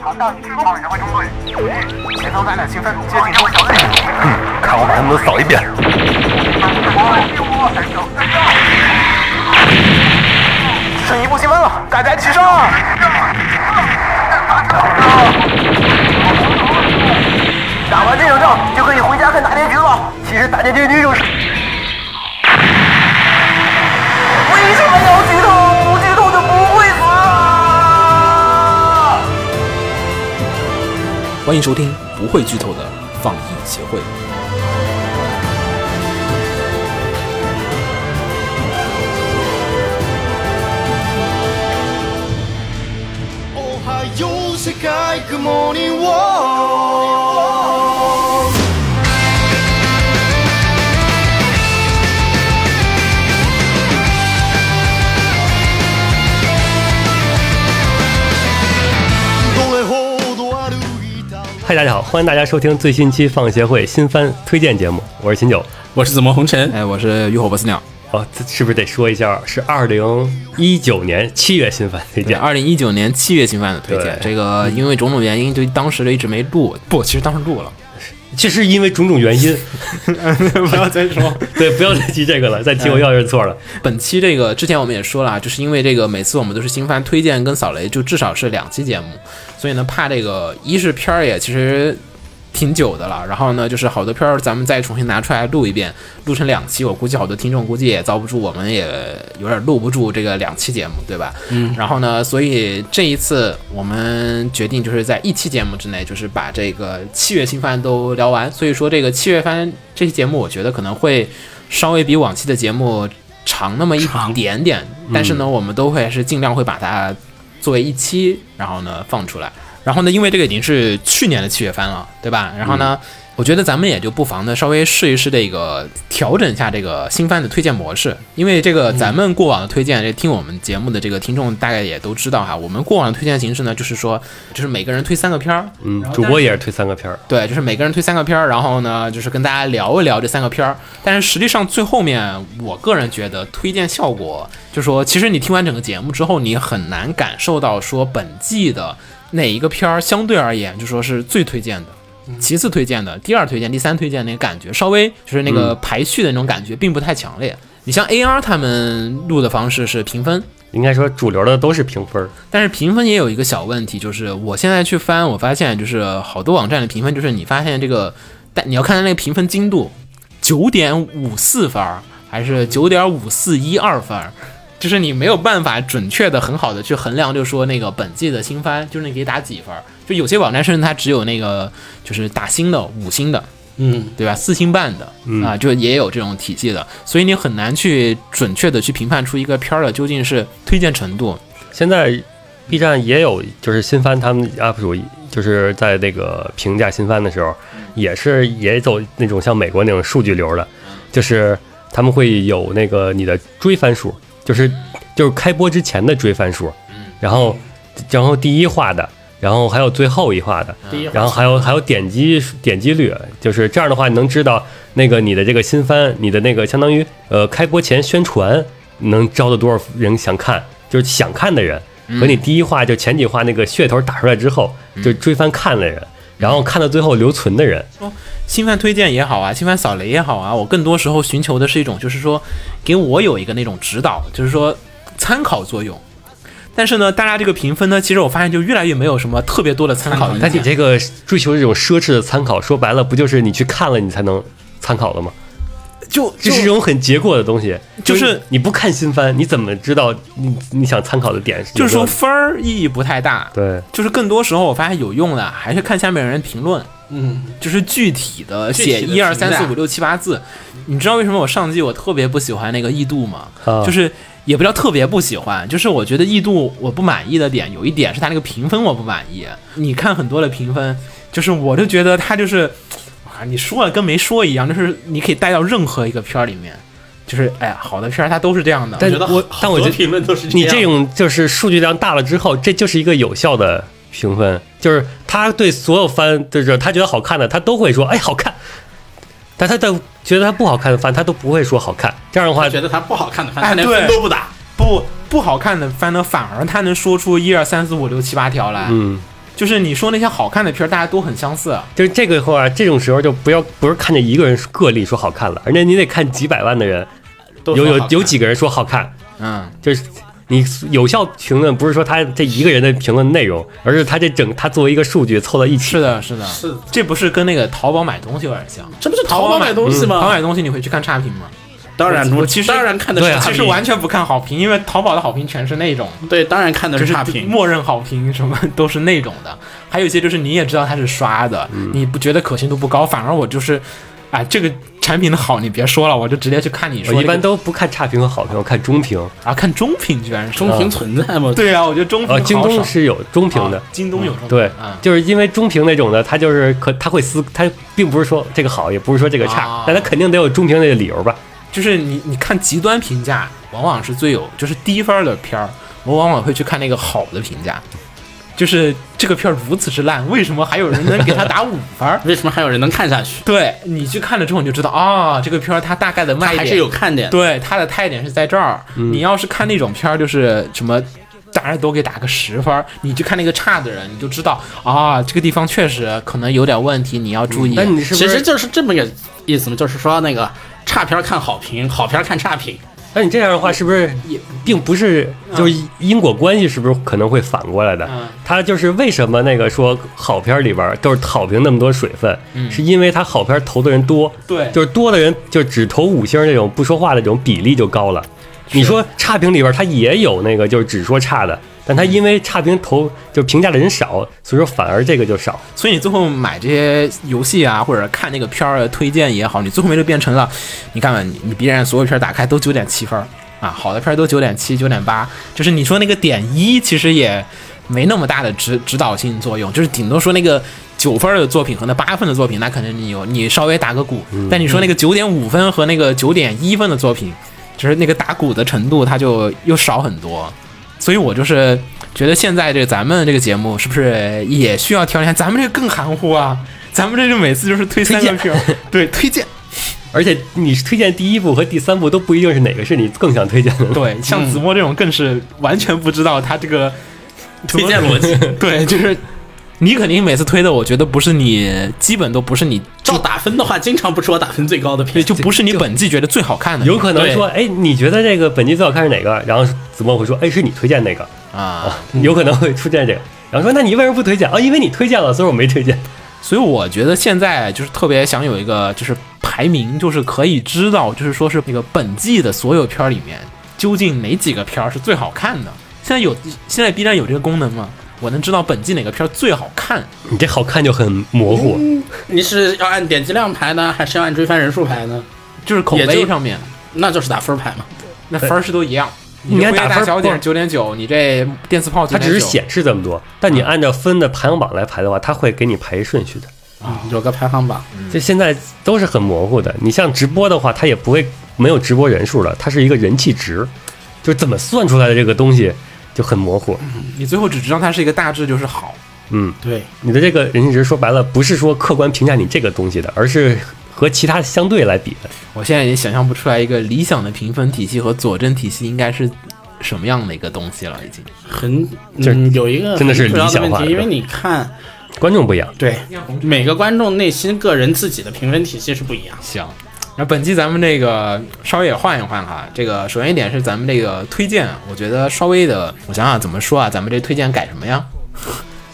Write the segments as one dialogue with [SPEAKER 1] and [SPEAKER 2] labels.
[SPEAKER 1] 强盗已经突破指挥中队，前方咱俩兴奋接近他们小队。
[SPEAKER 2] 看我把他们都扫一遍。
[SPEAKER 1] 剩一步积分了，大家齐上！打完这场仗就可以回家看大结局了。其实大结局就是……为什么要剧透？不剧透就不会死啊！
[SPEAKER 3] 欢迎收听不会剧透的放映协会。
[SPEAKER 4] おはよう世界グモーニングウォーどれほど歩いた
[SPEAKER 5] 嗨，大家好，欢迎大家收听最新期放协会新番推荐节目，我是秦九。
[SPEAKER 6] 我是紫陌红尘，
[SPEAKER 3] 哎，我是浴火不死鸟。
[SPEAKER 5] 哦，这是不是得说一下？是二零一九年七月新番推
[SPEAKER 3] 对，
[SPEAKER 5] 荐。
[SPEAKER 3] 二零一九年七月新番的推荐，
[SPEAKER 5] 对
[SPEAKER 3] 这个因为种种原因，就当时就一直没录。不，其实当时录了。
[SPEAKER 5] 这是因为种种原因，
[SPEAKER 6] 不要再说。 嗯
[SPEAKER 5] 对，不要再提这个了，再提我又要认错了。
[SPEAKER 3] 本期这个之前我们也说了啊，就是因为这个每次我们都是新番推荐跟扫雷，就至少是两期节目，所以呢怕这个一是片儿也其实挺久的了，然后呢就是好多片儿咱们再重新拿出来录一遍，录成两期，我估计好多听众估计也遭不住，我们也有点录不住这个两期节目，对吧？嗯。然后呢，所以这一次我们决定就是在一期节目之内，就是把这个七月新番都聊完，所以说这个七月番这期节目，我觉得可能会稍微比往期的节目。长那么一
[SPEAKER 6] 长
[SPEAKER 3] 点点，但是呢，我们都会还是尽量会把它作为一期，然后呢放出来。然后呢，因为这个已经是去年的七月番了，对吧？然后呢，我觉得咱们也就不妨呢稍微试一试这个调整一下这个新番的推荐模式，因为这个咱们过往的推荐，这听我们节目的这个听众大概也都知道哈，我们过往的推荐形式呢，就是说就是每个人推三个片儿，
[SPEAKER 5] 嗯，主播也是推三个片儿，
[SPEAKER 3] 对，就是每个人推三个片儿，然后呢，就是跟大家聊一聊这三个片儿。但是实际上最后面，我个人觉得推荐效果，就说其实你听完整个节目之后，你很难感受到说本季的哪一个片儿相对而言，就说是最推荐的。其次推荐的，第二推荐、第三推荐那个感觉，稍微就是那个排序的那种感觉，并不太强烈。你像 AR 他们录的方式是评分，
[SPEAKER 5] 应该说主流的都是评分儿。
[SPEAKER 3] 但是评分也有一个小问题，就是我现在去翻，我发现就是好多网站的评分，就是你发现这个，但你要看它那个评分精度，九点五四分儿还是九点五四一二分儿，就是你没有办法准确的、很好的去衡量，就是说那个本季的新番，就是你给打几分儿。就有些网站甚至它只有那个就是打星的、五星的，
[SPEAKER 6] 嗯，
[SPEAKER 3] 对吧？四星半的啊，就也有这种体系的，所以你很难去准确的去评判出一个片儿的究竟是推荐程度。
[SPEAKER 5] 现在 B 站也有，就是新番他们 UP 主就是在那个评价新番的时候，也是也走那种像美国那种数据流的，就是他们会有那个你的追番数，就是就是开播之前的追番数，然后然后第一话的，然后还有最后一话的，
[SPEAKER 6] 第一话
[SPEAKER 5] 然后还有还有点击点击率，就是这样的话，你能知道那个你的这个新番，你的那个相当于呃开播前宣传能招到多少人想看，就是想看的人和你第一话就前几话那个噱头打出来之后，就追番看的人，然后看到最后留存的人，
[SPEAKER 3] 新番推荐也好啊，新番扫雷也好啊，我更多时候寻求的是一种，就是说给我有一个那种指导，就是说参考作用。但是呢，大家这个评分呢，其实我发现就越来越没有什么特别多的参考意
[SPEAKER 5] 啊但你
[SPEAKER 3] 见。
[SPEAKER 5] 这个追求这种奢侈的参考，说白了不就是你去看了你才能参考的吗？
[SPEAKER 3] 就
[SPEAKER 5] 这是一
[SPEAKER 3] 就
[SPEAKER 5] 种很结果的东西，
[SPEAKER 3] 就是
[SPEAKER 5] 你不看新番，你怎么知道你你想参考的点是有没有？
[SPEAKER 3] 就是说分儿意义不太大。
[SPEAKER 5] 对，
[SPEAKER 3] 就是更多时候我发现有用的还是看下面人评论，
[SPEAKER 6] 嗯，
[SPEAKER 3] 就是具体的
[SPEAKER 6] 具体的
[SPEAKER 3] 写一二
[SPEAKER 6] 评
[SPEAKER 3] 三
[SPEAKER 6] 价
[SPEAKER 3] 四五六七八字。你知道为什么我上季我特别不喜欢那个异度吗？
[SPEAKER 5] 啊
[SPEAKER 3] 就是也不叫特别不喜欢，就是我觉得异度我不满意的点有一点是它那个评分我不满意。你看很多的评分，就是我就觉得它就是啊，你说了跟没说一样，就是你可以带到任何一个片儿里面，就是哎呀，好的片儿它都是这样的。
[SPEAKER 5] 但
[SPEAKER 6] 觉得
[SPEAKER 5] 我
[SPEAKER 6] 好
[SPEAKER 5] 但我
[SPEAKER 6] 好多
[SPEAKER 5] 觉得
[SPEAKER 6] 评论都是
[SPEAKER 5] 你
[SPEAKER 6] 这
[SPEAKER 5] 这
[SPEAKER 6] 样
[SPEAKER 5] 种就是数据量大了之后，这就是一个有效的评分，就是他对所有番，就是他觉得好看的，他都会说哎好看，但他的觉得他不好看的番，他都不会说好看。这样的话
[SPEAKER 6] 他，觉得他不好看的，
[SPEAKER 3] 哎
[SPEAKER 6] 他连
[SPEAKER 3] 对
[SPEAKER 6] 分都不打。
[SPEAKER 3] 不不好看的番呢，反而他能说出一二三四五六七八条来。
[SPEAKER 5] 嗯，
[SPEAKER 3] 就是你说那些好看的片儿，大家都很相似。
[SPEAKER 5] 就是这个话，这种时候就不要不是看着一个人个例说好看了，而且你得看几百万的人，
[SPEAKER 3] 都
[SPEAKER 5] 有
[SPEAKER 3] 说
[SPEAKER 5] 有
[SPEAKER 3] 好看
[SPEAKER 5] 有几个人说好看，
[SPEAKER 3] 嗯，
[SPEAKER 5] 就是你有效评论不是说他这一个人的评论内容，而是他这整他作为一个数据凑到一起。
[SPEAKER 3] 是的，是的，是
[SPEAKER 6] 的
[SPEAKER 3] 这不是跟那个淘宝买东西有点像。
[SPEAKER 6] 这不是淘宝买东西
[SPEAKER 3] 淘宝
[SPEAKER 6] 吗？
[SPEAKER 3] 买东西你会去看差评吗？
[SPEAKER 6] 嗯当然，
[SPEAKER 3] 我
[SPEAKER 6] 我
[SPEAKER 3] 其实
[SPEAKER 6] 当然看的
[SPEAKER 5] 对
[SPEAKER 6] 是
[SPEAKER 5] 啊
[SPEAKER 6] 差
[SPEAKER 3] 其
[SPEAKER 6] 评，
[SPEAKER 3] 实完全不看好评，因为淘宝的好评全是那种，
[SPEAKER 6] 对，当然看的
[SPEAKER 3] 就是是
[SPEAKER 6] 差评。
[SPEAKER 3] 默认好评什么都是那种的。还有一些就是你也知道它是刷的，
[SPEAKER 5] 嗯
[SPEAKER 3] 你不觉得可信度不高，反而我就是，哎，这个产品的好你别说了，我就直接去看你说、
[SPEAKER 5] 我一般都不看差评和好评，我看中评。
[SPEAKER 3] 啊看中评居然是
[SPEAKER 6] 中评存在 吗？
[SPEAKER 3] 对啊，我觉得中评
[SPEAKER 5] 呃，京
[SPEAKER 3] 好
[SPEAKER 5] 东
[SPEAKER 3] 爽
[SPEAKER 5] 是有中评的
[SPEAKER 3] 啊，京东有中评
[SPEAKER 5] 对
[SPEAKER 3] 啊，，
[SPEAKER 5] 就是因为中评那种的，他就是可他会思，他并不是说这个好，也不是说这个
[SPEAKER 3] 啊
[SPEAKER 5] 差，但他肯定得有中评那个理由吧？
[SPEAKER 3] 就是你你看极端评价，往往是最有就是低分儿的片儿，我往往会去看那个好的评价，就是这个片儿如此之烂，为什么还有人能给他打五分儿？
[SPEAKER 6] 为什么还有人能看下去？
[SPEAKER 3] 对你去看了之后，你就知道啊、这个片儿它大概的卖
[SPEAKER 6] 还
[SPEAKER 3] 点
[SPEAKER 6] 是有看点的。
[SPEAKER 3] 对它的看点是在这儿。
[SPEAKER 5] 嗯
[SPEAKER 3] 你要是看那种片儿，就是什么。大家都给打个十分儿，你去看那个差的人，你就知道啊，这个地方确实可能有点问题，你要注意。
[SPEAKER 5] 那嗯你是不
[SPEAKER 6] 其实
[SPEAKER 5] 是？
[SPEAKER 6] 就是这么个意思嘛，就是说那个差片儿看好评，好片儿看差评。
[SPEAKER 5] 那你这样的话，是不是也并不是就是因果关系？是不是可能会反过来的
[SPEAKER 3] 嗯？
[SPEAKER 5] 他就是为什么那个说好片儿里边儿都是好评那么多水分，是因为他好片儿投的人多，
[SPEAKER 3] 嗯对
[SPEAKER 5] 就是多的人就只投五星儿那种不说话的这种比例就高了。你说差评里边儿他也有那个就是只说差的，但他因为差评投就评价的人少，所以说反而这个就少。
[SPEAKER 3] 所以你最后买这些游戏啊，或者看那个片儿的推荐也好，你最后面就变成了，你看吧，你你别人所有片儿打开都九点七分儿啊，好的片儿都九点七、九点八，就是你说那个点一其实也没那么大的指指导性作用，就是顶多说那个。九分儿的作品和那八分的作品，那可能你有你稍微打个鼓，但你说那个九点五分和那个九点一分的作品，就是那个打鼓的程度，它就又少很多。所以我就是觉得现在这咱们这个节目是不是也需要调研？咱们这更含糊啊！咱们这就每次就是推三个片儿，对，推荐，
[SPEAKER 5] 而且你推荐第一部和第三部都不一定是哪个是你更想推荐的。
[SPEAKER 3] 对，像子墨这种更是完全不知道他这个推
[SPEAKER 6] 荐逻
[SPEAKER 3] 辑， 对，就是你肯定每次推的，我觉得不是你，基本都不是你，
[SPEAKER 6] 照打分的话，经常不是我打分最高的片，
[SPEAKER 3] 就不是你本季觉得最好看的，
[SPEAKER 5] 有可能
[SPEAKER 6] 对
[SPEAKER 5] 说，哎，你觉得这个本季最好看是哪个？然后子墨会说，哎，是你推荐那个，
[SPEAKER 3] 啊。
[SPEAKER 5] 有可能会出现这个。然后说，那你为什么不推荐？啊，因为你推荐了，所以我没推荐。
[SPEAKER 3] 所以我觉得现在就是特别想有一个就是排名，就是可以知道，就是说是那个本季的所有片儿里面，究竟哪几个片儿是最好看的。现在有现在 B 站有这个功能吗？我能知道本季哪个片儿最好看？
[SPEAKER 5] 你这好看就很模糊。
[SPEAKER 6] 你是要按点击量排呢，还是要按追番人数排呢？
[SPEAKER 3] 就是口
[SPEAKER 6] 也
[SPEAKER 3] 碑
[SPEAKER 6] 就
[SPEAKER 3] 上面，
[SPEAKER 6] 那就是打分排嘛。
[SPEAKER 3] 那分儿是都一样。
[SPEAKER 5] 你
[SPEAKER 3] 你这
[SPEAKER 5] 看
[SPEAKER 3] 辉夜
[SPEAKER 5] 打
[SPEAKER 3] 大
[SPEAKER 5] 分
[SPEAKER 3] 小
[SPEAKER 5] 不
[SPEAKER 3] 点九点九，你这电磁炮
[SPEAKER 5] 它只
[SPEAKER 3] 9.9
[SPEAKER 5] 是显示这么多，但你按照分的排行榜来排的话，它会给你排顺序的。
[SPEAKER 6] 有个排行榜，
[SPEAKER 5] 就现在都是很模糊的。你像直播的话，它也不会没有直播人数了，它是一个人气值，就是怎么算出来的这个东西就很模糊。
[SPEAKER 3] 你最后只知道它是一个大致就是好。
[SPEAKER 5] 嗯，
[SPEAKER 6] 对，
[SPEAKER 5] 你的这个人气值说白了，不是说客观评价你这个东西的，而是和其他相对来比的。
[SPEAKER 3] 我现在已经想象不出来一个理想的评分体系和佐证体系应该是什么样的一个东西了，已经。
[SPEAKER 6] 很
[SPEAKER 5] 这
[SPEAKER 6] 嗯有一个
[SPEAKER 5] 真的是
[SPEAKER 6] 很重要的
[SPEAKER 5] 理想化
[SPEAKER 6] 问
[SPEAKER 5] 的
[SPEAKER 6] 题，因为你看，
[SPEAKER 5] 观众不一样，
[SPEAKER 6] 对每个观众内心个人自己的评分体系是不一样的。
[SPEAKER 3] 行，那本期咱们这个稍微也换一换哈。这个首先一点是咱们这个推荐，我觉得稍微的，我想想怎么说啊，咱们这推荐改什么呀？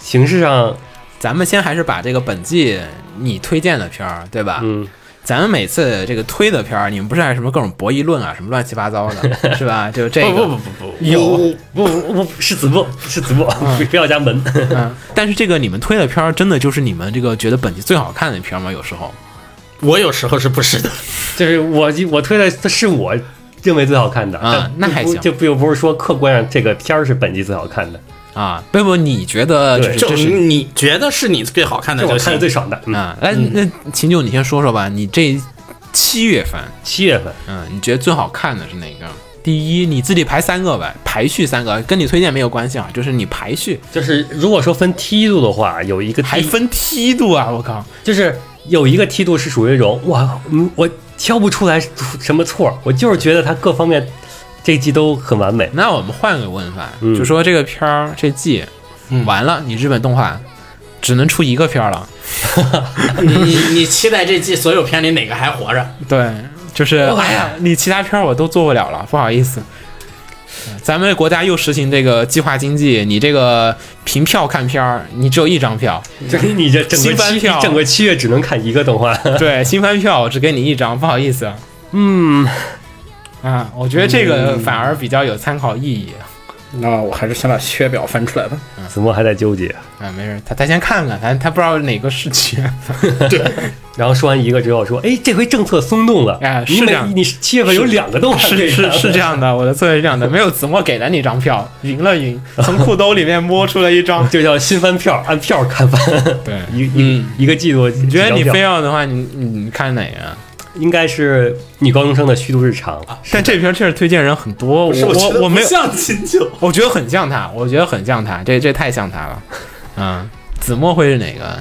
[SPEAKER 5] 形式上，
[SPEAKER 3] 咱们先还是把这个本季你推荐的片儿，对吧？
[SPEAKER 5] 嗯，
[SPEAKER 3] 咱们每次这个推的片儿，你们不是还有什么各种博弈论啊，什么乱七八糟 的，是吧？就这个，
[SPEAKER 6] 不不不不不，
[SPEAKER 3] 有
[SPEAKER 5] 不不不是子墨，是子墨， 不要加门。
[SPEAKER 3] 嗯。 但是这个你们推的片儿，真的就是你们这个觉得本季最好看的片儿吗？有时候
[SPEAKER 6] 我有时候是不是的，
[SPEAKER 5] 就是我我推的是我认为最好看的
[SPEAKER 3] 啊
[SPEAKER 5] 但
[SPEAKER 3] 那还
[SPEAKER 5] 不
[SPEAKER 3] 行
[SPEAKER 5] 就不又不是说客观上这个片儿是本季最好看的，
[SPEAKER 3] 啊，贝博，你觉得就是
[SPEAKER 5] 对
[SPEAKER 3] 这
[SPEAKER 6] 哎就是你觉得是你最好看的
[SPEAKER 5] 这我
[SPEAKER 6] 就
[SPEAKER 5] 看的
[SPEAKER 6] 行。
[SPEAKER 5] 最爽的。嗯，
[SPEAKER 3] 啊？来，那秦九，你先说说吧，你这七月份。
[SPEAKER 5] 七月份
[SPEAKER 3] 嗯，你觉得最好看的是哪个？第一，你自己排三个吧，排序三个，跟你推荐没有关系啊，就是你排序
[SPEAKER 5] 就是如果说分梯度的话，有一个梯
[SPEAKER 3] 还分梯度啊！我靠，
[SPEAKER 5] 就是有一个梯度是属于那种哇，嗯我挑不出来什么错儿，我就是觉得它各方面这一季都很
[SPEAKER 3] 嗯
[SPEAKER 5] 完美。
[SPEAKER 3] 那我们换个问法，
[SPEAKER 5] 嗯
[SPEAKER 3] 就说这个片儿这季、
[SPEAKER 6] 嗯
[SPEAKER 3] 完了，你日本动画只能出一个片儿了。
[SPEAKER 6] 你 你你期待这季所有片里哪个还活着？
[SPEAKER 3] 对，就是哎呀，你其他片儿我都做不了了，不好意思。咱们国家又实行这个计划经济，你这个凭票看片儿，你只有一张票，
[SPEAKER 5] 这你这整
[SPEAKER 3] 新
[SPEAKER 5] 个
[SPEAKER 3] 番
[SPEAKER 5] 七
[SPEAKER 3] 票
[SPEAKER 5] 整个七月只能看一个 动画，
[SPEAKER 3] 对，新番票我只给你一张，不好意思。
[SPEAKER 5] 嗯，
[SPEAKER 3] 啊，我觉得这个反而比较有参考意义。
[SPEAKER 6] 那我还是先把血表翻出来吧。
[SPEAKER 5] 子墨还在纠结。
[SPEAKER 3] 啊，没事，他他先看看，他他不知道哪个是缺。
[SPEAKER 5] 然后说完一个之后说，哎，这回政策松动了，
[SPEAKER 3] 哎
[SPEAKER 5] 你
[SPEAKER 3] 是这
[SPEAKER 5] 每
[SPEAKER 3] 样
[SPEAKER 5] 你七月份有两个动画 可
[SPEAKER 3] 是
[SPEAKER 5] 以看
[SPEAKER 3] 是是这样的，我的策略是这样的，没有子墨给了你一张票，匀了匀，从裤兜里面摸出了一 张。
[SPEAKER 5] 就叫新番票，按票看番，
[SPEAKER 3] 对，
[SPEAKER 5] 一一
[SPEAKER 3] 嗯
[SPEAKER 5] 一个季度几
[SPEAKER 3] 你
[SPEAKER 5] 张票。你
[SPEAKER 3] 觉得你非要的话，你你看哪个？啊
[SPEAKER 5] 应该是女高中生的虚度日常，
[SPEAKER 3] 但这篇确实推荐人很多，我我我没有，
[SPEAKER 6] 像秦九，
[SPEAKER 3] 我觉得很像他，我觉得很像他，这这太像他了。嗯，子墨会是哪个？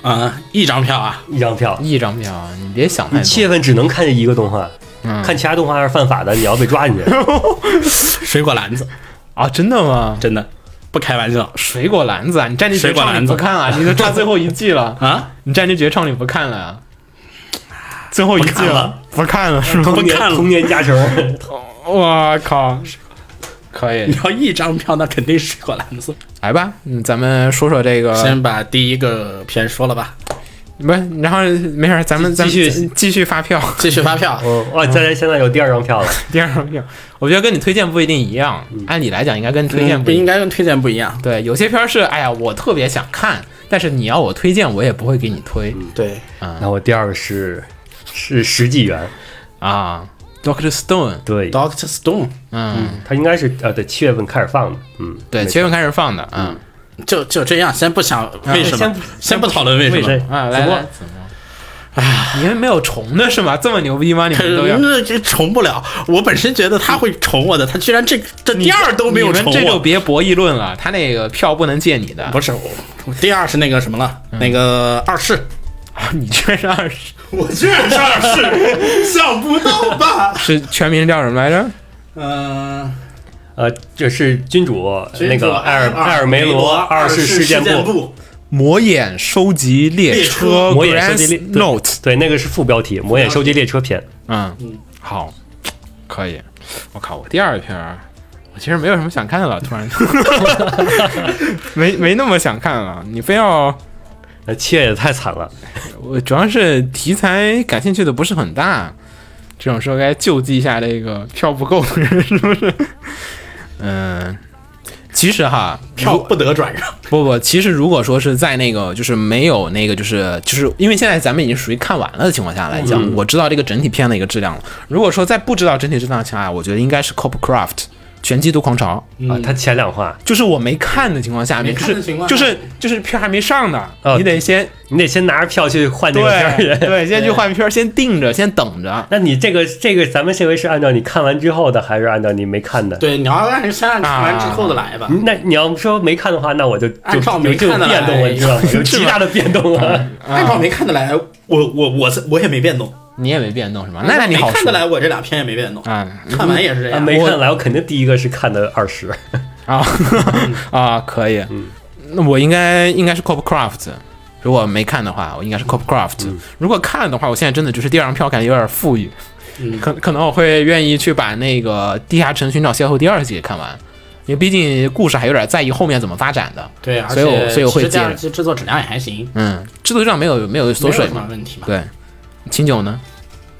[SPEAKER 6] 嗯，一张票啊，
[SPEAKER 5] 一张票。
[SPEAKER 3] 一张票啊，你别想太
[SPEAKER 5] 你七
[SPEAKER 3] 多。
[SPEAKER 5] 月份只能看一个动画，
[SPEAKER 3] 嗯
[SPEAKER 5] 看其他动画是犯法的，你要被抓进去。
[SPEAKER 6] 水果篮子，
[SPEAKER 3] 啊，真的吗？
[SPEAKER 6] 真的不开玩笑
[SPEAKER 3] 水果篮子啊，你战地绝
[SPEAKER 6] 水果
[SPEAKER 3] 唱
[SPEAKER 6] 篮
[SPEAKER 3] 你
[SPEAKER 6] 子
[SPEAKER 3] 不看啊？你都差最后一季了
[SPEAKER 6] 啊！
[SPEAKER 3] 你战地绝唱你不看了啊？最后一季
[SPEAKER 5] 不看了，
[SPEAKER 3] 不看了是吗？
[SPEAKER 5] 童年
[SPEAKER 6] 看了
[SPEAKER 5] 童年加成，
[SPEAKER 3] 我靠，可以
[SPEAKER 6] 你要一张票，那肯定是水果篮子。
[SPEAKER 3] 来吧，嗯，咱们说说这个，
[SPEAKER 6] 先把第一个片说了吧，
[SPEAKER 3] 不是，然后没事儿，咱们咱们
[SPEAKER 5] 继续
[SPEAKER 3] 继续发 票，
[SPEAKER 6] 继续发票。
[SPEAKER 5] 嗯，哇，大家现在有第二张票了，
[SPEAKER 3] 第二张票，我觉得跟你推荐不一定一样，按理来讲应该跟推荐
[SPEAKER 6] 嗯
[SPEAKER 3] 不
[SPEAKER 6] 不
[SPEAKER 3] 一
[SPEAKER 6] 应
[SPEAKER 3] 样。
[SPEAKER 6] 该跟推荐不一样，
[SPEAKER 3] 对，有些片儿是，哎呀，我特别想看，但是你要我推荐，我也不会给你推
[SPEAKER 6] 对，
[SPEAKER 5] 那我第二个是是十纪元，
[SPEAKER 3] 啊。Doctor Stone，
[SPEAKER 5] 对，
[SPEAKER 6] Doctor Stone，
[SPEAKER 3] 嗯，
[SPEAKER 5] 它应该是呃，对，七月份开始放的，嗯，
[SPEAKER 3] 对，
[SPEAKER 5] 没错
[SPEAKER 3] 七月份开始放的，嗯，
[SPEAKER 6] 就就这样，先不想为什
[SPEAKER 5] 先
[SPEAKER 6] 么
[SPEAKER 5] 不，
[SPEAKER 6] 先不讨论为什
[SPEAKER 5] 为
[SPEAKER 6] 么
[SPEAKER 5] 谁。
[SPEAKER 3] 啊，
[SPEAKER 5] 子
[SPEAKER 3] 来
[SPEAKER 5] 墨
[SPEAKER 3] 来，子墨，哎，你们没有重的是吗？这么牛逼吗？你们都要？
[SPEAKER 6] 那这宠不了，我本身觉得他会宠我的，他居然这这第二都没有
[SPEAKER 3] 你们
[SPEAKER 6] 宠
[SPEAKER 3] 这就
[SPEAKER 6] 我。
[SPEAKER 3] 别博弈论了，他那个票不能借你的，
[SPEAKER 6] 不是我，我第二是那个什么了？那个二世，
[SPEAKER 3] 你居然是二十，
[SPEAKER 6] 我居然是二世，想不到吧？
[SPEAKER 3] 是全名叫什么来着？
[SPEAKER 6] 嗯，
[SPEAKER 5] 呃，这是君主
[SPEAKER 6] 君主
[SPEAKER 5] 那个艾尔艾尔梅罗二世事件部，
[SPEAKER 6] 部，
[SPEAKER 3] 魔眼收集列车
[SPEAKER 5] 魔眼收集列
[SPEAKER 3] Grand Note，
[SPEAKER 5] 对，那个是副标题，魔眼收集列车篇，
[SPEAKER 3] 嗯，好，可以。我靠，我第二篇儿，我其实没有什么想看的了，突 然，没没那么想看了。你非要，
[SPEAKER 5] 呃，七月也太惨了，
[SPEAKER 3] 我主要是题材感兴趣的不是很大，这种时候该救济一下这个票不够的人，是不是？嗯，其实哈，
[SPEAKER 6] 票不得转让。
[SPEAKER 3] 不不，其实如果说是在那个就是没有那个就是就是因为现在咱们已经属于看完了的情况下来讲，
[SPEAKER 6] 嗯
[SPEAKER 3] 我知道这个整体片的一个质量了。如果说在不知道整体质量的情况下，我觉得应该是 Copcraft 全季度狂潮，
[SPEAKER 5] 啊，他前两话，
[SPEAKER 3] 就是我没看的情况下面，就
[SPEAKER 6] 看的
[SPEAKER 3] 是
[SPEAKER 6] 情况下
[SPEAKER 3] 就是就是片还没上呢，
[SPEAKER 5] 哦
[SPEAKER 3] 你得先
[SPEAKER 5] 你得先拿着票去换这个片儿
[SPEAKER 3] 对
[SPEAKER 5] 人。
[SPEAKER 3] 对，先去换片儿，先定着，先等着。
[SPEAKER 5] 那你这个这个，咱们这回是按照你看完之后的，还是按照你没看的？
[SPEAKER 6] 对，你要按先按看完之后的来吧。
[SPEAKER 5] 那你要说没看的话，那我就就
[SPEAKER 6] 嗯按照
[SPEAKER 5] 有
[SPEAKER 6] 没
[SPEAKER 5] 这种
[SPEAKER 6] 看的来哎
[SPEAKER 5] 变动了，你知道吗？有极大的变动啊了。
[SPEAKER 6] 按照没看的来，我我我是我也没变动。
[SPEAKER 3] 你也没变动是吗？那那你好
[SPEAKER 6] 没看
[SPEAKER 3] 说
[SPEAKER 6] 得来，我这俩片也没变动。
[SPEAKER 3] 啊
[SPEAKER 6] 看完也是这
[SPEAKER 5] 啊，
[SPEAKER 6] 样。
[SPEAKER 5] 没看来，我肯定第一个是看的二 十。
[SPEAKER 3] 啊
[SPEAKER 6] 嗯
[SPEAKER 3] 啊，可以。那我应该应该是 Copcraft，如果没看的话，我应该是 Copcraft。如
[SPEAKER 6] 嗯
[SPEAKER 3] 果看的话，我现在真的就是第二张票感觉有点富裕，
[SPEAKER 6] 嗯
[SPEAKER 3] 可可能我会愿意去把那个《地下城寻找邂逅》第二季给看完，因为毕竟故事还有点在意后面怎么发展的。
[SPEAKER 6] 对，而
[SPEAKER 3] 所以我
[SPEAKER 6] 且
[SPEAKER 3] 所以我会
[SPEAKER 6] 其实第
[SPEAKER 3] 借
[SPEAKER 6] 二。季制作质量也还行，
[SPEAKER 3] 嗯，制作上没有没有缩
[SPEAKER 6] 没有
[SPEAKER 3] 水
[SPEAKER 6] 什么
[SPEAKER 3] 嘛？
[SPEAKER 6] 问题嘛。
[SPEAKER 3] 对，秦九呢？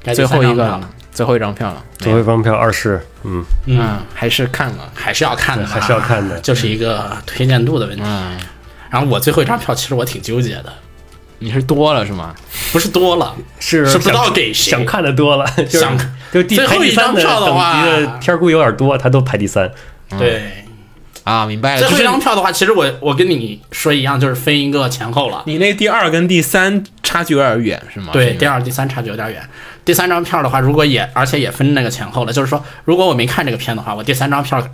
[SPEAKER 6] 该
[SPEAKER 3] 最
[SPEAKER 6] 第三
[SPEAKER 3] 后一
[SPEAKER 6] 张
[SPEAKER 3] 个
[SPEAKER 6] 票了
[SPEAKER 3] 了，最后一张票了。
[SPEAKER 5] 最后一张票二十，嗯，
[SPEAKER 3] 嗯，还是看了。
[SPEAKER 6] 还是要看的，
[SPEAKER 5] 还是要看的
[SPEAKER 6] 就是一个推荐度的问题。
[SPEAKER 3] 嗯，
[SPEAKER 6] 然后我最后一张票，其实我挺纠结的，
[SPEAKER 3] 你是多了是吗？
[SPEAKER 6] 不是多了，
[SPEAKER 5] 是
[SPEAKER 6] 是不知
[SPEAKER 5] 想
[SPEAKER 6] 道给谁
[SPEAKER 5] 想看的多了， 就是
[SPEAKER 6] 想
[SPEAKER 5] 就第
[SPEAKER 6] 最后
[SPEAKER 5] 排第
[SPEAKER 6] 一张
[SPEAKER 5] 三的
[SPEAKER 6] 票的
[SPEAKER 5] 等
[SPEAKER 6] 话
[SPEAKER 5] 级的片儿估有点多，他都排第三。
[SPEAKER 6] 对。
[SPEAKER 3] 啊，明白了。
[SPEAKER 6] 最后
[SPEAKER 3] 就
[SPEAKER 6] 一
[SPEAKER 3] 是
[SPEAKER 6] 张票的话，其实我我跟你说一样，就是分一个前后了。
[SPEAKER 3] 你那第二跟第三差距有点远是吗？
[SPEAKER 6] 对，第
[SPEAKER 3] 二
[SPEAKER 6] 二、第三差距有点远。第三张票的话，如果也而且也分那个前后了，就是说，如果我没看这个片的话，我第三张票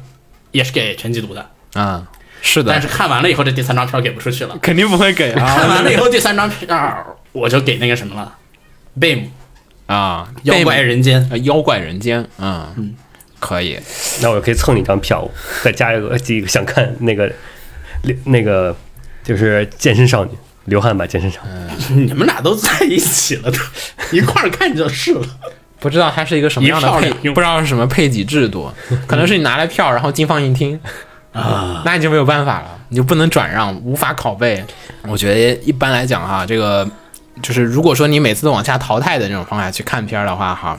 [SPEAKER 6] 也是给全季读的，
[SPEAKER 3] 啊、是的，
[SPEAKER 6] 但是看完了以后，这第三张票给不出 去了。
[SPEAKER 3] 肯定不会给啊
[SPEAKER 6] 看完了以后，第三张票啊我就给那个什么了，BAM
[SPEAKER 3] 啊！
[SPEAKER 6] 妖怪人间，
[SPEAKER 3] 呃，妖怪人间，嗯可以，
[SPEAKER 5] 那我可以蹭你一张票，再加一个几个想看那个那个就是健身少女，流汗吧健身少
[SPEAKER 6] 嗯
[SPEAKER 5] 女。
[SPEAKER 6] 你们俩都在一起了，都 一块儿看就是了。
[SPEAKER 3] 不知道它是一个什么样的
[SPEAKER 6] 一票
[SPEAKER 3] 配，
[SPEAKER 6] 两用
[SPEAKER 3] 不知道是什么配给制 度，可能是你拿了票，然后金放映厅。啊，那你就没有办法了，你就不能转让，无法拷贝。我觉得一般来讲哈，这个就是如果说你每次都往下淘汰的那种方法去看片儿的话哈，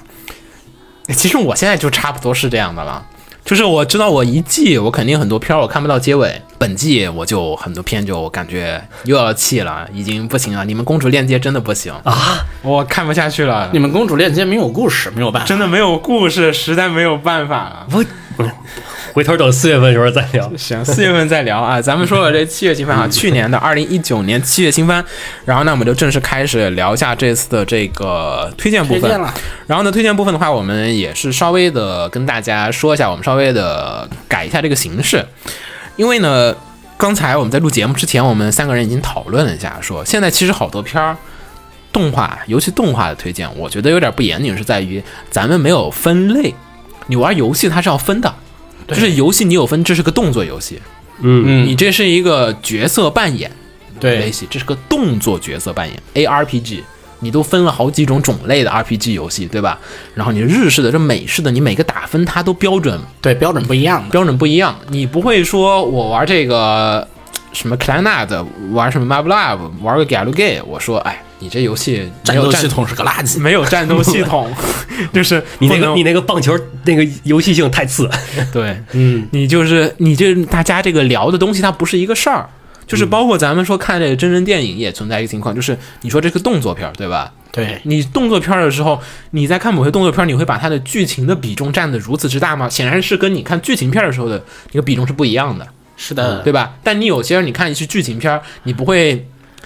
[SPEAKER 3] 其实我现在就差不多是这样的了。就是我知道我一季我肯定很多片儿我看不到结尾，本季我就很多片就感觉又要弃了，已经不行了。你们公主链接真的不行啊，我看不下去了。
[SPEAKER 6] 你们公主链接没有故事，没有办法。
[SPEAKER 3] 真的没有故事，实在没有办法了。
[SPEAKER 5] 回头等四月份的时候再聊。
[SPEAKER 3] 行，四月份再聊啊。咱们说了这七月新番啊，去年的二零一九年七月新番，然后呢，我们就正式开始聊一下这次的这个推荐部
[SPEAKER 6] 推荐
[SPEAKER 3] 分
[SPEAKER 6] 了。
[SPEAKER 3] 然后呢，推荐部分的话，我们也是稍微的跟大家说一下，我们稍微的改一下这个形式，因为呢，刚才我们在录节目之前，我们三个人已经讨论了一下，说现在其实好多片儿。动画，尤其动画的推荐，我觉得有点不严谨，是在于咱们没有分类。你玩游戏它是要分的，就是游戏你有分，这是个动作游戏，
[SPEAKER 5] 嗯，
[SPEAKER 3] 你这是一个角色扮演类
[SPEAKER 6] 对，
[SPEAKER 3] 型，这是个动作角色扮演 ARPG，你都分了好几种种类的 RPG 游戏，对吧？然后你日式的、这美式的，你每个打分它都标准
[SPEAKER 6] 对，标准不一样的。
[SPEAKER 3] 标准不一样，你不会说我玩这个什么 Clannad，玩什么 Map Lab，玩个 Galgame，我说哎，你这游戏没
[SPEAKER 6] 战
[SPEAKER 3] 有
[SPEAKER 6] 斗
[SPEAKER 3] 战
[SPEAKER 6] 系。统是个垃圾。
[SPEAKER 3] 没有战斗系 统，就是
[SPEAKER 5] 你那
[SPEAKER 3] 不
[SPEAKER 5] 个
[SPEAKER 3] 能
[SPEAKER 5] 你那个棒球那个游戏性太次。
[SPEAKER 3] 对，
[SPEAKER 6] 嗯，
[SPEAKER 3] 你就是你这大家这个聊的东西，它不是一个事儿，
[SPEAKER 6] 嗯
[SPEAKER 3] 就是包括咱们说看这个真人电影也存在一个情况，就是你说这个动作片儿，对吧？
[SPEAKER 6] 对，
[SPEAKER 3] 你动作片儿的时候，你在看某些动作片儿，你会把它的剧情的比重占得如此之大吗？显然是跟你看剧情片儿的时候的那个比重是不一样的，
[SPEAKER 6] 是的，
[SPEAKER 3] 对吧？但你有些人你看一些剧情片儿，你不会。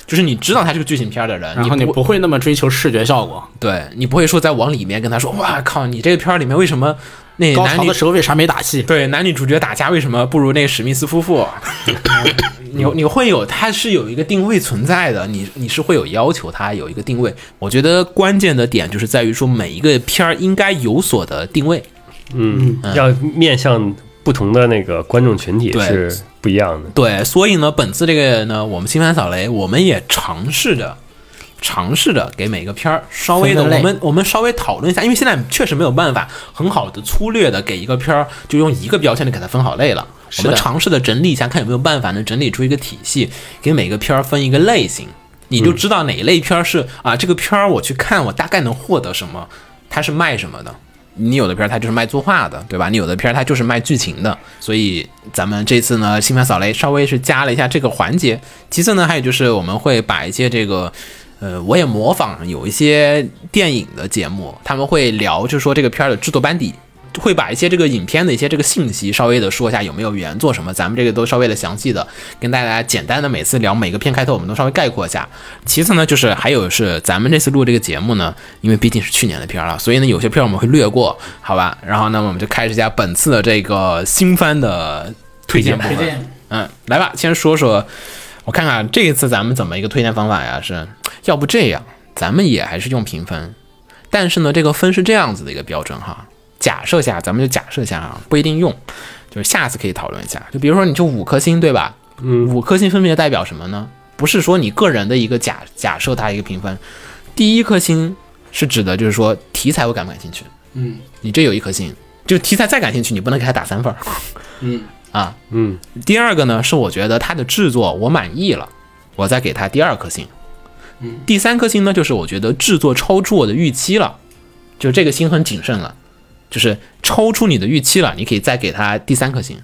[SPEAKER 3] 就是你知道它是个剧情片儿的人，
[SPEAKER 6] 然后你
[SPEAKER 3] 你不
[SPEAKER 6] 不会那么追求视觉效果。
[SPEAKER 3] 对你不会说再往里面跟他说，哇靠，你这个片儿里面为什么那
[SPEAKER 6] 高
[SPEAKER 3] 男
[SPEAKER 6] 潮
[SPEAKER 3] 女
[SPEAKER 6] 的时候为啥没打戏？
[SPEAKER 3] 对男女主角打架为什么不如那史密斯夫妇？你你会有，它是有一个定位存在的，你你是会有要求它有一个定位。我觉得关键的点就是在于说每一个片儿应该有所的定位。
[SPEAKER 5] 嗯，要面向不同的那个观众群体
[SPEAKER 3] 对
[SPEAKER 5] 是不一样的。
[SPEAKER 3] 对，所以呢，本次这个呢，我们新番扫雷，我们也尝试着。尝试着给每个片儿稍微的，
[SPEAKER 6] 分个类
[SPEAKER 3] 我们我们稍微讨论一下，因为现在确实没有办法很好的粗略的给一个片儿就用一个标签的给它分好类了。我
[SPEAKER 6] 的
[SPEAKER 3] 们尝试的整理一下，看有没有办法能整理出一个体系，给每个片儿分一个类型，你就知道哪一类片儿是、啊，这个片儿我去看，我大概能获得什么，它是卖什么的。你有的片儿它就是卖作画的，对吧？你有的片儿它就是卖剧情的，所以咱们这次呢，新番扫雷稍微呃是加了一下这个环节。其次呢，还有就是我们会把一些这个，呃，我也模仿有一些电影的节目，他们会聊，就是说这个片儿的制作班底。会把一些这个影片的一些这个信息稍微的说一下，有没有原作什么，咱们这个都稍微的详细的跟大家简单的每次聊每个片开头，我们都稍微概括一下。其次呢，就是还有是咱们这次录这个节目呢，因为毕竟是去年的片儿了，所以呢有些片儿我们会略过，好吧？然后呢，我们就开始一下本次的这个新番的推荐部分。嗯，来吧，先说说，我看看这一次咱们怎么一个推荐方法呀？是要不这样，咱们也还是用评分，但是呢，这个分是这样子的一个标准哈。假设下，咱们就假设下啊，不一定用，就是下次可以讨论一下。就比如说，你就五颗星，对吧？嗯，五颗星分别代表什么呢？不是说你个人的一个假假设它一个评分，第一颗星是指的就是说题材我感不感兴趣。
[SPEAKER 6] 嗯，
[SPEAKER 3] 你这有一颗星，就题材再感兴趣，你不能给它打三分儿。
[SPEAKER 6] 嗯
[SPEAKER 3] 啊，
[SPEAKER 5] 嗯。
[SPEAKER 3] 第二个呢，是我觉得它的制作我满意了，我再给它第二颗星。嗯，第三颗星呢，就是我觉得制作超出我的预期了，就这个星很谨慎了，就是超出你的预期了，你可以再给它第三颗星。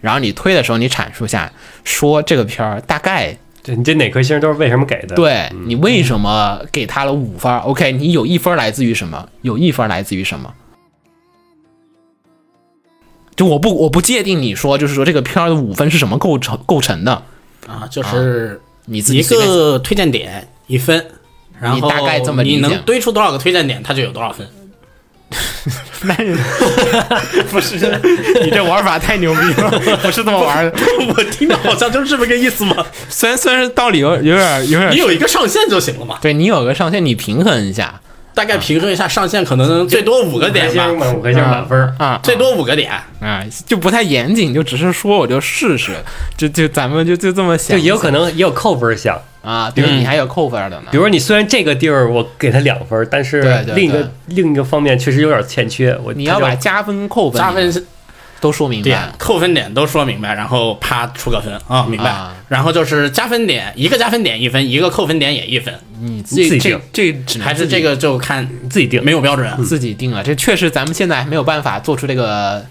[SPEAKER 3] 然后你推的时候，你阐述一下，说这个片儿大概
[SPEAKER 5] 这你这哪颗星都是为什么给的？
[SPEAKER 3] 对你为什么给他了五分儿？OK，你有一分儿来自于什么？有一分儿来自于什么？就我不我不界定你说就是说这个片儿的五分是什么构成构成的，
[SPEAKER 6] 啊，就是
[SPEAKER 3] 你自己
[SPEAKER 6] 一
[SPEAKER 3] 随便
[SPEAKER 6] 个推荐点一分，然后
[SPEAKER 3] 你大概这么理解
[SPEAKER 6] 你能堆出多少个推荐点，它就有多少分。
[SPEAKER 3] 不是，你这玩法太牛逼 了，不是这么玩的。
[SPEAKER 6] 我听着好像就是 这么个意思吗？
[SPEAKER 3] 虽然虽然道理有有点有
[SPEAKER 6] 你
[SPEAKER 3] 点，
[SPEAKER 6] 有一个上限就行了嘛，
[SPEAKER 3] 对你有个上限，你平衡一下
[SPEAKER 6] 大概平衡一下上限，可能最多五个
[SPEAKER 5] 五颗
[SPEAKER 6] 点
[SPEAKER 5] 星
[SPEAKER 6] 吧，
[SPEAKER 5] 满五颗星满分儿。
[SPEAKER 3] 啊。
[SPEAKER 6] 最多五个点。
[SPEAKER 3] 啊，就不太严谨，就只是说我就试试，就就咱们就就这么想，
[SPEAKER 5] 就也有可能也有扣分项。
[SPEAKER 3] 啊，比如你还有扣分的呢，
[SPEAKER 5] 比如说你虽然这个地儿我给他两分，但是
[SPEAKER 3] 对对
[SPEAKER 5] 另一个另一个方面确实有点欠缺。我
[SPEAKER 3] 你要把加分扣分 啊
[SPEAKER 6] 加分是
[SPEAKER 3] 都说明
[SPEAKER 6] 点
[SPEAKER 3] 白，、
[SPEAKER 6] 扣分点都说明白，然后啪出个分啊、明白、
[SPEAKER 3] 啊
[SPEAKER 6] 然后就是加分点，一个加分点一分，一个扣分点也一分，
[SPEAKER 3] 你
[SPEAKER 5] 你自
[SPEAKER 3] 这
[SPEAKER 5] 己
[SPEAKER 3] 这
[SPEAKER 5] 定
[SPEAKER 3] 这只能
[SPEAKER 6] 还是
[SPEAKER 3] 自己
[SPEAKER 6] 这个就看
[SPEAKER 5] 自己定
[SPEAKER 6] 没有标准。
[SPEAKER 3] 自己定了，这确实咱们现在还没有办法做出这个，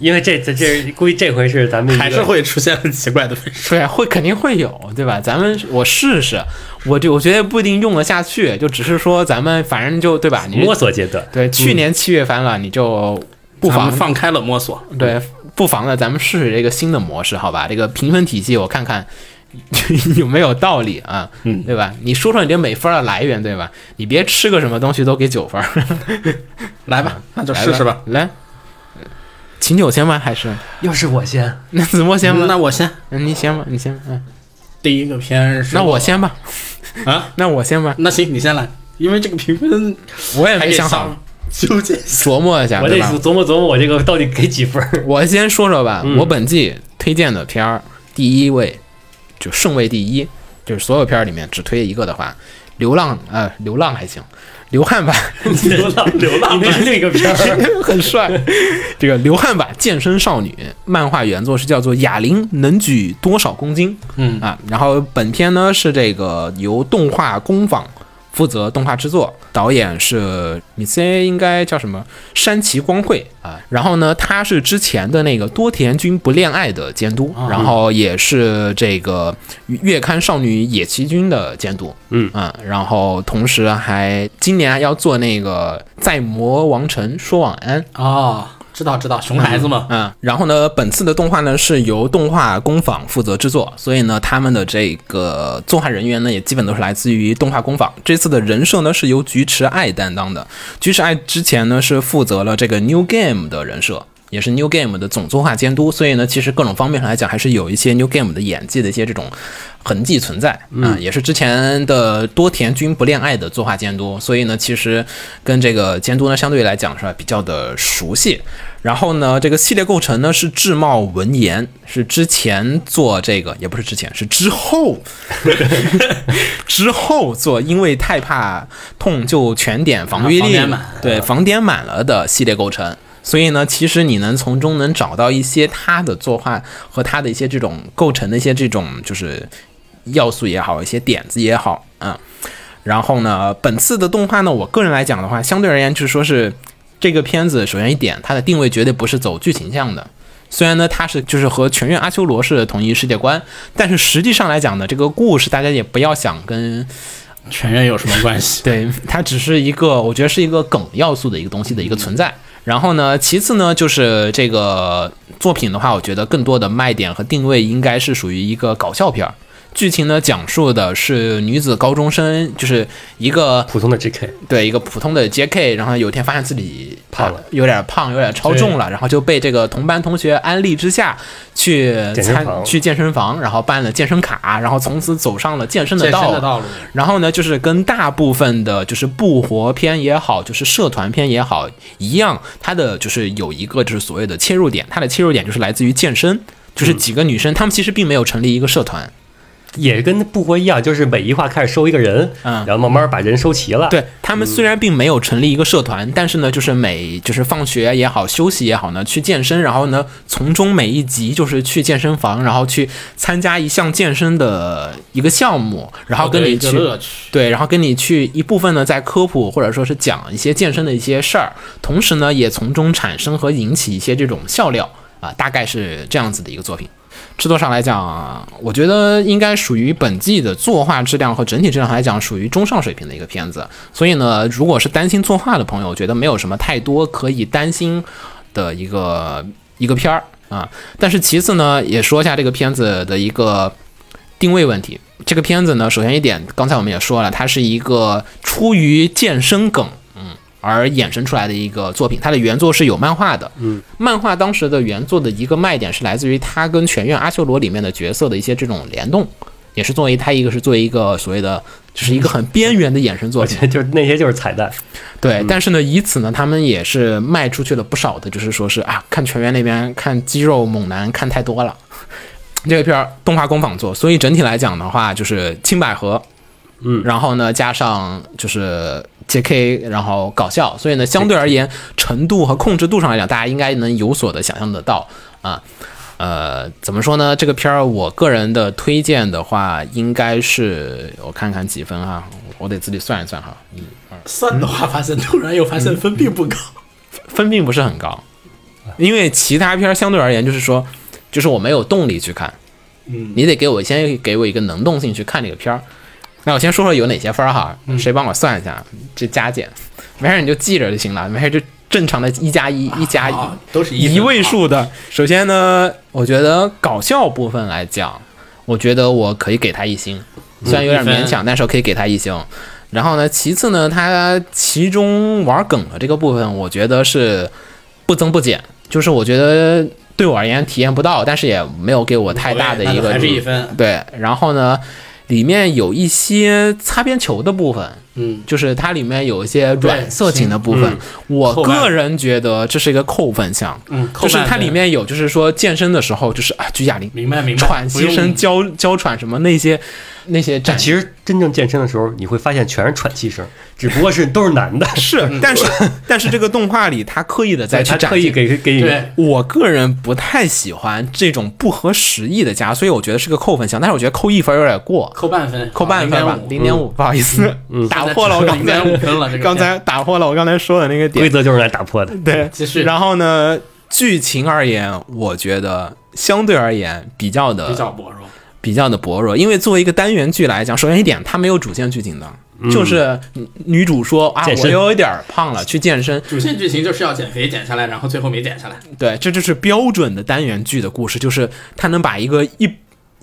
[SPEAKER 5] 因为这这这估计这回是咱们一个
[SPEAKER 6] 还是会出现很奇怪的分数，
[SPEAKER 3] 对，会肯定会有，对吧？咱们我试试，我就我觉得不一定用得下去，就只是说咱们反正就对吧？你
[SPEAKER 5] 摸索阶段。
[SPEAKER 3] 对，去年七月番了，你就不
[SPEAKER 6] 咱
[SPEAKER 3] 妨
[SPEAKER 6] 们放开了摸索。
[SPEAKER 3] 对，不妨呢，咱们试试这个新的模式，好吧？这个评分体系，我看 看有没有道理啊？嗯，对吧？你说说你这每分儿的来源，对吧？你别吃个什么东西都给九 分儿，
[SPEAKER 6] 嗯来吧，那就
[SPEAKER 3] 来
[SPEAKER 6] 试试吧。，
[SPEAKER 3] 来。秦九先吗？还是
[SPEAKER 5] 又是我先，
[SPEAKER 3] 那子墨先吗？
[SPEAKER 6] 那我先，
[SPEAKER 3] 嗯你先吧，你先吧，嗯，
[SPEAKER 6] 第一个片是
[SPEAKER 3] 那我先吧，
[SPEAKER 6] 啊，
[SPEAKER 3] 那我先吧，
[SPEAKER 6] 那行你先来，因为这个评分
[SPEAKER 3] 我也
[SPEAKER 6] 还
[SPEAKER 3] 没
[SPEAKER 6] 得
[SPEAKER 3] 想好
[SPEAKER 6] 上，纠结一下。
[SPEAKER 3] 琢磨一下，
[SPEAKER 5] 我
[SPEAKER 3] 对
[SPEAKER 5] 得
[SPEAKER 3] 吧？
[SPEAKER 5] 琢磨琢磨我这个到底给几 分儿。
[SPEAKER 3] 我先说说吧，我本季推荐的片儿，第一位就顺位第一，就是所有片儿里面只推一个的话，《流浪》呃，《流浪》还行，《流汉版》
[SPEAKER 5] 流浪流浪， 你那是另一个片儿。
[SPEAKER 3] 很帅。这个流汗吧健身少女漫画原作是叫做哑铃能举多少公斤？嗯啊，然后本片呢是这个由动画工坊负责动画制作，导演是米塞应该叫什么山崎光惠啊，然后呢他是之前的那个多田君不恋爱的监督，然后也是这个月刊少女野崎君的监督。嗯，然后同时还今年要做那个《在魔王城说晚安》
[SPEAKER 6] 哦，知道知道，熊孩子嘛，
[SPEAKER 3] 嗯，然后呢，本次的动画呢是由动画工坊负责制作，所以呢，他们的这个作画人员呢也基本都是来自于动画工坊。这次的人设呢是由菊池爱担当的，菊池爱之前呢是负责了这个 New Game 的人设。也是 New Game 的总作画监督，所以呢，其实各种方面来讲，还是有一些 New Game 的演技的一些这种痕迹存在。嗯，也是之前的多田君不恋爱的作画监督，所以呢，其实跟这个监督呢相对来讲是吧比较的熟悉。然后呢，这个系列构成呢是智茂文言，是之前做这个，也不是之前，是之后，之后做，因为太怕痛就全点防御
[SPEAKER 6] 啊防
[SPEAKER 3] 力
[SPEAKER 6] 点满，
[SPEAKER 3] 对，防点满了的系列构成。所以呢，其实你能从中能找到一些他的作画和他的一些这种构成的一些这种就是要素也好，一些点子也好，嗯。然后呢，本次的动画呢，我个人来讲的话，相对而言就是说是这个片子，首先一点，它的定位绝对不是走剧情向的。虽然呢，它是就是和全院阿修罗式的同一世界观，但是实际上来讲呢，这个故事大家也不要想跟
[SPEAKER 6] 全员有什么关系？
[SPEAKER 3] 对，它只是一个，我觉得是一个梗要素的一个东西的一个存在。然后呢，其次呢，就是这个作品的话，我觉得更多的卖点和定位应该是属于一个搞笑片儿。剧情呢，讲述的是女子高中生，就是一个
[SPEAKER 5] 普通的 GK，
[SPEAKER 3] 对一个普通的 J.K.，然后有一天发现自己
[SPEAKER 5] 胖了
[SPEAKER 3] 啊有点胖，有点超重了，然后就被这个同班同学安利之下去
[SPEAKER 5] 健身
[SPEAKER 3] 参
[SPEAKER 5] 房
[SPEAKER 3] 去健身房，然后办了健身卡，然后从此走上了健身的
[SPEAKER 6] 健
[SPEAKER 3] 道
[SPEAKER 6] 身
[SPEAKER 3] 路。
[SPEAKER 6] 的道路，啊
[SPEAKER 3] 然后呢，就是跟大部分的就是不活片也好，就是社团片也好一样，它的就是有一个就是所谓的切入点，它的切入点就是来自于健身，就是几个女生，她们其实并没有成立一个社团，
[SPEAKER 5] 也跟不活一样，就是每一话开始收一个人，
[SPEAKER 3] 嗯
[SPEAKER 5] 然后慢慢把人收齐了。，
[SPEAKER 3] 对他们虽然并没有成立一个社团，但是呢，就是每就是放学也好，休息也好呢，去健身，然后呢，从中每一集就是去健身房，然后去参加一项健身的一个项目，然后跟
[SPEAKER 6] 有
[SPEAKER 3] 你
[SPEAKER 6] 哦一个
[SPEAKER 3] 去
[SPEAKER 6] 乐趣，
[SPEAKER 3] 对，然后跟你去一部分呢在科普或者说是讲一些健身的一些事儿，同时呢也从中产生和引起一些这种笑料啊，大概是这样子的一个作品。制作上来讲，我觉得应该属于本季的作画质量和整体质量来讲，属于中上水平的一个片子。所以呢，如果是担心作画的朋友，我觉得没有什么太多可以担心的一个一个片儿啊。但是其次呢，也说一下这个片子的一个定位问题。这个片子呢，首先一点，刚才我们也说了，它是一个出于健身梗，嗯，而衍生出来的一个作品。它的原作是有漫画的，嗯，漫画当时的原作的一个卖点是来自于它跟《全院阿修罗》里面的角色的一些这种联动，也是作为它一个是作为一个所谓的就是一个很边缘的衍生作
[SPEAKER 5] 我
[SPEAKER 3] 品
[SPEAKER 5] 觉。得就是那些就是彩 蛋，
[SPEAKER 3] 对，但是呢，以此呢，他们也是卖出去了不少的，就是说是啊，看全员那边看肌肉猛男看太多了，这个片儿动画工坊做，所以整体来讲的话，就是青百合，
[SPEAKER 5] 嗯
[SPEAKER 3] 然后呢加上就是 J.K.，然后搞笑，所以呢，相对而言程度和控制度上来讲，大家应该能有所的想象得到啊。呃，怎么说呢？这个片儿我个人的推荐的话，应该是我看看几分啊，我得自己算一算哈。
[SPEAKER 6] 算的话，发现突然又发现分并不高。
[SPEAKER 3] 分并不是很高，因为其他片儿相对而言就是说，就是我没有动力去看，嗯，你得给我先给我一个能动性去看这个片儿。那我先说说有哪些分儿哈，谁帮我算一下这加减？没事儿你就记着就行了，没事儿就正常的一加一、一加一
[SPEAKER 6] 啊，都是一分
[SPEAKER 3] 一位数的。首先呢，我觉得搞笑部分来讲，我觉得我可以给他一星，
[SPEAKER 6] 嗯
[SPEAKER 3] 虽然有点勉强，但是我可以给他一星。然后呢，其次呢，他其中玩梗的这个部分，我觉得是不增不减，就是我觉得对我而言体验不到，但是也没有给我太大的一
[SPEAKER 6] 哦那
[SPEAKER 3] 个
[SPEAKER 6] 还是一分。
[SPEAKER 3] 对。然后呢，里面有一些擦边球的部分，
[SPEAKER 6] 嗯，
[SPEAKER 3] 就是它里面有一些软色情的部分，我
[SPEAKER 6] 扣
[SPEAKER 3] 个
[SPEAKER 6] 分
[SPEAKER 3] 人觉得这是一个扣分项。
[SPEAKER 6] 嗯扣
[SPEAKER 3] 就是
[SPEAKER 6] 半
[SPEAKER 3] 它
[SPEAKER 6] 分
[SPEAKER 3] 里面有，就是说健身的时候，就是啊举哑铃、
[SPEAKER 6] 明白明白。
[SPEAKER 3] 喘息
[SPEAKER 6] 不
[SPEAKER 3] 声、
[SPEAKER 6] 用
[SPEAKER 3] 娇娇喘什么那些那些展
[SPEAKER 5] 其实真正健身的时候，你会发现全是喘气声，只不过是都是 男的，
[SPEAKER 3] 是，但是嗯但是这个动画里他刻意的在去
[SPEAKER 5] 他
[SPEAKER 3] 展
[SPEAKER 5] 特意
[SPEAKER 3] 现。
[SPEAKER 5] 给给你
[SPEAKER 6] 对
[SPEAKER 3] 我个人不太喜欢这种不合时宜的加，所以我觉得是个扣分项。但是我觉得扣一分有点过，
[SPEAKER 6] 扣半分，啊
[SPEAKER 3] 扣半分吧，啊嗯零点
[SPEAKER 6] 五。
[SPEAKER 3] 五，不好意思，打破了我刚
[SPEAKER 6] 嗯零
[SPEAKER 3] 才
[SPEAKER 6] 点五分了。这个
[SPEAKER 3] 刚才打破了我刚才说的那个点
[SPEAKER 5] 规。则就是来打破的。
[SPEAKER 3] 对，
[SPEAKER 6] 继续
[SPEAKER 3] 然后呢，剧情而言，我觉得相对而言比较的
[SPEAKER 6] 比较薄弱。
[SPEAKER 3] 比较的薄弱，因为作为一个单元剧来讲，首先一点，它没有主线剧情的，
[SPEAKER 6] 嗯
[SPEAKER 3] 就是女女主说啊，
[SPEAKER 5] 健
[SPEAKER 3] 我
[SPEAKER 5] 身
[SPEAKER 3] 有一点儿胖了，去健身，
[SPEAKER 6] 主线剧情就是要减肥减下来，然后最后没减下来。
[SPEAKER 3] 对，这就是标准的单元剧的故事，就是它能把一个一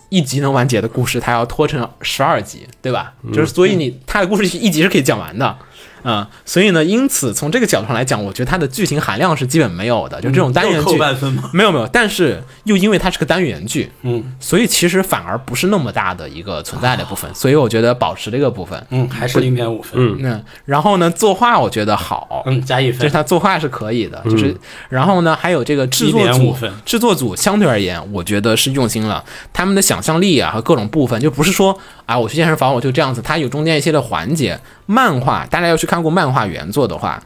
[SPEAKER 3] 一集能完结的故事，它要拖成十二集，对吧？
[SPEAKER 6] 嗯
[SPEAKER 3] 就是所以你它的故事一集是可以讲完的。嗯，所以呢，因此从这个角度上来讲，我觉得它的剧情含量是基本没有的，就这种单元
[SPEAKER 6] 又
[SPEAKER 3] 剧、
[SPEAKER 6] 扣半分吗
[SPEAKER 3] 没有没有，但是又因为它是个单元剧，
[SPEAKER 6] 嗯
[SPEAKER 3] 所以其实反而不是那么大的一个存在的部分，所以我觉得保持这个部分。
[SPEAKER 6] 嗯，还是零点五分。嗯
[SPEAKER 3] 嗯，然后呢，作画我觉得好，
[SPEAKER 6] 嗯，加一
[SPEAKER 3] 就是
[SPEAKER 6] 分。
[SPEAKER 3] 他作画是可以的，就是
[SPEAKER 5] 嗯
[SPEAKER 3] 然后呢，还有这个制作
[SPEAKER 6] 1.5
[SPEAKER 3] 组
[SPEAKER 6] 分，
[SPEAKER 3] 制作组相对而言，我觉得是用心了，他们的想象力啊和各种部分，就不是说啊我去健身房我就这样子，它有中间一些的环节。漫画大家要去看过漫画原作的话，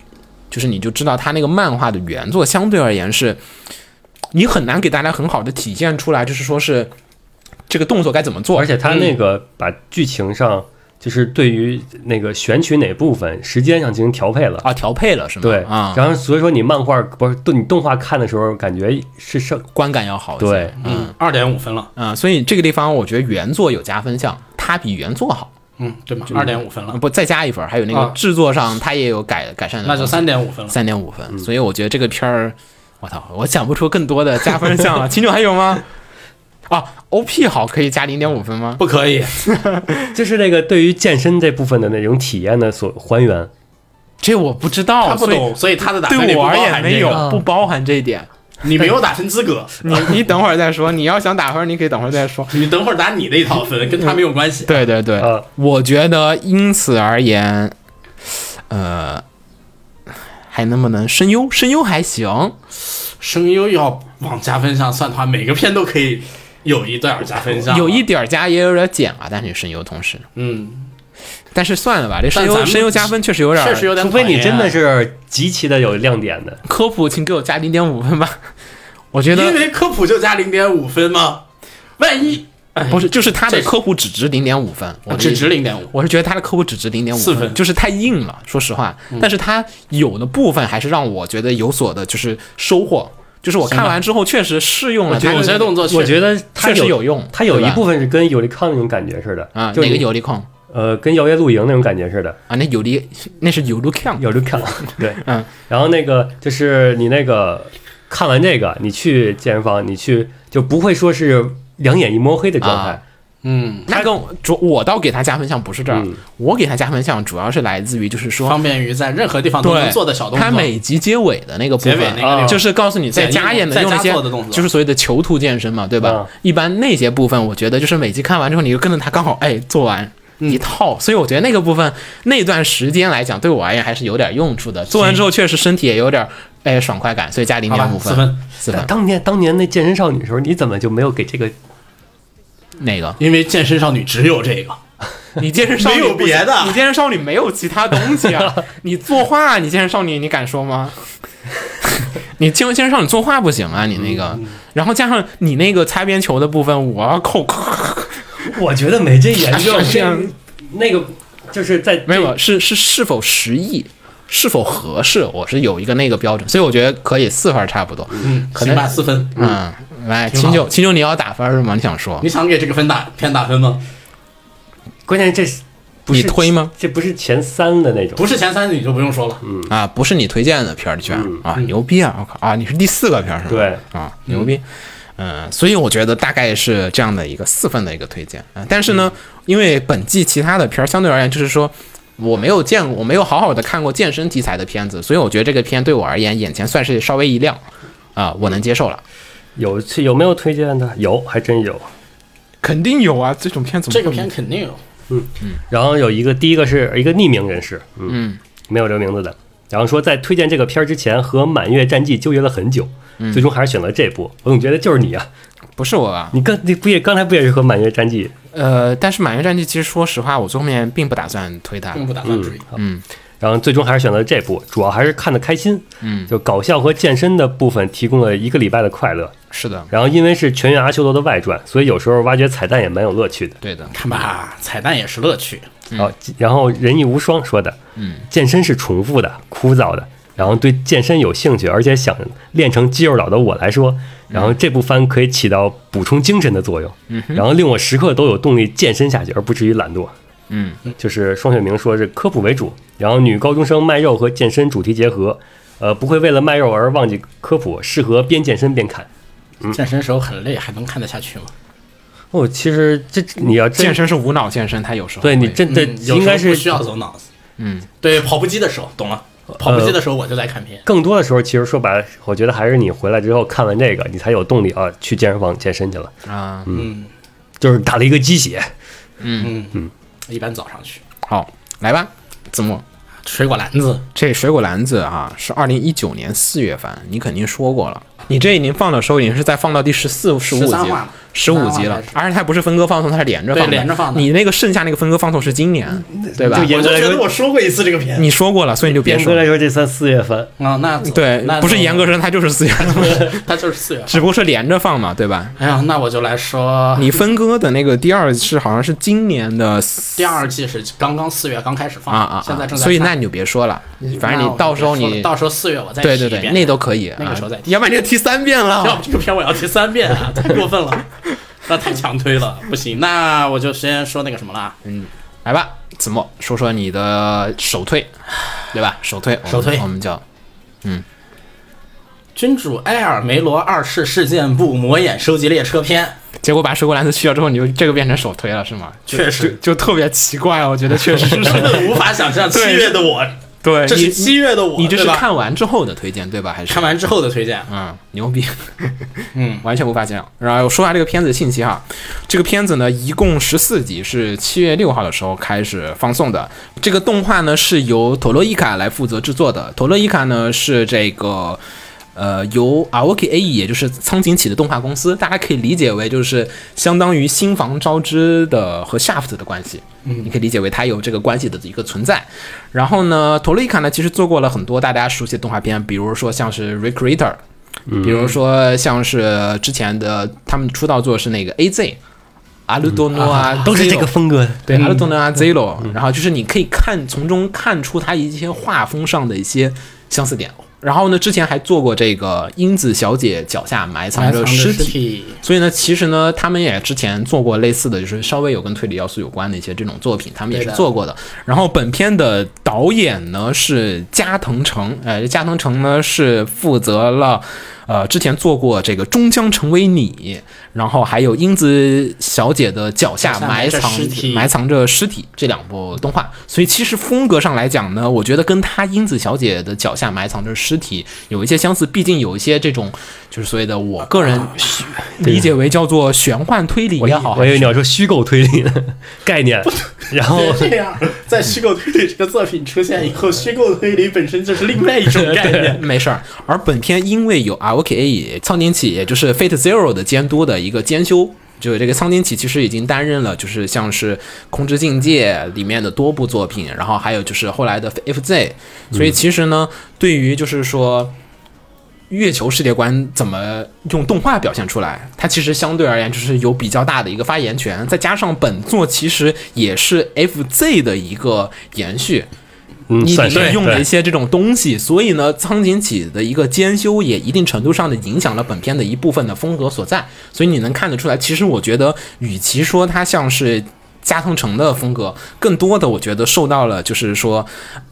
[SPEAKER 3] 就是你就知道它那个漫画的原作相对而言是，你很难给大家很好的体现出来，就是说是这个动作该怎么做，
[SPEAKER 5] 而且他那个把剧情上就是对于那个选取哪部分时间上进行调配了。
[SPEAKER 3] 啊调配了是吗？
[SPEAKER 5] 对，
[SPEAKER 3] 啊、
[SPEAKER 5] 然后所以说你漫画不是动你动画看的时候，感觉是上
[SPEAKER 3] 观感要好一些。
[SPEAKER 5] 对
[SPEAKER 6] 嗯，二点五分了。
[SPEAKER 3] 啊、所以这个地方我觉得原作有加分项，它比原作好。
[SPEAKER 6] 嗯，对吗？二点五分了，
[SPEAKER 3] 啊不再加一分儿，还有那个
[SPEAKER 6] 啊
[SPEAKER 3] 制作上它也有改改善的
[SPEAKER 6] 那
[SPEAKER 3] 东西，
[SPEAKER 6] 就三点五嗯分了。
[SPEAKER 3] 三点五分。所以我觉得这个片儿，我操，我想不出更多的加分 项了。秦九还有吗？啊，OP 好可以加零点五分吗？
[SPEAKER 6] 不可以，
[SPEAKER 5] 就是那个对于健身这部分的那种体验的所还原，
[SPEAKER 3] 这我不知道，
[SPEAKER 6] 他
[SPEAKER 3] 哦
[SPEAKER 6] 不
[SPEAKER 3] 所以
[SPEAKER 6] 懂，所以他的打分里
[SPEAKER 3] 对
[SPEAKER 6] 不
[SPEAKER 3] 我
[SPEAKER 6] 包
[SPEAKER 3] 而言
[SPEAKER 6] 含
[SPEAKER 3] 没
[SPEAKER 6] 这个
[SPEAKER 3] 有，嗯不包含这一点。
[SPEAKER 6] 你没有打分资格。
[SPEAKER 3] 你你等会儿再说，你要想打分，你可以等会儿再说。
[SPEAKER 6] 你等会儿打你那一套分，跟他没有关系。
[SPEAKER 3] 对对对，
[SPEAKER 5] 呃
[SPEAKER 3] 我觉得因此而言，呃，还能不能声优？声优还行，
[SPEAKER 6] 声优要往加分项算的话，每个片都可以有一段加分项。
[SPEAKER 3] 有一，点儿加也有点儿减啊，但是声优同时。
[SPEAKER 6] 嗯，
[SPEAKER 3] 但是算了吧，这声
[SPEAKER 6] 但咱
[SPEAKER 3] 优
[SPEAKER 6] 们
[SPEAKER 3] 声优加分确实有点，啊
[SPEAKER 6] 确实有点
[SPEAKER 5] 除
[SPEAKER 6] 讨厌啊
[SPEAKER 5] 非你真的是极其的有亮点的，
[SPEAKER 3] 科普，请给我加零点五分吧。 我觉
[SPEAKER 6] 因
[SPEAKER 3] 得
[SPEAKER 6] 为科普就加零点五分吗？万一
[SPEAKER 3] 不是，就是他的
[SPEAKER 6] 这是啊
[SPEAKER 3] 科普只值零点五分，我
[SPEAKER 6] 只值
[SPEAKER 3] 零，
[SPEAKER 6] 零点五，
[SPEAKER 3] 我是觉得他的科普只值零点五
[SPEAKER 6] 四分嗯
[SPEAKER 3] 就是太硬了，说实话。但是他有的部分还是让我觉得有所的，就是收获。就是我看完之后确实适用了他的，
[SPEAKER 6] 有些动作确
[SPEAKER 5] 我觉得它
[SPEAKER 3] 确实有用
[SPEAKER 5] 它有
[SPEAKER 3] 对
[SPEAKER 5] 一
[SPEAKER 3] 吧
[SPEAKER 5] 部分是跟有力康那种感觉似的
[SPEAKER 3] 啊，
[SPEAKER 5] 就
[SPEAKER 3] 哪
[SPEAKER 5] 是
[SPEAKER 3] 个
[SPEAKER 5] 你
[SPEAKER 3] 有利控
[SPEAKER 5] 呃跟摇曳露营那种感觉似的，
[SPEAKER 3] 啊？那有利那是有利康
[SPEAKER 5] 有力 康对，
[SPEAKER 3] 嗯，
[SPEAKER 5] 然后那个就是你那个看完这个，你去健身房，你去就不会说是两眼一摸黑的状态
[SPEAKER 3] 啊，
[SPEAKER 6] 嗯，
[SPEAKER 3] 那跟我主我倒给他加分项不是这儿，
[SPEAKER 5] 嗯
[SPEAKER 3] 我给他加分项主要是来自于就是说
[SPEAKER 6] 方便于在任何地方都
[SPEAKER 3] 对，
[SPEAKER 6] 能做的小动作。
[SPEAKER 3] 它每集结尾的那个部
[SPEAKER 6] 结
[SPEAKER 3] 分，
[SPEAKER 6] 尾那个地方
[SPEAKER 3] 就是告诉你在家也能用一
[SPEAKER 6] 在
[SPEAKER 3] 些
[SPEAKER 6] 家做的动，作
[SPEAKER 3] 就是所谓的囚徒健身嘛，对吧？
[SPEAKER 5] 嗯
[SPEAKER 3] 一般那些部分，我觉得就是每集看完之后，你就跟着他刚好哎做完，
[SPEAKER 6] 嗯
[SPEAKER 3] 一套，所以我觉得那个部分那段时间来讲，对我而言还是有点用处的。做完之后确实身体也有点哎爽快感，所以加零
[SPEAKER 6] 好
[SPEAKER 3] 点
[SPEAKER 6] 吧
[SPEAKER 3] 五，
[SPEAKER 6] 四分，
[SPEAKER 3] 四分
[SPEAKER 5] 当年当年那健身少女的时候，你怎么就没有给这个？
[SPEAKER 3] 那个
[SPEAKER 6] 因为健身少女只有这个。
[SPEAKER 3] 你健身少女
[SPEAKER 6] 没有
[SPEAKER 3] 不
[SPEAKER 6] 别的
[SPEAKER 3] 你健身少女没有其他东西啊。你作画，你健身少女你敢说吗？ 你健健身少女作画不行啊，你那
[SPEAKER 6] 嗯
[SPEAKER 3] 个，然后加上你那个擦边球的部分，我要 扣。
[SPEAKER 5] 我觉得没这研
[SPEAKER 3] 这样
[SPEAKER 5] 那个就是在
[SPEAKER 3] 没有，啊是是是否实意，是否合适，我是有一个那个标准，所以我觉得可以四分差不多。
[SPEAKER 6] 嗯，
[SPEAKER 3] 可
[SPEAKER 6] 行
[SPEAKER 3] 能
[SPEAKER 6] 吧，四分。嗯，
[SPEAKER 3] 嗯，来，
[SPEAKER 6] 挺
[SPEAKER 3] 秦
[SPEAKER 6] 好
[SPEAKER 3] 九，秦九，你要打分是吗？你想说
[SPEAKER 6] 你想给这个分打偏打分吗？
[SPEAKER 5] 关键这是不是
[SPEAKER 3] 你推吗？
[SPEAKER 5] 这不是前三的那种，
[SPEAKER 6] 不是前三你就不用说了。嗯，
[SPEAKER 3] 啊？不是你推荐的片儿，居然啊，牛逼啊！我靠啊，你是第四个片儿是吗？
[SPEAKER 5] 嗯对
[SPEAKER 3] 啊，牛逼。嗯，所以我觉得大概是这样的一个四分的一个推荐啊。但是
[SPEAKER 5] 嗯
[SPEAKER 3] 呢，因为本季其他的片儿相对而言，就是说我没有见过，我没有好好的看过健身题材的片子，所以我觉得这个片对我而言，眼前算是稍微一亮啊，我能接受了。
[SPEAKER 5] 嗯有有没有推荐的？有，还真有。
[SPEAKER 3] 肯定有啊，这种片怎么
[SPEAKER 6] 这个片肯定有。
[SPEAKER 5] 然后有一个，第一个是一个匿名人士，嗯，
[SPEAKER 3] 嗯
[SPEAKER 5] 没有留名字的。然后说在推荐这个片儿之前，和《满月战记》纠结了很久，最终还是选了这部。我总觉得就是你啊，
[SPEAKER 3] 不是我啊，
[SPEAKER 5] 你刚你不也刚才不也是和《满月战记》？
[SPEAKER 3] 呃，但是《满月战记》其实说实话，我最后面并不打算推它。
[SPEAKER 6] 并不打算追。
[SPEAKER 5] 嗯
[SPEAKER 3] 嗯
[SPEAKER 5] 然后最终还是选择了这部，主要还是看得开心，嗯，就搞笑和健身的部分提供了一个礼拜的快乐。
[SPEAKER 3] 是的，
[SPEAKER 5] 然后因为是全员阿修罗的外传，所以有时候挖掘彩蛋也蛮有乐趣的。
[SPEAKER 3] 对的，
[SPEAKER 6] 看吧，彩蛋也是乐趣。
[SPEAKER 5] 然后然后仁义无双说的，嗯，健身是重复的、枯燥的，然后对健身有兴趣，而且想练成肌肉佬的我来说，然后这部番可以起到补充精神的作用，嗯，然后令我时刻都有动力健身下去，而不至于懒惰。
[SPEAKER 3] 嗯，
[SPEAKER 5] 就是双雪明说是科普为主，然后女高中生卖肉和健身主题结合，呃，不会为了卖肉而忘记科普，适合边健身边看。
[SPEAKER 3] 嗯
[SPEAKER 6] 健身时候很累，还能看得下去吗？
[SPEAKER 5] 哦，其实这你要真
[SPEAKER 3] 健身是无脑健身，它有时候
[SPEAKER 5] 对你
[SPEAKER 3] 会
[SPEAKER 5] 真的
[SPEAKER 6] 嗯有时候
[SPEAKER 5] 应该是
[SPEAKER 6] 不需要走脑子。嗯，对，跑步机的时候懂了。
[SPEAKER 3] 呃
[SPEAKER 6] 跑步机的时候我就在看片。
[SPEAKER 5] 更多的时候，其实说白了，我觉得还是你回来之后看完这个，你才有动力啊，去健身房健身去了，
[SPEAKER 3] 啊，
[SPEAKER 6] 嗯
[SPEAKER 5] 就是打了一个鸡血。
[SPEAKER 6] 嗯嗯，一般早上去
[SPEAKER 3] 好，来吧，子墨。
[SPEAKER 6] 水果篮子，
[SPEAKER 3] 这水果篮子啊，是二零一九年四月份，你肯定说过了。你这您放的时候已经是在放到第十四、十五集
[SPEAKER 6] 13话了
[SPEAKER 3] 十五集
[SPEAKER 6] 13话
[SPEAKER 3] 了
[SPEAKER 6] 开始，
[SPEAKER 3] 而且它不是分割放送，它是连着放的。
[SPEAKER 6] 对连着放的嗯
[SPEAKER 3] 你那个剩下那个分割放送是今年，对吧
[SPEAKER 5] 就？严格来说，
[SPEAKER 6] 我说过一次这个片
[SPEAKER 3] 你说过了，所以你就别
[SPEAKER 5] 严
[SPEAKER 3] 说
[SPEAKER 5] 格。来说，这算四月份。
[SPEAKER 6] 啊，那
[SPEAKER 3] 嗯对
[SPEAKER 6] 那，
[SPEAKER 3] 不是严格说，它就是四月份，
[SPEAKER 6] 他就是四月。
[SPEAKER 3] 只不过是连着放嘛，对吧？
[SPEAKER 6] 哎呀，那我就来说，
[SPEAKER 3] 你分割的那个第二是好像是今年的
[SPEAKER 6] 第二季是刚刚四月刚开始放
[SPEAKER 3] 啊啊，
[SPEAKER 6] 现在正在看。
[SPEAKER 3] 所以那你就别说了，反正
[SPEAKER 6] 那我
[SPEAKER 3] 你到时候
[SPEAKER 6] 就说
[SPEAKER 3] 你
[SPEAKER 6] 了到时候四月我再
[SPEAKER 3] 对对
[SPEAKER 6] 提一
[SPEAKER 3] 对，
[SPEAKER 6] 遍
[SPEAKER 3] 那都可以，
[SPEAKER 6] 那个
[SPEAKER 3] 啊
[SPEAKER 6] 时候再提
[SPEAKER 3] 要不然你就提三遍
[SPEAKER 6] 要
[SPEAKER 3] 了
[SPEAKER 6] 不。这个片我要提三 遍啊，太过分了，那太强推了，不行。那我就先说那个什么了啊，
[SPEAKER 3] 来吧，子墨，说说你的首推，对吧？首推，我们
[SPEAKER 6] 首推
[SPEAKER 3] 我们叫
[SPEAKER 6] 君主埃尔梅罗二世事件簿魔眼收集列车篇，
[SPEAKER 3] 结果把水果篮子去掉之后，你就这个变成首推了，是吗？就
[SPEAKER 6] 确实
[SPEAKER 3] 就就特别奇怪，我觉得确实是
[SPEAKER 6] 根本无法想象七
[SPEAKER 3] 对
[SPEAKER 6] 月的我，
[SPEAKER 3] 对
[SPEAKER 6] 这
[SPEAKER 3] 你
[SPEAKER 6] 是七月的我，
[SPEAKER 3] 你这是
[SPEAKER 6] 对吧
[SPEAKER 3] 看完之后的推荐对吧？还是
[SPEAKER 6] 看完之后的推荐，
[SPEAKER 3] 嗯，牛逼，
[SPEAKER 6] 嗯，
[SPEAKER 3] 完全无法想象。然后说下这个片子的信息哈，这个片子呢一共十四集，是七月六号的时候开始放送的。这个动画呢是由陀洛伊卡来负责制作的，陀洛伊卡呢是这个。呃，由 Aoki A E，也就是苍井起的动画公司，大家可以理解为就是相当于新房昭之的和 Shaft 的关系，嗯，你可以理解为它有这个关系的一个存在。然后呢，陀洛伊卡呢其实做过了很多大家熟悉的动画片，比如说像是 Recreator，比如说像是之前的他们出道作是那个 A Z，阿鲁多诺啊，
[SPEAKER 5] 都是这
[SPEAKER 3] Zero
[SPEAKER 5] 个风格的，
[SPEAKER 3] 对，阿鲁多诺啊 Zero，然后就是你可以看从中看出他一些画风上的一些相似点。然后呢，之前还做过这个英子小姐脚下埋藏着尸体，
[SPEAKER 6] 体，
[SPEAKER 3] 所以呢，其实呢，他们也之前做过类似的，就是稍微有跟推理要素有关的一些这种作品，他们也是
[SPEAKER 6] 对的
[SPEAKER 3] 做过的。然后本片的呃导演呢是加藤诚，呃，加藤诚呢是负责了。呃，之前做过这个《终将成为你》，然后还有英子小姐的脚下
[SPEAKER 6] 脚
[SPEAKER 3] 埋
[SPEAKER 6] 下埋着
[SPEAKER 3] 藏
[SPEAKER 6] 尸体
[SPEAKER 3] 埋藏着尸体这两部动画，所以其实风格上来讲呢，我觉得跟她英子小姐的脚下埋藏着尸体有一些相似，毕竟有一些这种就是所谓的我个人理解为叫做玄幻推理
[SPEAKER 5] 我以
[SPEAKER 3] 也好，
[SPEAKER 5] 我以为
[SPEAKER 3] 还
[SPEAKER 5] 你
[SPEAKER 3] 是
[SPEAKER 5] 要说虚构推理呢 概念，然后
[SPEAKER 6] 对这样，在虚构推理这个作品出现以后，虚构推理本身就是另外一种 概念。
[SPEAKER 3] 没事儿。而本片因为有啊 ROKA 苍井企，也就是 Fate Zero 的监督的一个监修。就是这个苍井企其实已经担任了，就是像是《空之境界》里面的多部作品，然后还有就是后来的 FZ，所以
[SPEAKER 5] 嗯
[SPEAKER 3] 其实呢，对于就是说月球世界观怎么用动画表现出来，它其实相对而言就是有比较大的一个发言权，再加上本作其实也是 FZ 的一个延续，
[SPEAKER 5] 嗯，
[SPEAKER 3] 你
[SPEAKER 5] 算
[SPEAKER 3] 里
[SPEAKER 5] 是
[SPEAKER 3] 面用了一
[SPEAKER 5] 对
[SPEAKER 3] 些这种东西，所以呢，苍井起的一个兼修也一定程度上的影响了本片的一部分的风格所在。所以你能看得出来，其实我觉得，与其说它像是加藤城的风格，更多的我觉得受到了就是说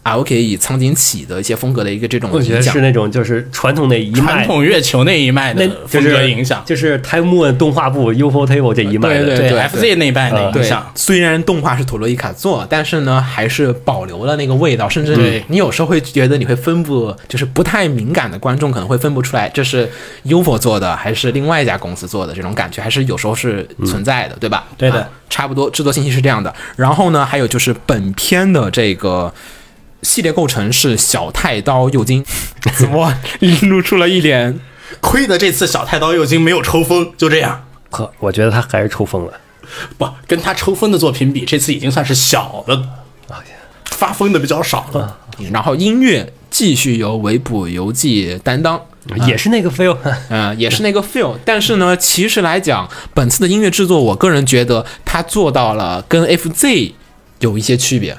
[SPEAKER 3] l k 以苍井起的一些风格的一个这种
[SPEAKER 5] 我觉
[SPEAKER 3] 影
[SPEAKER 5] 得
[SPEAKER 3] 响
[SPEAKER 5] 是。那种就是传统的一
[SPEAKER 6] 传
[SPEAKER 5] 脉，
[SPEAKER 6] 统月球那一脉
[SPEAKER 5] 那
[SPEAKER 6] 的
[SPEAKER 5] 就
[SPEAKER 6] 风格
[SPEAKER 5] 是
[SPEAKER 6] 影响，
[SPEAKER 5] 就是 Time Moon 动画部 UFO Table 这一脉的，
[SPEAKER 3] 对对啊
[SPEAKER 6] FZ 那一脉的影
[SPEAKER 3] 对
[SPEAKER 6] 响，。
[SPEAKER 3] 虽然动画是陀螺伊卡做，但是呢，还是保留了那个味道，甚至
[SPEAKER 6] 对
[SPEAKER 3] 你有时候会觉得你会分不，就是不太敏感的观众可能会分不出来这是 UFO 做的还是另外一家公司做的，这种感觉还是有时候是存在的，对吧？
[SPEAKER 6] 对的
[SPEAKER 3] 啊差不多制作信息是这样的。然后呢，还有就是本片的这个。系列构成是小太刀右京，怎么露出了一脸
[SPEAKER 6] 亏得这次小太刀右京没有抽风，就这样。
[SPEAKER 5] 呵，我觉得他还是抽风了。
[SPEAKER 6] 不跟他抽风的作品比，这次已经算是小的，发疯的比较少了。
[SPEAKER 3] 然后音乐继续由尾部游记担当，
[SPEAKER 5] 也是那个 feel，
[SPEAKER 3] 嗯，也是那个 feel，但是呢，其实来讲，本次的音乐制作，我个人觉得它做到了跟 FZ 有一些区别，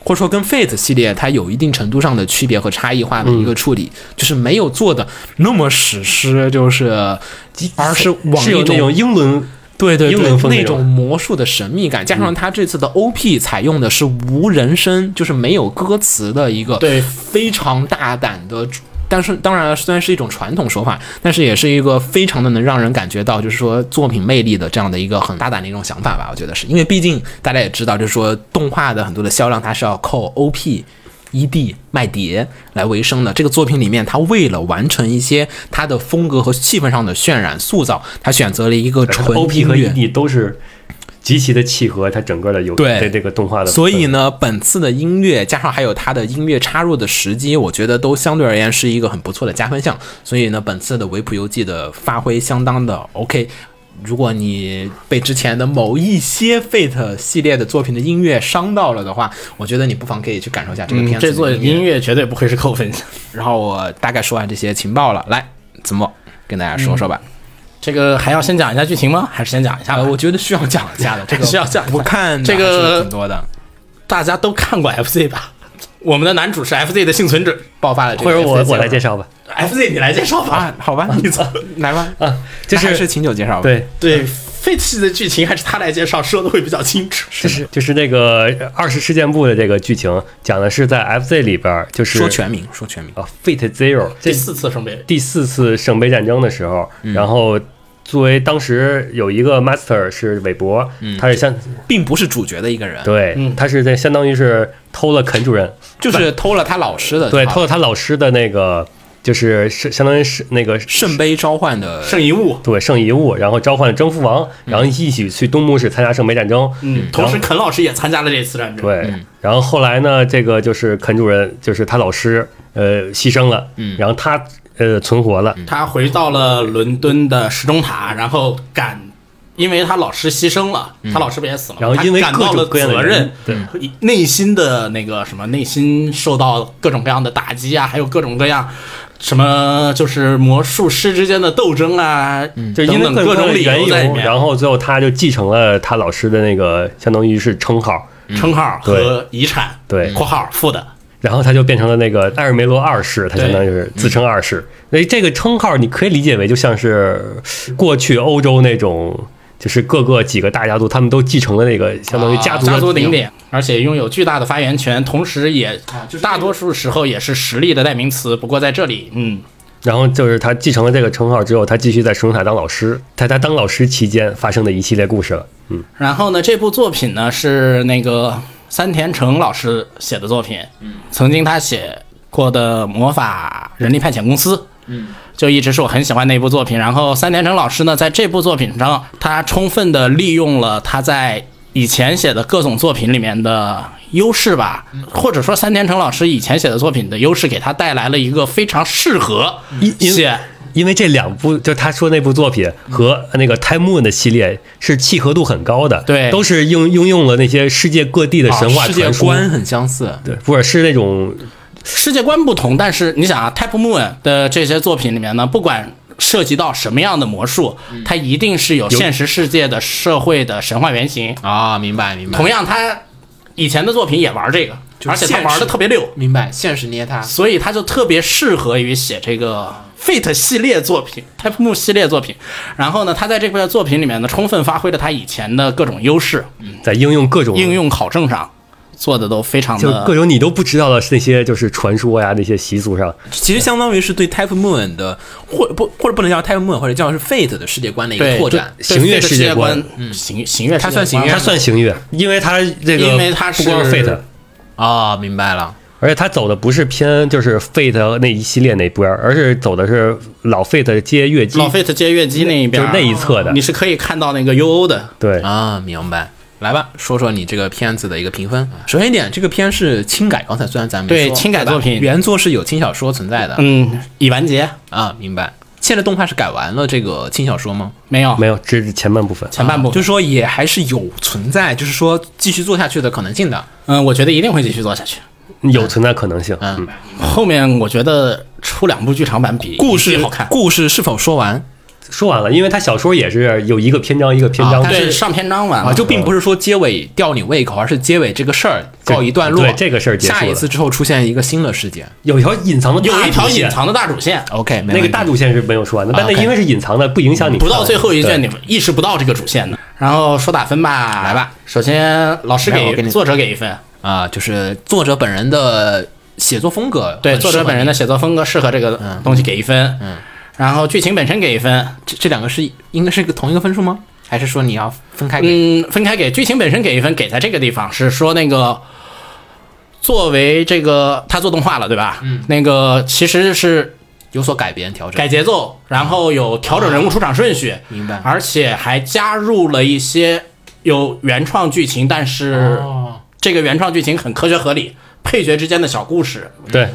[SPEAKER 3] 或者说跟 Fate 系列它有一定程度上的区别和差异化的一个处理，就是没有做的那么史诗，就是而是往
[SPEAKER 5] 是有
[SPEAKER 3] 一
[SPEAKER 5] 那种英伦
[SPEAKER 3] 对对
[SPEAKER 5] 英
[SPEAKER 3] 对
[SPEAKER 5] 伦风那
[SPEAKER 3] 那
[SPEAKER 5] 种嗯
[SPEAKER 3] 种魔术的神秘感，加上它这次的 OP 采用的是无人声，就是没有歌词的一个
[SPEAKER 6] 对
[SPEAKER 3] 非常大胆的。但是，当然，虽然是一种传统手法，但是也是一个非常的能让人感觉到，就是说作品魅力的这样的一个很大胆的一种想法吧。我觉得是因为，毕竟大家也知道，就是说动画的很多的销量，它是要靠 OP、ED 卖碟来为生的。这个作品里面，它为了完成一些它的风格和气氛上的渲染塑造，它选择了一个纯
[SPEAKER 5] OP 和
[SPEAKER 3] 音乐
[SPEAKER 5] ED 都是极其的契合它整个的有
[SPEAKER 3] 对
[SPEAKER 5] 这个动画的，
[SPEAKER 3] 所以呢，本次的音乐加上还有它的音乐插入的时机，我觉得都相对而言是一个很不错的加分项。所以呢，本次的《维普游记》的发挥相当的 OK。如果你被之前的某一些 Fate 系列的作品的音乐伤到了的话，我觉得你不妨可以去感受一下这个
[SPEAKER 5] 嗯
[SPEAKER 3] 片子
[SPEAKER 6] 嗯这
[SPEAKER 3] 的
[SPEAKER 6] 座
[SPEAKER 3] 音乐。
[SPEAKER 6] 音乐绝对不会是扣分。
[SPEAKER 3] 然后我大概说完这些情报了，来，子墨跟大家说说吧。
[SPEAKER 6] 嗯这个还要先讲一下剧情吗？还是先讲一下吧？
[SPEAKER 3] 呃，我觉得需要讲一下的，这个
[SPEAKER 6] 需要讲一下
[SPEAKER 3] 我看的
[SPEAKER 6] 这个
[SPEAKER 3] 还是挺多的，
[SPEAKER 6] 大家都看过 FZ 吧？我们的男主是 FZ 的幸存者
[SPEAKER 3] 爆发了这
[SPEAKER 5] 或
[SPEAKER 3] 个 FZ
[SPEAKER 5] 者
[SPEAKER 3] 了。
[SPEAKER 5] 我我来介绍吧，
[SPEAKER 6] ，FZ 你来介绍吧。
[SPEAKER 3] 啊，好吧，你走，来吧。
[SPEAKER 5] 啊，就
[SPEAKER 3] 那还
[SPEAKER 5] 是
[SPEAKER 3] 是秦九介绍吧。，
[SPEAKER 5] 对，
[SPEAKER 6] 对 Fate 系的剧情还是他来介绍，说的会比较清楚。
[SPEAKER 5] 就是就是那个二十事件部的这个剧情讲的是在 FZ 里边儿，就是
[SPEAKER 3] 说全名，说全名。
[SPEAKER 5] 啊 Fate Zero 这
[SPEAKER 6] 第四次圣杯，
[SPEAKER 5] 第四次圣杯战争的时候，然后作为当时有一个 Master 是韦伯，他是相
[SPEAKER 3] 并不是主角的一个人，
[SPEAKER 5] 对，他是在相当于是偷了肯主任，
[SPEAKER 3] 就是偷了他老师的，
[SPEAKER 5] 对，偷了他老师的那个，就是是相当于是那个
[SPEAKER 3] 圣杯召唤的
[SPEAKER 6] 圣遗物，
[SPEAKER 5] 对圣遗物，然后召唤了征服王，然后一起去东牧市参加圣杯战争。
[SPEAKER 6] 嗯，同时肯老师也参加了这次战争。
[SPEAKER 5] 对，然后后来呢，这个就是肯主任，就是他老师，呃，牺牲了，
[SPEAKER 6] 嗯
[SPEAKER 5] 然后他呃存活了，
[SPEAKER 6] 他回到了伦敦的时钟塔，然后赶，因为他老师牺牲了，他老师不也死
[SPEAKER 5] 嗯
[SPEAKER 6] 了吗？
[SPEAKER 5] 然后因为
[SPEAKER 6] 他感到
[SPEAKER 5] 各
[SPEAKER 6] 了
[SPEAKER 5] 种各样的
[SPEAKER 6] 责任
[SPEAKER 5] 人，对
[SPEAKER 6] 和内心的那个什么，内心受到各种各样的打击啊，还有各种各样什么，就是魔术师之间的斗争啊，
[SPEAKER 5] 嗯就因
[SPEAKER 6] 等
[SPEAKER 5] 为
[SPEAKER 6] 等各种
[SPEAKER 5] 种
[SPEAKER 6] 理
[SPEAKER 5] 缘
[SPEAKER 6] 由在里
[SPEAKER 5] 由，
[SPEAKER 6] 面，
[SPEAKER 5] 然后最后他就继承了他老师的那个，相当于是称号，
[SPEAKER 6] 称号和遗产，
[SPEAKER 5] 嗯对
[SPEAKER 6] 括号附的，
[SPEAKER 5] 然后他就变成了那个艾尔梅罗二世，他相当于
[SPEAKER 6] 嗯
[SPEAKER 5] 是自称二世。所以这个称号你可以理解为就像是过去欧洲那种，就是各个几个大家族他们都继承了那个相当于家族的
[SPEAKER 6] 啊
[SPEAKER 5] 啊
[SPEAKER 6] 家族顶点，而且拥有巨大的发言权，同时也大多数时候也是实力的代名词。不过在这里，嗯，
[SPEAKER 5] 然后就是他继承了这个称号之后，他继续在什刹海当老师，在他当老师期间发生的一系列故事了。嗯，
[SPEAKER 6] 然后呢，这部作品呢是那个三田诚老师写的作品，
[SPEAKER 5] 嗯
[SPEAKER 6] 曾经他写过的《魔法人力派遣公司》，嗯，就一直是我很喜欢的一部作品。然后三田诚老师呢，在这部作品上，他充分的利用了他在以前写的各种作品里面的优势吧，
[SPEAKER 5] 嗯
[SPEAKER 6] 或者说三田诚老师以前写的作品的优势，给他带来了一个非常适合
[SPEAKER 5] 嗯因因
[SPEAKER 6] 写
[SPEAKER 5] 因为这两部，就他说那部作品和那个《Time Moon》的系列是契合度很高的，
[SPEAKER 6] 对
[SPEAKER 5] 都是应应用了那些世界各地的神话
[SPEAKER 3] 啊世界
[SPEAKER 5] 传说，
[SPEAKER 3] 观很相似，
[SPEAKER 5] 对，或者是那种
[SPEAKER 6] 世界观不同，但是你想啊，Type Moon 的这些作品里面呢，不管涉及到什么样的魔术，它一定是有现实世界的社会的神话原型。
[SPEAKER 3] 啊，明白明白。
[SPEAKER 6] 同样，他以前的作品也玩这个，
[SPEAKER 3] 就是
[SPEAKER 6] 而且他
[SPEAKER 3] 现实
[SPEAKER 6] 玩的特别溜，
[SPEAKER 3] 明白，现实捏他。
[SPEAKER 6] 所以他就特别适合于写这个 Fate 系列作品、Type Moon 系列作品。然后呢，他在这个作品里面呢，充分发挥了他以前的各种优势，
[SPEAKER 5] 在应用各种
[SPEAKER 6] 应，用考证上做的都非常
[SPEAKER 5] 就各
[SPEAKER 6] 的。
[SPEAKER 5] 种你都不知道的那些就是传说呀，那些习俗上，
[SPEAKER 3] 其实相当于是对 Type Moon 的，或不或者不能叫 Type Moon，或者叫是 Fate 的世界观的一个
[SPEAKER 6] 对
[SPEAKER 3] 拓展。
[SPEAKER 5] 行乐世界观
[SPEAKER 6] 观，行行乐世界观，
[SPEAKER 3] 它算行乐
[SPEAKER 5] 他算行乐，因为他这个
[SPEAKER 6] 因为它是
[SPEAKER 5] 不光是 Fate，
[SPEAKER 3] 啊、明白了。
[SPEAKER 5] 而且他走的不是偏就是 Fate 那一系列那边儿，而是走的是老 Fate 接乐姬，
[SPEAKER 6] 老费特接乐姬那一边
[SPEAKER 5] 就
[SPEAKER 6] 儿，
[SPEAKER 5] 是那一侧的
[SPEAKER 6] 你是可以看到那个 U O 的。
[SPEAKER 5] 对，
[SPEAKER 3] 啊，明白。来吧，说说你这个片子的一个评分。啊首先一点，这个片是轻改，刚才虽然咱们没
[SPEAKER 6] 对
[SPEAKER 3] 说
[SPEAKER 6] 轻改
[SPEAKER 3] 吧
[SPEAKER 6] 作品
[SPEAKER 3] 原作是有轻小说存在的、
[SPEAKER 6] 嗯，已完结
[SPEAKER 3] 啊，明白。现在动画是改完了这个轻小说吗？
[SPEAKER 6] 没有？
[SPEAKER 5] 没有，只是前半部分。
[SPEAKER 6] 前半部
[SPEAKER 3] 啊就是说也还是有存在，就是说继续做下去的可能性的。
[SPEAKER 6] 嗯，我觉得一定会继续做下去。
[SPEAKER 5] 有存在可能性。
[SPEAKER 3] 嗯
[SPEAKER 5] 嗯，
[SPEAKER 6] 后面我觉得出两部剧场版比
[SPEAKER 3] 故事
[SPEAKER 6] 一部好看。
[SPEAKER 3] 故事是否说完
[SPEAKER 5] 说完了，因为他小说也是有一个篇章一个篇
[SPEAKER 3] 啊
[SPEAKER 5] 章
[SPEAKER 3] 但
[SPEAKER 5] 的，
[SPEAKER 3] 是
[SPEAKER 6] 对，上篇章完
[SPEAKER 3] 啊，
[SPEAKER 6] 了，
[SPEAKER 3] 就并不是说结尾吊你胃口，而是结尾这个事儿告一段落。
[SPEAKER 5] 对这个事儿结束了
[SPEAKER 3] 下一次之后出现一个新的事件。
[SPEAKER 5] 有一条隐藏的大
[SPEAKER 6] 有一条
[SPEAKER 5] 主线
[SPEAKER 6] 隐，藏的大主线，
[SPEAKER 3] OK，没
[SPEAKER 5] 那个
[SPEAKER 3] 问题
[SPEAKER 5] 大主线是没有说完的，但那
[SPEAKER 3] OK
[SPEAKER 5] 因为是隐藏的，不影响你
[SPEAKER 6] 不
[SPEAKER 5] 看。
[SPEAKER 6] 啊到最后一
[SPEAKER 5] 对
[SPEAKER 6] 卷你们意识不到这个主线的。然后说打分吧，来吧，首先老师
[SPEAKER 3] 来我给
[SPEAKER 6] 给
[SPEAKER 3] 你
[SPEAKER 6] 作者给一分，
[SPEAKER 3] 啊，就是作者本人的写作风格，
[SPEAKER 6] 对，作者本人的。写作风格适合这个东西给一分，嗯，然后剧情本身给一分，
[SPEAKER 3] 这这两个是应该是个同一个分数吗？还是说你要分开给？
[SPEAKER 6] 嗯，分开给剧情本身给一分，给在这个地方是说那个作为这个他做动画了，对吧？嗯，那个其实是
[SPEAKER 3] 有所改变调整？
[SPEAKER 6] 改节奏，然后有调整人物出场顺序，
[SPEAKER 3] 哦明白
[SPEAKER 6] 而且还加入了一些有原创剧情，但是
[SPEAKER 3] 哦，
[SPEAKER 6] 这个原创剧情很科学合理，配角之间的小故事
[SPEAKER 5] 对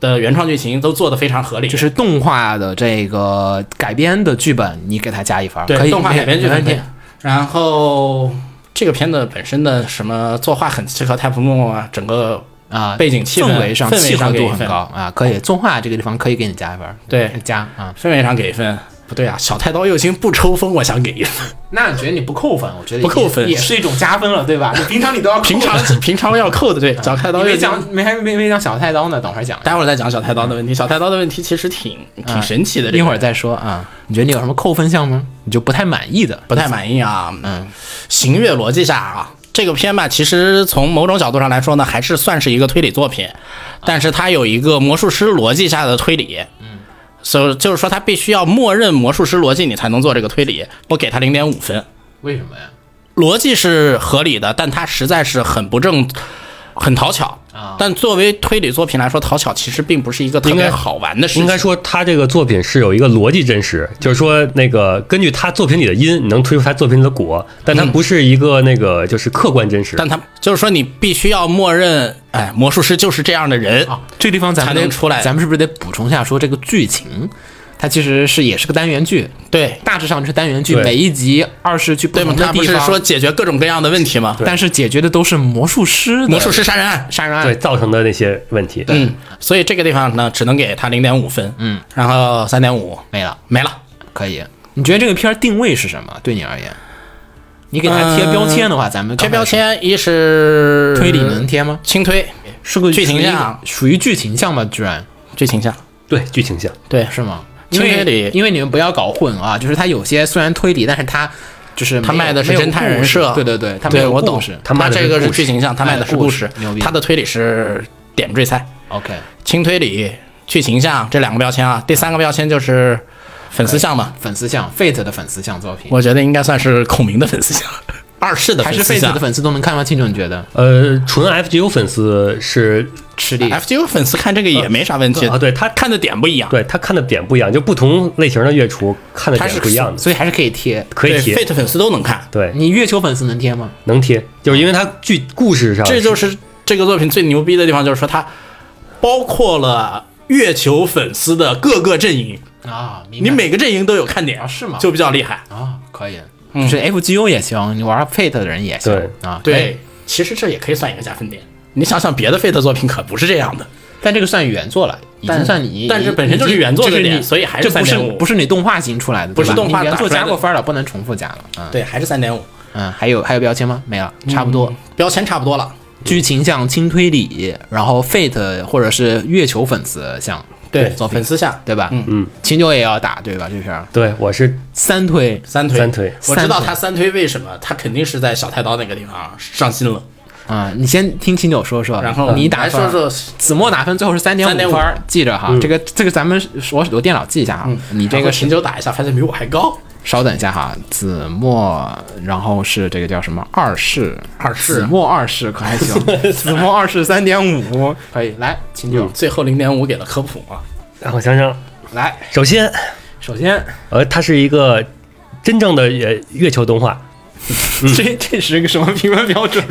[SPEAKER 6] 的原创剧情都做得非常合理，
[SPEAKER 3] 就是动画的这个改编的剧本，你给它加一分儿，可
[SPEAKER 6] 对
[SPEAKER 3] 以
[SPEAKER 6] 动画改编剧
[SPEAKER 3] 没
[SPEAKER 6] 本
[SPEAKER 3] 问题
[SPEAKER 6] 身。然后这个片子本身的什么作画很契合泰普莫啊，整个
[SPEAKER 3] 啊，
[SPEAKER 6] 背景气氛
[SPEAKER 3] 氛围上
[SPEAKER 6] 氛围
[SPEAKER 3] 契合
[SPEAKER 6] 上给
[SPEAKER 3] 度
[SPEAKER 6] 一
[SPEAKER 3] 很
[SPEAKER 6] 分
[SPEAKER 3] 高啊，可以。动画这个地方可以给你加一分儿，
[SPEAKER 6] 对
[SPEAKER 3] 加啊。
[SPEAKER 6] 氛围上给一分。不对啊，小太刀右心不抽风，我想给一 分。
[SPEAKER 3] 那你觉得你不扣分，我觉得
[SPEAKER 6] 不扣分
[SPEAKER 3] 也是一种加分了，对 吧？你平常你都要扣分
[SPEAKER 6] 平常平常要扣的，对，小 太
[SPEAKER 3] 你
[SPEAKER 6] 刀
[SPEAKER 3] 没
[SPEAKER 6] 右心。
[SPEAKER 3] 讲没还没没讲小太刀呢，等会儿讲，
[SPEAKER 6] 待会儿再讲小太刀的问题。小太刀的问题其实挺挺神奇的，这
[SPEAKER 3] 啊
[SPEAKER 6] 个
[SPEAKER 3] 一会儿再说啊。你觉得你有什么扣分项吗？你就不太满意的，
[SPEAKER 6] 不太满意啊。嗯，行乐逻辑下啊，这个片吧，其实从某种角度上来说呢，还是算是一个推理作品，但是它有一个魔术师逻辑下的推理。嗯，所以就是说，它必须要默认魔术师逻辑，你才能做这个推理。我给它零点五分，
[SPEAKER 3] 为什么呀？
[SPEAKER 6] 逻辑是合理的，但它实在是很不正。很讨巧
[SPEAKER 3] 啊
[SPEAKER 6] 但作为推理作品来说，讨巧其实并不是一个特
[SPEAKER 5] 应
[SPEAKER 6] 别
[SPEAKER 5] 该
[SPEAKER 6] 好玩的事情。
[SPEAKER 5] 应该说他这个作品是有一个逻辑真
[SPEAKER 6] 嗯
[SPEAKER 5] 实，就是说那个根据他作品里的因，你能推出他作品里的果，但
[SPEAKER 6] 嗯
[SPEAKER 5] 他不是一个那个就是客观真实。
[SPEAKER 6] 但它就是说，你必须要默认，哎，魔术师就是这样的人
[SPEAKER 3] 啊，这个地方咱们
[SPEAKER 6] 才能
[SPEAKER 3] 得
[SPEAKER 6] 出来
[SPEAKER 3] 咱们是不是得补充一下说这个剧情？它其实是也是个单元剧，
[SPEAKER 6] 对，
[SPEAKER 3] 大致上是单元剧，
[SPEAKER 5] 对
[SPEAKER 3] 每一集二十去不
[SPEAKER 6] 对吗
[SPEAKER 3] 同？的
[SPEAKER 6] 他不
[SPEAKER 3] 地
[SPEAKER 6] 是
[SPEAKER 3] 方，
[SPEAKER 6] 说解决各种各样的问题吗？
[SPEAKER 3] 但是解决的都是魔术师的
[SPEAKER 6] 魔术师杀人案。
[SPEAKER 3] 杀人
[SPEAKER 5] 对
[SPEAKER 3] 案。
[SPEAKER 5] 造成的那些问题，
[SPEAKER 6] 嗯，所以这个地方呢，只能给他零点五分。嗯，然后三点五
[SPEAKER 3] 没了，
[SPEAKER 6] 没了。
[SPEAKER 3] 可以。你觉得这个片儿定位是什么？对你而言，你给它贴标签的话，咱们
[SPEAKER 6] 呃
[SPEAKER 3] 刚才
[SPEAKER 6] 贴标
[SPEAKER 3] 说
[SPEAKER 6] 签一是
[SPEAKER 3] 推理能贴吗？
[SPEAKER 6] 轻推，
[SPEAKER 3] 是个
[SPEAKER 6] 剧情
[SPEAKER 3] 属于
[SPEAKER 6] 向
[SPEAKER 3] 属于剧情向吗？居然
[SPEAKER 6] 最倾向
[SPEAKER 5] 对剧情像
[SPEAKER 6] 对
[SPEAKER 3] 是吗？因
[SPEAKER 6] 轻推理
[SPEAKER 3] 为因为你们不要搞混啊，就是它有些虽然推理，但是它就是
[SPEAKER 6] 他
[SPEAKER 3] 没有
[SPEAKER 6] 卖的是
[SPEAKER 3] 没有
[SPEAKER 6] 侦探
[SPEAKER 3] 故
[SPEAKER 6] 人
[SPEAKER 3] 事
[SPEAKER 6] 设
[SPEAKER 3] 对对对，他没
[SPEAKER 6] 对
[SPEAKER 3] 有
[SPEAKER 6] 我
[SPEAKER 3] 故
[SPEAKER 6] 懂
[SPEAKER 3] 事，。
[SPEAKER 5] 他卖的
[SPEAKER 6] 这个
[SPEAKER 5] 是
[SPEAKER 6] 是
[SPEAKER 5] 故事
[SPEAKER 6] 剧情向，他卖的是故
[SPEAKER 3] 卖的故事牛逼
[SPEAKER 6] 他的推理是点缀赛，
[SPEAKER 3] OK，
[SPEAKER 6] 轻推理去形象这两个标签啊。第三个标签就是粉丝像嘛，
[SPEAKER 3] 粉丝像 Fate 的粉丝像作品，
[SPEAKER 6] 我觉得应该算是孔明的粉丝像，二世的
[SPEAKER 3] 还
[SPEAKER 6] 粉
[SPEAKER 3] 是
[SPEAKER 6] 丝
[SPEAKER 3] Fate
[SPEAKER 6] 像
[SPEAKER 3] 的。粉丝都能看得清楚？你觉得
[SPEAKER 5] 呃，纯 FGO 粉丝是
[SPEAKER 3] 吃力？
[SPEAKER 6] FGO 粉丝看这个也没啥问题
[SPEAKER 5] 啊，对他
[SPEAKER 6] 看的点不一样，
[SPEAKER 5] 对他看的点不一样，就不同类型的月厨看的
[SPEAKER 6] 他
[SPEAKER 5] 点
[SPEAKER 6] 是
[SPEAKER 5] 不一样的，
[SPEAKER 3] 所以还是可以贴。
[SPEAKER 5] 可以
[SPEAKER 6] 对
[SPEAKER 5] 贴，
[SPEAKER 6] ，Fate 粉丝都能看，
[SPEAKER 5] 对，
[SPEAKER 3] 你月球粉丝能贴吗？
[SPEAKER 5] 能贴，就是因为他剧故事上，
[SPEAKER 6] 这就是这个作品最牛逼的地方，就是说它包括了月球粉丝的各个阵营，
[SPEAKER 3] 啊，明白
[SPEAKER 6] 你每个阵营都有看点
[SPEAKER 3] 啊是吗
[SPEAKER 6] 就比较厉害。
[SPEAKER 3] 啊可以，就是 FGO 也行，你玩 Fate 的人也行啊。
[SPEAKER 5] 对
[SPEAKER 3] 哎
[SPEAKER 6] 嗯对，其实这也可以算一个加分点。你想想，别的 Fate 作品可不是这样的，
[SPEAKER 3] 但这个算原作了，已经
[SPEAKER 6] 但
[SPEAKER 3] 算你，
[SPEAKER 6] 但是本身
[SPEAKER 3] 已经
[SPEAKER 6] 就是原作的
[SPEAKER 3] 就是
[SPEAKER 6] 点
[SPEAKER 3] 你
[SPEAKER 6] 所以还是
[SPEAKER 3] 这不是
[SPEAKER 6] 3.5
[SPEAKER 3] 不是你动画型出来的，
[SPEAKER 6] 不是
[SPEAKER 3] 对吧
[SPEAKER 6] 动画
[SPEAKER 3] 你原
[SPEAKER 6] 打
[SPEAKER 3] 作
[SPEAKER 6] 出来
[SPEAKER 3] 加
[SPEAKER 6] 的
[SPEAKER 3] 过分了，不能重复加了。嗯
[SPEAKER 6] 对，还是三点五，
[SPEAKER 3] 嗯，还有还有标签吗？没了，
[SPEAKER 6] 嗯
[SPEAKER 3] 差不多。
[SPEAKER 6] 标签差不多了。
[SPEAKER 3] 剧情像轻推理，然后 Fate 或者是月球粉丝像作品
[SPEAKER 6] 粉丝像
[SPEAKER 3] 对吧？
[SPEAKER 6] 嗯
[SPEAKER 3] 嗯，秦九也要打对吧？这片儿
[SPEAKER 5] 对我是
[SPEAKER 3] 三推
[SPEAKER 6] 三推
[SPEAKER 5] 三推
[SPEAKER 6] 我知
[SPEAKER 3] 三
[SPEAKER 6] 道
[SPEAKER 3] 推
[SPEAKER 6] 他三推为什么，他肯定是在小太刀那个地方上心了。
[SPEAKER 3] 啊、你先听秦九说说，
[SPEAKER 6] 然后
[SPEAKER 3] 你打
[SPEAKER 6] 来
[SPEAKER 3] 分
[SPEAKER 6] 说
[SPEAKER 3] 儿
[SPEAKER 6] 说
[SPEAKER 3] 子墨打分最后是三点
[SPEAKER 6] 3.5
[SPEAKER 3] 五分儿，嗯记着哈，这个这个咱们我我电脑记一下哈，啊你这
[SPEAKER 6] 然
[SPEAKER 3] 个
[SPEAKER 6] 后
[SPEAKER 3] 是
[SPEAKER 6] 秦九打一下，发现比我还高。
[SPEAKER 3] 稍等一下哈，子墨，然后是这个叫什么二世，啊
[SPEAKER 6] 二世
[SPEAKER 3] 子墨二世可还行， 子墨二世三点五可以，来秦九、
[SPEAKER 6] 嗯最后零点五给了科普啊，
[SPEAKER 5] 让我想想，
[SPEAKER 3] 来，
[SPEAKER 5] 首先
[SPEAKER 3] 首先、
[SPEAKER 5] 呃，它是一个真正的月月球动画，
[SPEAKER 3] 这这是个什么评分标准？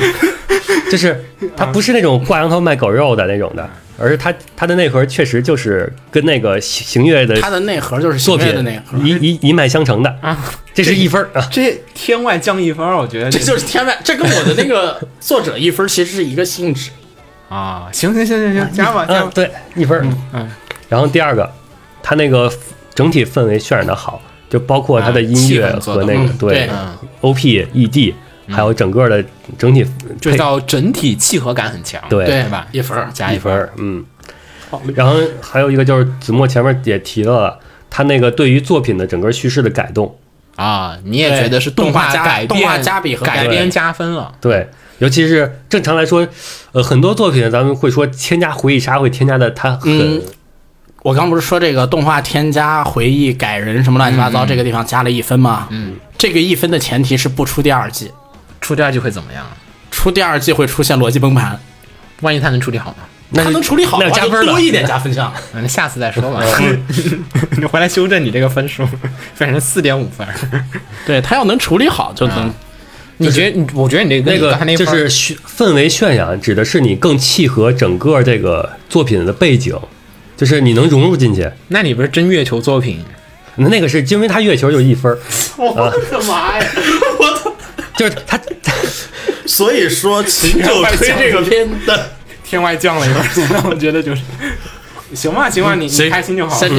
[SPEAKER 5] 就是它不是那种挂羊头卖狗肉的那种的，而是它它的内核确实就是跟那个行行月的
[SPEAKER 6] 它的内核就是
[SPEAKER 5] 作
[SPEAKER 6] 行
[SPEAKER 5] 品
[SPEAKER 6] 月的内核，
[SPEAKER 5] 一一一脉相承的啊，这是一分儿 啊，
[SPEAKER 3] 这天外降一分儿，我觉得
[SPEAKER 6] 这就是天外，这跟我的那个作者一分其实是一个性质。
[SPEAKER 3] 啊，行行行行行，加吧加
[SPEAKER 5] 嗯，
[SPEAKER 3] 吧，
[SPEAKER 5] 对，一分儿。
[SPEAKER 3] 嗯，
[SPEAKER 5] 然后第二个，它那个整体氛围渲染的好，就包括它的音乐
[SPEAKER 3] 啊气氛做
[SPEAKER 5] 和
[SPEAKER 3] 得
[SPEAKER 5] 那个
[SPEAKER 6] 好
[SPEAKER 5] 对
[SPEAKER 6] 对
[SPEAKER 3] 嗯，
[SPEAKER 5] O P E D，还有整个的整体
[SPEAKER 3] 就
[SPEAKER 5] 配
[SPEAKER 3] 叫整体契合感很强，
[SPEAKER 5] 对
[SPEAKER 3] 对吧
[SPEAKER 6] 一分儿
[SPEAKER 3] 加
[SPEAKER 5] 一
[SPEAKER 3] 分
[SPEAKER 5] 分
[SPEAKER 3] 儿，
[SPEAKER 5] 儿，嗯。然后还有一个就是子墨前面也提到了，他那个对于作品的整个叙事的改动，
[SPEAKER 3] 啊，你也觉得是
[SPEAKER 6] 对
[SPEAKER 3] 动画
[SPEAKER 6] 动画加
[SPEAKER 3] 改编
[SPEAKER 6] 动画加比和
[SPEAKER 3] 改
[SPEAKER 6] 改
[SPEAKER 3] 编
[SPEAKER 5] 编
[SPEAKER 3] 加分了，
[SPEAKER 5] 对，尤其是正常来说，呃，很多作品咱们会说添加回忆杀会添加的，它很、
[SPEAKER 6] 嗯我刚不是说这个动画添加回忆改人什么乱七八糟这个地方加了一分吗？嗯，这个一分的前提是不出第二季，
[SPEAKER 3] 出第二季会怎么样？
[SPEAKER 6] 出第二季会出现逻辑崩盘，
[SPEAKER 3] 万一他能处理好呢？
[SPEAKER 5] 那
[SPEAKER 6] 他
[SPEAKER 5] 就
[SPEAKER 6] 能处理好
[SPEAKER 5] 那
[SPEAKER 6] 的
[SPEAKER 5] 就
[SPEAKER 6] 话
[SPEAKER 5] 加
[SPEAKER 6] 就
[SPEAKER 5] 分了
[SPEAKER 6] 多一点加分项。
[SPEAKER 3] 那下次再 说吧。哦 你回来修正你这个分数，变成四点五 分。
[SPEAKER 6] 对他要能处理好就能，
[SPEAKER 3] 你觉得？你我觉得你这个
[SPEAKER 5] 那
[SPEAKER 3] 跟你
[SPEAKER 5] 个
[SPEAKER 3] 刚才那
[SPEAKER 5] 就
[SPEAKER 3] 分儿
[SPEAKER 5] 是渲氛围渲染，指的是你更契合整个这个作品的背景，就是你能融入进去。
[SPEAKER 3] 那你不是真月球作品？
[SPEAKER 5] 那那个是因为它月球有一 分儿，啊
[SPEAKER 6] 我的 妈呀！我操！
[SPEAKER 5] 就是它
[SPEAKER 6] 所以 说秦九推这个片的，
[SPEAKER 3] 天外降了一分，那我觉得就是，行吧，行吧，你你开心就好。
[SPEAKER 6] 先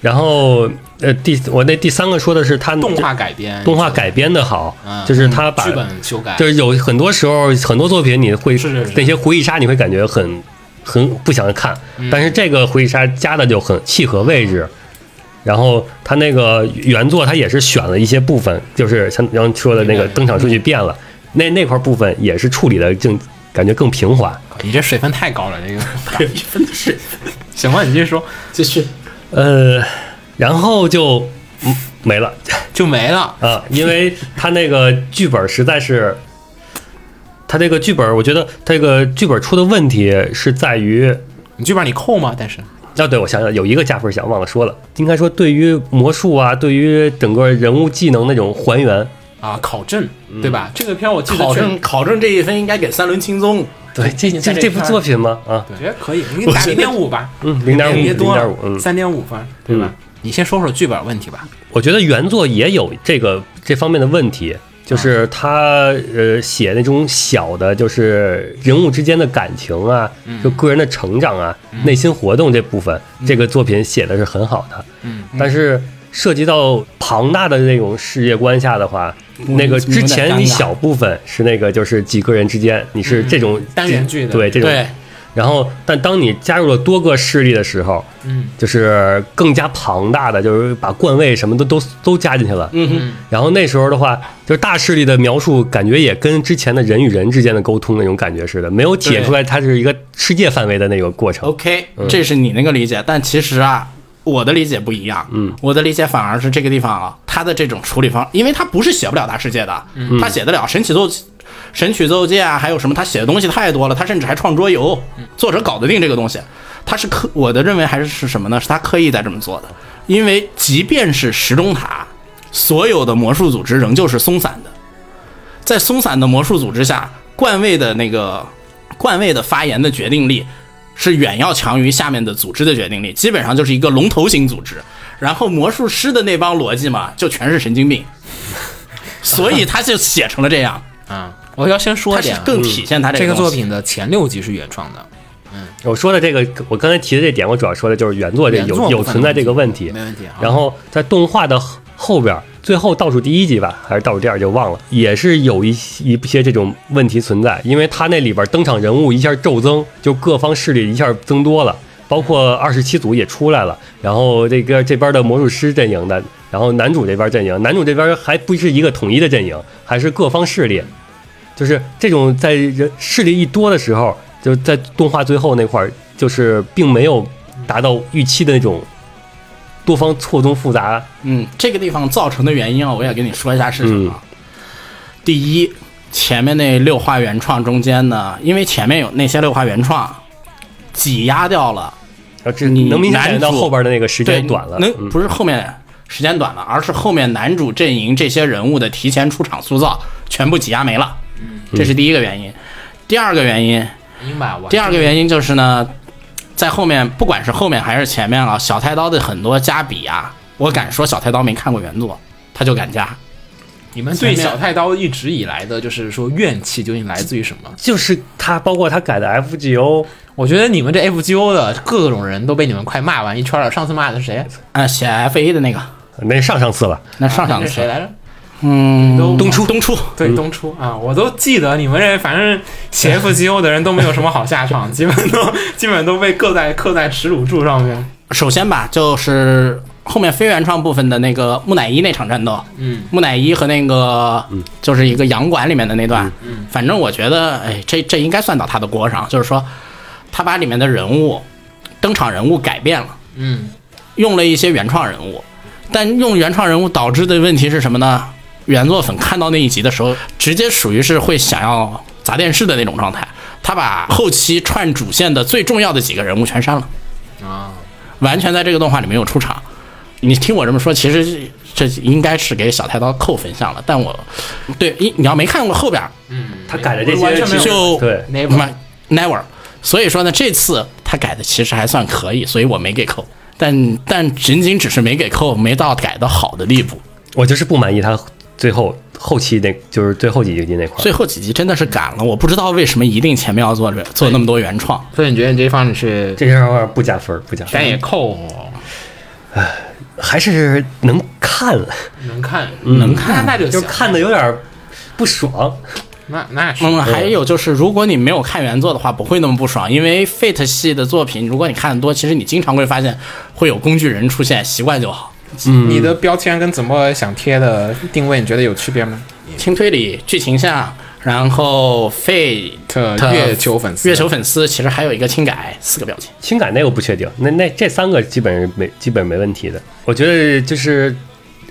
[SPEAKER 5] 然后呃第我那第三个说的是它
[SPEAKER 3] 动画改编，
[SPEAKER 5] 动画改编的好，
[SPEAKER 3] 嗯
[SPEAKER 5] 就是它把
[SPEAKER 3] 剧本修改，
[SPEAKER 5] 就是有很多时候很多作品你会
[SPEAKER 3] 是是是
[SPEAKER 5] 那些回忆杀你会感觉很很不想看，
[SPEAKER 3] 嗯
[SPEAKER 5] 但是这个回忆杀加的就很契合位置。然后它那个原作它也是选了一些部分，就是像刚刚说的那个登场顺
[SPEAKER 3] 嗯
[SPEAKER 5] 序变了，那那块部分也是处理的更感觉更平滑。
[SPEAKER 3] 你这水分太高了， 这个一分的水。行吧，你继续说，
[SPEAKER 6] 继续。
[SPEAKER 5] 呃，然后就嗯没了
[SPEAKER 3] 就没了。
[SPEAKER 5] 啊，因为它那个剧本实在是。它这个剧本，我觉得它这个剧本出的问题是在于，
[SPEAKER 3] 你剧本你扣吗？但是
[SPEAKER 5] 啊，对，我想想，有一个加分项忘了说了，应该说对于魔术啊，对于整个人物技能那种还原，
[SPEAKER 3] 啊，考证对吧？这个片儿我记得
[SPEAKER 6] 考
[SPEAKER 3] 确实
[SPEAKER 6] 证考证这一分应该给三轮轻松，
[SPEAKER 5] 对，这
[SPEAKER 3] 你在
[SPEAKER 5] 这
[SPEAKER 3] 这
[SPEAKER 5] 这部
[SPEAKER 3] 片儿
[SPEAKER 5] 作品吗？啊，
[SPEAKER 3] 我觉得可以，你打零
[SPEAKER 6] 觉得
[SPEAKER 3] 点五吧，
[SPEAKER 5] 嗯，零点五，
[SPEAKER 3] 别
[SPEAKER 5] 零
[SPEAKER 3] 多
[SPEAKER 5] 点五，嗯
[SPEAKER 3] 了，，三点五分，对吧？嗯你先说说剧本问题吧。
[SPEAKER 5] 我觉得原作也有这个这方面的问题，
[SPEAKER 3] 啊
[SPEAKER 5] 就是他呃写那种小的，就是人物之间的感情啊，
[SPEAKER 3] 嗯
[SPEAKER 5] 就个人的成长啊、内心活动这部分，这个作品写的是很好的。
[SPEAKER 3] 嗯，
[SPEAKER 5] 但是涉及到庞大的那种世界观下的话，那个之前你小部分是那个就是几个人之间，你是这种
[SPEAKER 3] 嗯单元剧的
[SPEAKER 5] 对这种
[SPEAKER 6] 对
[SPEAKER 5] 然后，但当你加入了多个势力的时候，
[SPEAKER 3] 嗯，
[SPEAKER 5] 就是更加庞大的，就是把冠位什么的都都加进去了。
[SPEAKER 6] 嗯哼，
[SPEAKER 5] 然后那时候的话，就是大势力的描述，感觉也跟之前的人与人之间的沟通那种感觉似的，没有解出来它是一个世界范围的那个过程。
[SPEAKER 6] OK，这是你那个理解，但其实啊，我的理解不一样。嗯，我的理解反而是这个地方啊，他的这种处理方，因为他不是写不了大世界的，他写得了神奇奏。神曲奏界啊，还有什么？他写的东西太多了，他甚至还创桌游，作者搞得定这个东西。他是刻，我的认为还是是什么呢？是他刻意在这么做的，因为即便是石钟塔，所有的魔术组织仍旧是松散的，在松散的魔术组织下，冠位的那个冠位的发言的决定力是远要强于下面的组织的决定力，基本上就是一个龙头型组织。然后魔术师的那帮逻辑嘛，就全是神经病，所以他就写成了这样，
[SPEAKER 3] 啊，我要先说
[SPEAKER 6] 他
[SPEAKER 3] 一
[SPEAKER 6] 是
[SPEAKER 3] 点啊，
[SPEAKER 6] 更体现他
[SPEAKER 3] 这个
[SPEAKER 6] 个东
[SPEAKER 3] 作
[SPEAKER 6] 西。
[SPEAKER 3] 品的前六集是原创的，
[SPEAKER 5] 我说的这个，我刚才提的这点，我主要说的就是原作这
[SPEAKER 3] 原作
[SPEAKER 5] 有
[SPEAKER 3] 部
[SPEAKER 5] 有
[SPEAKER 3] 分
[SPEAKER 5] 存在这个问题
[SPEAKER 3] 没。问题啊。
[SPEAKER 5] 然后在动画的后后边儿，最后倒数第一集吧，还是倒数第二集，我忘了，也是有一些一些这种问题存在，因为他那里边登场人物一下骤增，就各方势力一下增多了，包括二十七组也出来了，然后这个这边的魔术师阵营的，然后男主这边阵营，男主这边还不是一个统一的阵营，还是各方势力，就是这种在人势力一多的时候，就是在动画最后那块儿，就是并没有达到预期的那种多方错综复杂。
[SPEAKER 6] 嗯，这个地方造成的原因啊，我也跟你说一下是什么。第一，前面那六话原创中间呢，因为前面有那些六话原创挤压掉了
[SPEAKER 5] 然后这
[SPEAKER 6] 你
[SPEAKER 5] 能明显
[SPEAKER 6] 男
[SPEAKER 5] 感觉到
[SPEAKER 6] 主
[SPEAKER 5] 后边的那个时
[SPEAKER 6] 对，
[SPEAKER 5] 间短了，
[SPEAKER 6] 能
[SPEAKER 5] 嗯
[SPEAKER 6] 不是后面时间短了，而是后面男主阵营这些人物的提前出场塑造全部挤压没了，
[SPEAKER 5] 嗯
[SPEAKER 6] 这是第一个原因。第二个原因，
[SPEAKER 3] 明白我
[SPEAKER 6] 第二个原因就是呢，在后面不管是后面还是前面啊，小太刀的很多加笔啊，我敢说小太刀没看过原作，他就敢加。
[SPEAKER 3] 你们对
[SPEAKER 6] 前面
[SPEAKER 3] 小太刀一直以来的就是说怨气究竟来自于什么？
[SPEAKER 5] 就是他包括他改的 FGO，
[SPEAKER 3] 我觉得你们这 FGO 的各种人都被你们快骂完一圈了。上次骂的是谁？
[SPEAKER 6] 啊，写 F A 的那个，
[SPEAKER 5] 那上上次了，
[SPEAKER 6] 那上上
[SPEAKER 3] 是 谁来着？
[SPEAKER 6] 嗯，
[SPEAKER 3] 东
[SPEAKER 6] 出东出，
[SPEAKER 3] 对，东出啊，我都记得你们这反正写 FGO 的人都没有什么好下场， 基本都基本都被刻在刻在耻辱柱上面。
[SPEAKER 6] 首先吧，就是后面非原创部分的那个木乃伊那场战斗，
[SPEAKER 3] 嗯，
[SPEAKER 6] 木乃伊和那个就是一个洋馆里面的那段，
[SPEAKER 3] 嗯
[SPEAKER 6] 反正我觉得，哎，这这应该算到他的锅上，就是说他把里面的人物登场人物改变了，
[SPEAKER 3] 嗯，
[SPEAKER 6] 用了一些原创人物，但用原创人物导致的问题是什么呢？原作粉看到那一集的时候，直接属于是会想要砸电视的那种状态。他把后期串主线的最重要的几个人物全删了。
[SPEAKER 3] 啊，
[SPEAKER 6] 完全在这个动画里没有出场。你听我这么说，其实这这应该是给小太刀扣分项了。但我对你你要没看过后边儿
[SPEAKER 5] 他改的这
[SPEAKER 3] 完
[SPEAKER 5] 些
[SPEAKER 3] 全没有
[SPEAKER 5] 其实
[SPEAKER 6] 就
[SPEAKER 5] 对
[SPEAKER 3] Never
[SPEAKER 6] 妈 never。所以说呢，这次他改的其实还算可以，所以我没给扣。但但仅仅只是没给扣，没到改的好的地步。
[SPEAKER 5] 我就是不满意他最后后期那，就是最后几集那块儿
[SPEAKER 6] 最后几集真的是赶了，我不知道为什么一定前面要做这做那么多原创。
[SPEAKER 3] 所以你觉得你这方面是
[SPEAKER 5] 这些块儿不加分儿，不加分
[SPEAKER 3] 咱
[SPEAKER 5] 儿，
[SPEAKER 3] 也扣哦
[SPEAKER 5] 还是能看，
[SPEAKER 3] 能看，
[SPEAKER 6] 能看
[SPEAKER 3] 那那就行
[SPEAKER 5] 就是看的有点儿不爽。
[SPEAKER 3] 那那是
[SPEAKER 6] 嗯，还有就是，如果你没有看原作的话，不会那么不爽，因为 Fate 系的作品，如果你看的多，其实你经常会发现会有工具人出现，习惯就好。
[SPEAKER 3] 你的标签跟怎么想贴的定位，你觉得有区别吗？
[SPEAKER 6] 轻推理、剧情向，然后 Fate
[SPEAKER 3] 特月球粉丝，
[SPEAKER 6] 月球粉丝其实还有一个轻改四个表情。
[SPEAKER 5] 情感那个不确定，那那这三个基本是没基本没问题的。我觉得就是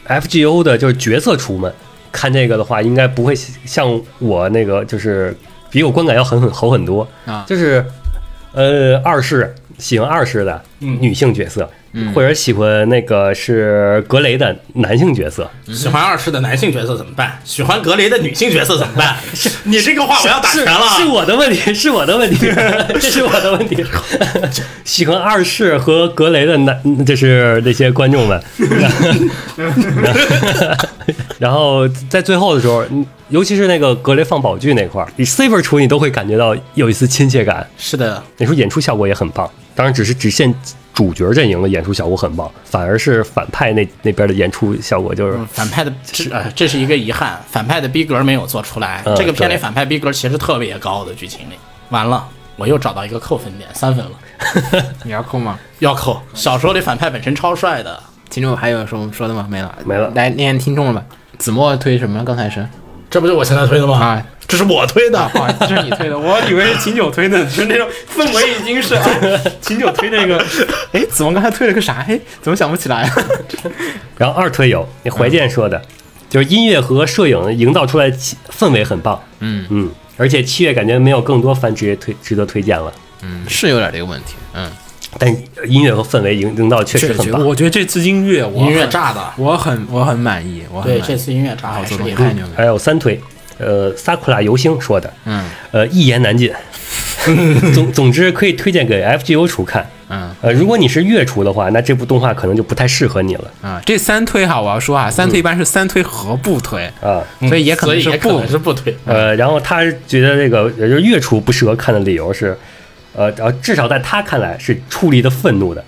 [SPEAKER 5] FGO 的就是角色出门看这个的话，应该不会像我那个就是比我观感要狠很好很多
[SPEAKER 3] 啊
[SPEAKER 5] 就是呃二世喜欢二世的女性角色，或者喜欢那个是格雷的男性角色，
[SPEAKER 6] 喜欢二世的男性角色怎么办？喜欢格雷的女性角色怎么办？ 你这个话我要打拳了。
[SPEAKER 5] 是是我的问题，是我的问 题，这是我的问题。 喜欢二世和格雷的男，就是这些观众们。 然后在最后的时候，嗯尤其是那个格雷放宝具那块儿，你 Saber 出你都会感觉到有一丝亲切感。
[SPEAKER 6] 是的，
[SPEAKER 5] 那时候演出效果也很棒，当然只是只限主角阵营的演出效果很棒，反而是反派那那边的演出效果就是
[SPEAKER 6] 嗯反派的这呃这是一个遗憾，反派的逼格没有做出来。
[SPEAKER 5] 嗯
[SPEAKER 6] 这个片里
[SPEAKER 5] 对
[SPEAKER 6] 反派逼格其实特别高的剧情里，完了。我又找到一个扣分点，三分了，
[SPEAKER 3] 你要扣吗？
[SPEAKER 6] 要扣。小说里反派本身超帅的，
[SPEAKER 3] 听众还有什么说的吗？没了，
[SPEAKER 5] 没了
[SPEAKER 3] 来念听众了吧。子墨推什么？刚才是
[SPEAKER 6] 这不就我现在推的吗？
[SPEAKER 3] 啊，
[SPEAKER 6] 这是我推的。
[SPEAKER 3] 哇，这是你推的，我以为是秦九推的，就是那种氛围已 经是、啊、秦九推那个。哎，子墨刚才推了个啥？哎，怎么想不起来、啊？
[SPEAKER 5] 然后二推有那怀建说
[SPEAKER 3] 嗯
[SPEAKER 5] 的，就是音乐和摄影营造出来的气氛围很棒。
[SPEAKER 3] 嗯
[SPEAKER 5] 嗯，而且七月感觉没有更多番值推值得推荐了，
[SPEAKER 3] 嗯，是有点这个问题。嗯，
[SPEAKER 5] 但音乐和氛围营营造确实
[SPEAKER 3] 确
[SPEAKER 5] 很
[SPEAKER 3] 实，
[SPEAKER 5] 棒。
[SPEAKER 3] 我觉得这次音乐我
[SPEAKER 6] 音乐
[SPEAKER 3] 很
[SPEAKER 6] 炸的
[SPEAKER 3] 我很我很满意，我很
[SPEAKER 6] 对，
[SPEAKER 3] 满意
[SPEAKER 6] 这次音乐差
[SPEAKER 3] 好
[SPEAKER 6] 还
[SPEAKER 3] 做嗯
[SPEAKER 6] 是
[SPEAKER 3] 东
[SPEAKER 6] 厉
[SPEAKER 3] 西
[SPEAKER 6] 害
[SPEAKER 3] 太
[SPEAKER 6] 的。
[SPEAKER 3] 牛逼了。
[SPEAKER 5] 还有三推，呃，萨库拉游星说的，
[SPEAKER 3] 嗯
[SPEAKER 5] 呃，一言难尽。 总总之可以推荐给 FGO 厨看。
[SPEAKER 3] 嗯
[SPEAKER 5] 呃，如果你是月厨的话，那这部动画可能就不太适合你了
[SPEAKER 3] 啊，这三推哈，我要说啊，三推一般是三推和不推，
[SPEAKER 5] 啊。
[SPEAKER 3] 所以也可
[SPEAKER 6] 嗯所
[SPEAKER 3] 能
[SPEAKER 6] 以
[SPEAKER 3] 是
[SPEAKER 6] 也可
[SPEAKER 3] 不
[SPEAKER 6] 能是不推。
[SPEAKER 5] 呃，然后他觉得这个也就是月厨不适合看的理由是，呃，然后至少在他看来是出离的愤怒的，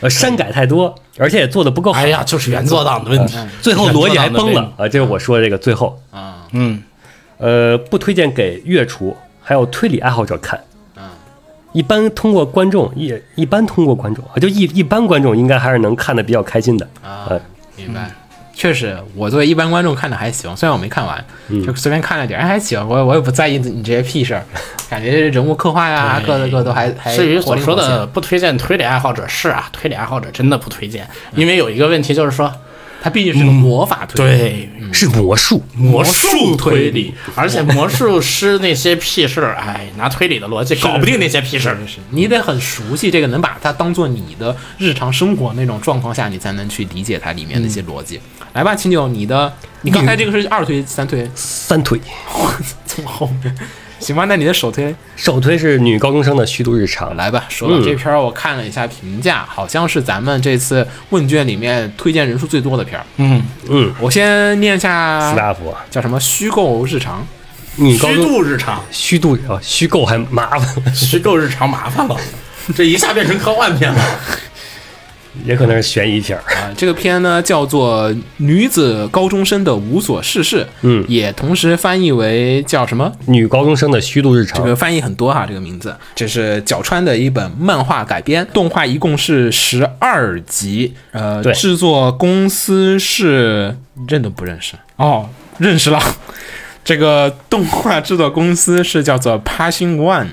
[SPEAKER 5] 呃，删改太多，而且也做的不够好，
[SPEAKER 6] 哎呀，就是原作党的问题。
[SPEAKER 5] 最后逻辑还崩
[SPEAKER 6] 原作党的
[SPEAKER 5] 了
[SPEAKER 6] 问
[SPEAKER 5] 啊、这是我说的这个最后，
[SPEAKER 3] 啊，
[SPEAKER 6] 嗯，
[SPEAKER 5] 呃，不推荐给月厨还有推理爱好者看。
[SPEAKER 3] 嗯
[SPEAKER 5] 一般通过观众，一一般通过观众，啊就一一般观众应该还是能看的比较开心的。
[SPEAKER 3] 啊
[SPEAKER 5] 呃，
[SPEAKER 3] 明白。确实，我作为一般观众看的还行，虽然我没看完，
[SPEAKER 6] 嗯
[SPEAKER 3] 就随便看了点，哎还行。我我也不在意你这些屁 事儿，感觉人物刻画呀，各个各都还还
[SPEAKER 6] 至于
[SPEAKER 3] 活
[SPEAKER 6] 所
[SPEAKER 3] 灵
[SPEAKER 6] 说
[SPEAKER 3] 活现
[SPEAKER 6] 的，不推荐推理爱好者是啊，推理爱好者真的不推荐，因为有一个问题就是说，
[SPEAKER 3] 它嗯毕竟是个魔法推理，嗯
[SPEAKER 6] 对
[SPEAKER 5] 是魔术，
[SPEAKER 6] 魔术推理，而且魔术师那些屁事儿，哎，拿推理的逻辑搞不定那些屁事儿。
[SPEAKER 3] 你得很熟悉这个，能把它当做你的日常生活那种状况下，你才能去理解它里面的一些逻辑。
[SPEAKER 6] 嗯
[SPEAKER 3] 来吧，秦九，你的你刚才这个是二推三推，
[SPEAKER 5] 三推。
[SPEAKER 3] 这么后面，行吧？那你的首推
[SPEAKER 5] 首推是女高中生的虚度日常，
[SPEAKER 3] 来吧。说到
[SPEAKER 5] 嗯
[SPEAKER 3] 这片儿，我看了一下评价，好像是咱们这次问卷里面推荐人数最多的片儿。
[SPEAKER 6] 嗯，
[SPEAKER 5] 嗯，
[SPEAKER 3] 我先念一
[SPEAKER 5] 斯
[SPEAKER 3] 下，
[SPEAKER 5] 大夫，
[SPEAKER 3] 叫什么虚构日常。
[SPEAKER 5] 女高
[SPEAKER 6] 虚
[SPEAKER 5] 中
[SPEAKER 6] 度日常，
[SPEAKER 5] 虚度啊，虚构还麻烦，
[SPEAKER 6] 虚构日常麻烦了，这一下变成科幻片了。
[SPEAKER 5] 也可能是悬疑片儿。
[SPEAKER 3] 啊，这个片呢叫做《女子高中生的无所事事》，
[SPEAKER 5] 嗯
[SPEAKER 3] 也同时翻译为叫什么？
[SPEAKER 5] 女高中生的虚度日
[SPEAKER 3] 这
[SPEAKER 5] 常，
[SPEAKER 3] 个翻译很多哈，这个名字。这是角川的一本漫画改编，动画一共是十二集，呃，
[SPEAKER 5] 对
[SPEAKER 3] 制作公司是认都不认识哦，认识了。这个动画制作公司是叫做 Passing One，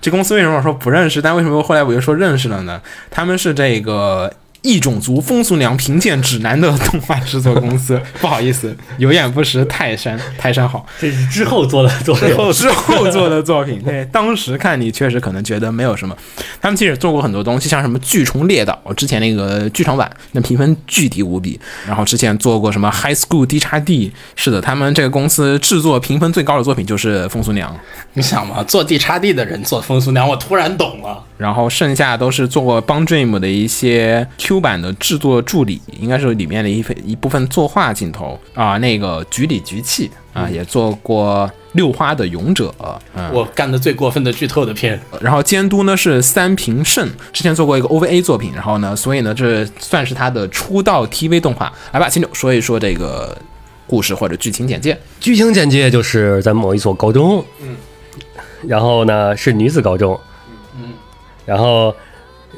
[SPEAKER 3] 这公司为什么我说不认识？但为什么后来我又说认识了呢？他们是这个异种族风俗娘评鉴指南的动画制作公司。 不好意思，有眼不识泰山，泰山好。
[SPEAKER 5] 这是之后做的作
[SPEAKER 3] 之
[SPEAKER 5] 品。
[SPEAKER 3] 后之后做的作品。对，当时看你确实可能觉得没有什么，他们其实也做过很多东西，像什么《巨虫列岛》之前那个剧场版，那评分巨低无比。然后之前做过什么《High School D x D》，是的，他们这个公司制作评分最高的作品就是《风俗娘》，
[SPEAKER 6] 你想嘛，做 D 叉 D 的人做风俗娘，我突然懂了。
[SPEAKER 3] 然后剩下都是做过《帮 Dream》的一些 Q 版的制作助理，应该是里面的一份一部分作画镜头啊、那个局里局气啊，也做过六花的勇者，嗯，
[SPEAKER 6] 我干的最过分的剧透的片，
[SPEAKER 3] 然后监督呢是三平胜，之前做过一个 OVA 作品，然后呢，所以呢这算是他的出道 TV 动画。来吧，秦九说一说这个故事或者剧情简介。
[SPEAKER 5] 剧情简介就是在某一所高中，嗯，然后呢是女子高中，嗯然后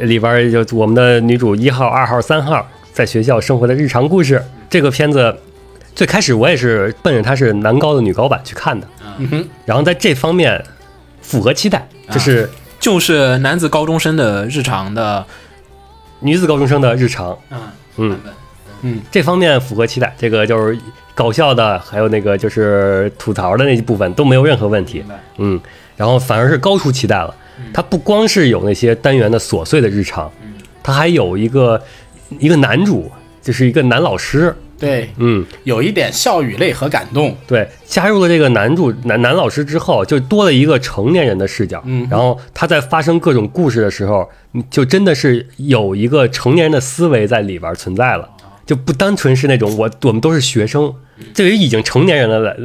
[SPEAKER 5] 里边儿就我们的女主一号、二号、三号在学校生活的日常故事。这个片子最开始我也是奔着它是男高的女高版去看的，
[SPEAKER 6] 嗯哼，
[SPEAKER 5] 然后在这方面符合期待，就是
[SPEAKER 3] 就是男子高中生的日常的，
[SPEAKER 5] 女子高中生的日常，
[SPEAKER 3] 嗯
[SPEAKER 5] 嗯
[SPEAKER 3] 本，
[SPEAKER 5] 嗯，这方面符合期待。这个就是搞笑的，还有那个就是吐槽的那一部分都没有任何问题，嗯，然后反而是高出期待了。它不光是有那些单元的琐碎的日常，它还有一个一个男主，就是一个男老师，
[SPEAKER 6] 对，
[SPEAKER 5] 嗯，
[SPEAKER 6] 有一点笑与泪和感动。
[SPEAKER 5] 对，加入了这个男主男男老师之后，就多了一个成年人的视角。嗯，然后他在发生各种故事的时候，你就真的是有一个成年人的思维在里边存在了，就不单纯是那种我我们都是学生，对于已经成年人的来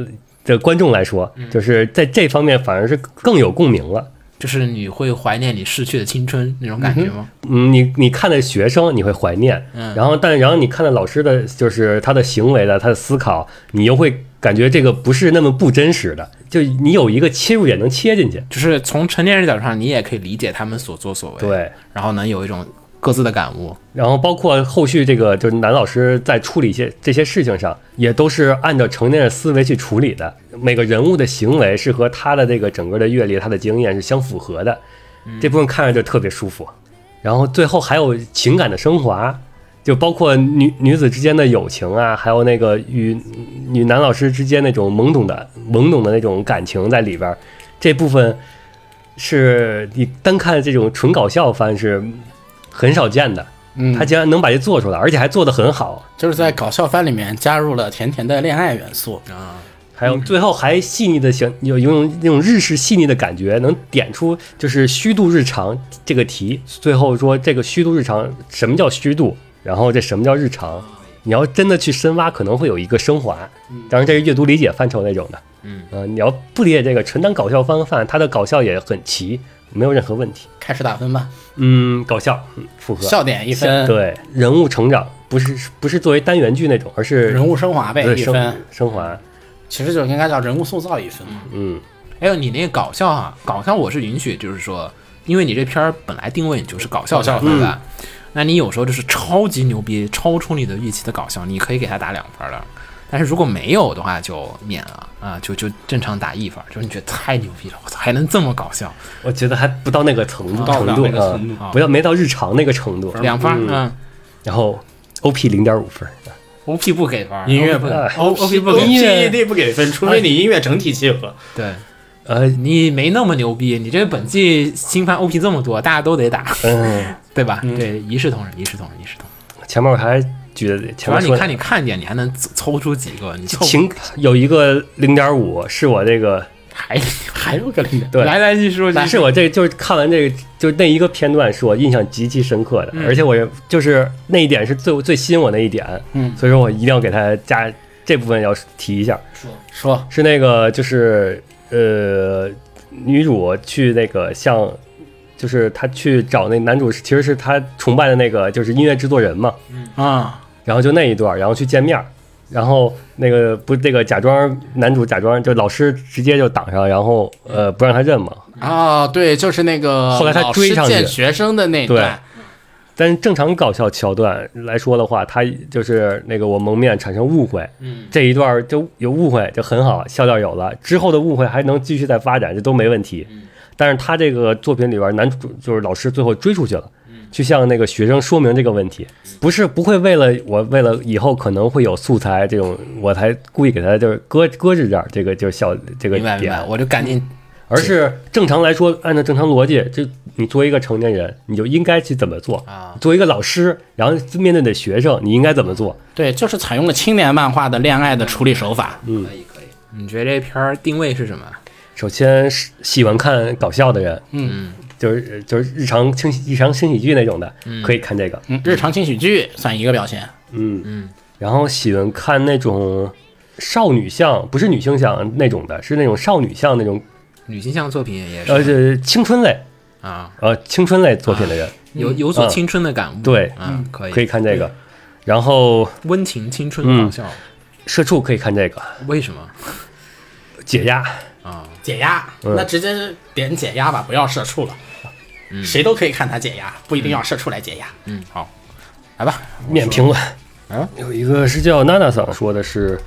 [SPEAKER 5] 的观众来说，就是在这方面反而是更有共鸣了。
[SPEAKER 3] 就是你会怀念你逝去的青春那种感觉吗？
[SPEAKER 5] 嗯，你你看的学生你会怀念，然后但然后你看的老师的，就是他的行为的，他的思考，你又会感觉这个不是那么不真实的，就你有一个切入点能切进去。
[SPEAKER 3] 就是从成年人角度上，你也可以理解他们所作所为，
[SPEAKER 5] 对，
[SPEAKER 3] 然后呢有一种各自的感悟，
[SPEAKER 5] 然后包括后续这个，就是男老师在处理一些这些事情上，也都是按照成年人思维去处理的。每个人物的行为是和他的这个整个的阅历、他的经验是相符合的，这部分看着就特别舒服。然后最后还有情感的升华，就包括女女子之间的友情啊，还有那个与与男老师之间那种懵懂的懵懂的那种感情在里边儿，这部分是你单看这种纯搞笑番是很少见的。他竟然能把这做出来，而且还做得很好，
[SPEAKER 6] 就是在搞笑番里面加入了甜甜的恋爱元素，
[SPEAKER 5] 还有最后还细腻的形，有有种那种日式细腻的感觉，能点出就是虚度日常这个题。最后说这个虚度日常，什么叫虚度？然后这什么叫日常？你要真的去深挖，可能会有一个升华。当然这是阅读理解范畴那种的。嗯，呃，你要不理解这个，纯当搞笑番看，它的搞笑也很齐，没有任何问题。
[SPEAKER 6] 开始打分吧，
[SPEAKER 5] 嗯，搞笑，嗯符合。
[SPEAKER 6] 笑点一分，
[SPEAKER 5] 对人物成长，不是不是作为单元剧那种，而是
[SPEAKER 6] 人物升华呗
[SPEAKER 5] 对
[SPEAKER 6] 一
[SPEAKER 5] 升
[SPEAKER 6] 分，
[SPEAKER 5] 升华，
[SPEAKER 6] 其实就应该叫人物塑造一分嘛。
[SPEAKER 5] 嗯，
[SPEAKER 3] 还有你那个搞笑啊，搞笑我是允许，就是说，因为你这片儿本来定位你就是搞笑嗯向对吧？那你有时候就是超级牛逼，超出你的预期的搞笑，你可以给他打两分儿的。但是如果没有的话，就免了啊，就就正常打一分儿。就是你觉得太牛逼了，我操，还能这么搞笑，
[SPEAKER 5] 我觉得还不到那个程度，
[SPEAKER 6] 到不了
[SPEAKER 5] 程度
[SPEAKER 6] 那个
[SPEAKER 5] 啊
[SPEAKER 6] 程度，
[SPEAKER 5] 不要没到日常那个程度。
[SPEAKER 3] 两分儿，嗯
[SPEAKER 5] 然后 OP 零点五分，
[SPEAKER 3] o p 不给分儿，
[SPEAKER 6] 音乐
[SPEAKER 3] OP 不给
[SPEAKER 5] 哎
[SPEAKER 3] o p 不给，哦
[SPEAKER 5] 音乐
[SPEAKER 6] P E D 不给分，除非
[SPEAKER 3] 嗯
[SPEAKER 6] 你音乐整体契合。
[SPEAKER 3] 对。
[SPEAKER 5] 呃，
[SPEAKER 3] 你没那么牛逼，你这本季新番 OP 这么多，大家都得打，
[SPEAKER 5] 嗯，
[SPEAKER 3] 对吧？对，一视同仁，一视同仁，一视同仁。
[SPEAKER 5] 前面我还举得
[SPEAKER 3] 主
[SPEAKER 5] 前
[SPEAKER 3] 要
[SPEAKER 5] 面
[SPEAKER 3] 你
[SPEAKER 5] 说
[SPEAKER 3] 看你看见，你还能抽出几个，你凑
[SPEAKER 5] 情有一个零点五是我这个
[SPEAKER 3] 还
[SPEAKER 6] 还有个零点，
[SPEAKER 5] 对
[SPEAKER 3] 来来继续说，继续
[SPEAKER 5] 是我这就是看完这个，就是那一个片段是我印象极其深刻的，而且我也就是那一点是最最吸引我那一点，
[SPEAKER 6] 嗯
[SPEAKER 5] 所以说我一定要给他加这部分要提一下，
[SPEAKER 6] 说
[SPEAKER 5] 是那个就是呃，女主去那个向，就是她去找那男主，其实是她崇拜的那个就是音乐制作人嘛，
[SPEAKER 6] 啊，
[SPEAKER 5] 然后就那一段，然后去见面儿，然后那个不那个假装男主假装就老师直接就挡上，然后呃不让他认嘛，
[SPEAKER 6] 啊，对，就是那个
[SPEAKER 5] 后来他
[SPEAKER 6] 老
[SPEAKER 5] 追
[SPEAKER 6] 师
[SPEAKER 5] 上去
[SPEAKER 6] 见学生的那段，
[SPEAKER 5] 但是正常搞笑桥段来说的话，他就是那个我蒙面产生误会，嗯，这一段儿就有误会就很好，笑料有了，之后的误会还能继续再发展，这都没问题。
[SPEAKER 3] 嗯
[SPEAKER 5] 但是他这个作品里边，男主就是老师最后追出去了，
[SPEAKER 3] 嗯
[SPEAKER 5] 去向那个学生说明这个问题，不是不会为了我为了以后可能会有素材这种，我才故意给他就是搁搁置这儿这个就是笑这个
[SPEAKER 3] 明白明
[SPEAKER 5] 点
[SPEAKER 3] 白，，我就赶紧
[SPEAKER 5] 而是正常来说，按照正常逻辑，就你作为一个成年人，你就应该去怎么做
[SPEAKER 3] 啊？
[SPEAKER 5] 作为一个老师，然后面对你的学生，你应该怎么做？
[SPEAKER 3] 嗯
[SPEAKER 6] 对，就是采用了青年漫画的恋爱的处理手法。
[SPEAKER 3] 可以可以。你觉得这片儿定位是什么？
[SPEAKER 5] 首先是喜欢看搞笑的人，嗯，就是就是日常轻喜日常轻喜剧那种的，可以看这个，
[SPEAKER 6] 嗯，日常轻喜剧算一个表现，
[SPEAKER 5] 嗯嗯。然后喜欢看那种少女像，不是女性像那种的，是那种少女像那种，
[SPEAKER 3] 女性向作品也
[SPEAKER 5] 呃，
[SPEAKER 3] 是
[SPEAKER 5] 是青春类，
[SPEAKER 3] 啊，
[SPEAKER 5] 呃，青春类作品的人，
[SPEAKER 3] 有有所
[SPEAKER 5] 嗯
[SPEAKER 3] 青春的感悟。
[SPEAKER 5] 对
[SPEAKER 3] 嗯，啊可以
[SPEAKER 5] 可以看这个。然后
[SPEAKER 3] 温情青春搞笑，
[SPEAKER 5] 社畜可以看这个
[SPEAKER 3] 为什么？
[SPEAKER 5] 解压。
[SPEAKER 6] 解压，那直接点解压吧，不要社畜了。
[SPEAKER 5] 嗯
[SPEAKER 6] 谁都可以看他解压，不一定要社畜来解压。
[SPEAKER 3] 嗯，好，来吧，
[SPEAKER 5] 面评论。
[SPEAKER 3] 啊，
[SPEAKER 5] 有一个是叫娜娜桑说的是，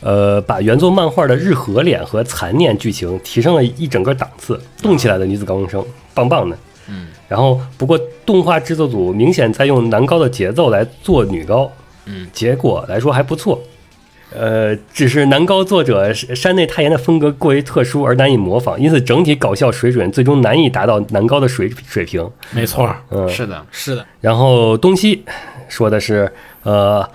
[SPEAKER 5] 呃，把原作漫画的日和脸和残念剧情提升了一整个档次，动起来的女子高中生，棒棒的。嗯，然后不过动画制作组明显在用男高的节奏来做女高，嗯，结果来说还不错。呃，只是男高作者山内太彦的风格过于特殊而难以模仿，因此整体搞笑水准最终难以达到男高的水水平。
[SPEAKER 6] 没错，
[SPEAKER 5] 嗯，
[SPEAKER 3] 是的，
[SPEAKER 6] 是的，
[SPEAKER 5] 然后东西说的是，呃，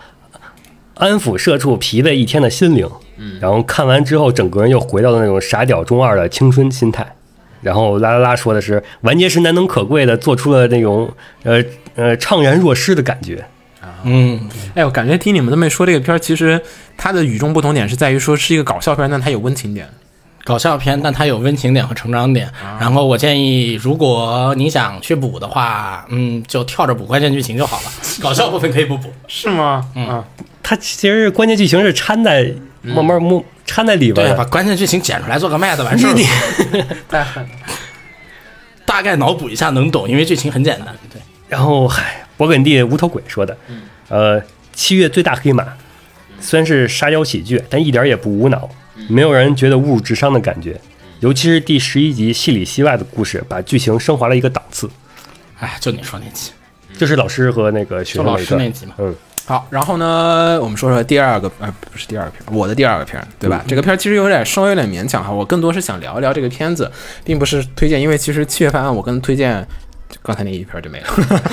[SPEAKER 5] 安抚社畜疲惫一天的心灵。嗯，然后看完之后，整个人又回到了那种傻屌中二的青春心态。然后啦啦啦说的是，完结时难能可贵的做出了那种呃呃怅然若失的感觉。
[SPEAKER 6] 嗯，
[SPEAKER 3] 哎，我感觉听你们这么一说，这个片儿其实它的与众不同点是在于说是一个搞笑片，但它有温情点。
[SPEAKER 6] 搞笑片，但它有温情点和成长点。
[SPEAKER 5] 啊
[SPEAKER 6] 然后我建议，如果你想去补的话，嗯，就跳着补关键剧情就好了。搞笑部分可以不补，
[SPEAKER 3] 是吗？嗯，
[SPEAKER 5] 它其实关键剧情是掺在慢慢摸掺在里边
[SPEAKER 6] 对，
[SPEAKER 5] 儿
[SPEAKER 6] 把
[SPEAKER 5] 的。
[SPEAKER 6] 关键剧情剪出来做个麦子完事儿，
[SPEAKER 3] 太狠了。
[SPEAKER 6] 大概脑补一下能懂，因为剧情很简单。对，
[SPEAKER 5] 然后，嗨，勃艮第无头鬼说的，呃，七月最大黑马，虽然是沙雕喜剧，但一点儿也不无脑，没有让人觉得侮辱智商的感觉。尤其是第十一集戏里戏外的故事，把剧情升华了一个档次。
[SPEAKER 6] 哎，就你说那集，
[SPEAKER 5] 就是老师和那个学
[SPEAKER 6] 就
[SPEAKER 5] 生
[SPEAKER 6] 老
[SPEAKER 5] 那一
[SPEAKER 6] 师那
[SPEAKER 5] 段，
[SPEAKER 6] 集嘛。
[SPEAKER 5] 嗯，
[SPEAKER 3] 好，然后呢，我们说说第二个，呃，不是第二个片儿，我的第二个片儿，对吧？这个片儿其实有点稍微有点勉强哈，我更多是想聊一聊这个片子，并不是推荐，因为其实七月番我更推荐刚才那一片儿就没了。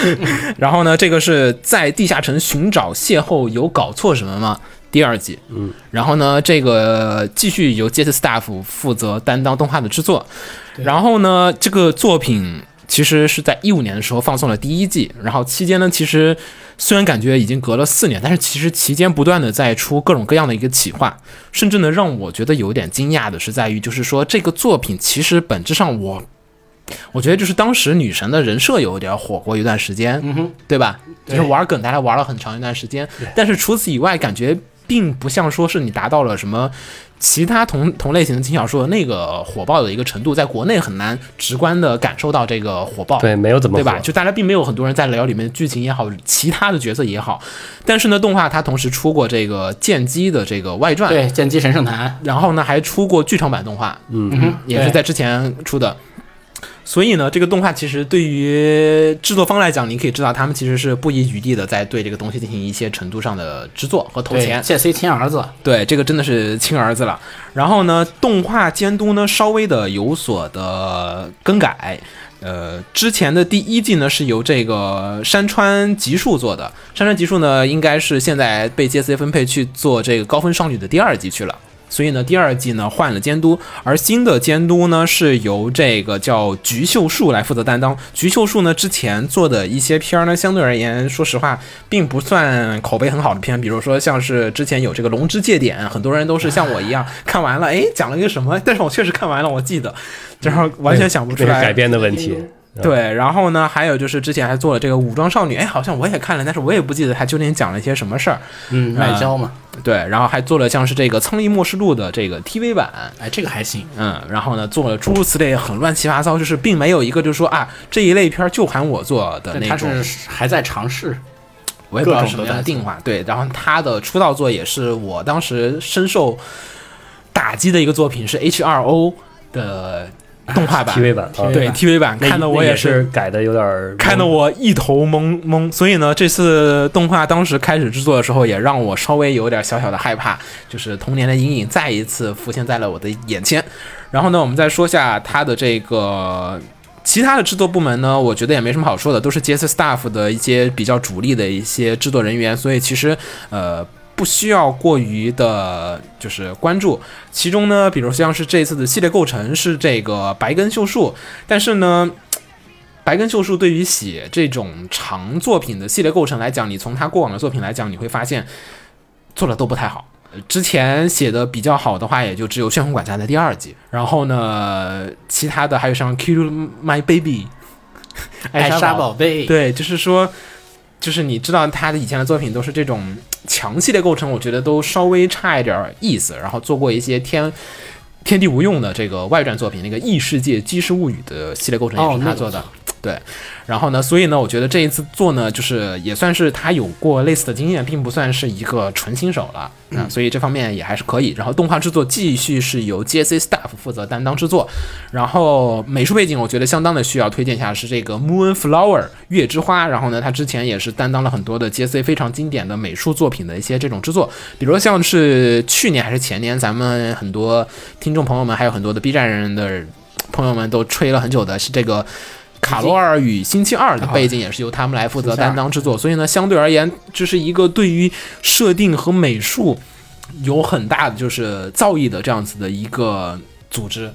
[SPEAKER 3] 然后呢，这个是在地下城寻找邂逅，有搞错什么吗？第二季，嗯，然后呢，这个继续由 Jet Staff 负责担当动画的制作，然后呢，这个作品其实是在一五年的时候放送了第一季，然后期间呢，其实虽然感觉已经隔了四年，但是其实期间不断的在出各种各样的一个企划，甚至呢，让我觉得有点惊讶的是在于，就是说这个作品其实本质上我。我觉得就是当时女神的人设有点火过一段时间，
[SPEAKER 5] 嗯
[SPEAKER 3] 对吧？就是玩梗，大家玩了很长一段时间，但是除此以外，感觉并不像说是你达到了什么其他同同类型的轻小说的那个火爆的一个程度，在国内很难直观的感受到这个火爆。
[SPEAKER 5] 对，没有怎么
[SPEAKER 3] 对吧？
[SPEAKER 5] 火
[SPEAKER 3] 就大家并没有很多人在聊里面的剧情也好，其他的角色也好，但是呢，动画它同时出过这个剑姬的这个外传，
[SPEAKER 6] 对，剑姬神圣坛，
[SPEAKER 3] 然后呢还出过剧场版动画，
[SPEAKER 6] 嗯哼，
[SPEAKER 3] 也是在之前出的。所以呢，这个动画其实对于制作方来讲，你可以知道他们其实是不遗余力的在对这个东西进行一些程度上的制作和投
[SPEAKER 6] 对
[SPEAKER 3] 钱
[SPEAKER 6] 对。剑 C 亲儿子，
[SPEAKER 3] 对，这个真的是亲儿子了。然后呢，动画监督呢稍微的有所的更改。呃，之前的第一季呢是由这个山川吉树做的，山川吉树呢应该是现在被 JC 分配去做这个高分少女的第二季去了。所以呢，第二季呢换了监督，而新的监督呢是由这个叫菊秀树来负责担当。菊秀树呢之前做的一些片儿呢，相对而言，说实话，并不算口碑很好的片，比如说像是之前有这个《龙之界点》，很多人都是像我一样看完了，哎，讲了一个什么，但是我确实看完了，我记得，然后完全想不出
[SPEAKER 5] 这是
[SPEAKER 3] 来 嗯
[SPEAKER 5] 改编的问题。
[SPEAKER 3] 对，然后呢，还有就是之前还做了这个武装少女，哎，好像我也看了，但是我也不记得它究竟讲了一些什么事儿。
[SPEAKER 6] 嗯，卖胶嘛，
[SPEAKER 3] 对，然后还做了像是这个《苍力末世录》的这个 TV 版，
[SPEAKER 6] 哎，这个还行。
[SPEAKER 3] 嗯，然后呢，做了诸如此类很乱七八糟，就是并没有一个就是说啊这一类片儿就喊我做的
[SPEAKER 6] 但
[SPEAKER 3] 那
[SPEAKER 6] 他
[SPEAKER 3] 种，
[SPEAKER 6] 是还在尝试，
[SPEAKER 3] 我也不知道
[SPEAKER 6] 各种
[SPEAKER 3] 什么
[SPEAKER 6] 都
[SPEAKER 3] 样的
[SPEAKER 6] 在
[SPEAKER 3] 定化。对，然后他的出道作也是我当时深受打击的一个作品，是 H 2 O 的动画版，
[SPEAKER 5] TV 版啊，
[SPEAKER 3] 对 TV 版
[SPEAKER 5] 那
[SPEAKER 3] 看的
[SPEAKER 5] 那
[SPEAKER 3] 我
[SPEAKER 5] 也
[SPEAKER 3] 是
[SPEAKER 5] 改的有点儿
[SPEAKER 3] 看得我一头懵懵，所以呢，这次动画当时开始制作的时候，也让我稍微有点小小的害怕，就是童年的阴影再一次浮现在了我的眼前。然后呢，我们再说下它的这个其他的制作部门呢，我觉得也没什么好说的，都是 JS staff 的一些比较主力的一些制作人员，所以其实呃不需要过于的，就是关注。其中呢，比如像是这次的系列构成是这个白根秀树，但是呢。白根秀树对于写这种长作品的系列构成来讲，你从他过往的作品来讲，你会发现做的都不太好。呃之前写的比较好的话，也就只有《旋风管家》的第二季，然后呢，其他的还有像《Kill My Baby》
[SPEAKER 6] 艾莎
[SPEAKER 3] 宝
[SPEAKER 6] 宝贝，
[SPEAKER 3] 对，就是说，就是你知道他的以前的作品都是这种强系列构成，我觉得都稍微差一点儿意思，然后做过一些天。天地无用的这个外传作品，那个异世界基石物语的系列构成也
[SPEAKER 6] 哦
[SPEAKER 3] 是
[SPEAKER 6] 那
[SPEAKER 3] 他
[SPEAKER 6] 个
[SPEAKER 3] 做的，对。然后呢，所以呢，我觉得这一次做呢，就是也算是他有过类似的经验，并不算是一个纯新手了，啊，所以这方面也还是可以。然后动画制作继续是由 JC staff 负责担当制作，然后美术背景，我觉得相当的需要推荐一下是这个 Moon Flower 月之花。然后呢，他之前也是担当了很多的 JC 非常经典的美术作品的一些这种制作，比如像是去年还是前年，咱们很多听众朋友们还有很多的 B 站人的朋友们都吹了很久的是这个。卡罗尔与星期二的
[SPEAKER 6] 啊
[SPEAKER 3] 背景也是由他们来负责担当制作，所以呢，相对而言，这是一个对于设定和美术有很大的就是造诣的这样子的一个组织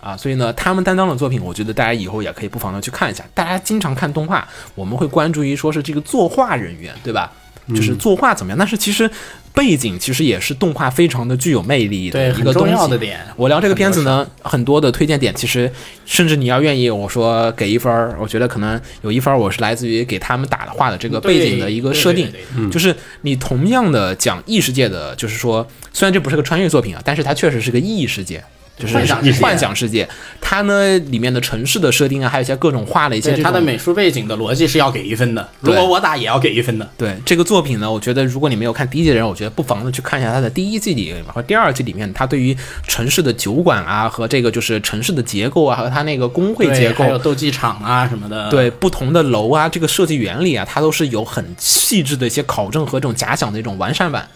[SPEAKER 3] 啊，所以呢，他们担当的作品，我觉得大家以后也可以不妨的去看一下。大家经常看动
[SPEAKER 6] 嗯
[SPEAKER 3] 画，我们会关注于说是这个作画人员，对吧？就是作画怎么样，但是其实背景其实也是动画非常的具有魅力的一
[SPEAKER 6] 对
[SPEAKER 3] 个
[SPEAKER 6] 很
[SPEAKER 3] 东
[SPEAKER 6] 重
[SPEAKER 3] 西。
[SPEAKER 6] 要的点
[SPEAKER 3] 我聊这个片子呢，很多的推荐点，其实甚至你要愿意，我说给一分儿，我觉得可能有一分儿我是来自于给他们打的画的这个背景的一个设定
[SPEAKER 6] 对嗯对对，
[SPEAKER 3] 就是你同样的讲异世界的，就是说虽然这不是个穿越作品啊，但是它确实是个异世界。就是
[SPEAKER 6] 幻想世界
[SPEAKER 3] 幻想世界，它呢里面的城市的设定啊，还有一些各种画了一些
[SPEAKER 6] 对
[SPEAKER 3] 这
[SPEAKER 6] 它的
[SPEAKER 3] 种
[SPEAKER 6] 美术背景的逻辑是要给一分的，如果我打也要给一分的。
[SPEAKER 3] 对这个作品呢，我觉得如果你没有看第一季的人，我觉得不妨呢去看一下它的第一季里和第二季里面，它对于城市的酒馆啊和这个就是城市的结构啊和它那个工会
[SPEAKER 6] 对
[SPEAKER 3] 结
[SPEAKER 6] 还有
[SPEAKER 3] 构。
[SPEAKER 6] 斗技场啊什么的，
[SPEAKER 3] 对不同的楼啊，这个设计原理啊，它都是有很细致的一些考证和这种假想的一种完善版。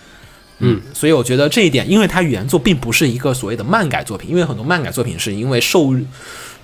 [SPEAKER 3] 嗯，所以我觉得这一点，因为它原作并不是一个所谓的漫改作品，因为很多漫改作品是因为受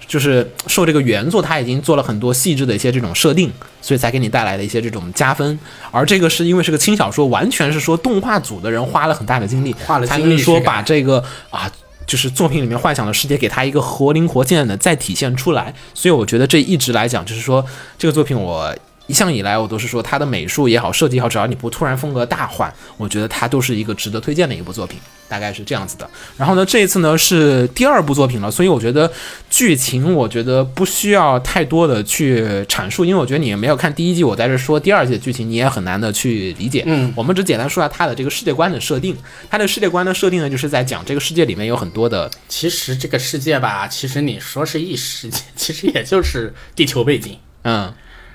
[SPEAKER 3] 就是受这个原作，它已经做了很多细致的一些这种设定，所以才给你带来的一些这种加分。而这个是因为是个轻小说，完全是说动画组的人花了很大的精力，
[SPEAKER 6] 花了
[SPEAKER 3] 才
[SPEAKER 6] 精力
[SPEAKER 3] 能
[SPEAKER 6] 去
[SPEAKER 3] 说
[SPEAKER 6] 改
[SPEAKER 3] 把这个啊。就是作品里面幻想的世界，给它一个活灵活现的再体现出来，所以我觉得这一直来讲，就是说这个作品我一向以来我都是说它的美术也好，设计也好，只要你不突然风格大换，我觉得它都是一个值得推荐的一部作品，大概是这样子的。然后呢，这一次呢是第二部作品了，所以我觉得剧情我觉得不需要太多的去阐述，因为我觉得你没有看第一季，我在这说第二季的剧情，你也很难的去理解。
[SPEAKER 6] 嗯
[SPEAKER 3] 我们只简单说一下它的这个世界观的设定。它的世界观的设定呢，就是在讲这个世界里面有很多的
[SPEAKER 6] 其实这个世界吧，其实你说是异世界，其实也就是地球背景。
[SPEAKER 3] 嗯。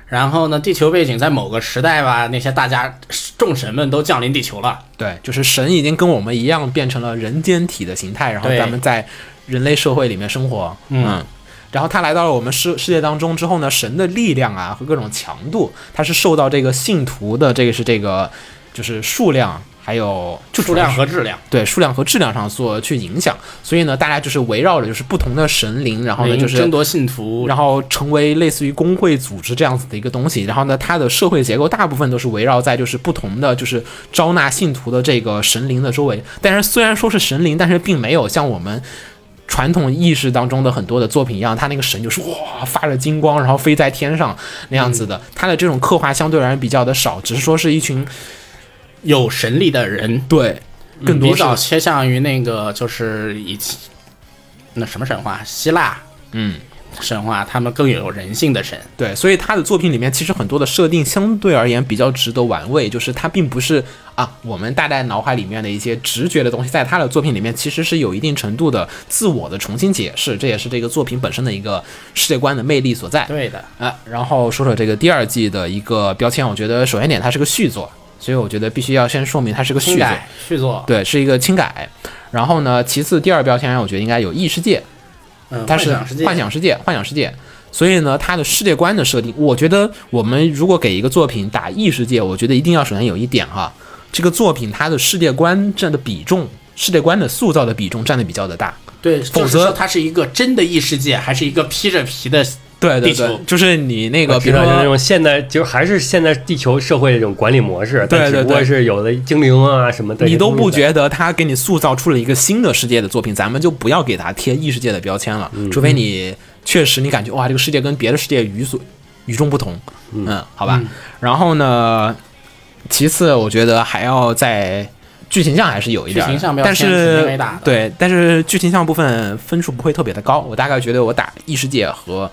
[SPEAKER 6] 然后呢，地球背景在某个时代吧，那些大家众神们都降临地球了，
[SPEAKER 3] 对，就是神已经跟我们一样变成了人间体的形态，然后
[SPEAKER 6] 对
[SPEAKER 3] 咱们在人类社会里面生活。
[SPEAKER 6] 嗯
[SPEAKER 3] 然后他来到了我们世世界当中之后呢，神的力量啊和各种强度，它是受到这个信徒的这个是这个就是数量，还有就主
[SPEAKER 6] 数
[SPEAKER 3] 要
[SPEAKER 6] 量
[SPEAKER 3] 是
[SPEAKER 6] 和质量。
[SPEAKER 3] 对数量和质量上所去影响。所以呢，大家就是围绕着就是不同的神灵，然后呢
[SPEAKER 6] 灵
[SPEAKER 3] 哦就是
[SPEAKER 6] 争夺信徒，
[SPEAKER 3] 然后成为类似于工会组织这样子的一个东西。然后呢，它的社会结构大部分都是围绕在就是不同的就是招纳信徒的这个神灵的周围。但是虽然说是神灵，但是并没有像我们。传统意识当中的很多的作品一样，它那个神就是哇发着金光，然后飞在天上那样
[SPEAKER 6] 嗯
[SPEAKER 3] 子的。它的这种刻画相对而言比较的少，只是说是一群
[SPEAKER 6] 有神力的人，
[SPEAKER 3] 对更多
[SPEAKER 6] 嗯比
[SPEAKER 3] 是
[SPEAKER 6] 较倾向于那个就是以前那什么神话，希腊
[SPEAKER 3] 嗯
[SPEAKER 6] 神话，他们更有人性的神。
[SPEAKER 3] 对，所以他的作品里面其实很多的设定相对而言比较值得玩味，就是它并不是啊我们大概脑海里面的一些直觉的东西，在他的作品里面其实是有一定程度的自我的重新解释，这也是这个作品本身的一个世界观的魅力所在。
[SPEAKER 6] 对的，
[SPEAKER 3] 啊，然后说说这个第二季的一个标签，我觉得首先点它是个续作，所以我觉得必须要先说明它是个续
[SPEAKER 6] 续
[SPEAKER 3] 作，
[SPEAKER 6] 改续作，
[SPEAKER 3] 对，是一个轻改。然后呢，其次第二标签我觉得应该有异世界，
[SPEAKER 6] 嗯，
[SPEAKER 3] 它
[SPEAKER 6] 幻
[SPEAKER 3] 是
[SPEAKER 6] 想世界，
[SPEAKER 3] 幻想世界，幻想世界。所以呢，它的世界观的设定，我觉得我们如果给一个作品打异世界，我觉得一定要首先有一点哈，这个作品它的世界观占的比重，世界观的塑造的比重占的比较的大。
[SPEAKER 6] 对，
[SPEAKER 3] 否
[SPEAKER 6] 否
[SPEAKER 3] 则
[SPEAKER 6] 则它是一个真的异世界，还是一个披着皮的
[SPEAKER 3] 对对
[SPEAKER 6] 地球
[SPEAKER 3] 对，就是你那个，比
[SPEAKER 5] 嗯比
[SPEAKER 3] 如
[SPEAKER 5] 如那
[SPEAKER 3] 说
[SPEAKER 5] 种现代，就是还是现代地球社会这种管理模式，
[SPEAKER 3] 对
[SPEAKER 5] 但
[SPEAKER 3] 对
[SPEAKER 5] 只不过
[SPEAKER 3] 对
[SPEAKER 5] 是有的精灵啊什么的，
[SPEAKER 3] 你都不觉得他给你塑造出了一个新的世界的作品，咱们就不要给他贴异世界的标签了，除非你确实你感觉哇，这个世界跟别的世界与所与众不同，嗯，好吧。然后呢，其次我觉得还要在剧情上还是有一点儿的，
[SPEAKER 6] 剧情上标
[SPEAKER 3] 但
[SPEAKER 6] 签肯定
[SPEAKER 3] 是
[SPEAKER 6] 没打的
[SPEAKER 3] 对，但是剧情上部分分数不会特别的高，我大概觉得我打异世界和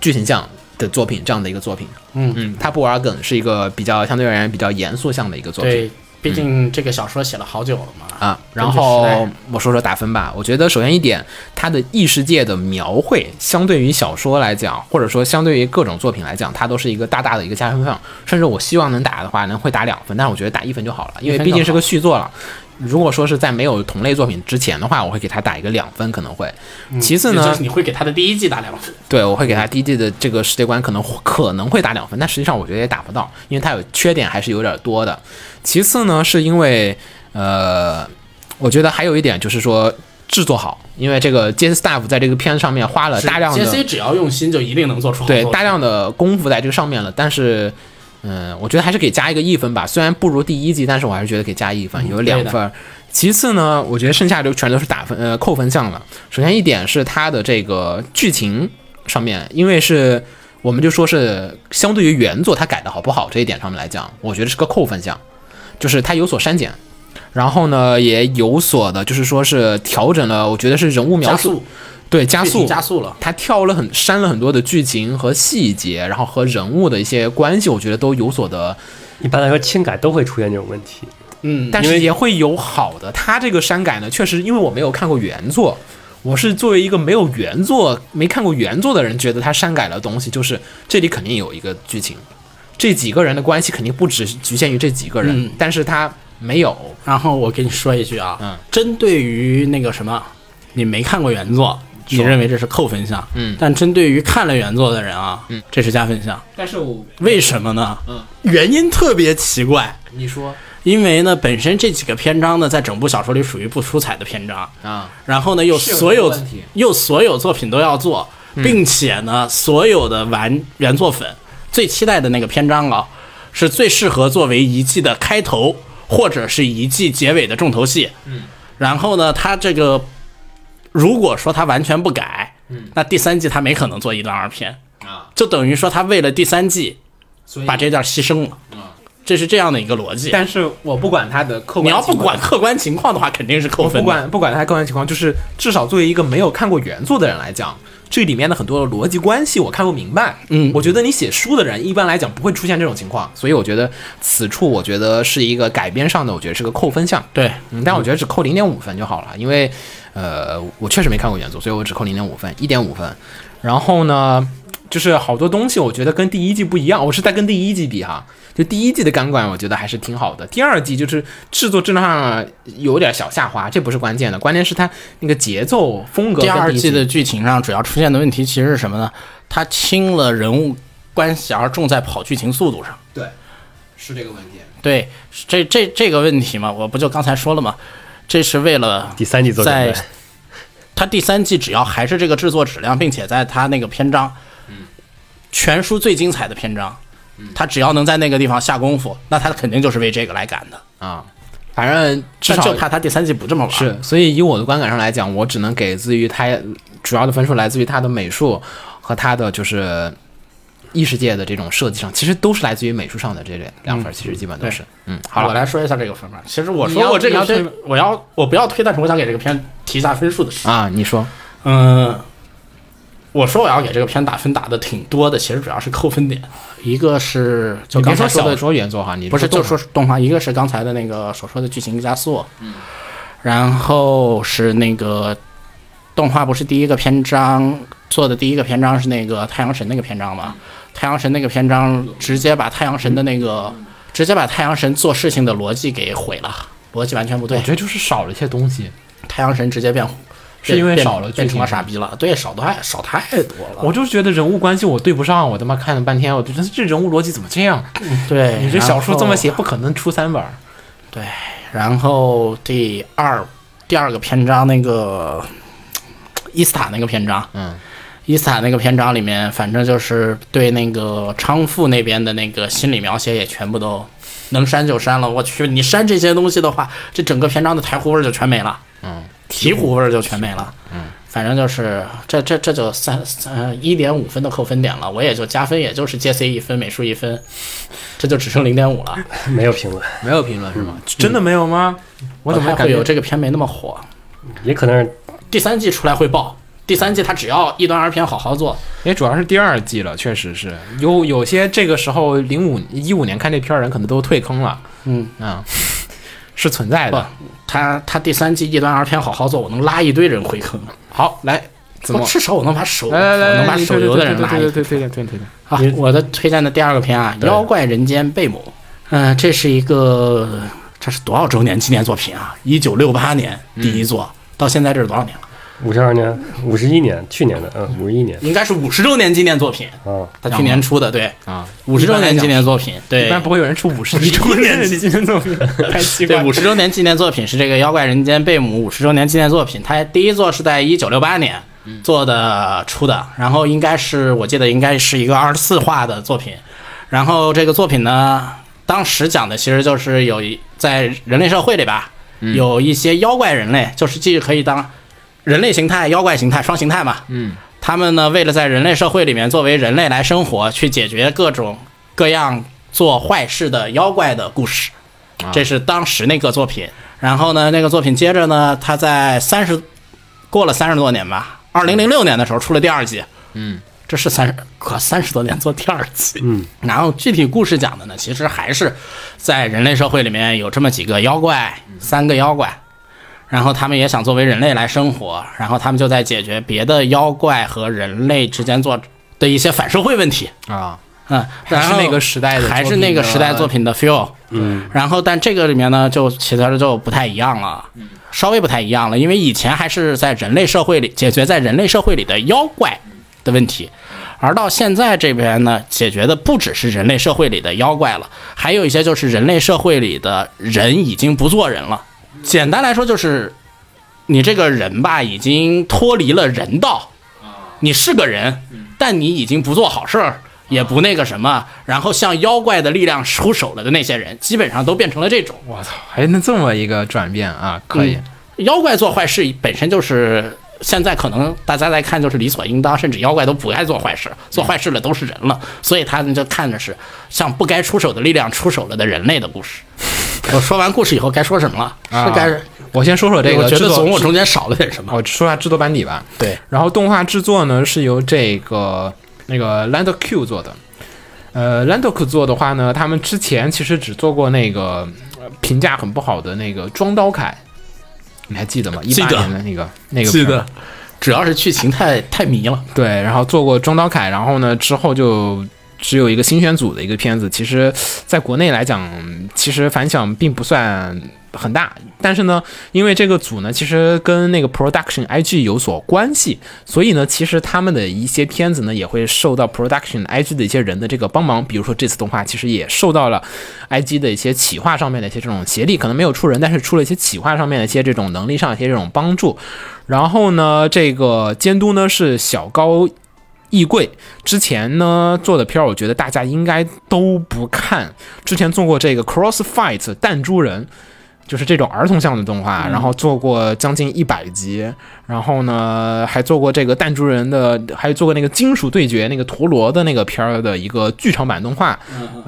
[SPEAKER 3] 剧情向的作品这样的一个作品，
[SPEAKER 6] 嗯
[SPEAKER 3] 嗯，它不玩梗是一个比较相对而言比较严肃向的一个作品，嗯
[SPEAKER 6] 对，毕竟这个小说写了好久了嘛。
[SPEAKER 3] 啊，然
[SPEAKER 6] 根据时代
[SPEAKER 3] 后我说说打分吧。我觉得首先一点，它的异世界的描绘，相对于小说来讲，或者说相对于各种作品来讲，它都是一个大大的一个加分项。甚至我希望能打的话，能会打两分，但是我觉得打一分就好了，因为
[SPEAKER 6] 一分
[SPEAKER 3] 毕
[SPEAKER 6] 就
[SPEAKER 3] 竟是个续作了。如果说是在没有同类作品之前的话，我会给它打一个两分，可能会。其次
[SPEAKER 6] 嗯也就
[SPEAKER 3] 呢
[SPEAKER 6] 是，你会给他的第一季打两分，
[SPEAKER 3] 对，我会给他第一季的这个世界观可能可能会打两分，但实际上我觉得也打不到，因为它有缺点还是有点多的。其次呢，是因为呃，我觉得还有一点就是说制作好，因为这个 j s t a f f 在这个片子上面花了呃大量
[SPEAKER 6] j
[SPEAKER 3] 的
[SPEAKER 6] c 只要用心就一定能做出好作
[SPEAKER 3] 对
[SPEAKER 6] 品
[SPEAKER 3] 大量的功夫在这个上面了，但是。嗯，我觉得还是给加一个一分吧，虽然不如第一季，但是我还是觉得给加一分，有两
[SPEAKER 6] 嗯对
[SPEAKER 3] 分儿。其次呢，我觉得剩下就全都是打分呃扣分项了。首先一点是它的这个剧情上面，因为是我们就说是相对于原作它改的好不好这一点上面来讲，我觉得是个扣分项，就是它有所删减。然后呢也有所的，就是说是调整了，我觉得是人物描
[SPEAKER 6] 加
[SPEAKER 3] 述
[SPEAKER 6] 速，
[SPEAKER 3] 对加
[SPEAKER 6] 剧
[SPEAKER 3] 速
[SPEAKER 6] 情加速了。
[SPEAKER 3] 他跳了很删了很多的剧情和细节，然后和人物的一些关系，我觉得都有所的，
[SPEAKER 5] 一般来说，轻改都会出现这种问题。
[SPEAKER 6] 嗯，
[SPEAKER 3] 但
[SPEAKER 5] 因
[SPEAKER 3] 是
[SPEAKER 5] 为
[SPEAKER 3] 也会有好的。他这个删改呢，确实因为我没有看过原作，我是作为一个没有原作、没看过原作的人，觉得他删改了东西，就是这里肯定有一个剧情，这几个人的关系肯定不只是局限于这几个人，
[SPEAKER 6] 嗯
[SPEAKER 3] 但是他没有，
[SPEAKER 6] 然后我跟你说一句啊，
[SPEAKER 3] 嗯
[SPEAKER 6] 针对于那个什么，你没看过原作，你认为这是扣分项，
[SPEAKER 3] 嗯
[SPEAKER 6] 但针对于看了原作的人啊，
[SPEAKER 3] 嗯，
[SPEAKER 6] 这是加分项。
[SPEAKER 3] 但是我
[SPEAKER 6] 为什么呢？
[SPEAKER 3] 嗯，
[SPEAKER 6] 原因特别奇怪，
[SPEAKER 3] 你说
[SPEAKER 6] 因为呢，本身这几个篇章呢，在整部小说里属于不出彩的篇章，
[SPEAKER 3] 啊，
[SPEAKER 6] 然后呢，又
[SPEAKER 3] 是有
[SPEAKER 6] 所
[SPEAKER 3] 这个
[SPEAKER 6] 有
[SPEAKER 3] 问题嗯
[SPEAKER 6] 又所有作品都要做，并且呢，所有的玩原作粉最期待的那个篇章啊，是最适合作为一季的开头或者是一季结尾的重头戏。嗯，然后呢，他这个如果说他完全不改，嗯，那第三季他没可能做一段二篇
[SPEAKER 3] 啊，
[SPEAKER 6] 就等于说他为了第三季
[SPEAKER 3] 所以
[SPEAKER 6] 把这段牺牲了。这是这样的一个逻辑。
[SPEAKER 3] 啊但是我不管他的客观，
[SPEAKER 6] 你要不管。客观情况的话，肯定是扣
[SPEAKER 3] 我
[SPEAKER 6] 分的。
[SPEAKER 3] 不管不管他个人情况，就是至少作为一个没有看过原作的人来讲，这里面的很多的逻辑关系我看不明白。
[SPEAKER 6] 嗯
[SPEAKER 3] 我觉得你写书的人一般来讲不会出现这种情况，所以我觉得此处我觉得是一个改编上的，我觉得是个扣分项。
[SPEAKER 6] 对，
[SPEAKER 3] 嗯，但我觉得只扣零点五分就好了，因为呃，我确实没看过原作，所以我只扣零点五分，一点五分。然后呢，就是好多东西我觉得跟第一季不一样，我是在跟第一季比哈，就第一季的钢管我觉得还是挺好的，第二季就是制作质量上有点小下滑，这不是关键的，关键是它那个节奏风格
[SPEAKER 6] 第
[SPEAKER 3] 跟
[SPEAKER 6] 二
[SPEAKER 3] 一
[SPEAKER 6] 季的剧情上主要出现的问题其实是什么呢？他轻了人物关系，而重在跑剧情速度上。
[SPEAKER 3] 对是这个问题，
[SPEAKER 6] 对，这这这个问题嘛，我不就刚才说了吗？这是为了
[SPEAKER 5] 第三季做准备
[SPEAKER 6] 在，他第三季只要还是这个制作质量，并且在他那个篇章，
[SPEAKER 3] 嗯
[SPEAKER 6] 全书最精彩的篇章，他只要能在那个地方下功夫，那他肯定就是为这个来赶的。
[SPEAKER 3] 啊，反正至
[SPEAKER 6] 但
[SPEAKER 3] 少
[SPEAKER 6] 就怕他第三季不这么玩。
[SPEAKER 3] 是，所以以我的观感上来讲，我只能给自于它主要的分数来自于它的美术和它的就是异世界的这种设计上，其实都是来自于美术上的这两分儿，其实基本都是。嗯，好
[SPEAKER 6] 我
[SPEAKER 3] 了，
[SPEAKER 6] 来说一下这个分吧。其实我
[SPEAKER 3] 你要
[SPEAKER 6] 说我这
[SPEAKER 3] 你
[SPEAKER 6] 个
[SPEAKER 3] 要
[SPEAKER 6] 片
[SPEAKER 3] 推，
[SPEAKER 6] 我要我不要推，但是我想给这个片提一下分数的事情。
[SPEAKER 3] 啊，你说
[SPEAKER 6] 嗯，我说我要给这个片打分打的挺多的，其实主要是扣分点，一个是就
[SPEAKER 3] 你别
[SPEAKER 6] 刚才
[SPEAKER 3] 说
[SPEAKER 6] 说
[SPEAKER 3] 小
[SPEAKER 6] 的
[SPEAKER 3] 说原作哈，你
[SPEAKER 6] 不是
[SPEAKER 3] 动
[SPEAKER 6] 就说是动画，一个是刚才的那个所说的剧情加速，嗯，然后是那个动画不是第一个篇章做的第一个篇章是那个太阳神那个篇章
[SPEAKER 3] 嗯
[SPEAKER 6] 嘛？太阳神那个篇章直接把太阳神的那个直接把太阳神做事情的逻辑给毁了，逻辑完全不对
[SPEAKER 3] 我觉。得就是少了一些东西。
[SPEAKER 6] 太阳神直接变
[SPEAKER 3] 是因为
[SPEAKER 6] 变
[SPEAKER 3] 少了剧
[SPEAKER 6] 变成了
[SPEAKER 3] 情
[SPEAKER 6] 傻逼了，对，少太少太多了。
[SPEAKER 3] 我就是觉得人物关系我对不上，我他妈看了半天，我觉得这人物逻辑怎么这样？
[SPEAKER 6] 对
[SPEAKER 3] 你这小说这么，写
[SPEAKER 6] 然后
[SPEAKER 3] 不可能出三本儿。
[SPEAKER 6] 对。然后第二第二个篇章那个伊斯塔那个篇章，
[SPEAKER 3] 嗯，
[SPEAKER 6] 伊斯塔那个篇章里面，反正就是对那个昌富那边的那个心理描写也全部都能删就删了。我去，你删这些东西的话，这整个篇章的台湖味儿就全没了。
[SPEAKER 3] 嗯，
[SPEAKER 6] 醍醐味儿就全没了。嗯，反正就是这这这就三三一点五分的扣分点了，我也就加分，也就是 J C 一分，美术一分，这就只剩零点五了。
[SPEAKER 5] 没有评论，
[SPEAKER 3] 没有评论是吗？真的没有吗？我怎么
[SPEAKER 6] 还
[SPEAKER 3] 感
[SPEAKER 6] 嗯会
[SPEAKER 3] 觉
[SPEAKER 6] 有这个片没那么火？
[SPEAKER 5] 也可能是
[SPEAKER 6] 第三季出来会爆。第三季它只要一段二片好好做，
[SPEAKER 3] 也主要是第二季了，确实是有有些这个时候零五一五年看这片儿人可能都退坑了，
[SPEAKER 6] 嗯
[SPEAKER 3] 啊、是存在
[SPEAKER 6] 不
[SPEAKER 3] 的。，
[SPEAKER 6] 它它第三季一段二片好好做，我能拉一堆人回坑，哦
[SPEAKER 3] 好，来怎么哦
[SPEAKER 6] 我？至少我能把手
[SPEAKER 3] 来哎来
[SPEAKER 6] 我
[SPEAKER 3] 来
[SPEAKER 6] 能
[SPEAKER 3] 来，
[SPEAKER 6] 把
[SPEAKER 3] 你
[SPEAKER 6] 手游的人拉一
[SPEAKER 3] 对对
[SPEAKER 6] 坑。
[SPEAKER 3] 对对对对对，
[SPEAKER 6] 啊，我的推荐的第二个片啊，《妖怪人间贝母》。嗯、这是一个，这是多少周年纪念作品啊？一九六八年
[SPEAKER 3] 嗯
[SPEAKER 6] 第一作，到现在这是多少年了？
[SPEAKER 5] 五十二年、五十一年，去年的，嗯，五十一年
[SPEAKER 6] 应该是五十周年纪念作品。
[SPEAKER 5] 啊，
[SPEAKER 6] 他去年出的，对，
[SPEAKER 3] 啊，
[SPEAKER 6] 五十周年纪念作品，对
[SPEAKER 3] 一，哎般不会有人出五十
[SPEAKER 6] 周年
[SPEAKER 3] 纪念作品，太奇怪
[SPEAKER 6] 对，
[SPEAKER 3] 了。
[SPEAKER 6] 五十周年纪念作品是这个《妖怪人间贝母》五十周年纪念作品，它第一作是在一九六八年做的呃出的，然后应该是我记得应该是一个二十四画的作品，然后这个作品呢，当时讲的其实就是有一在人类社会里吧，有一些妖怪人类，就是既可以当人类形态、妖怪形态双形态嘛，
[SPEAKER 3] 嗯，
[SPEAKER 6] 他们呢，为了在人类社会里面作为人类来生活，去解决各种各样做坏事的妖怪的故事，这是当时那个作品。然后呢，那个作品接着呢，他在三十过了三十多年吧，二零零六年的时候出了第二季。
[SPEAKER 3] 嗯，
[SPEAKER 6] 这是三十可三十多年做第二季。嗯，然后具体故事讲的呢，其实还是在人类社会里面有这么几个妖怪，三个妖怪。然后他们也想作为人类来生活，然后他们就在解决别的妖怪和人类之间做的一些反社会问题。
[SPEAKER 3] 啊，
[SPEAKER 6] 嗯，
[SPEAKER 3] 还是
[SPEAKER 6] 然后
[SPEAKER 3] 那个时代的
[SPEAKER 6] 还
[SPEAKER 3] 作
[SPEAKER 6] 是
[SPEAKER 3] 品
[SPEAKER 6] 那个
[SPEAKER 3] 的
[SPEAKER 6] 时代作品的 feel。嗯，然后但这个里面呢，就其实就不太一样了，
[SPEAKER 3] 嗯
[SPEAKER 6] 稍微不太一样了，因为以前还是在人类社会里解决在人类社会里的妖怪的问题，而到现在这边呢，解决的不只是人类社会里的妖怪了，还有一些就是人类社会里的人已经不做人了。简单来说就是，你这个人吧，已经脱离了人道。
[SPEAKER 3] 啊
[SPEAKER 6] 你是个人，但你已经不做好事儿，也不那个什么，然后向妖怪的力量出手了的那些人，基本上都变成了这种
[SPEAKER 3] 我操，还能这么一个转变啊，可以，
[SPEAKER 6] 妖怪做坏事本身就是。现在可能大家在看就是理所应当，甚至妖怪都不爱做坏事，做坏事的都是人了，所以他们就看着是向不该出手的力量出手了的人类的故事。我说完故事以后该说什么了？
[SPEAKER 3] 啊
[SPEAKER 6] 是该
[SPEAKER 3] 我先说说这
[SPEAKER 6] 我
[SPEAKER 3] 个
[SPEAKER 6] 觉
[SPEAKER 3] 制
[SPEAKER 6] 得
[SPEAKER 3] 作
[SPEAKER 6] 总我中间少了点什么。
[SPEAKER 3] 我说下制作班底吧。
[SPEAKER 6] 对，
[SPEAKER 3] 然后动画制作呢是由这个那个 Land Q 做的。呃，Land Q 做的话呢，他们之前其实只做过那个呃评价很不好的那个《装刀铠》，你还记得吗？一
[SPEAKER 6] 记
[SPEAKER 3] 八
[SPEAKER 6] 得
[SPEAKER 3] 年的那个那个
[SPEAKER 6] 记
[SPEAKER 3] 片儿
[SPEAKER 6] 得，主要是剧情太太迷了。
[SPEAKER 3] 对，然后做过《装刀铠》，然后呢之后就只有一个新选组的一个片子。其实，在国内来讲，其实反响并不算很大。但是呢，因为这个组呢，其实跟那个 Production IG 有所关系，所以呢，其实他们的一些片子呢，也会受到 Production IG 的一些人的这个帮忙。比如说这次动画，其实也受到了 IG 的一些企划上面的一些这种协力，可能没有出人，但是出了一些企划上面的一些这种能力上的一些这种帮助。然后呢，这个监督呢是小高易贵。之前呢做的片儿，我觉得大家应该都不看。之前做过这个《Cross Fight》弹珠人。就是这种儿童向的动画，然后做过将近一百集，然后呢还做过这个弹珠人的，还做过那个金属对决那个陀螺的那个片儿的一个剧场版动画，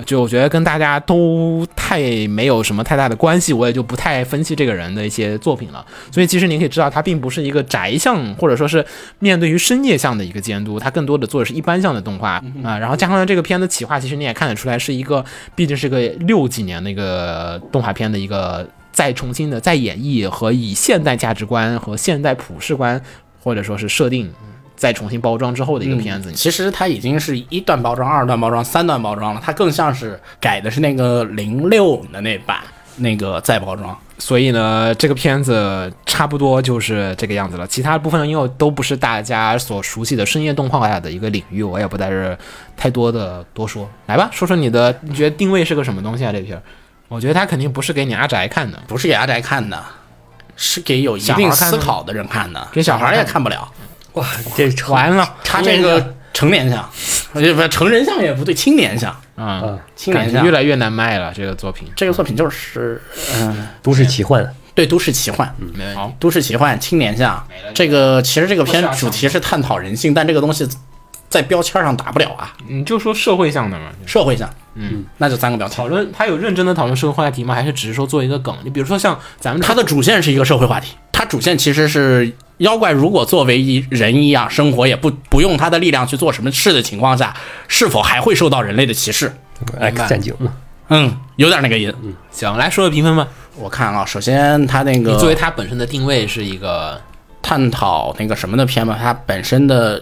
[SPEAKER 3] 就我觉得跟大家都太没有什么太大的关系，我也就不太分析这个人的一些作品了。所以其实你可以知道，他并不是一个宅向或者说是面对于深夜向的一个监督，他更多的做的是一般向的动画啊、
[SPEAKER 6] 嗯
[SPEAKER 3] 然后加上这个片的企划，其实你也看得出来，是一个毕竟是个六几年的一个动画片的一个再重新的再演绎和以现代价值观和现代普世观或者说是设定再重新包装之后的一个片子。
[SPEAKER 6] 嗯其实它已经是一段包装、二段包装、三段包装了，它更像是改的是那个零六的那版那个再包装。
[SPEAKER 3] 所以呢，这个片子差不多就是这个样子了。其他部分因为都不是大家所熟悉的深夜动画的一个领域，我也不在这儿太多的多说。来吧，说说你的，你觉得定位是个什么东西啊？这片儿，我觉得它肯定不是给你阿宅看的。
[SPEAKER 6] 不是给阿宅看的，是给有一
[SPEAKER 3] 小孩
[SPEAKER 6] 定
[SPEAKER 3] 看的
[SPEAKER 6] 思考的人看的，
[SPEAKER 3] 给小
[SPEAKER 6] 小
[SPEAKER 3] 孩
[SPEAKER 6] 孩也
[SPEAKER 3] 看的
[SPEAKER 6] 看不了。
[SPEAKER 5] 哇，这成
[SPEAKER 3] 完了，
[SPEAKER 6] 他这个成年向，呃不成人向也不对，青年向，
[SPEAKER 3] 啊、嗯，
[SPEAKER 6] 青
[SPEAKER 3] 感
[SPEAKER 6] 年
[SPEAKER 3] 觉
[SPEAKER 6] 向
[SPEAKER 3] 越。来越难卖啊了。这个作品，
[SPEAKER 6] 这个作品就是，嗯、
[SPEAKER 5] 都市奇幻，
[SPEAKER 6] 对都市奇幻，
[SPEAKER 3] 没问题。
[SPEAKER 6] 都市奇幻、青年向，这个其实这个片
[SPEAKER 3] 啊
[SPEAKER 6] 主题是探讨人性，但这个东西在标签上打不了啊，
[SPEAKER 3] 你就说社会向的嘛，
[SPEAKER 6] 社会向，嗯，那就三个标签
[SPEAKER 3] 讨。论他有认真的讨论社会话题吗？还是只是说做一个梗？你比如说像咱们这
[SPEAKER 6] 它的主线是一个社会话题，它主线其实是妖怪如果作为一人一样生活，也不不用它的力量去做什么事的情况下，是否还会受到人类的歧视？
[SPEAKER 5] X 战警嘛，
[SPEAKER 6] 嗯，有点那个音。
[SPEAKER 3] 行来说说评分吧。
[SPEAKER 6] 我看啊，首先它那
[SPEAKER 3] 你作为
[SPEAKER 6] 个
[SPEAKER 3] 它本身的定位是一个
[SPEAKER 6] 探讨那个什么的片嘛，它本身的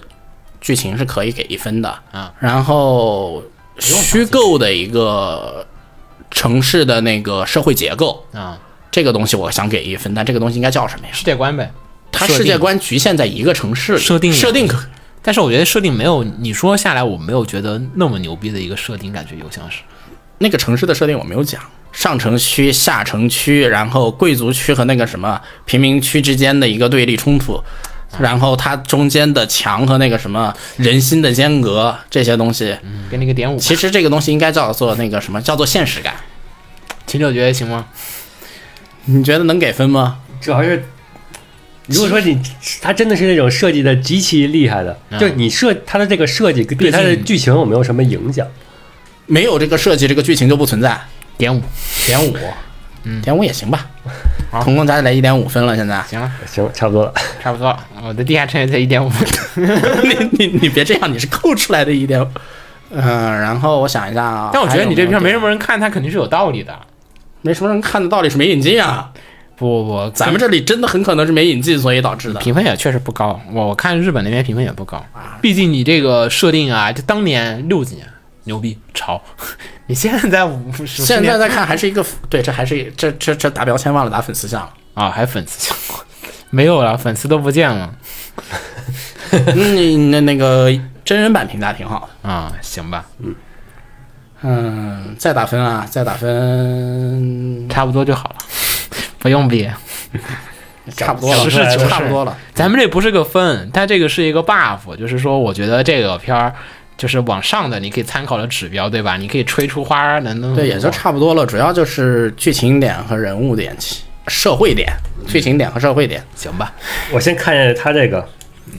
[SPEAKER 6] 剧情是可以给一分的
[SPEAKER 3] 啊。
[SPEAKER 6] 然后虚构的一个城市的那个社会结构，
[SPEAKER 3] 啊、
[SPEAKER 6] 这个东西我想给一分，但这个东西应该叫什么呀？
[SPEAKER 3] 世界观呗。
[SPEAKER 6] 它
[SPEAKER 3] 设定
[SPEAKER 6] 世界观局限在一个城市里，
[SPEAKER 3] 设定
[SPEAKER 6] 设定可
[SPEAKER 3] 但是我觉得设定没有你说下来，我没有觉得那么牛逼的一个设定，感觉有像是
[SPEAKER 6] 那个城市的设定我没有讲，上城区、下城区，然后贵族区和那个什么贫民区之间的一个对立冲突，然后它中间的墙和那个什么人心的间隔这些东西，
[SPEAKER 3] 给你个点五吧。
[SPEAKER 6] 其实这个东西应该叫做那个什么叫做现实感。
[SPEAKER 3] 秦九觉得行吗？
[SPEAKER 6] 你觉得能给分吗？
[SPEAKER 5] 主要是。如果说你，它真的是那种设计的极其厉害的，
[SPEAKER 3] 嗯
[SPEAKER 5] 就是你设它的这个设计对它的剧情有没有什么影响？
[SPEAKER 6] 没有这个设计，这个剧情就不存在。
[SPEAKER 3] 点五，
[SPEAKER 6] 点五，
[SPEAKER 3] 嗯
[SPEAKER 6] 点五也行吧，总共加起来一点五分了，现在。
[SPEAKER 3] 行了，
[SPEAKER 5] 行，差不多了。
[SPEAKER 3] 差不多了，我的地下城也才一点五分。
[SPEAKER 6] 你你你别这样，你是扣出来的一点。嗯、然后我想一下啊，
[SPEAKER 3] 但我觉得你这片
[SPEAKER 6] 片
[SPEAKER 3] 没什么人看，它肯定是有道理的。
[SPEAKER 6] 没什么人看的道理是没引进啊，
[SPEAKER 3] 不不不，
[SPEAKER 6] 咱们这里真的很可能是没引进，所以导致的。
[SPEAKER 3] 评分也确实不高，我我看日本那边评分也不高，毕竟你这个设定啊，就当年六几年牛逼潮， 你现在五十
[SPEAKER 6] 现在再看还是一个对，这还是这这这打标签忘了打粉丝 项了。
[SPEAKER 3] 啊、还粉丝相关， 没有了，粉丝都不见了
[SPEAKER 6] 嗯，那那个真人版评价挺好的。
[SPEAKER 3] 啊、行吧，
[SPEAKER 6] 嗯，再打分啊，再打分，
[SPEAKER 3] 差不多就好了， 不用比，
[SPEAKER 6] 差不多了，
[SPEAKER 3] 实事求是
[SPEAKER 6] 差不多了。
[SPEAKER 3] 咱们这不是个分，它这个是一个 buff，就是说，我觉得这个片儿就是往上的，你可以参考的指标，对吧？你可以吹出花儿，能能
[SPEAKER 6] 对，也就差不多了，主要就是剧情点和人物点、社会点、剧情点和社会点
[SPEAKER 3] 行吧？
[SPEAKER 5] 我先看一下他这个，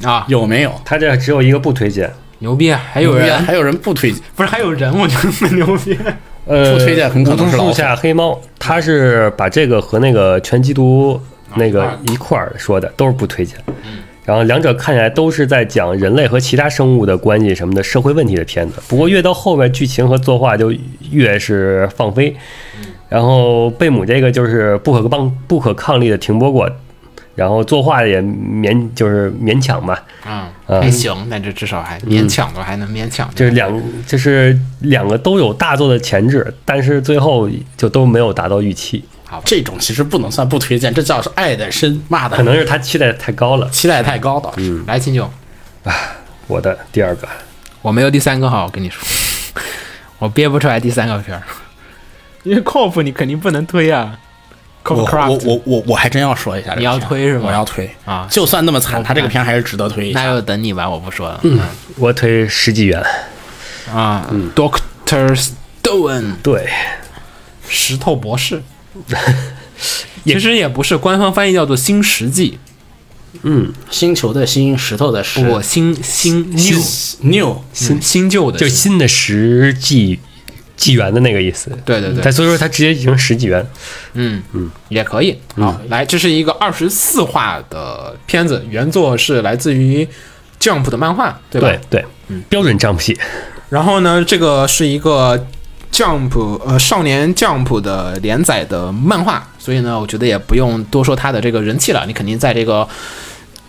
[SPEAKER 3] 啊，
[SPEAKER 6] 有没有？
[SPEAKER 5] 他这只有一个不推荐，
[SPEAKER 3] 牛逼啊！啊还有
[SPEAKER 6] 居然
[SPEAKER 3] 人
[SPEAKER 6] 还有人不推荐，
[SPEAKER 3] 不是还有人，我觉得很牛逼。
[SPEAKER 5] 呃，
[SPEAKER 6] 不推荐很可能是老
[SPEAKER 5] 无
[SPEAKER 6] 虎
[SPEAKER 5] 头树下黑猫，他是把这个和那个全基督那个啊一块儿嗯说的，都是不推荐。然后两者看起来都是在讲人类和其他生物的关系什么的社会问题的片子，不过越到后面剧情和作画就越是放飞。然后贝姆这个就是不可抗不可抗力的停播过，然后作画也勉就是勉强吧，
[SPEAKER 3] 啊，
[SPEAKER 5] 嗯
[SPEAKER 3] 还行，那这至少还勉强的，还能勉强。
[SPEAKER 5] 就是两就是两个都有大作的潜质，但是最后就都没有达到预期，
[SPEAKER 6] 这种其实不能算不推荐，这叫是爱的深，骂的
[SPEAKER 5] 可能是他期待太高了。
[SPEAKER 6] 期待太高导致。
[SPEAKER 3] 来，秦九，
[SPEAKER 5] 我的第二个，
[SPEAKER 3] 我没有第三个好，我跟你说，我憋不出来第三个片儿，因为 COP 你肯定不能推啊。
[SPEAKER 6] 我
[SPEAKER 3] COP
[SPEAKER 6] 我
[SPEAKER 3] Craft
[SPEAKER 6] 我我我还真要说一下这个片，
[SPEAKER 3] 你要推是吗
[SPEAKER 6] 我要推
[SPEAKER 3] 啊
[SPEAKER 6] 就算那么惨，他这个片还是值得推一下。
[SPEAKER 3] 那就等你吧，我不说了。嗯
[SPEAKER 5] 我推十几元，
[SPEAKER 3] 啊，Doctor Stone
[SPEAKER 5] 对，
[SPEAKER 3] 石头博士，其实也不是，官方翻译叫做《新石纪
[SPEAKER 6] 星球的星，石头的》，
[SPEAKER 3] 不，
[SPEAKER 6] 石
[SPEAKER 3] 新新 new
[SPEAKER 6] ，new
[SPEAKER 3] 新新旧的
[SPEAKER 5] 就
[SPEAKER 3] 新，
[SPEAKER 5] 新的十纪纪元的那个意思。
[SPEAKER 3] 对对对
[SPEAKER 5] 他所以说他直接译成十几元，
[SPEAKER 3] 嗯嗯，也可以。好，来，这是一个二十四话的片子，原作是来自于 Jump 的漫画，对吧？嗯
[SPEAKER 5] 对对，标准账屁，
[SPEAKER 3] 然后呢，这个是一个 Jump 呃少年 Jump 的连载的漫画，所以呢，我觉得也不用多说它的这个人气了，你肯定在这个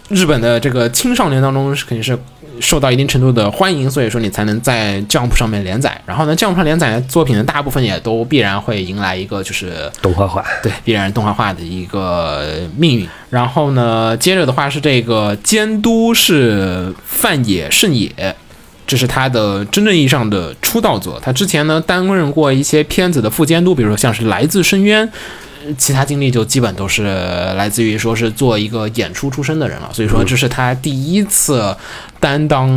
[SPEAKER 3] 日本的这个青少年当中是肯定是受到一定程度的欢迎，所以说你才能在 Jump 上面连载。然后呢，Jump 上连载的作品呢，大部分也都必然会迎来一个就是
[SPEAKER 5] 董花花。
[SPEAKER 3] 对，必然动画化的一个命运。然后呢，接着的话是这个监督是范野胜也，这是他的真正意义上的出道作。他之前呢担任过一些片子的副监督，比如说像是《来自深渊》。呃其他经历就基本都是来自于说是做一个演出出身的人了，所以说这是他第一次担当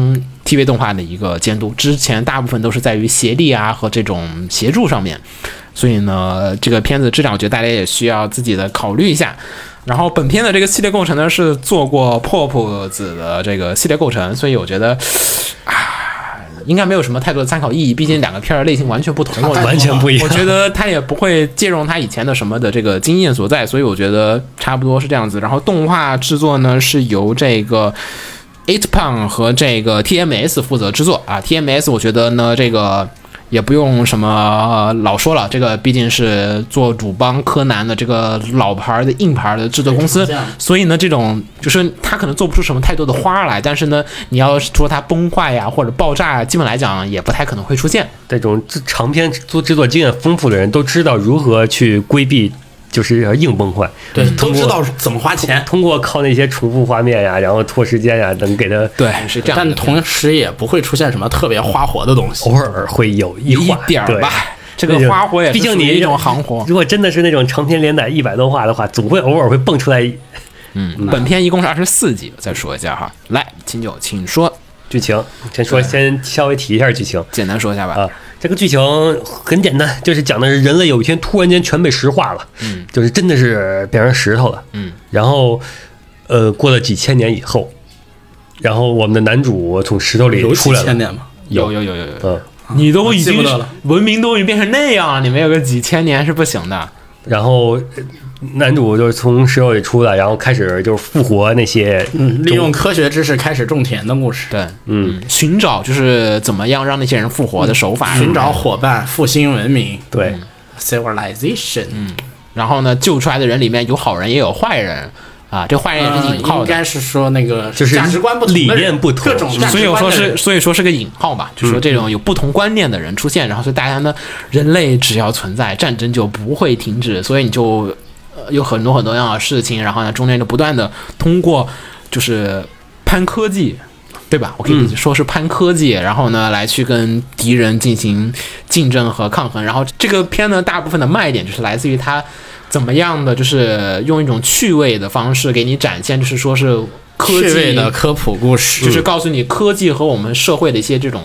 [SPEAKER 3] TV 动画的一个监督，之前大部分都是在于协力啊和这种协助上面。所以呢，这个片子质量，我觉得大家也需要自己的考虑一下。然后本片的这个系列构成呢，是做过 Pop 子的这个系列构成，所以我觉得啊，应该没有什么太多的参考意义，毕竟两个片儿类型完全不同，我
[SPEAKER 5] 完全不一样
[SPEAKER 3] 我觉得他也不会借用他以前的什么的这个经验所在，所以我觉得差不多是这样子。然后动画制作呢，是由这个。Eight Pun 和这个 TMS 负责制作啊。TMS 我觉得呢，这个也不用什么、呃老说了，这个毕竟是做主帮柯南的这个老牌儿的硬牌儿的制作公司
[SPEAKER 6] 这样，
[SPEAKER 3] 所以呢，这种就是他可能做不出什么太多的花儿来，但是呢，你要说它崩坏呀或者爆炸呀，基本来讲也不太可能会出现。
[SPEAKER 5] 这种制长篇做制作经验丰富的人都知道如何去规避，就是硬崩坏。
[SPEAKER 6] 对，都知道怎么花钱，
[SPEAKER 5] 通过靠那些重复画面呀，然后拖时间呀，能给他
[SPEAKER 3] 对，是这样
[SPEAKER 6] 但
[SPEAKER 3] 的。
[SPEAKER 6] 同时也不会出现什么特别花活的东西。
[SPEAKER 5] 偶尔会有一
[SPEAKER 3] 一
[SPEAKER 5] 画
[SPEAKER 3] 点儿
[SPEAKER 5] 对
[SPEAKER 3] 吧，这个花火也
[SPEAKER 5] 毕
[SPEAKER 3] 是
[SPEAKER 5] 竟
[SPEAKER 3] 属
[SPEAKER 5] 你嗯
[SPEAKER 3] 于一种行活。
[SPEAKER 5] 如果真的是那种长篇连载一百多话的话，总会偶尔会蹦出来一
[SPEAKER 3] 嗯，本片一共是二十四集，再说一下哈。来，秦九，请说，
[SPEAKER 5] 剧情。先说，先稍微提一下剧情
[SPEAKER 3] 简单说一下吧。
[SPEAKER 5] 啊。这个剧情很简单，就是讲的是人类有一天突然间全被石化了，
[SPEAKER 3] 嗯，
[SPEAKER 5] 就是真的是变成石头了，
[SPEAKER 3] 嗯。
[SPEAKER 5] 然后，呃，过了几千年以后，然后我们的男主从石头里
[SPEAKER 6] 有
[SPEAKER 5] 出
[SPEAKER 6] 几
[SPEAKER 5] 来
[SPEAKER 6] 千
[SPEAKER 5] 了，
[SPEAKER 6] 年吗？
[SPEAKER 3] 有有有有有，
[SPEAKER 5] 嗯，
[SPEAKER 3] 你都
[SPEAKER 6] 我
[SPEAKER 3] 已
[SPEAKER 6] 记
[SPEAKER 3] 经
[SPEAKER 6] 不得了
[SPEAKER 3] 文明都已经变成那样了，你们有个几千年是不行的。
[SPEAKER 5] 然后呃男主就是从石头里出来，然后开始就是复活那些，
[SPEAKER 6] 嗯，利用科学知识开始种田的故事，
[SPEAKER 3] 对，嗯，寻找就是怎么样让那些人复活的手法，
[SPEAKER 6] 寻找伙伴，复兴文明
[SPEAKER 5] 对，
[SPEAKER 3] 嗯
[SPEAKER 6] （civilization）。
[SPEAKER 3] 然后呢，救出来的人里面有好人也有坏人啊，这坏人也是
[SPEAKER 6] 呃
[SPEAKER 3] 引号
[SPEAKER 6] 应
[SPEAKER 3] 的，
[SPEAKER 6] 该是说那个
[SPEAKER 5] 就是
[SPEAKER 6] 价值观不同的人、
[SPEAKER 5] 理念不同
[SPEAKER 6] 各种价值观的人嗯
[SPEAKER 3] 所以我说是，所以说是个引号吧，就说这种有不同观念的人出现，然后所以大家呢，人类只要存在，战争就不会停止，所以你就、呃、有很多很多样的事情，然后呢，中间就不断的通过就是攀科技。对吧？我
[SPEAKER 6] 嗯
[SPEAKER 3] 可以说是攀科技，然后呢，来去跟敌人进行竞争和抗衡。然后这个片呢，大部分的卖点就是来自于它怎么样的，就是用一种趣味的方式给你展现，就是说是科
[SPEAKER 6] 趣味
[SPEAKER 3] 技
[SPEAKER 6] 的科普故
[SPEAKER 5] 嗯
[SPEAKER 6] 事，
[SPEAKER 3] 就是告诉你科技和我们社会的一些这种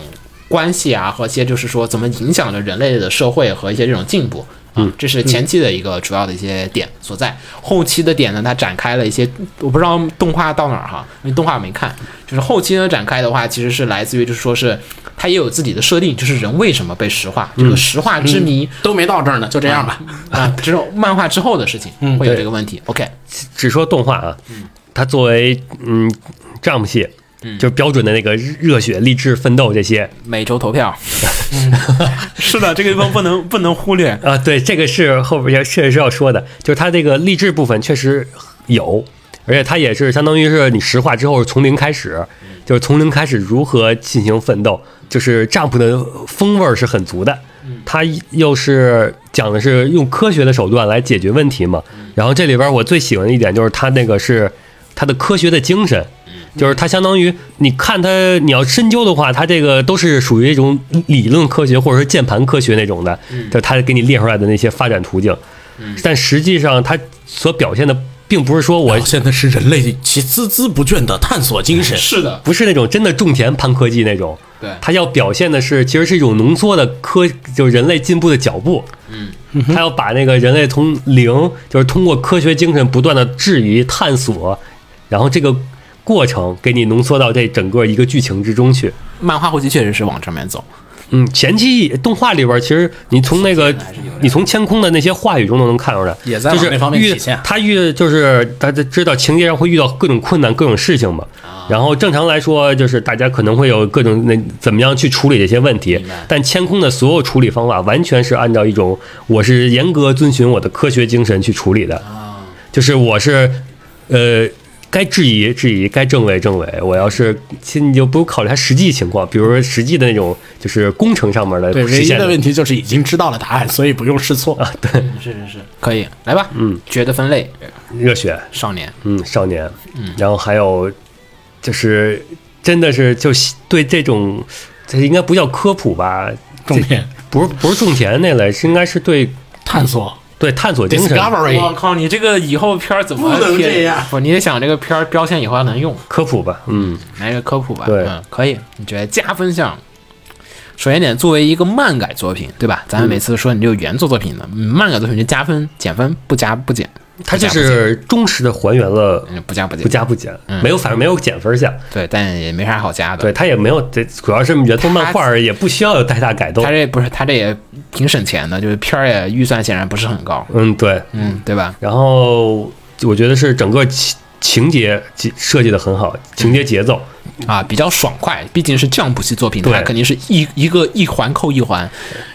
[SPEAKER 3] 关系啊，和一些就是说怎么影响了人类的社会和一些这种进步。嗯，这是前期的一个主要的一些点所在。后期的点呢，它展开了一些，我不知道动画到哪儿哈，因为动画没看。就是后期呢展开的话，其实是来自于就是说是它也有自己的设定，就是人为什么被石化，这个石化之谜
[SPEAKER 6] 都没到这儿呢，就这样吧。
[SPEAKER 5] 嗯
[SPEAKER 3] 啊，这种漫画之后的事情会有这个问题。OK，
[SPEAKER 5] 只说动画啊，它作为嗯丈母戏，就是标准的那个热血、励志、奋斗这些
[SPEAKER 3] 每周投票。 是的，这个地方不能不能忽略。
[SPEAKER 5] 啊，对，这个是后边也确实是要说的，就是它这个励志部分确实有，而且它也是相当于是你石化之后是从零开始，就是从零开始如何进行奋斗，就是丈夫的风味儿是很足的。它又是讲的是用科学的手段来解决问题嘛，然后这里边我最喜欢的一点就是它那个是它的科学的精神，就是它相当于你看它，你要深究的话，它这个都是属于一种理论科学或者是键盘科学那种的，
[SPEAKER 3] 嗯
[SPEAKER 5] 就是它给你列出来的那些发展途径。但实际上，它所表现的并不是说我
[SPEAKER 6] 现在是人类其孜孜不倦的探索精神，
[SPEAKER 3] 是的，
[SPEAKER 5] 不是那种真的种田攀科技那种，
[SPEAKER 3] 对
[SPEAKER 5] 它要表现的是其实是一种浓缩的科，就是人类进步的脚步。嗯，它要把那个人类从零，就是通过科学精神不断的质疑、探索，然后这个过程给你浓缩到这整个一个剧情之中去。
[SPEAKER 3] 漫画后期确实是往这面走。
[SPEAKER 5] 嗯，前期动画里边，其实你从那个你从天空的那些话语中都能看出来，
[SPEAKER 6] 也在往
[SPEAKER 5] 就是
[SPEAKER 6] 那方面
[SPEAKER 5] 遇
[SPEAKER 6] 体现
[SPEAKER 5] 他遇就是大家知道情节上会遇到各种困难、各种事情嘛。然后正常来说，就是大家可能会有各种那怎么样去处理这些问题，但天空的所有处理方法完全是按照一种我是严格遵循我的科学精神去处理的，就是我是呃。该质疑质疑，该证伪证伪。我要是，其实你就不用考虑它实际情况，比如说实际的那种，就是工程上面的
[SPEAKER 6] 对，唯
[SPEAKER 5] 实
[SPEAKER 6] 一
[SPEAKER 5] 现啊
[SPEAKER 6] 的问题就是已经知道了答案，所以不用试错。
[SPEAKER 3] 可以，来吧。嗯，觉得分类，
[SPEAKER 5] 热血，
[SPEAKER 3] 少年，
[SPEAKER 5] 嗯，少年，嗯，然后还有就是真的是就对这种，这应该不叫科普吧，
[SPEAKER 6] 重点
[SPEAKER 5] 不是不是种田那类，是应该是对
[SPEAKER 6] 探索
[SPEAKER 5] 对探索精神、
[SPEAKER 6] discovery，
[SPEAKER 3] 靠，你这个以后片儿怎
[SPEAKER 6] 不能
[SPEAKER 3] 贴
[SPEAKER 6] 这样
[SPEAKER 3] 不，你得想这个片儿标签以后还能用，
[SPEAKER 5] 科普吧，嗯，
[SPEAKER 3] 来一个科普吧。
[SPEAKER 5] 对
[SPEAKER 3] 嗯，可以。你觉得加分项？首先点，作为一个漫改作品，对吧？咱们每次说你这个原作作品呢，嗯漫改作品就加分、减分，不加不减，
[SPEAKER 5] 它就是忠实的还原了
[SPEAKER 3] 嗯，不加不减，
[SPEAKER 5] 不加不减，没有反正没有减分项，
[SPEAKER 3] 对，但也没啥好加的。
[SPEAKER 5] 对，它也没有这主要是原作漫画儿也不需要有太大改动
[SPEAKER 3] 他，这不是他这也挺省钱的，就是片儿也预算显然不是很高，
[SPEAKER 5] 嗯，对，
[SPEAKER 3] 嗯，对吧？
[SPEAKER 5] 然后我觉得是整个情情节节设计的很好，情节节奏，
[SPEAKER 3] 啊，比较爽快，毕竟是降谱系作品，
[SPEAKER 5] 对
[SPEAKER 3] 它肯定是一一个一环扣一环，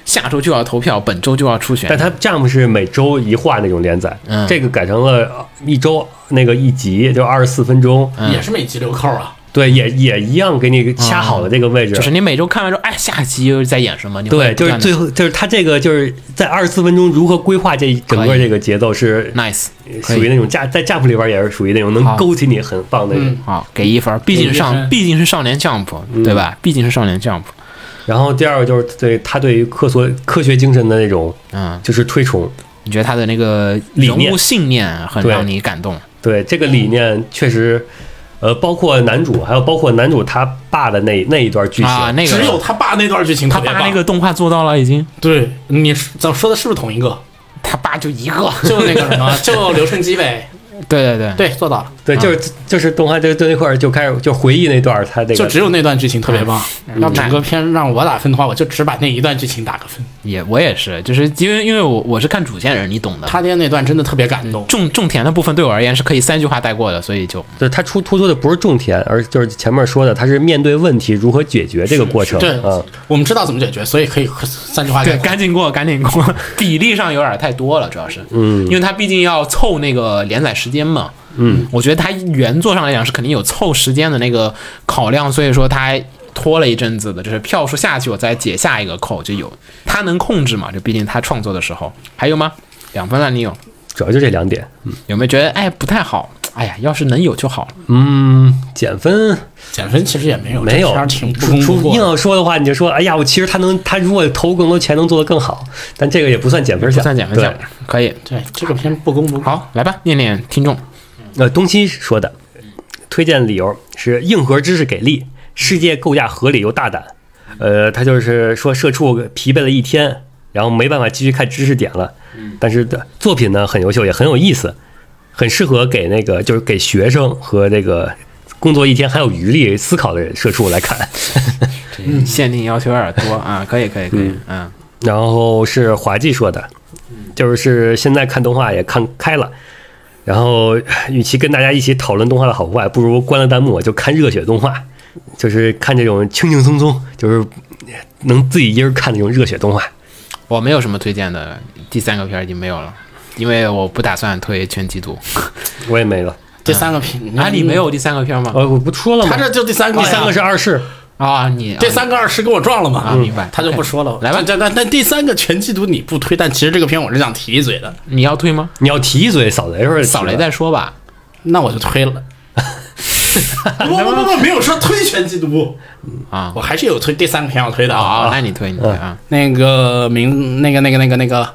[SPEAKER 3] 下周就要投票，本周就要初选
[SPEAKER 5] 但。它 Jump 是每周一话那种连载，
[SPEAKER 3] 嗯
[SPEAKER 5] 这个改成了一周那个一集，就二十四分钟，
[SPEAKER 3] 嗯
[SPEAKER 6] 也是每集六扣啊。
[SPEAKER 5] 对，也也一样给你掐好了这个位置。
[SPEAKER 3] 就是你每周看完之后，哎，下期又在演什么？你会不
[SPEAKER 5] 对，就
[SPEAKER 3] 断
[SPEAKER 5] 是
[SPEAKER 3] 地
[SPEAKER 5] 最后，就是它这个就是在二十四分钟如何规划这整
[SPEAKER 3] 可
[SPEAKER 5] 个
[SPEAKER 3] 以
[SPEAKER 5] 这个节奏是
[SPEAKER 3] nice，可
[SPEAKER 5] 属于
[SPEAKER 3] 以
[SPEAKER 5] 那种架在 Jump 里边也是属于那种能
[SPEAKER 3] 好
[SPEAKER 5] 勾起你很棒的那种。
[SPEAKER 3] 好，给一分儿，毕竟
[SPEAKER 6] 给一
[SPEAKER 3] 上
[SPEAKER 6] 分
[SPEAKER 3] 毕竟是少年 jump，对
[SPEAKER 5] 嗯
[SPEAKER 3] 吧？毕竟是少年 jump，
[SPEAKER 5] 然后第二个就是对他对于科学科学精神的那种
[SPEAKER 3] 嗯，
[SPEAKER 5] 就是推崇，
[SPEAKER 3] 你觉得他的那个
[SPEAKER 5] 理
[SPEAKER 3] 人物
[SPEAKER 5] 念
[SPEAKER 3] 信念很
[SPEAKER 5] 对
[SPEAKER 3] 让你感动，
[SPEAKER 5] 对这个理念确实，呃，包括男主，还有包括男主他爸的那那一段剧情，
[SPEAKER 3] 啊，那个
[SPEAKER 6] 只有他爸那段剧情
[SPEAKER 3] 他
[SPEAKER 6] 特别
[SPEAKER 3] 爸
[SPEAKER 6] 棒。
[SPEAKER 3] 那个动画做到了，已 经
[SPEAKER 6] 对你咱说的是不是同一个？
[SPEAKER 3] 他爸就一个，
[SPEAKER 6] 就那个什么，就刘胜基呗。
[SPEAKER 3] 对对对，
[SPEAKER 6] 对，做到了。
[SPEAKER 5] 对，就是就是动画这这一块儿就开始就回忆那段儿，他这个
[SPEAKER 6] 就只有那段剧情特别棒。要整个片让我打分的话，我就只把那一段剧情打个分。
[SPEAKER 3] 也我也是，就是因为因为我我是看主线人，你懂的。
[SPEAKER 6] 他爹那段真的特别感动。
[SPEAKER 3] 种种田的部分对我而言是可以三句话带过的，所以就
[SPEAKER 5] 对他出突出的不是种田，而就是前面说的，他是面对问题如何解决这个过程。
[SPEAKER 6] 对
[SPEAKER 5] 嗯，，
[SPEAKER 6] 我们知道怎么解决，所以可以三句话概
[SPEAKER 3] 对，
[SPEAKER 6] 括
[SPEAKER 3] 赶紧过，赶紧过，比例上有点太多了，主要是，嗯，因为它毕竟要凑那个连载时间嘛，嗯，我觉得它原作上来讲是肯定有凑时间的那个考量，所以说它拖了一阵子的，就是票数下去我再解下一个扣就有，它能控制嘛？就毕竟它创作的时候还有吗？两分了，你有
[SPEAKER 5] 主要就这两点。
[SPEAKER 3] 有没有觉得哎不太好？哎呀，要是能有就好了。
[SPEAKER 5] 嗯，减分
[SPEAKER 6] 减分其实也没有，
[SPEAKER 5] 没
[SPEAKER 6] 这
[SPEAKER 5] 有
[SPEAKER 6] 片儿，挺不
[SPEAKER 5] 除
[SPEAKER 6] 功
[SPEAKER 5] 除
[SPEAKER 6] 不过
[SPEAKER 5] 硬
[SPEAKER 6] 的。
[SPEAKER 5] 要说的话，你就说，哎呀，我其实他能，他如果投更多钱能做得更好，但这个也不算减分
[SPEAKER 3] 不
[SPEAKER 5] 项，
[SPEAKER 3] 算减分项
[SPEAKER 5] 对。，
[SPEAKER 3] 可以。
[SPEAKER 6] 对，这个片不公不过。
[SPEAKER 3] 好，来吧，念念听众。
[SPEAKER 5] 呃，东西说的，推荐理由是硬核知识给力，世界构架合理又大胆。呃，他就是说社畜疲惫了一天，然后没办法继续看知识点了。但是的作品呢很优秀，也很有意思，很适合给那个就是给学生和这个工作一天还有余力思考的社畜来看。
[SPEAKER 3] 限定要求有点多啊，可以可以可以，嗯，
[SPEAKER 5] 然后是滑稽说的，就是现在看动画也看开了，然后唉与其跟大家一起讨论动画的好坏，不如关了弹幕我就看热血动画，就是看这种轻轻松松，就是能自己一人看那种热血动画。
[SPEAKER 3] 我没有什么推荐的，第三个片儿已经没有了，因为我不打算推全季度。
[SPEAKER 5] 我也没了，
[SPEAKER 6] 第三个片，
[SPEAKER 3] 啊，你没有第三个片儿吗？
[SPEAKER 5] 呃、我不说了吗
[SPEAKER 6] 他？这就第三个
[SPEAKER 5] 第
[SPEAKER 6] 呀，
[SPEAKER 5] 三个是二世，
[SPEAKER 3] 啊，你
[SPEAKER 6] 这三个二师给我撞了嘛？嗯
[SPEAKER 3] 啊明白
[SPEAKER 6] 他就不说了。
[SPEAKER 3] 来吧
[SPEAKER 6] 这那那第三个全季度你不推，但其实这个片我是想提一嘴的，
[SPEAKER 3] 你要推吗？
[SPEAKER 5] 你要提一嘴扫雷是不是？
[SPEAKER 3] 扫雷再说吧。
[SPEAKER 6] 那我就 推了。不不不不，没有说推全季度
[SPEAKER 3] 啊
[SPEAKER 6] 我还是有推第三个片要推的
[SPEAKER 3] 啊，那你推你推啊，
[SPEAKER 6] 那个名，那个那个那个那个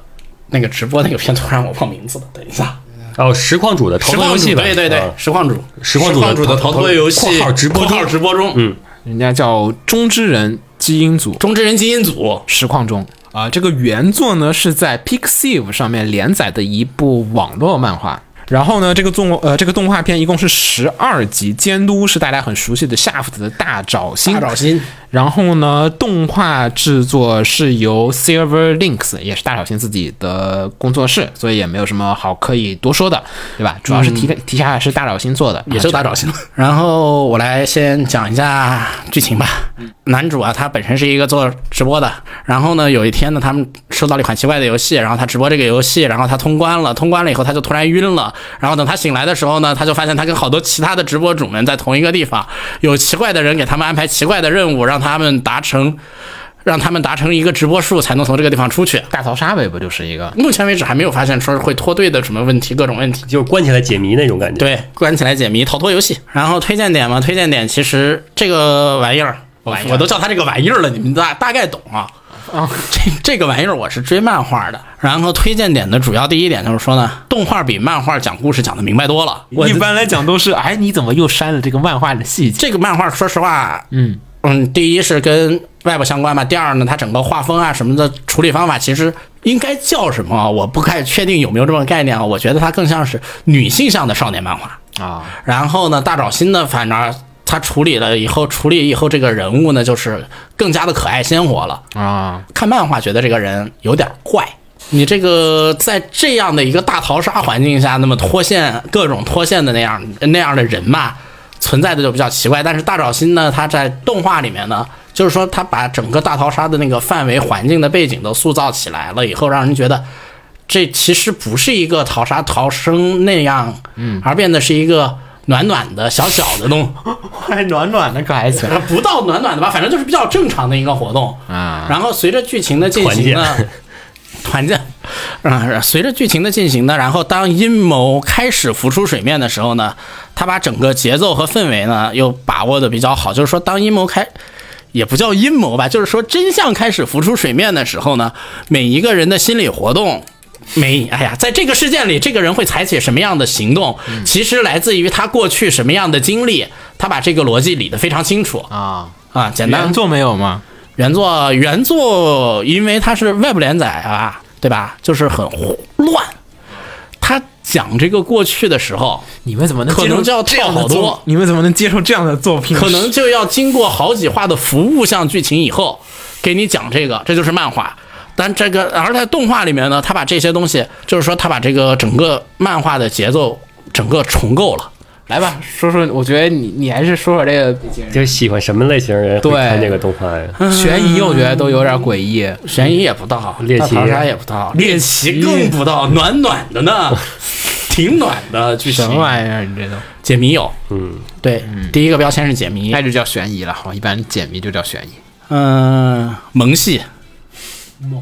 [SPEAKER 6] 那个直播那个片，突然我忘名字了，等一下。
[SPEAKER 5] 哦，实况主的逃
[SPEAKER 6] 实
[SPEAKER 5] 脱
[SPEAKER 6] 况
[SPEAKER 5] 游
[SPEAKER 6] 主
[SPEAKER 5] 戏吧？
[SPEAKER 6] 对对对
[SPEAKER 5] 啊，
[SPEAKER 6] 实况主，
[SPEAKER 5] 实况主的
[SPEAKER 6] 的逃脱游戏
[SPEAKER 5] （括号直播
[SPEAKER 6] 括
[SPEAKER 5] 中
[SPEAKER 6] 号直播中，嗯，
[SPEAKER 3] 人家叫中之人基因组。
[SPEAKER 6] 中之人基因组，
[SPEAKER 3] 实况中啊、这个原作呢是在 Pixiv 上面连载的一部网络漫画。然后呢，这个动呃这个动画片一共是十二集，监督是大家很熟悉的 Shaft 的大爪星。
[SPEAKER 6] 大爪心，
[SPEAKER 3] 然后呢，动画制作是由 Silver Links，也是大小星自己的工作室，所以也没有什么好可以多说的，对吧？主要是题、题材嗯是大小星做的，啊
[SPEAKER 6] 也就打找型。 然后我来先讲一下剧情吧。男主啊，他本身是一个做直播的，然后呢，有一天呢，他们收到了一款奇怪的游戏，然后他直播这个游戏，然后他通关了，通关了以后他就突然晕了，然后等他醒来的时候呢，他就发现他跟好多其他的直播主们在同一个地方，有奇怪的人给他们安排奇怪的任务，让他们达成。让他们达成一个直播数，才能从这个地方出去。
[SPEAKER 3] 大逃杀呗，不就是一个？
[SPEAKER 6] 目前为止还没有发现说会脱队的什么问题，各种问题。
[SPEAKER 5] 就是关起来解谜那种感觉。
[SPEAKER 6] 对，关起来解谜逃脱游戏。然后推荐点嘛，推荐点其实这个玩意儿，我我都叫它这个玩意儿了，你们大大概懂啊。啊，这这个玩意儿我是追漫画的，然后推荐点的主要第一点就是说呢，动画比漫画讲故事讲的明白多了。
[SPEAKER 3] 一般来讲都是，哎，你怎么又删了这个漫画的细节？
[SPEAKER 6] 这个漫画说实话，嗯嗯，第一是跟外部相关吧，第二呢，它整个画风啊什么的处理方法，其实应该叫什么啊，我不太确定有没有这么个概念啊，我觉得它更像是女性向的少年漫画。
[SPEAKER 3] 啊，
[SPEAKER 6] 然后呢，大爪新呢，反正他处理了以后，处理以后这个人物呢，就是更加的可爱鲜活了。
[SPEAKER 3] 啊，
[SPEAKER 6] 看漫画觉得这个人有点怪。你这个在这样的一个大逃杀环境下，那么脱线各种脱线的那样那样的人嘛，存在的就比较奇怪。但是大爪心呢，他在动画里面呢，就是说他把整个大逃杀的那个范围、环境的背景都塑造起来了以后，让人觉得这其实不是一个逃杀逃生那样，嗯，而变得是一个暖暖的小小的东，
[SPEAKER 3] 还暖暖的可爱起来
[SPEAKER 6] 不到暖暖的吧，反正就是比较正常的一个活动。
[SPEAKER 3] 啊，
[SPEAKER 6] 然后随着剧情的进行呢， 团建，啊，随着剧情的进行呢，然后当阴谋开始浮出水面的时候呢，他把整个节奏和氛围呢又把握的比较好，就是说当阴谋开。也不叫阴谋吧，就是说真相开始浮出水面的时候呢，每一个人的心理活动，每哎呀，在这个事件里，这个人会采取什么样的行动，其实来自于他过去什么样的经历，他把这个逻辑理得非常清楚
[SPEAKER 3] 啊，
[SPEAKER 6] 啊，简单
[SPEAKER 3] 原作没有吗？
[SPEAKER 6] 原作原作，因为它是外部连载啊，对吧？就是很胡乱，它讲这个过去的时候，
[SPEAKER 3] 你们怎么能
[SPEAKER 6] 可
[SPEAKER 3] 接受
[SPEAKER 6] 能就要
[SPEAKER 3] 这样
[SPEAKER 6] 跳
[SPEAKER 3] 的
[SPEAKER 6] 好
[SPEAKER 3] 作
[SPEAKER 6] 多
[SPEAKER 3] 你们怎么能接受这样的作品？
[SPEAKER 6] 可能就要经过好几话的服务向剧情以后，给你讲这个，这就是漫画。但这个，而在动画里面呢，他把这些东西，就是说他把这个整个漫画的节奏整个重构了。
[SPEAKER 3] 来吧，说说，我觉得你你还是说说这个
[SPEAKER 5] 就是喜欢什么类型的人会
[SPEAKER 3] 对
[SPEAKER 5] 看这个动画呀？
[SPEAKER 3] 悬疑，我觉得都有点诡异。
[SPEAKER 6] 悬哎疑也不到，
[SPEAKER 5] 猎奇
[SPEAKER 6] 大逃杀也不到，猎奇更不到，暖暖的 呢，挺暖的剧
[SPEAKER 3] 什么
[SPEAKER 6] 情。
[SPEAKER 3] 玩意儿？你这都
[SPEAKER 6] 解谜有，
[SPEAKER 5] 嗯，
[SPEAKER 6] 对，第一个标签是解谜
[SPEAKER 3] 那，就叫悬疑了。好，一般解谜就叫悬疑。
[SPEAKER 6] 嗯，萌系，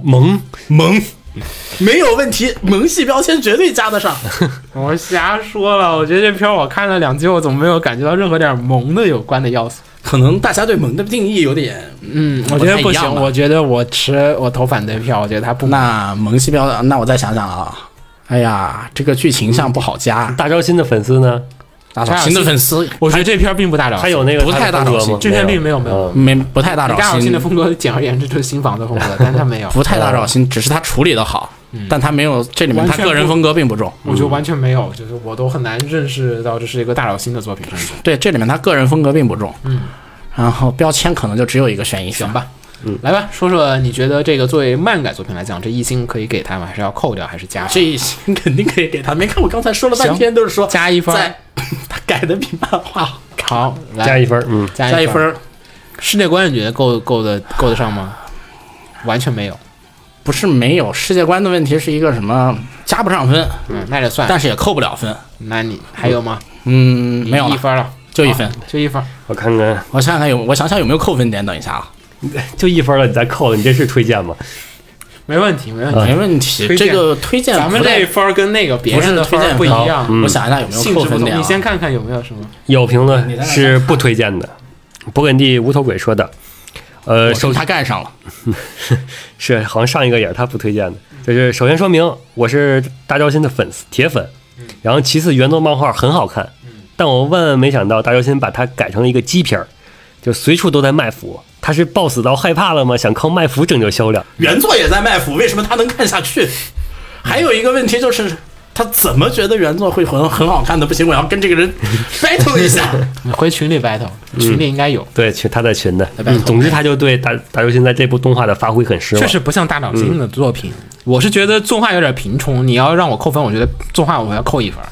[SPEAKER 5] 萌
[SPEAKER 6] 萌， 没有问题，萌系标签绝对加得 上。
[SPEAKER 3] 我瞎说了，我觉得这片儿我看了两集，我怎么没有感觉到任何点萌的有关的要素？
[SPEAKER 6] 可能大家对萌的定义有点，
[SPEAKER 3] 嗯，我觉得
[SPEAKER 6] 不太
[SPEAKER 3] 不
[SPEAKER 6] 一样
[SPEAKER 3] 行，
[SPEAKER 6] 吧
[SPEAKER 3] 我觉得我持我投反对票，我觉得他不
[SPEAKER 6] 那萌系标，那我再想想啊。哎呀，这个剧情像不好加，
[SPEAKER 5] 大招新的粉丝呢？
[SPEAKER 6] 打扫新的粉丝
[SPEAKER 3] 我觉得这片儿并啊不大找
[SPEAKER 5] 他有那个
[SPEAKER 6] 不太
[SPEAKER 5] 他的
[SPEAKER 6] 大
[SPEAKER 5] 风格
[SPEAKER 6] 招新
[SPEAKER 5] 吗？
[SPEAKER 3] 这片并没有没有
[SPEAKER 5] 嗯
[SPEAKER 6] 没不太大
[SPEAKER 3] 大
[SPEAKER 6] 找
[SPEAKER 3] 好新
[SPEAKER 6] 新
[SPEAKER 3] 的，风格，简而言之就是新房的风格，但是他没有，
[SPEAKER 6] 不太大找新，只是他处理的好，但他没有这里面
[SPEAKER 3] 嗯完
[SPEAKER 6] 他
[SPEAKER 3] 全
[SPEAKER 6] 个人
[SPEAKER 3] 不
[SPEAKER 6] 风格并不重。
[SPEAKER 3] 我觉得完全没有，就是我都很难认识到这是一个大佬新的 作品，甚至
[SPEAKER 6] 对，这里面他个人风格并不重。嗯，然后标签可能就只有一个悬疑
[SPEAKER 3] 行
[SPEAKER 6] 选。
[SPEAKER 3] 吧。
[SPEAKER 6] 嗯
[SPEAKER 3] 来吧，说说你觉得这个作为漫改作品来讲，这一星可以给他吗？还是要扣掉，还是加？
[SPEAKER 6] 这一星肯定可以给他，没看我刚才说了半天都是说
[SPEAKER 3] 加一分儿，
[SPEAKER 6] 在 他改的比漫画好
[SPEAKER 3] 好，来
[SPEAKER 5] 加一分儿，嗯，
[SPEAKER 3] 加
[SPEAKER 6] 加一
[SPEAKER 3] 一
[SPEAKER 6] 分
[SPEAKER 3] 分。
[SPEAKER 6] 儿，
[SPEAKER 3] 世界观你觉得够够的够得上吗？完全没有，
[SPEAKER 6] 不是没有世界观的问题，是一个什么加不上分，
[SPEAKER 3] 嗯，那就算。
[SPEAKER 6] 但是也扣不了分。
[SPEAKER 3] 那你还有吗？
[SPEAKER 6] 嗯，没有
[SPEAKER 3] 一
[SPEAKER 6] 了，
[SPEAKER 3] 分啊了，
[SPEAKER 6] 就一分。
[SPEAKER 3] 就一分。
[SPEAKER 5] 我看看，
[SPEAKER 6] 我想想看有，我想想有没有扣分点。等一下啊，
[SPEAKER 5] 就一分了，你再扣了，你这是推荐吗？
[SPEAKER 3] 没问题，没问
[SPEAKER 5] 嗯
[SPEAKER 3] 题。
[SPEAKER 6] 没问题。
[SPEAKER 3] 推荐
[SPEAKER 6] 这个推荐
[SPEAKER 3] 咱们
[SPEAKER 6] 不
[SPEAKER 3] 这
[SPEAKER 6] 太
[SPEAKER 3] 一分儿跟那个别人的分儿不
[SPEAKER 6] 不
[SPEAKER 3] 一
[SPEAKER 6] 是推荐
[SPEAKER 3] 样，啊
[SPEAKER 5] 嗯
[SPEAKER 6] 我想一下有没有
[SPEAKER 3] 性
[SPEAKER 6] 扣
[SPEAKER 3] 质不
[SPEAKER 6] 分
[SPEAKER 3] 同。
[SPEAKER 6] 点
[SPEAKER 3] 你
[SPEAKER 6] 啊。
[SPEAKER 3] 先看看有没有什么。
[SPEAKER 5] 有评论是不推荐的，勃艮第无头鬼说的，呃，
[SPEAKER 6] 我
[SPEAKER 5] 首
[SPEAKER 6] 受他盖上了，
[SPEAKER 5] 是好像上一个也是他不推荐的，就是首先说明我是大招新的粉丝铁粉，然后其次原作漫画很好看，但我万万没想到大招新把它改成了一个鸡皮儿，就随处都在卖腐，他是暴死到害怕了吗？想靠卖腐拯救销量？
[SPEAKER 6] 原作也在卖腐，为什么他能看下
[SPEAKER 3] 嗯
[SPEAKER 6] 去？还有一个问题就是，他怎么觉得原作会很很好看的？不行，我要跟这个人 battle 一下。
[SPEAKER 3] 你回群里 battle，群
[SPEAKER 6] 嗯
[SPEAKER 3] 里应该有。
[SPEAKER 5] 对，群他在群的，嗯总之他就对大大招新在这部动画的发挥很失望
[SPEAKER 3] 确。实不像大脑精的作品，我是觉得动画有点贫穷。你要让我扣分，我觉得动画我要扣一分。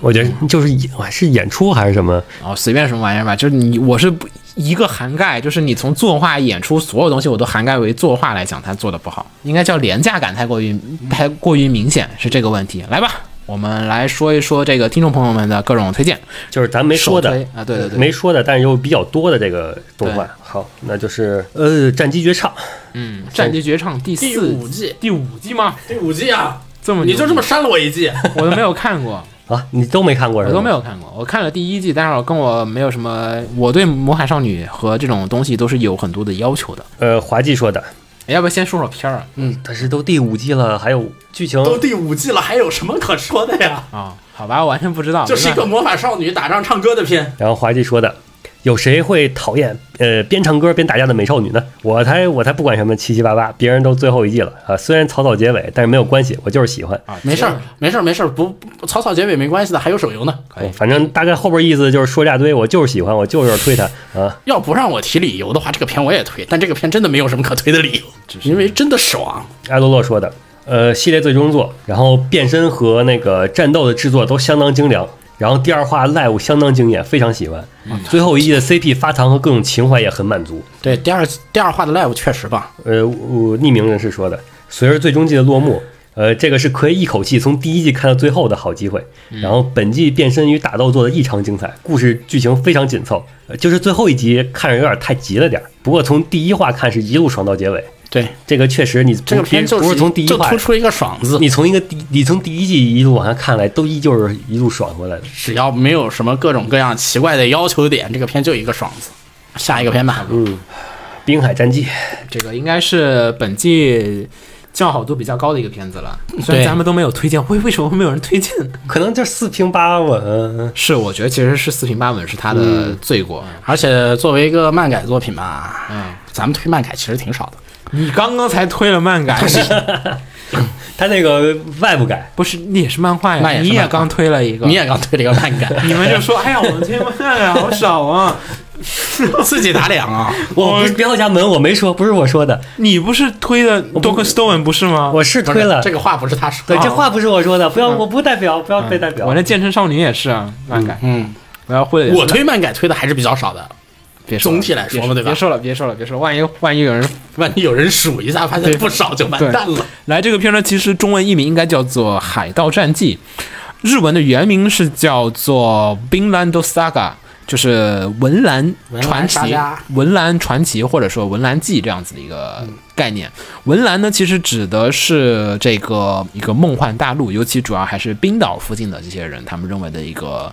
[SPEAKER 5] 我觉得就是演是演出还是什么？
[SPEAKER 3] 哦，随便什么玩意儿吧，就是你我是不一个涵盖，就是你从作画、演出所有东西我都涵盖为作画来讲，它做的不好，应该叫廉价感太过于太过于明显，是这个问题。来吧，我们来说一说这个听众朋友们的各种推荐。
[SPEAKER 5] 就是咱没说的
[SPEAKER 3] 首推啊对对对
[SPEAKER 5] 没说的，但是又比较多的这个动画
[SPEAKER 3] 对。
[SPEAKER 5] 好，那就是呃，《战机绝唱》
[SPEAKER 3] 嗯，《战地绝唱》第
[SPEAKER 6] 第
[SPEAKER 3] 四
[SPEAKER 6] 五季，
[SPEAKER 3] 第五季吗？
[SPEAKER 6] 第五季啊，
[SPEAKER 3] 这么
[SPEAKER 6] 你就这么
[SPEAKER 3] 牛
[SPEAKER 6] 删了我一 季，
[SPEAKER 3] 逼我都没有看过，
[SPEAKER 5] 啊，你都没看过是
[SPEAKER 3] 我
[SPEAKER 5] 吗？
[SPEAKER 3] 都没有看过。我看了第一季，但是我跟我没有什么，我对魔法少女和这种东西都是有很多的要求的。哎
[SPEAKER 5] 呃，滑稽说的，
[SPEAKER 3] 要不要先说说片儿啊？
[SPEAKER 5] 但是都第五季了，还有剧情
[SPEAKER 6] 都第五季了，还有什么可说的呀？
[SPEAKER 3] 啊，好吧，我完全不知道。
[SPEAKER 6] 就是一
[SPEAKER 3] 没
[SPEAKER 6] 个
[SPEAKER 3] 办法
[SPEAKER 6] 魔法少女打仗唱歌的片。
[SPEAKER 5] 然后滑稽说的，有谁会讨厌呃边唱歌边打架的美少女呢？我才我才不管什么七七八八，别人都最后一季了啊，虽然草草结尾，但是没有关系，我就是喜欢。
[SPEAKER 3] 啊，
[SPEAKER 6] 没事儿，没事儿，没事儿，不不草草结尾没关系的，还有手游呢。
[SPEAKER 3] 可以
[SPEAKER 5] 反正大概后边意思就是说一大堆，我就是喜欢，我就是推它啊。
[SPEAKER 6] 要不让我提理由的话，这个片我也推，但这个片真的没有什么可推的理由，因为真的爽。
[SPEAKER 5] 艾洛洛说的，呃，系列最终作，然后变身和那个战斗的制作都相当精良，然后第二话 live 相当惊艳，非常喜欢。
[SPEAKER 3] 嗯
[SPEAKER 5] 最后一季的 CP 发糖和各种情怀也很满足。
[SPEAKER 6] 对，第二第二话的 live 确实棒，
[SPEAKER 5] 呃，我匿名人士说的，随着最终季的落幕，呃，这个是可以一口气从第一季看到最后的好机会。然后本季变身与打斗做的异常精彩，故事剧情非常紧凑，呃就是最后一集看着有点太急了点儿。不过从第一话看是一路爽到结尾，
[SPEAKER 6] 对，
[SPEAKER 5] 这个确实你不
[SPEAKER 6] 这个片就是
[SPEAKER 5] 不是从第一
[SPEAKER 6] 就
[SPEAKER 5] 话
[SPEAKER 6] 突。出一个爽字，
[SPEAKER 5] 你从一个第，你从第一季一路往下看来，都依旧是一路爽回来的。
[SPEAKER 6] 只要没有什么各种各样奇怪的要求点，这个片就一个爽字。下一个片吧，
[SPEAKER 5] 滨海战记，
[SPEAKER 3] 这个应该是本季叫好度比较高的一个片子了。虽然
[SPEAKER 6] 对
[SPEAKER 3] 咱们都没有推荐，为为什么会没有人推荐？
[SPEAKER 5] 可能就四平八稳， 呃
[SPEAKER 3] 是我觉得其实是四平八稳是他的罪过。
[SPEAKER 6] 而且作为一个漫改作品吧，
[SPEAKER 3] 嗯，
[SPEAKER 6] 咱们推漫改其实挺少的。
[SPEAKER 3] 你刚刚才推了漫改，
[SPEAKER 5] 他那个外部改，
[SPEAKER 3] 不是你也是漫画
[SPEAKER 6] 那
[SPEAKER 3] 呀？
[SPEAKER 6] 也是
[SPEAKER 3] 你
[SPEAKER 6] 漫
[SPEAKER 3] 也
[SPEAKER 6] 画
[SPEAKER 3] 刚推了一个，
[SPEAKER 6] 你也刚推了一个烂梗，
[SPEAKER 3] 你们就说，哎呀，我们今天漫呀好少啊！
[SPEAKER 6] 自己打脸啊！
[SPEAKER 5] 我不是标家门，我没说，不是我说的，
[SPEAKER 3] 你不是推的 Doc Stone 不是吗？
[SPEAKER 5] 我是
[SPEAKER 6] 不
[SPEAKER 5] 推
[SPEAKER 6] 是
[SPEAKER 5] 了
[SPEAKER 6] 这。个话不是他说
[SPEAKER 5] 对，
[SPEAKER 6] 的，
[SPEAKER 5] 这话不是我说的，不要，我不代表，不要被代表。
[SPEAKER 3] 嗯我那健身少女也是啊，漫改，
[SPEAKER 6] 嗯，
[SPEAKER 3] 我要会的也是
[SPEAKER 6] 我推漫改推的还是比较少的。
[SPEAKER 3] 别说了
[SPEAKER 6] 总体来说嘛
[SPEAKER 3] 别
[SPEAKER 6] 对吧
[SPEAKER 3] 别说了，别说了，别说了，万一万一有人
[SPEAKER 6] 万一有人数一下，发现
[SPEAKER 3] 对
[SPEAKER 6] 不少就完
[SPEAKER 3] 对
[SPEAKER 6] 蛋了。
[SPEAKER 3] 来这个片呢，其实中文译名应该叫做《海盗战记》，日文的原名是叫做《Binland Saga》，就是文兰传奇
[SPEAKER 6] 文兰、saga
[SPEAKER 3] 文兰传奇或者说文兰记这样子的一个
[SPEAKER 6] 嗯
[SPEAKER 3] 概念。文兰呢，其实指的是这个一个梦幻大陆，尤其主要还是冰岛附近的这些人，他们认为的一个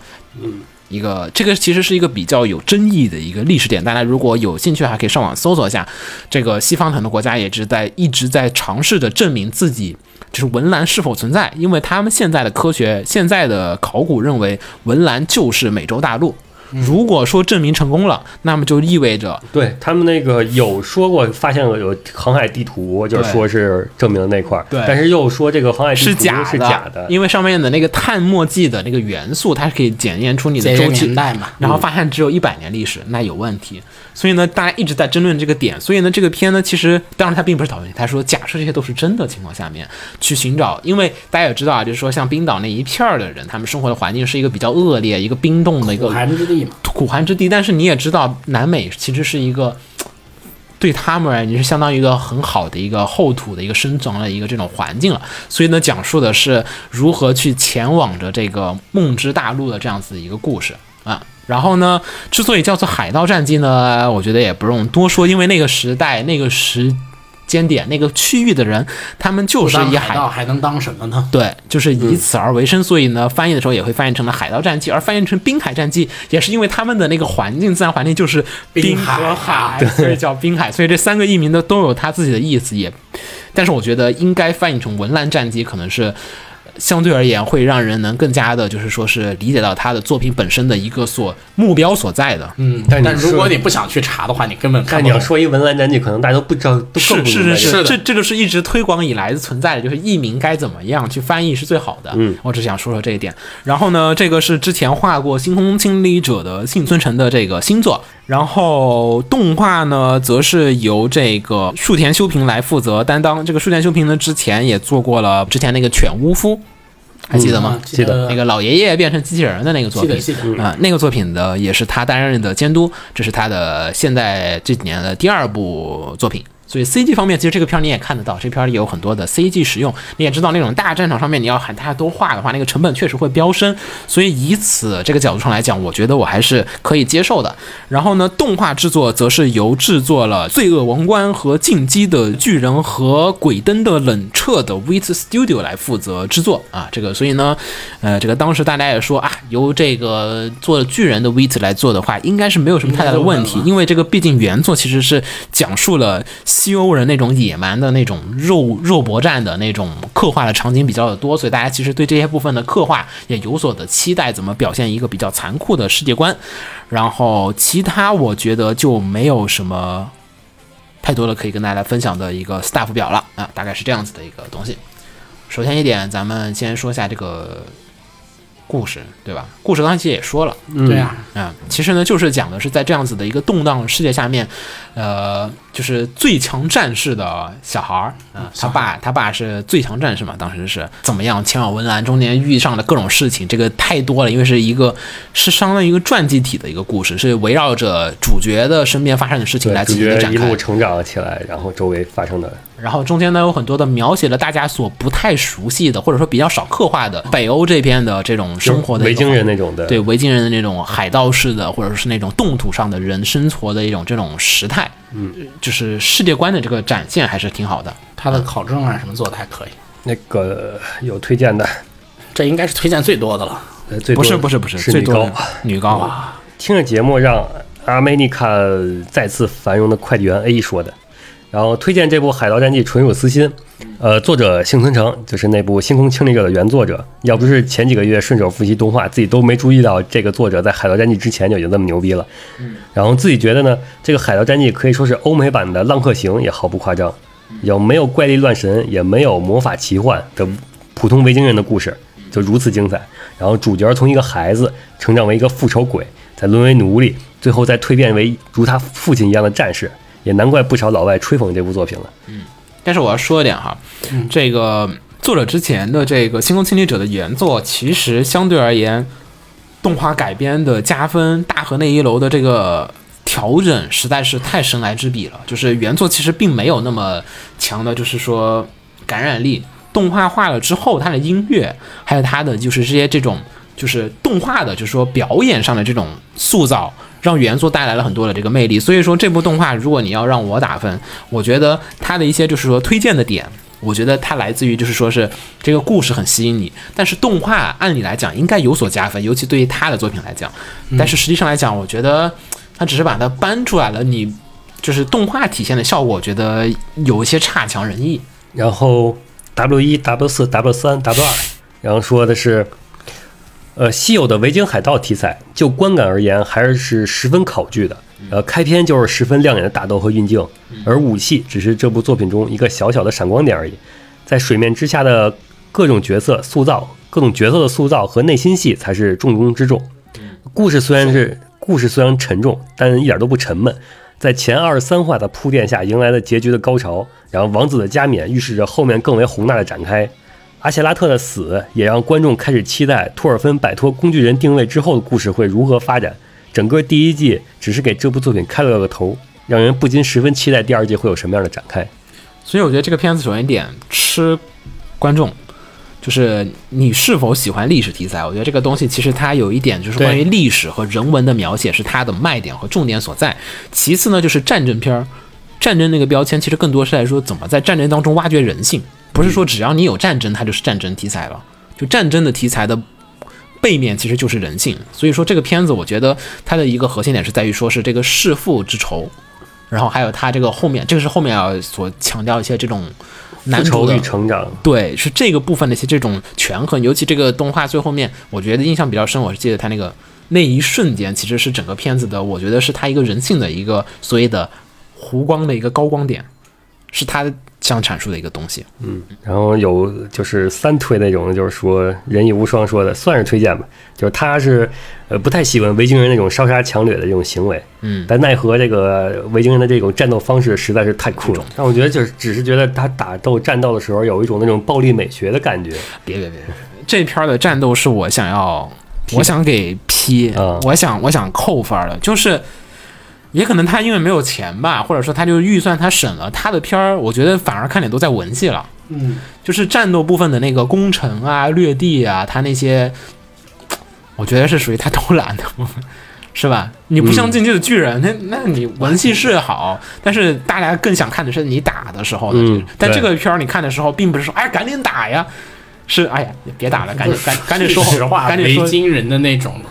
[SPEAKER 3] 一个，这个其实是一个比较有争议的一个历史点。大家如果有兴趣，还可以上网搜索一下。这个西方很多国家也是在一直在尝试着证明自己。就是文兰是否存在？因为他们现在的科学、现在的考古认为文兰就是美洲大陆。如果说证明成功了，那么就意味着
[SPEAKER 5] 对他们那个有说过，发现了有航海地图，就是
[SPEAKER 3] 对
[SPEAKER 5] 说是证明那块儿，
[SPEAKER 3] 对
[SPEAKER 5] 但是又说这个航海地图
[SPEAKER 3] 是假的，
[SPEAKER 5] 是假的，
[SPEAKER 3] 因为上面的那个碳墨迹的那个元素，它是可以检验出你的
[SPEAKER 6] 节约
[SPEAKER 3] 周期
[SPEAKER 6] 年代嘛，
[SPEAKER 5] 嗯
[SPEAKER 3] 然后发现只有一百年历史，那有问题。所以呢，大家一直在争论这个点。所以呢，这个片呢，其实当然它并不是讨论，它说假设这些都是真的情况下面去寻找，因为大家也知道啊，就是说像冰岛那一片儿的人，他们生活的环境是一个比较恶劣、一个冰冻的一个
[SPEAKER 6] 寒之地嘛，
[SPEAKER 3] 苦寒之地，但是你也知道，南美其实是一个对他们而言，你是相当于一个很好的一个后土的一个生长的一个这种环境了。所以呢，讲述的是如何去前往着这个梦之大陆的这样子一个故事啊。然后呢，之所以叫做《海盗战记》呢，我觉得也不用多说，因为那个时代、那个时间点、那个区域的人，他们就
[SPEAKER 6] 不
[SPEAKER 3] 是
[SPEAKER 6] 当
[SPEAKER 3] 以
[SPEAKER 6] 海盗还能当什么呢？
[SPEAKER 3] 对，就是
[SPEAKER 6] 嗯
[SPEAKER 3] 以此而为生，所以呢，翻译的时候也会翻译成了《海盗战记》，而翻译成《滨海战记》也是因为他们的那个环境，自然环境就是
[SPEAKER 6] 滨
[SPEAKER 3] 滨
[SPEAKER 6] 海
[SPEAKER 3] 和
[SPEAKER 6] 啊
[SPEAKER 3] 海，所以叫滨海。所以这三个译名的都有它自己的意思，也，但是我觉得应该翻译成《文兰战记》，可能是相对而言会让人能更加的，就是说是理解到他的作品本身的一个所目标所在的。
[SPEAKER 6] 嗯，
[SPEAKER 5] 但
[SPEAKER 6] 但
[SPEAKER 5] 你
[SPEAKER 6] 如果
[SPEAKER 5] 说
[SPEAKER 6] 你不想去查的话，你根本看
[SPEAKER 5] 但
[SPEAKER 6] 不
[SPEAKER 5] 你要
[SPEAKER 6] 懂。
[SPEAKER 5] 说一文兰战记，可能大家都不知道，都更
[SPEAKER 3] 是
[SPEAKER 5] 不明
[SPEAKER 3] 是是
[SPEAKER 5] 白这个
[SPEAKER 3] 是，
[SPEAKER 6] 的
[SPEAKER 3] 这这就是一直推广以来存在的，就是译名该怎么样去翻译是最好的。
[SPEAKER 5] 嗯，
[SPEAKER 3] 我只想说说这一点。然后呢，这个是之前画过《星空清理者》的幸村诚的这个新作，然后动画呢，则是由这个树田修平来负责担当。这个树田修平呢，之前也做过了之前那个《犬巫夫》，还记得吗？
[SPEAKER 6] 嗯记得
[SPEAKER 3] 那个老爷爷变成机器人的那个作
[SPEAKER 6] 记得
[SPEAKER 3] 品，
[SPEAKER 6] 记得，
[SPEAKER 3] 啊、那个作品的也是他担任的监督，这是他的现在这几年的第二部作品。所以 CG 方面，其实这个片儿你也看得到，这片儿里有很多的 CG 使用。你也知道，那种大战场上面，你要喊大家都画的话，那个成本确实会飙升。所以以此这个角度上来讲，我觉得我还是可以接受的。然后呢，动画制作则是由制作了《罪恶王冠》和《进击的巨人》和《鬼灯的冷彻》的 Wit Studio 来负责制作啊。这个，所以呢，呃，这个当时大家也说啊，由这个做巨人的 Wit 来做的话，应该是没有什么太大的问题，因为这个毕竟原作其实是讲述了西欧人那种野蛮的那种肉肉搏战的那种刻画的场景比较的多，所以大家其实对这些部分的刻画也有所的期待，怎么表现一个比较残酷的世界观。然后其他我觉得就没有什么太多的可以跟大家分享的一个 staff 表了啊，大概是这样子的一个东西。首先一点，咱们先说一下这个故事，对
[SPEAKER 5] 嗯
[SPEAKER 3] 吧？故事刚才其实也说了，
[SPEAKER 6] 对啊，
[SPEAKER 3] 啊、其实呢，就是讲的是在这样子的一个动荡世界下面，呃，就是最强战士的小孩儿啊、
[SPEAKER 5] 嗯
[SPEAKER 3] 他爸他爸是最强战士嘛，当时是怎么样前往文兰，中间遇上了各种事情，这个太多了，因为是一个是相当于一个传记体的一个故事，是围绕着主角的身边发生的事情
[SPEAKER 5] 对
[SPEAKER 3] 来
[SPEAKER 5] 主
[SPEAKER 3] 进行的
[SPEAKER 5] 角
[SPEAKER 3] 展
[SPEAKER 5] 一
[SPEAKER 3] 开
[SPEAKER 5] 路。成长起来，然后周围发生的
[SPEAKER 3] 然后中间呢有很多的描写了大家所不太熟悉的，或者说比较少刻画的北欧这边的这种生活的一
[SPEAKER 5] 维
[SPEAKER 3] 个
[SPEAKER 5] 京
[SPEAKER 3] 环
[SPEAKER 5] 人那种的，
[SPEAKER 3] 对维京人的那种海盗式的，或者是那种冻土上的人生活的一种这种时态，嗯，就是世界观的这个展现还是挺好的。
[SPEAKER 6] 他的考证啊什么做的还可以，
[SPEAKER 5] 那个有推荐的，这
[SPEAKER 6] 这应该是推荐最多的了。
[SPEAKER 5] 呃最
[SPEAKER 3] 不
[SPEAKER 5] 多
[SPEAKER 3] 是不是不是，
[SPEAKER 5] 是
[SPEAKER 3] 最
[SPEAKER 5] 女
[SPEAKER 3] 多
[SPEAKER 5] 高
[SPEAKER 3] 的。女高，
[SPEAKER 5] 听着节目让阿美尼卡再次繁荣的快递员 A E 说的，然后推荐这部《海盗战记》纯属私心。呃，作者幸存成就是那部《星空清理者》的原作者，要不是前几个月顺手复习动画，自己都没注意到这个作者在《海盗战记》之前就已经这么牛逼了。然后自己觉得呢，这个《海盗战记》可以说是欧美版的《浪客行》，也毫不夸张。有没有怪力乱神，也没有魔法奇幻的普通维京人的故事，就如此精彩。然后主角从一个孩子成长为一个复仇鬼，再沦为奴隶，最后再蜕变为如他父亲一样的战士，也难怪不少老外吹捧这部作品了。
[SPEAKER 3] 但是我要说一点哈，这个作者之前的这个《星空侵略者》的原作，其实相对而言，动画改编的加分大河那一楼的这个调整实在是太神来之笔了。就是原作其实并没有那么强的，就是说感染力。动画化了之后，它的音乐还有它的就是这些这种就是动画的，就是说表演上的这种塑造，让原作带来了很多的这个魅力。所以说这部动画，如果你要让我打分，我觉得它的一些就是说推荐的点，我觉得它来自于就是说是这个故事很吸引你，但是动画按理来讲应该有所加分，尤其对于他的作品来讲。但是实际上来讲，我觉得他只是把它搬出来了，你就是动画体现的效果，我觉得有一些差强人意。
[SPEAKER 5] 然后 W 一、W 四、W 三、W 二，然后说的是，呃，稀有的维京海盗题材，就观感而言还是十分考据的。呃，开篇就是十分亮眼的打斗和运镜，而武器只是这部作品中一个小小的闪光点而已。在水面之下的各种角色塑造、各种角色的塑造和内心戏才是重中之重。故事虽然是故事虽然沉重，但一点都不沉闷。在前二十三话的铺垫下，迎来了结局的高潮，然后王子的加冕预示着后面更为宏大的展开。阿切拉特的死也让观众开始期待托尔芬摆脱工具人定位之后的故事会如何发展。整个第一季只是给这部作品开了个头，让人不禁十分期待第二季会有什么样的展开。
[SPEAKER 3] 所以我觉得这个片子首先一点吃观众，就是你是否喜欢历史题材。我觉得这个东西其实它有一点就是关于历史和人文的描写是它的卖点和重点所在。其次呢，就是战争片儿，战争那个标签其实更多是来说怎么在战争当中挖掘人性，不是说只要你有战争它就是战争题材了。就战争的题材的背面其实就是人性，所以说这个片子我觉得它的一个核心点是在于说是这个弑父之仇，然后还有它这个后面，这个是后面要所强调一些这种男
[SPEAKER 5] 复
[SPEAKER 3] 主
[SPEAKER 5] 仇
[SPEAKER 3] 的
[SPEAKER 5] 与成长，
[SPEAKER 3] 对，是这个部分的一些这种权衡，尤其这个动画最后面，我觉得印象比较深，我是记得他那个那一瞬间，其实是整个片子的，我觉得是他一个人性的一个所谓的弧光的一个高光点，是他想阐述的一个东西。
[SPEAKER 5] 然后有就是三推那种，就是说人亦无双说的，算是推荐吧。就是他是呃不太喜欢维京人那种烧杀抢掠的这种行为，嗯，但奈何这个维京人的这种战斗方式实在是太酷了。但我觉得就是只是觉得他打斗战斗的时候有一种那种暴力美学的感觉，
[SPEAKER 3] 别别别，这片儿的战斗是我想要，我想给 P，、
[SPEAKER 5] 嗯
[SPEAKER 3] 我想我想扣分儿的，就是也可能他因为没有钱吧，或者说他就预算他省了，他的片儿我觉得反而看点都在文戏了，嗯，就是战斗部分的那个攻城啊、掠地啊，他那些，我觉得是属于他 偷懒的部分。是吧？你不
[SPEAKER 5] 嗯
[SPEAKER 3] 像《进击的巨人》那那你文戏是好，但是大家更想看的是你打的时候的。
[SPEAKER 5] 嗯
[SPEAKER 3] 但
[SPEAKER 5] 对
[SPEAKER 3] 这个片儿你看的时候，并不是说哎赶紧打呀，是哎呀别打了，赶 紧赶赶紧说
[SPEAKER 6] 实话，
[SPEAKER 3] 赶紧
[SPEAKER 6] 维
[SPEAKER 3] 说。
[SPEAKER 6] 京人的那种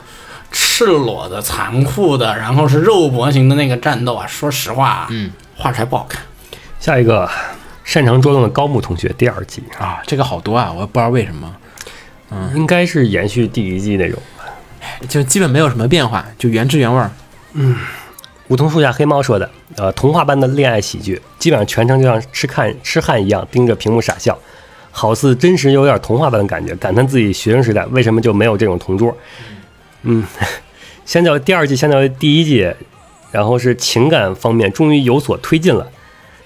[SPEAKER 6] 赤裸的、残酷的，然后是肉搏型的那个战斗啊，说实话，嗯，画出来不好看。
[SPEAKER 5] 下一个，擅长捉弄的高木同学第二季
[SPEAKER 3] 啊，这个好多啊，我也不知道为什么，
[SPEAKER 5] 应该是延续第一季那种。
[SPEAKER 3] 就基本没有什么变化，就原汁原味儿。
[SPEAKER 5] 梧桐树下黑猫说的，呃，童话般的恋爱喜剧，基本上全程就像痴汉痴汉一样盯着屏幕傻笑，好似真实又有点童话般的感觉，感叹自己学生时代为什么就没有这种同桌。嗯， 相较于第二季，相较于第一季，然后是情感方面终于有所推进了，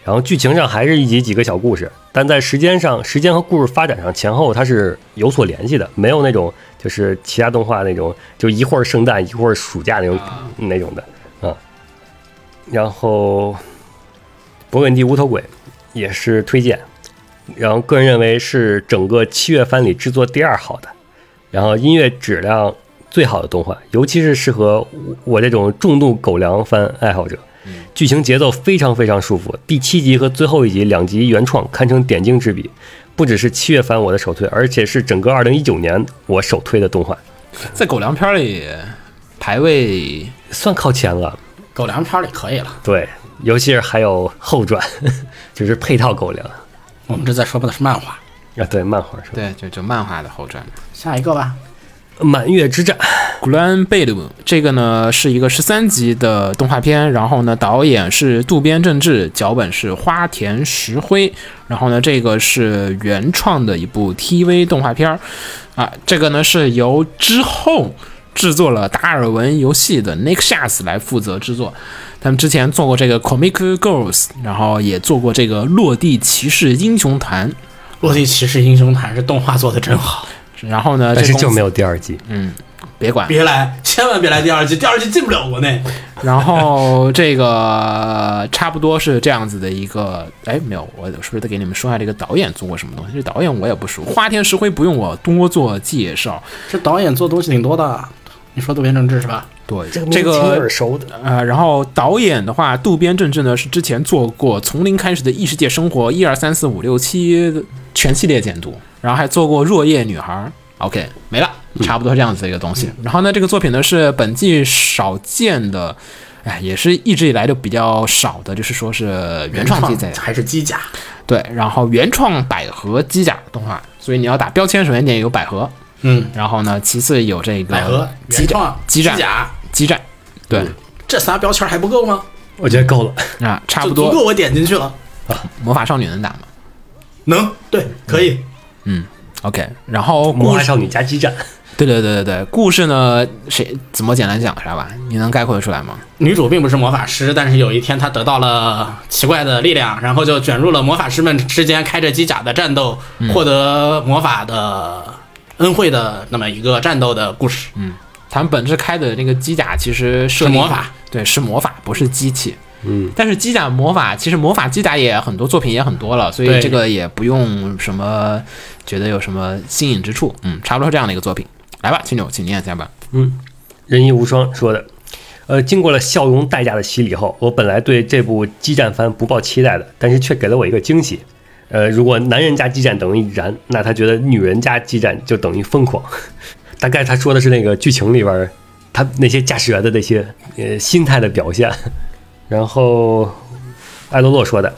[SPEAKER 5] 然后剧情上还是一集几个小故事，但在时间上、时间和故事发展上前后它是有所联系的，没有那种就是其他动画那种就一会儿圣诞一会儿暑假那种、那种的。然后勃艮第无头鬼也是推荐，然后个人认为是整个七月番里制作第二好的，然后音乐质量最好的动画，尤其是适合我我这种重度狗粮番爱好者。剧情节奏非常非常舒服，第七集和最后一集两集原创堪称点睛之笔，不只是七月番我的首推，而且是整个二零一九年我首推的动画，
[SPEAKER 3] 在狗粮片儿里排位，
[SPEAKER 5] 算靠前了。
[SPEAKER 6] 狗粮片儿里可以了，
[SPEAKER 5] 对，尤其是还有后传， 就是配套狗粮。
[SPEAKER 6] 我们这在说的是漫画。
[SPEAKER 5] 啊，对，漫画是吧？
[SPEAKER 3] 对，就就漫画的后传。
[SPEAKER 6] 下一个吧，
[SPEAKER 5] 满月之战，
[SPEAKER 3] Grand b e l u m 这个呢是一个十三集的动画片，然后呢导演是渡边正治，脚本是花田石灰，然后呢这个是原创的一部 TV 动画片儿啊，这个呢是由之后制作了达尔文游戏的 Nick Shas 来负责制作，他们之前做过这个 Comic Girls，然后也做过这个落地骑士英雄坛，
[SPEAKER 6] 落地骑士英雄坛是动画做的真好，
[SPEAKER 3] 然后呢
[SPEAKER 5] 但是
[SPEAKER 3] 这
[SPEAKER 5] 就没
[SPEAKER 3] 有
[SPEAKER 5] 有第二季。
[SPEAKER 3] 别管。
[SPEAKER 6] 别来，千万别来第二季，第二季进不了国内。
[SPEAKER 3] 然后这个差不多是这样子的一个，哎，没有，我是不是得给你们说一下这个导演做过什么东西？这导演我也不熟，花田石灰不用我多做介绍。
[SPEAKER 6] 这导演做东西挺多的，你说渡边正治是吧？
[SPEAKER 3] 对，这
[SPEAKER 5] 名字挺
[SPEAKER 3] 个
[SPEAKER 5] 耳熟的，
[SPEAKER 3] 呃，然后导演的话，渡边正治呢是之前做过《从零开始的异世界生活》一二三四五六七全系列监督，然后还做过《若叶女孩》。OK，没了，
[SPEAKER 6] 嗯
[SPEAKER 3] 差不多是这样子的一个东西。然后呢，这个作品呢是本季少见的，哎，也是一直以来都比较少的，就是说是原创题材，
[SPEAKER 6] 还是机甲？
[SPEAKER 3] 对，然后原创百合机甲动画，所以你要打标签，首先得有百合，
[SPEAKER 6] 嗯，
[SPEAKER 3] 然后呢，其次有这个
[SPEAKER 6] 百合、
[SPEAKER 3] 机
[SPEAKER 6] 原
[SPEAKER 3] 甲、
[SPEAKER 6] 创、
[SPEAKER 3] 机战
[SPEAKER 6] 甲，
[SPEAKER 3] 机战，对
[SPEAKER 6] 这仨标签还不够吗？
[SPEAKER 5] 我觉得够了。
[SPEAKER 3] 啊，差不
[SPEAKER 6] 嗯就
[SPEAKER 3] 多
[SPEAKER 6] 足够我点进去了。
[SPEAKER 3] 魔法少女能打吗？
[SPEAKER 6] 能，对，可以。
[SPEAKER 3] OK，然后
[SPEAKER 5] 魔
[SPEAKER 3] 故
[SPEAKER 5] 法
[SPEAKER 3] 事，
[SPEAKER 5] 少女加激战，
[SPEAKER 3] 对对对对对，故事呢，谁怎么简单讲一下吧？你能概括得出来吗？
[SPEAKER 6] 女主并不是魔法师，但是有一天她得到了奇怪的力量，然后就卷入了魔法师们之间开着机甲的战斗，
[SPEAKER 5] 嗯
[SPEAKER 6] 获得魔法的恩惠的那么一个战斗的故
[SPEAKER 5] 嗯
[SPEAKER 6] 事。
[SPEAKER 3] 他们本质开的那个机甲其实设
[SPEAKER 6] 是
[SPEAKER 3] 定
[SPEAKER 6] 魔法，
[SPEAKER 3] 对，是魔法，不是机器。
[SPEAKER 5] 嗯，
[SPEAKER 3] 但是机甲魔法其实魔法机甲也很多作品也很多了，所以
[SPEAKER 6] 对
[SPEAKER 3] 这个也不用什么觉得有什么新颖之处。嗯，差不多是这样的一个作品。来吧，青柳，请念一下吧。
[SPEAKER 5] 仁义无双说的。呃，经过了笑容代价的洗礼后，我本来对这部激战番不抱期待的，但是却给了我一个惊喜。呃，如果男人加激战等于燃，那他觉得女人加激战就等于疯狂。 大概他说的是那个剧情里边儿，他那些驾驶员的那些呃心态的表现。然后艾洛洛说的，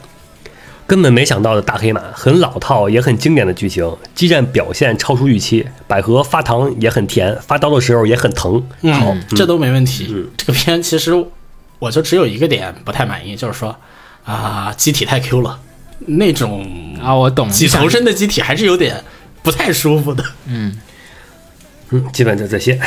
[SPEAKER 5] 根本没想到的大黑马，很老套也很经典的剧情，激战表现超出预期，百合发糖也很甜，发刀的时候也很疼。好，嗯
[SPEAKER 6] 这都没问题。这个片其实我就只有一个点不太满意，就是说啊、机体太 Q 了，那种
[SPEAKER 3] 啊，我懂。
[SPEAKER 6] 几头身的机体还是有点不太舒服的。
[SPEAKER 5] 嗯，基本就这些。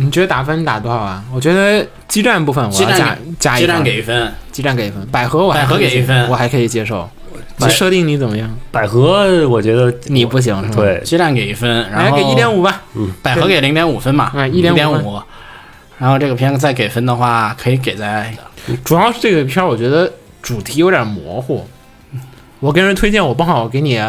[SPEAKER 3] 你觉得打分打多少啊？我觉得激战部分我
[SPEAKER 6] 激
[SPEAKER 3] 要加
[SPEAKER 6] 战
[SPEAKER 3] 加一
[SPEAKER 6] 激
[SPEAKER 3] 分
[SPEAKER 6] 战给一分，
[SPEAKER 3] 激战给一分，百合我还
[SPEAKER 6] 百合
[SPEAKER 3] 可以
[SPEAKER 6] 给一分
[SPEAKER 3] 我还可以接受。这
[SPEAKER 5] 百
[SPEAKER 3] 设定你怎么样？
[SPEAKER 5] 百合，我觉得
[SPEAKER 3] 你不行是吧？，
[SPEAKER 5] 对，
[SPEAKER 6] 激战给一分，然
[SPEAKER 3] 来
[SPEAKER 6] 后
[SPEAKER 3] 哎给一点五吧。
[SPEAKER 6] 百合给零点五分嘛，
[SPEAKER 3] 嗯
[SPEAKER 6] 啊一点
[SPEAKER 3] 1.5
[SPEAKER 6] 五。然后这个片子再给分的话，可以给在
[SPEAKER 3] 主要是这个片儿，我觉得主题有点模糊。嗯我跟人推荐，我不好给你，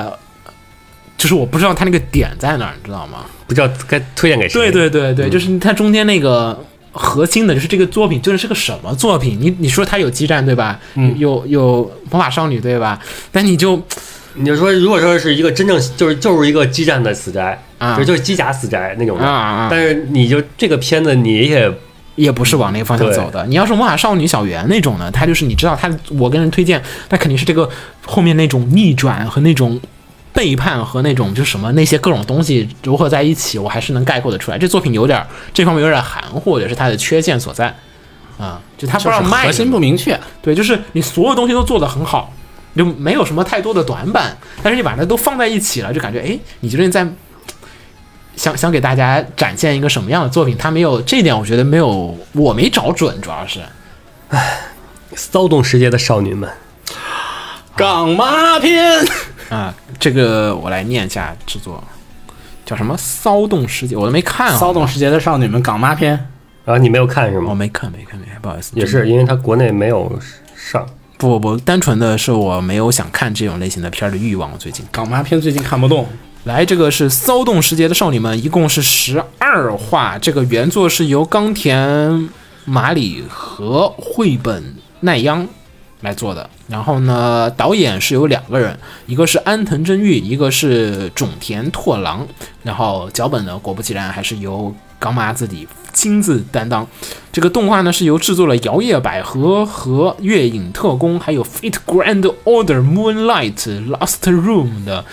[SPEAKER 3] 就是我不知道他那个点在哪儿，你知道吗？嗯
[SPEAKER 5] 不知道该推荐给谁。
[SPEAKER 3] 对，对对对，就是它中间那个核心的，就是这个作品究竟是个什么作品？你你说它有激战对吧？
[SPEAKER 6] 嗯
[SPEAKER 3] 有有魔法少女对吧？但你就
[SPEAKER 5] 你就说，如果说是一个真正就是就是一个激战的死宅，
[SPEAKER 3] 啊
[SPEAKER 5] 就就是机甲死宅那种
[SPEAKER 3] 啊
[SPEAKER 5] 的，
[SPEAKER 3] 啊，
[SPEAKER 5] 但是你就这个片子你也
[SPEAKER 3] 也不是往那个方向走的。你要是魔法少女小圆那种呢，它就是你知道它，我跟人推荐，那肯定是这个后面那种逆转和那种背叛和那种就什么那些各种东西融合在一起，我还是能概括的出来。这作品有点儿这方面有点含糊，也是它的缺陷所在。啊、就他不知
[SPEAKER 6] 就是
[SPEAKER 3] 道卖
[SPEAKER 6] 核
[SPEAKER 3] 什
[SPEAKER 6] 心
[SPEAKER 3] 么
[SPEAKER 6] 不明确。
[SPEAKER 3] 对，就是你所有东西都做得很好，就没有什么太多的短板，但是你把它都放在一起了，就感觉哎，你究竟在想想给大家展现一个什么样的作品？他没有这一点，我觉得没有，我没找准，主要是
[SPEAKER 5] 骚动世界的少女们。
[SPEAKER 6] 港妈片，
[SPEAKER 3] 啊，这个我来念一下制作。叫什么骚动世界？我都没看啊，
[SPEAKER 6] 骚动世界的少女们，港妈片，
[SPEAKER 5] 然后你没有看是
[SPEAKER 3] 我
[SPEAKER 5] 吗？
[SPEAKER 3] 没看，没看，没看，不好意思。
[SPEAKER 5] 也是，因为它国内没有上。
[SPEAKER 3] 不不不，单纯的是我没有想看这种类型的片儿的欲望。我最近
[SPEAKER 6] 港妈片最近看不动。
[SPEAKER 3] 来，这个是《骚动世界的少女们》，一共是十二话。这个原作是由冈田麻里和绘本奈央来做的。然后呢，导演是有两个人，一个是安藤真玉，一个是种田拓郎。然后脚本呢，果不其然还是由冈麻自己亲自担当。这个动画呢，是由制作了《摇曳百合》和《月影特工》，还有《Fate Grand Order Moonlight Last Room》的。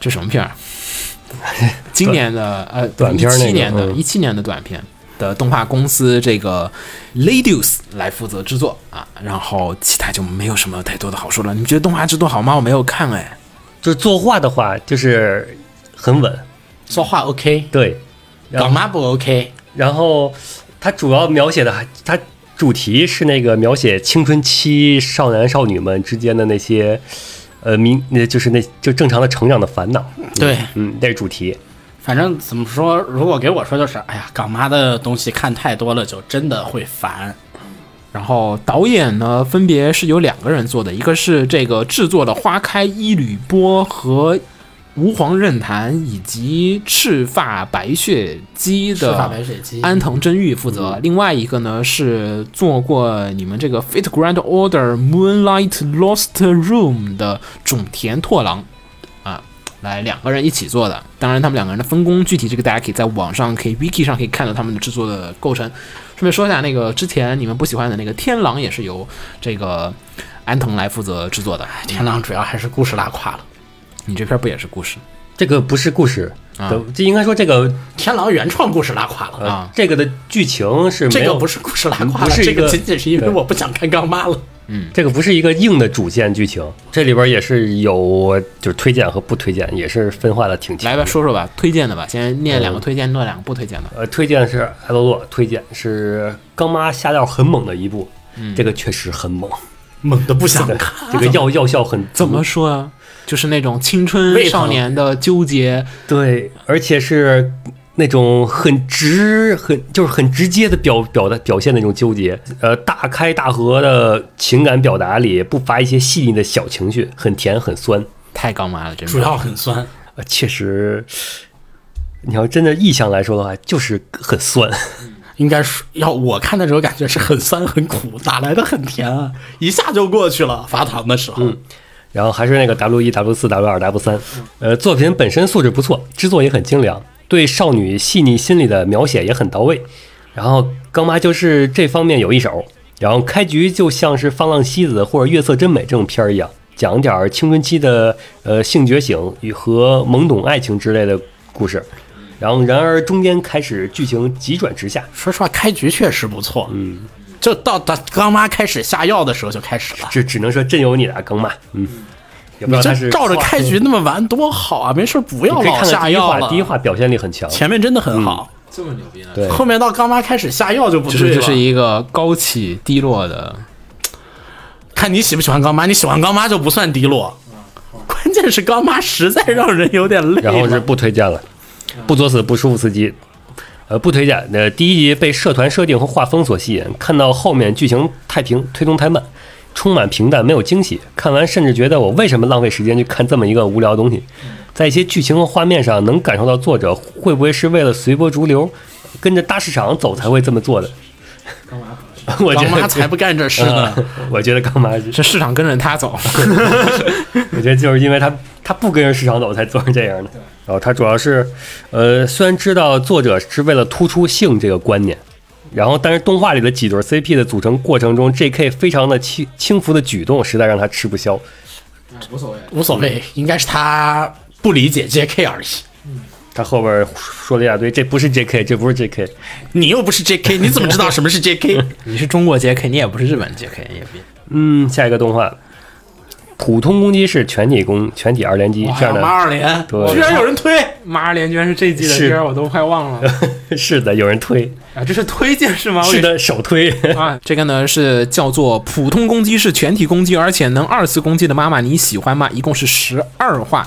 [SPEAKER 3] 这什么片儿？ 今年的呃，
[SPEAKER 5] 短片儿那
[SPEAKER 3] 一七
[SPEAKER 5] 个
[SPEAKER 3] 年的
[SPEAKER 5] 嗯
[SPEAKER 3] 一七年的短片的动画公司这个 Ladies 来负责制作啊，然后其他就没有什么太多的好说了。你们觉得动画制作好吗？我没有看哎，
[SPEAKER 5] 就是作画的话，就是很稳，
[SPEAKER 6] 说话 OK，
[SPEAKER 5] 对，然后
[SPEAKER 6] 港妈不 OK，
[SPEAKER 5] 然后呃它主要描写的还，它主题是那个描写青春期少男少女们之间的那些，呃，民，那就是那就正常的成长的烦恼。
[SPEAKER 6] 对，
[SPEAKER 5] 嗯，这是主题。
[SPEAKER 6] 反正怎么说，如果给我说就是，哎呀，港妈的东西看太多了，就真的会烦。
[SPEAKER 3] 然后导演呢，分别是有两个人做的，一个是这个制作了《花开一缕波》和《吾皇任坛》以及《赤发白血姬》的
[SPEAKER 6] 赤发白血姬
[SPEAKER 3] 安藤真玉负责，另外一个呢是做过你们这个《Fate Grand Order Moonlight Lost Room》的种田拓郎。啊，来两个人一起做的。当然，他们两个人的分工具体这个大家可以在网上可以 wiki 上可以看到他们的制作的构成。顺便说一下，那个之前你们不喜欢的那个《天狼》也是由这个安藤来负责制作的。
[SPEAKER 6] 天狼主要还是故事拉垮了，
[SPEAKER 3] 你这片儿不也是故事
[SPEAKER 5] 这个不是故事，
[SPEAKER 3] 啊
[SPEAKER 5] 呃这应该说这个
[SPEAKER 6] 天狼原创故事拉垮了，
[SPEAKER 5] 呃、
[SPEAKER 3] 啊
[SPEAKER 5] 这个的剧情是
[SPEAKER 6] 这
[SPEAKER 5] 没有，
[SPEAKER 6] 个不是故事拉垮
[SPEAKER 5] 不
[SPEAKER 6] 了，
[SPEAKER 5] 是一
[SPEAKER 6] 这个
[SPEAKER 5] 个
[SPEAKER 6] 仅仅是因为
[SPEAKER 5] 对
[SPEAKER 6] 我不想看港妈了。
[SPEAKER 5] 这个不是一个硬的主线剧情，这里边也是有就是推荐和不推荐，也是分化的呃挺清。
[SPEAKER 3] 来吧，，说说吧，推荐的吧，先念两个推荐，念两个不推荐的。
[SPEAKER 5] 呃，推荐是艾罗洛，推荐是刚妈下料很猛的一部，这个确实很猛，
[SPEAKER 6] 猛的不想
[SPEAKER 5] 对
[SPEAKER 6] 看，
[SPEAKER 5] 这个药药效很足
[SPEAKER 3] 怎么说啊？就是那种青春
[SPEAKER 6] 胃疼
[SPEAKER 3] 少年的纠结，
[SPEAKER 5] 对，而且是那种很直、很就是很直接的表表达表现那种纠结，呃，大开大合的情感表达里不乏一些细腻的小情绪，很甜很酸，
[SPEAKER 3] 太高妈了，真
[SPEAKER 6] 主
[SPEAKER 3] 的。
[SPEAKER 6] 要很酸。
[SPEAKER 5] 呃，确实。你要真的意向来说的话，就是很酸，
[SPEAKER 6] 应该是要我看的时候感觉是很酸很苦， 哪来的很甜啊？一下就过去了，发糖的时候。
[SPEAKER 5] 嗯然后还是那个 W 一、W 四、W 二、W 三，呃，作品本身素质不错，制作也很精良，对少女细腻心理的描写也很到位。然后刚妈就是这方面有一手，然后开局就像是《放浪西子》或者《月色真美》这种片儿一样，讲点儿青春期的呃性觉醒与和懵懂爱情之类的故事。然后，然而中间开始剧情急转直下，
[SPEAKER 6] 说实话，开局确实不错。嗯，就到到刚妈开始下药的时候就开始了。
[SPEAKER 5] 这只能说真有你的刚妈，嗯，也不知
[SPEAKER 6] 你
[SPEAKER 5] 道他
[SPEAKER 6] 就是照着开局那么玩多好啊！没事，不
[SPEAKER 5] 你
[SPEAKER 6] 要
[SPEAKER 5] 可以
[SPEAKER 6] 老
[SPEAKER 5] 看看
[SPEAKER 6] 下
[SPEAKER 5] 第一
[SPEAKER 6] 药了
[SPEAKER 5] 话，。第一话表现力很强，
[SPEAKER 6] 前面真的很好，
[SPEAKER 3] 这么牛逼啊呢？
[SPEAKER 5] 对，
[SPEAKER 6] 后面到刚妈开始下药就不
[SPEAKER 3] 就
[SPEAKER 6] 对
[SPEAKER 3] 是
[SPEAKER 6] 了。
[SPEAKER 3] 就是一个高起低落的，
[SPEAKER 6] 看你喜不喜欢刚妈，你喜欢刚妈就不算低落。
[SPEAKER 3] 嗯
[SPEAKER 6] 关键是刚妈实在让人有点累了。
[SPEAKER 5] 然后是不推荐了，不作死不舒服司机，呃，不推荐。呃，第一集被社团设定和画风所吸引，看到后面剧情太平，推动太慢，充满平淡，没有惊喜。看完甚至觉得我为什么浪费时间去看这么一个无聊的东西？在一些剧情和画面上，能感受到作者会不会是为了随波逐流，跟着大市场走才会这么做的？ 我
[SPEAKER 6] 刚
[SPEAKER 5] 觉
[SPEAKER 6] 妈
[SPEAKER 5] 得
[SPEAKER 6] 才不干这事呢。
[SPEAKER 5] 啊 我觉得干嘛是？
[SPEAKER 3] 这市场跟着他走。
[SPEAKER 5] 我觉得就是因为他他不跟着市场走，才做成这样的。然后他主要是，呃，虽然知道作者是为了突出性这个观念，然后但是动画里的几对 CP 的组成过程中，J.K. 非常的轻轻浮的举动，实在让他吃不消。
[SPEAKER 6] 无所谓，应该是他不理解 J.K. 而已。
[SPEAKER 5] 他后边说了一大堆，这不是 J.K.，这不是 J.K.，
[SPEAKER 6] 你又不是 J.K.，你怎么知道什么是 J.K.？
[SPEAKER 3] 你是中国 JK，你也不是日本 JK，也别
[SPEAKER 5] 嗯，下一个动画，普通攻击是全体攻全体二连击这样
[SPEAKER 6] 妈
[SPEAKER 5] 的，
[SPEAKER 6] 二连，
[SPEAKER 5] 对
[SPEAKER 6] 居然有人推，
[SPEAKER 3] 妈连居然是这季的
[SPEAKER 5] 是
[SPEAKER 3] 歌，我都快忘了
[SPEAKER 5] 是的，有人推，
[SPEAKER 3] 啊！这是推荐是吗？我以
[SPEAKER 5] 是
[SPEAKER 3] 为
[SPEAKER 5] 的，手推。
[SPEAKER 3] 啊，这个呢是叫做普通攻击是全体攻击，而且能二次攻击的妈妈你喜欢吗？一共是十二话。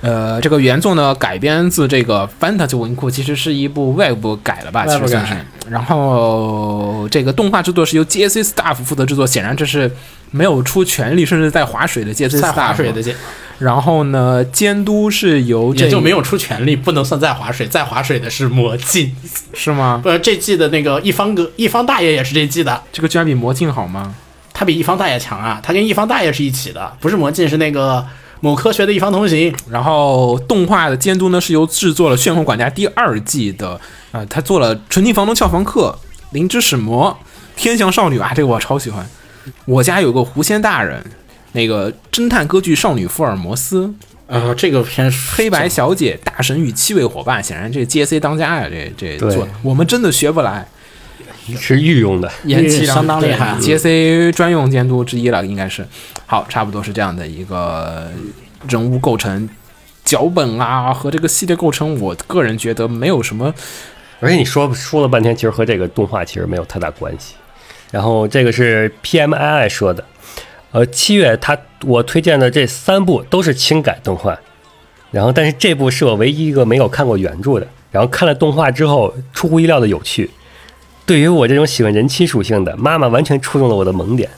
[SPEAKER 3] 呃，这个原作呢改编自这个 Fantasy 文库，其实是一部外部改了吧，其
[SPEAKER 6] 外部
[SPEAKER 3] 实算是
[SPEAKER 6] 改。
[SPEAKER 3] 然后这个动画制作是由 JC Staff 负责制作，显然这是没有出全力，甚至在划水的 JC
[SPEAKER 6] 在
[SPEAKER 3] Staff。
[SPEAKER 6] 划水的。姐
[SPEAKER 3] 然后呢，监督是由这
[SPEAKER 6] 也就没有出全力，不能算在划水，在划水的是魔镜。
[SPEAKER 3] 是吗？
[SPEAKER 6] 不是这季的那个一方哥，一方大爷也是这季的，
[SPEAKER 3] 这个居然比魔镜好吗？
[SPEAKER 6] 他比一方大爷强啊，他跟一方大爷是一起的，不是魔镜，是那个某科学的一方同行。
[SPEAKER 3] 然后动画的监督呢是由制作了《炫酷管家》第二季的，啊、他做了《纯情房东俏房客》《灵之使魔》《天降少女》啊，这个我超喜欢。我家有个狐仙大人，那个侦探歌剧《少女福尔摩斯》，
[SPEAKER 6] 呃，这个片
[SPEAKER 3] 黑白小姐、大神与七位伙伴，显然这 G C 当家呀，这这
[SPEAKER 5] 对
[SPEAKER 3] 做的我们真的学不来，
[SPEAKER 5] 是御用的，
[SPEAKER 6] 演技相当厉害，啊
[SPEAKER 3] ，G C 专用监督之一了，应该是。好，差不多是这样的一个人物构成。脚本啊和这个系列构成，我个人觉得没有什么
[SPEAKER 5] 而且你说说了半天，其实和这个动画其实没有太大关系。然后这个是 PMI 说的，呃，七月他我推荐的这三部都是轻改动画，然后但是这部是我唯一一个没有看过原著的，然后看了动画之后出乎意料的有趣，对于我这种喜欢人妻属性的妈妈完全触动了我的萌点，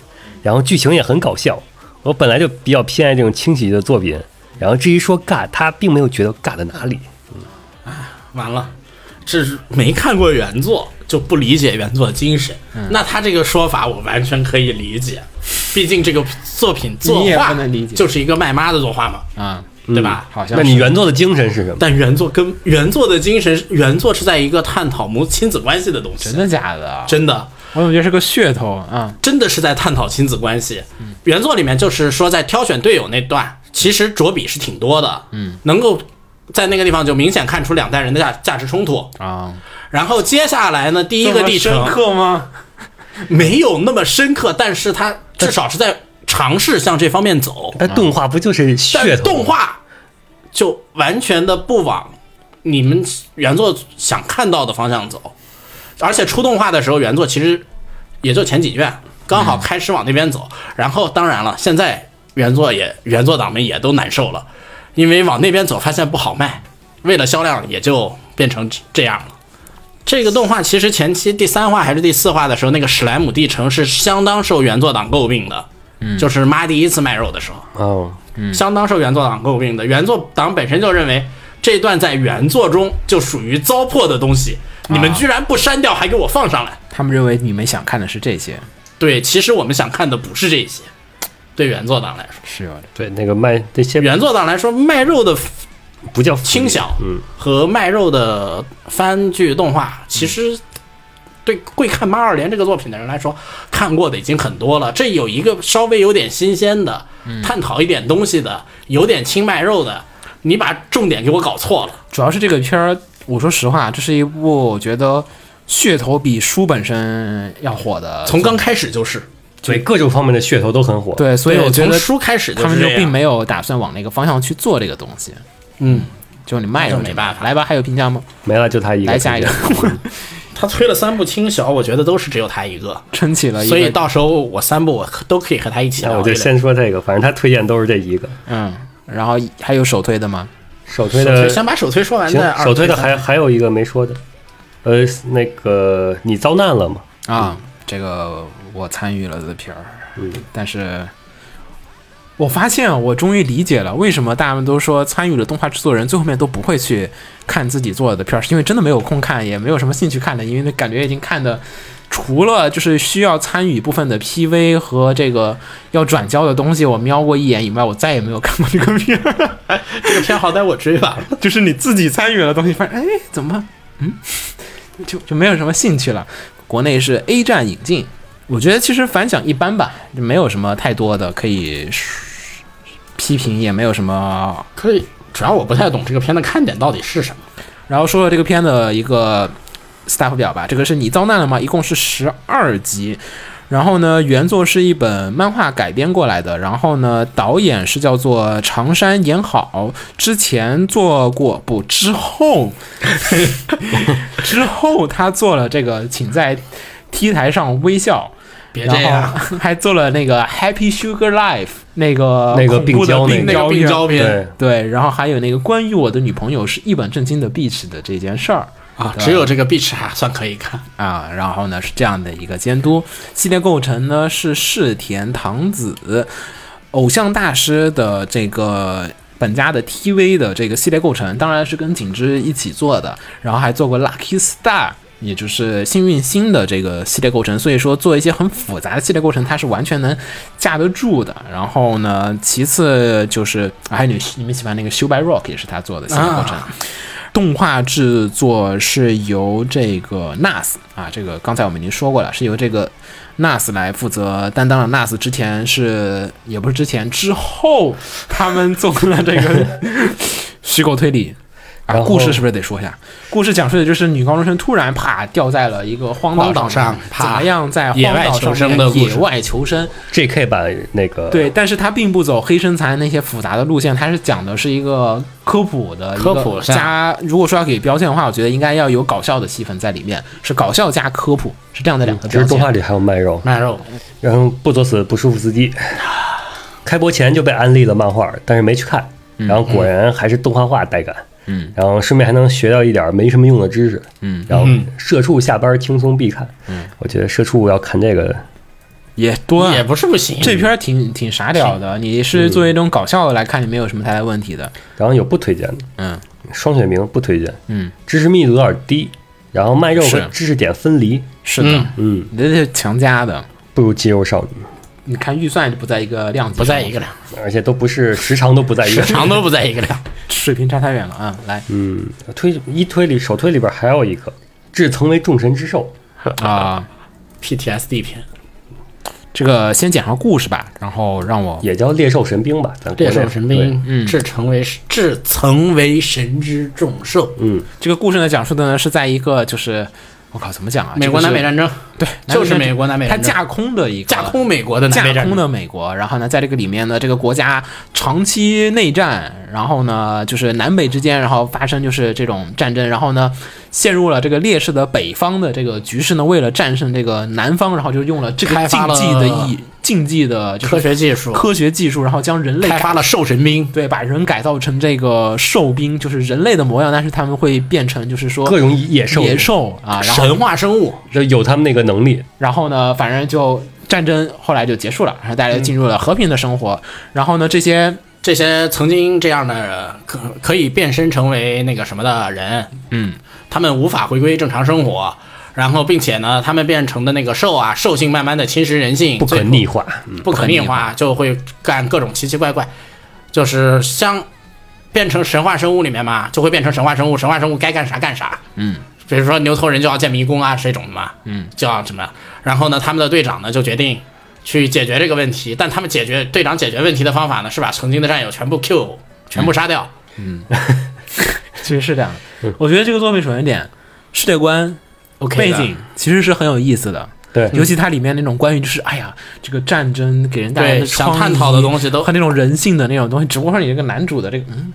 [SPEAKER 5] 然后剧情也很搞笑，我本来就比较偏爱这种轻喜剧的作品，然后至于说尬，他并没有觉得尬在哪里，
[SPEAKER 6] 完了，这是没看过原作就不理解原作精神。
[SPEAKER 3] 嗯
[SPEAKER 6] 那他这个说法我完全可以理解，毕竟这个作品作
[SPEAKER 3] 你也
[SPEAKER 6] 画
[SPEAKER 3] 不能理解
[SPEAKER 6] 就是一个卖妈的作画嘛，
[SPEAKER 3] 啊、
[SPEAKER 6] 对吧？
[SPEAKER 3] 好像
[SPEAKER 5] 那你
[SPEAKER 3] 是
[SPEAKER 5] 原作的精神是什么？
[SPEAKER 6] 但原作跟原作的精神，原作是在一个探讨母亲子关系的东西，
[SPEAKER 3] 真的假的？
[SPEAKER 6] 真的
[SPEAKER 3] 我怎么觉得是个噱头啊？
[SPEAKER 6] 真的是在探讨亲子关系。
[SPEAKER 3] 嗯
[SPEAKER 6] 原作里面就是说，在挑选队友那段，其实着笔是挺多的，嗯，能够在那个地方就明显看出两代人的价价值冲突。
[SPEAKER 3] 啊，
[SPEAKER 6] 然后接下来呢，第一个地
[SPEAKER 3] 这么
[SPEAKER 6] 城
[SPEAKER 3] 深刻吗？
[SPEAKER 6] 没有那么深刻，但是它至少是在尝试向这方面走。
[SPEAKER 5] 但动画不就是噱
[SPEAKER 6] 但
[SPEAKER 5] 头？
[SPEAKER 6] 动画就完全的不往你们原作想看到的方向走，而且出动画的时候，原作其实也就前几卷，刚好开始往那边走。然后当然了，现在原作也原作党们也都难受了，因为往那边走发现不好卖，为了销量也就变成这这样了。这个动画其实前期第三话还是第四话的时候，那个史莱姆地城是相当受原作党诟病的，就是妈第一次卖肉的时候。
[SPEAKER 5] 哦，
[SPEAKER 6] 相当受原作党诟病的。原作党本身就认为这段在原作中就属于糟粕的东西，你们居然不删掉还给我放上来。
[SPEAKER 3] 他们认为你们想看的是这些，
[SPEAKER 6] 对，其实我们想看的不是这些。对原作党来说，
[SPEAKER 3] 是有的。
[SPEAKER 5] 对，那个卖这些
[SPEAKER 6] 原作党来说卖肉的
[SPEAKER 5] 不叫
[SPEAKER 6] 轻小
[SPEAKER 5] 嗯，
[SPEAKER 6] 和卖肉的番剧动画，其实对会看《妈二连》这个作品的人来说，看过的已经很多了。这有一个稍微有点新鲜的，探讨一点东西的，有点轻卖肉的，你把重点给我搞错了。
[SPEAKER 3] 主要是这个片儿，我说实话，这是一部我觉得噱头比书本身要火的。
[SPEAKER 6] 从刚开始就是，
[SPEAKER 5] 对各种方面的噱头都很火。，
[SPEAKER 3] 对，所以我觉
[SPEAKER 6] 从
[SPEAKER 3] 得
[SPEAKER 6] 书开始
[SPEAKER 3] 他们
[SPEAKER 6] 就
[SPEAKER 3] 就是
[SPEAKER 6] 这
[SPEAKER 3] 并
[SPEAKER 6] 样
[SPEAKER 3] 没有打算往那个方向去做这个东西。
[SPEAKER 6] 嗯，
[SPEAKER 3] 就你卖
[SPEAKER 6] 那
[SPEAKER 3] 了
[SPEAKER 6] 就没办法
[SPEAKER 3] 来吧，还有评价吗？
[SPEAKER 5] 没了就他一个。
[SPEAKER 3] 来下一个，
[SPEAKER 6] 他推了三部轻小，我觉得都是只有他一个，
[SPEAKER 3] 撑起了一个。
[SPEAKER 6] 所以到时候我三部我可都可以和他一起
[SPEAKER 5] 那
[SPEAKER 6] 聊
[SPEAKER 5] 我
[SPEAKER 6] 一
[SPEAKER 5] 就
[SPEAKER 6] 聊。
[SPEAKER 5] 先说这个，反正他推荐都是这一个。
[SPEAKER 3] 嗯，然后还有首推的吗？
[SPEAKER 5] 首推
[SPEAKER 6] 首
[SPEAKER 5] 的
[SPEAKER 6] 推先把首推说完再
[SPEAKER 5] 行，
[SPEAKER 6] 二
[SPEAKER 5] 首推的
[SPEAKER 6] 三
[SPEAKER 5] 还还有一个没说的，呃，那个你遭难了吗？
[SPEAKER 3] 啊，这个我参与了的片儿，
[SPEAKER 5] 嗯，
[SPEAKER 3] 但是我发现啊我终于理解了为什么大家都说参与了动画制作人最后面都不会去看自己做的片儿，是因为真的没有空看，也没有什么兴趣看的，因为那感觉已经看的。除了就是需要参与部分的 PV 和这个要转交的东西，我瞄过一眼以外，我再也没有看过这个片儿了。
[SPEAKER 6] 这个片好歹我追完了，
[SPEAKER 3] 就是你自己参与了东西，发现哎，怎么，嗯，就就没有什么兴趣了。国内是 A 站引进，我觉得其实反响一般吧，就没有什么太多的可以批评，也没有什么。
[SPEAKER 6] 可以。主要我不太懂这个片的看点到底是什么。
[SPEAKER 3] 然后说说这个片的一个 staff 表吧，这个是你遭难了吗？一共是十二集。然后呢，原作是一本漫画改编过来的。然后呢，导演是叫做长山研好，之前做过不之后， 之后他做了这个，请在 T 台上微笑。
[SPEAKER 6] 别这
[SPEAKER 3] 然
[SPEAKER 6] 样，
[SPEAKER 3] 后还做了那个 Happy Sugar Life 那个
[SPEAKER 5] 那个
[SPEAKER 3] 恐怖的
[SPEAKER 5] 病娇那
[SPEAKER 3] 病
[SPEAKER 5] 个
[SPEAKER 6] 那个病
[SPEAKER 3] 片
[SPEAKER 6] 娇
[SPEAKER 5] 对
[SPEAKER 6] 片，
[SPEAKER 3] 对，然后还有那个关于我的女朋友是一本正经的 bitch 的这件事儿
[SPEAKER 6] 啊，
[SPEAKER 3] 对
[SPEAKER 6] 只有这个 Beach 还算可以看。
[SPEAKER 3] 啊，然后呢是这样的一个监督系列构成呢是世田堂子偶像大师的这个。本家的 TV 的这个系列构成，当然是跟景之一起做的，然后还做过 Lucky Star，也就是幸运星的这个系列构成，所以说做一些很复杂的系列构成，它是完全能架得住的。然后哎呢，其次就是，啊还有你你们喜欢那个 s h u b a Rock 也是他做的系列构成，动画制作是由这个 NAS 啊，这个刚才我们已经说过了，是由这个 NAS 来负责担当了。NAS 之前是也不是之前，之后他们做了这 个虚构推理。啊，
[SPEAKER 5] 然后
[SPEAKER 3] 故事是不是得说一下？故事讲述的就是女高中生突然啪掉在了一个荒
[SPEAKER 6] 荒岛
[SPEAKER 3] 岛
[SPEAKER 6] 上
[SPEAKER 3] 怎
[SPEAKER 6] 啪
[SPEAKER 3] 么样在荒
[SPEAKER 6] 野外
[SPEAKER 3] 岛
[SPEAKER 6] 求
[SPEAKER 3] 上
[SPEAKER 6] 生
[SPEAKER 3] 面
[SPEAKER 6] 的故
[SPEAKER 3] 野
[SPEAKER 6] 事
[SPEAKER 3] 外求生，
[SPEAKER 5] J.K. 版那个
[SPEAKER 3] 对，但是它并不走黑身材那些复杂的路线，它是讲的是一个科普的一个
[SPEAKER 6] 科普上
[SPEAKER 3] 加。如果说要给标签的话，我觉得应该要有搞笑的戏份在里面，是搞笑加科普，是这样的
[SPEAKER 6] 嗯
[SPEAKER 3] 两个
[SPEAKER 5] 其
[SPEAKER 3] 标
[SPEAKER 5] 实动画
[SPEAKER 3] 签。
[SPEAKER 5] 里还有卖肉，
[SPEAKER 6] 卖肉，
[SPEAKER 5] 然后不作死不舒服司机，开播前就被安利了漫画，但是没去看，然后果然还是动画化带感。
[SPEAKER 3] 嗯，
[SPEAKER 5] 然后顺便还能学到一点没什么用的知识。
[SPEAKER 3] 嗯，
[SPEAKER 5] 然后社畜下班轻松必看。嗯，我觉得社畜要看这个，
[SPEAKER 3] 也多啊
[SPEAKER 6] 也嗯不是不行。
[SPEAKER 3] 这片儿挺挺傻屌的，你是作为一种搞笑的来看，你没有什么太大问题的。
[SPEAKER 5] 然后有不推荐的，
[SPEAKER 3] 嗯
[SPEAKER 5] 双雪明不推荐，
[SPEAKER 3] 嗯，
[SPEAKER 5] 知识密度有点低，然后卖肉和
[SPEAKER 3] 是
[SPEAKER 5] 知识点分离，
[SPEAKER 3] 是的，
[SPEAKER 5] 嗯，
[SPEAKER 3] 你这是强加的。
[SPEAKER 5] 不如肌肉少女，
[SPEAKER 3] 你看预算就不在一个量级，
[SPEAKER 6] 不在一个，量，
[SPEAKER 5] 而且都不是时长都不在一个。
[SPEAKER 6] 长都不在一个量。
[SPEAKER 3] 水平差太远了啊！来
[SPEAKER 5] 嗯，推一推里首推里边还有一个，至曾为众神之兽，
[SPEAKER 3] 啊，
[SPEAKER 6] PTSD 片，
[SPEAKER 3] 这个先讲上故事吧，然后让我
[SPEAKER 5] 也叫猎兽神兵吧，咱国
[SPEAKER 6] 猎
[SPEAKER 5] 内
[SPEAKER 6] 兽神
[SPEAKER 5] 对
[SPEAKER 6] 兵，至成为至曾为神之众兽。
[SPEAKER 5] 嗯，
[SPEAKER 3] 这个故事呢，讲述的呢是在一个就是，我靠，怎么讲啊？
[SPEAKER 6] 美国
[SPEAKER 3] 这
[SPEAKER 6] 南
[SPEAKER 3] 个
[SPEAKER 6] 北
[SPEAKER 3] 是
[SPEAKER 6] 战争
[SPEAKER 3] 对，
[SPEAKER 6] 就是美国南北
[SPEAKER 3] 它
[SPEAKER 6] 战争
[SPEAKER 3] 架空的一个
[SPEAKER 6] 架空美国的南
[SPEAKER 3] 架
[SPEAKER 6] 北战
[SPEAKER 3] 空
[SPEAKER 6] 争，
[SPEAKER 3] 的美国，然后呢，在这个里面呢，这个国家长期内战，然后呢，就是南北之间，然后发生就是这种战争，然后呢，陷入了这个劣势的北方的这个局势呢，为了战胜这个南方，然后就用了这个
[SPEAKER 6] 开发
[SPEAKER 3] 竞
[SPEAKER 6] 了
[SPEAKER 3] 技的意竞技的就是
[SPEAKER 6] 科学技术
[SPEAKER 3] 科学技术，然后将人类
[SPEAKER 6] 开
[SPEAKER 3] 改
[SPEAKER 6] 发了兽神兵，
[SPEAKER 3] 对，把人改造成这个兽兵，就是人类的模样，但是他们会变成就是说
[SPEAKER 5] 各种野兽，
[SPEAKER 3] 野兽啊，然后
[SPEAKER 6] 神话生物。
[SPEAKER 5] 就有他们那个能力，
[SPEAKER 3] 然后呢，反正就战争后来就结束了，然后大家就进入了和平的生活。然后呢，这些
[SPEAKER 6] 这些曾经这样的可可以变身成为那个什么的人，
[SPEAKER 3] 嗯，
[SPEAKER 6] 他们无法回归正常生活，然后并且呢，他们变成的那个兽啊，兽性慢慢的侵蚀人性，
[SPEAKER 5] 不可
[SPEAKER 6] 最后
[SPEAKER 5] 逆化，嗯，
[SPEAKER 6] 不可逆化，就会干各种奇奇怪怪，就是像变成神话生物里面嘛，就会变成神话生物，神话生物该干啥干啥。
[SPEAKER 3] 嗯，
[SPEAKER 6] 比如说牛头人就要建迷宫啊这种的嘛，
[SPEAKER 3] 嗯，
[SPEAKER 6] 就要什么。然后呢，他们的队长呢就决定去解决这个问题，但他们解决队长解决问题的方法呢是把曾经的战友全部 Q 全部杀掉。
[SPEAKER 3] 其实是这样的。我觉得这个作品首先点世界观
[SPEAKER 6] OK
[SPEAKER 3] 背
[SPEAKER 6] 的
[SPEAKER 3] 景其实是很有意思的。
[SPEAKER 5] 对
[SPEAKER 3] 尤其它里面那种关于就是哎呀，这个战争给人带来的
[SPEAKER 6] 对想
[SPEAKER 3] 创
[SPEAKER 6] 探讨的
[SPEAKER 3] 意
[SPEAKER 6] 东西都
[SPEAKER 3] 和那种人性的那种东西，只不过说你这个男主的这个嗯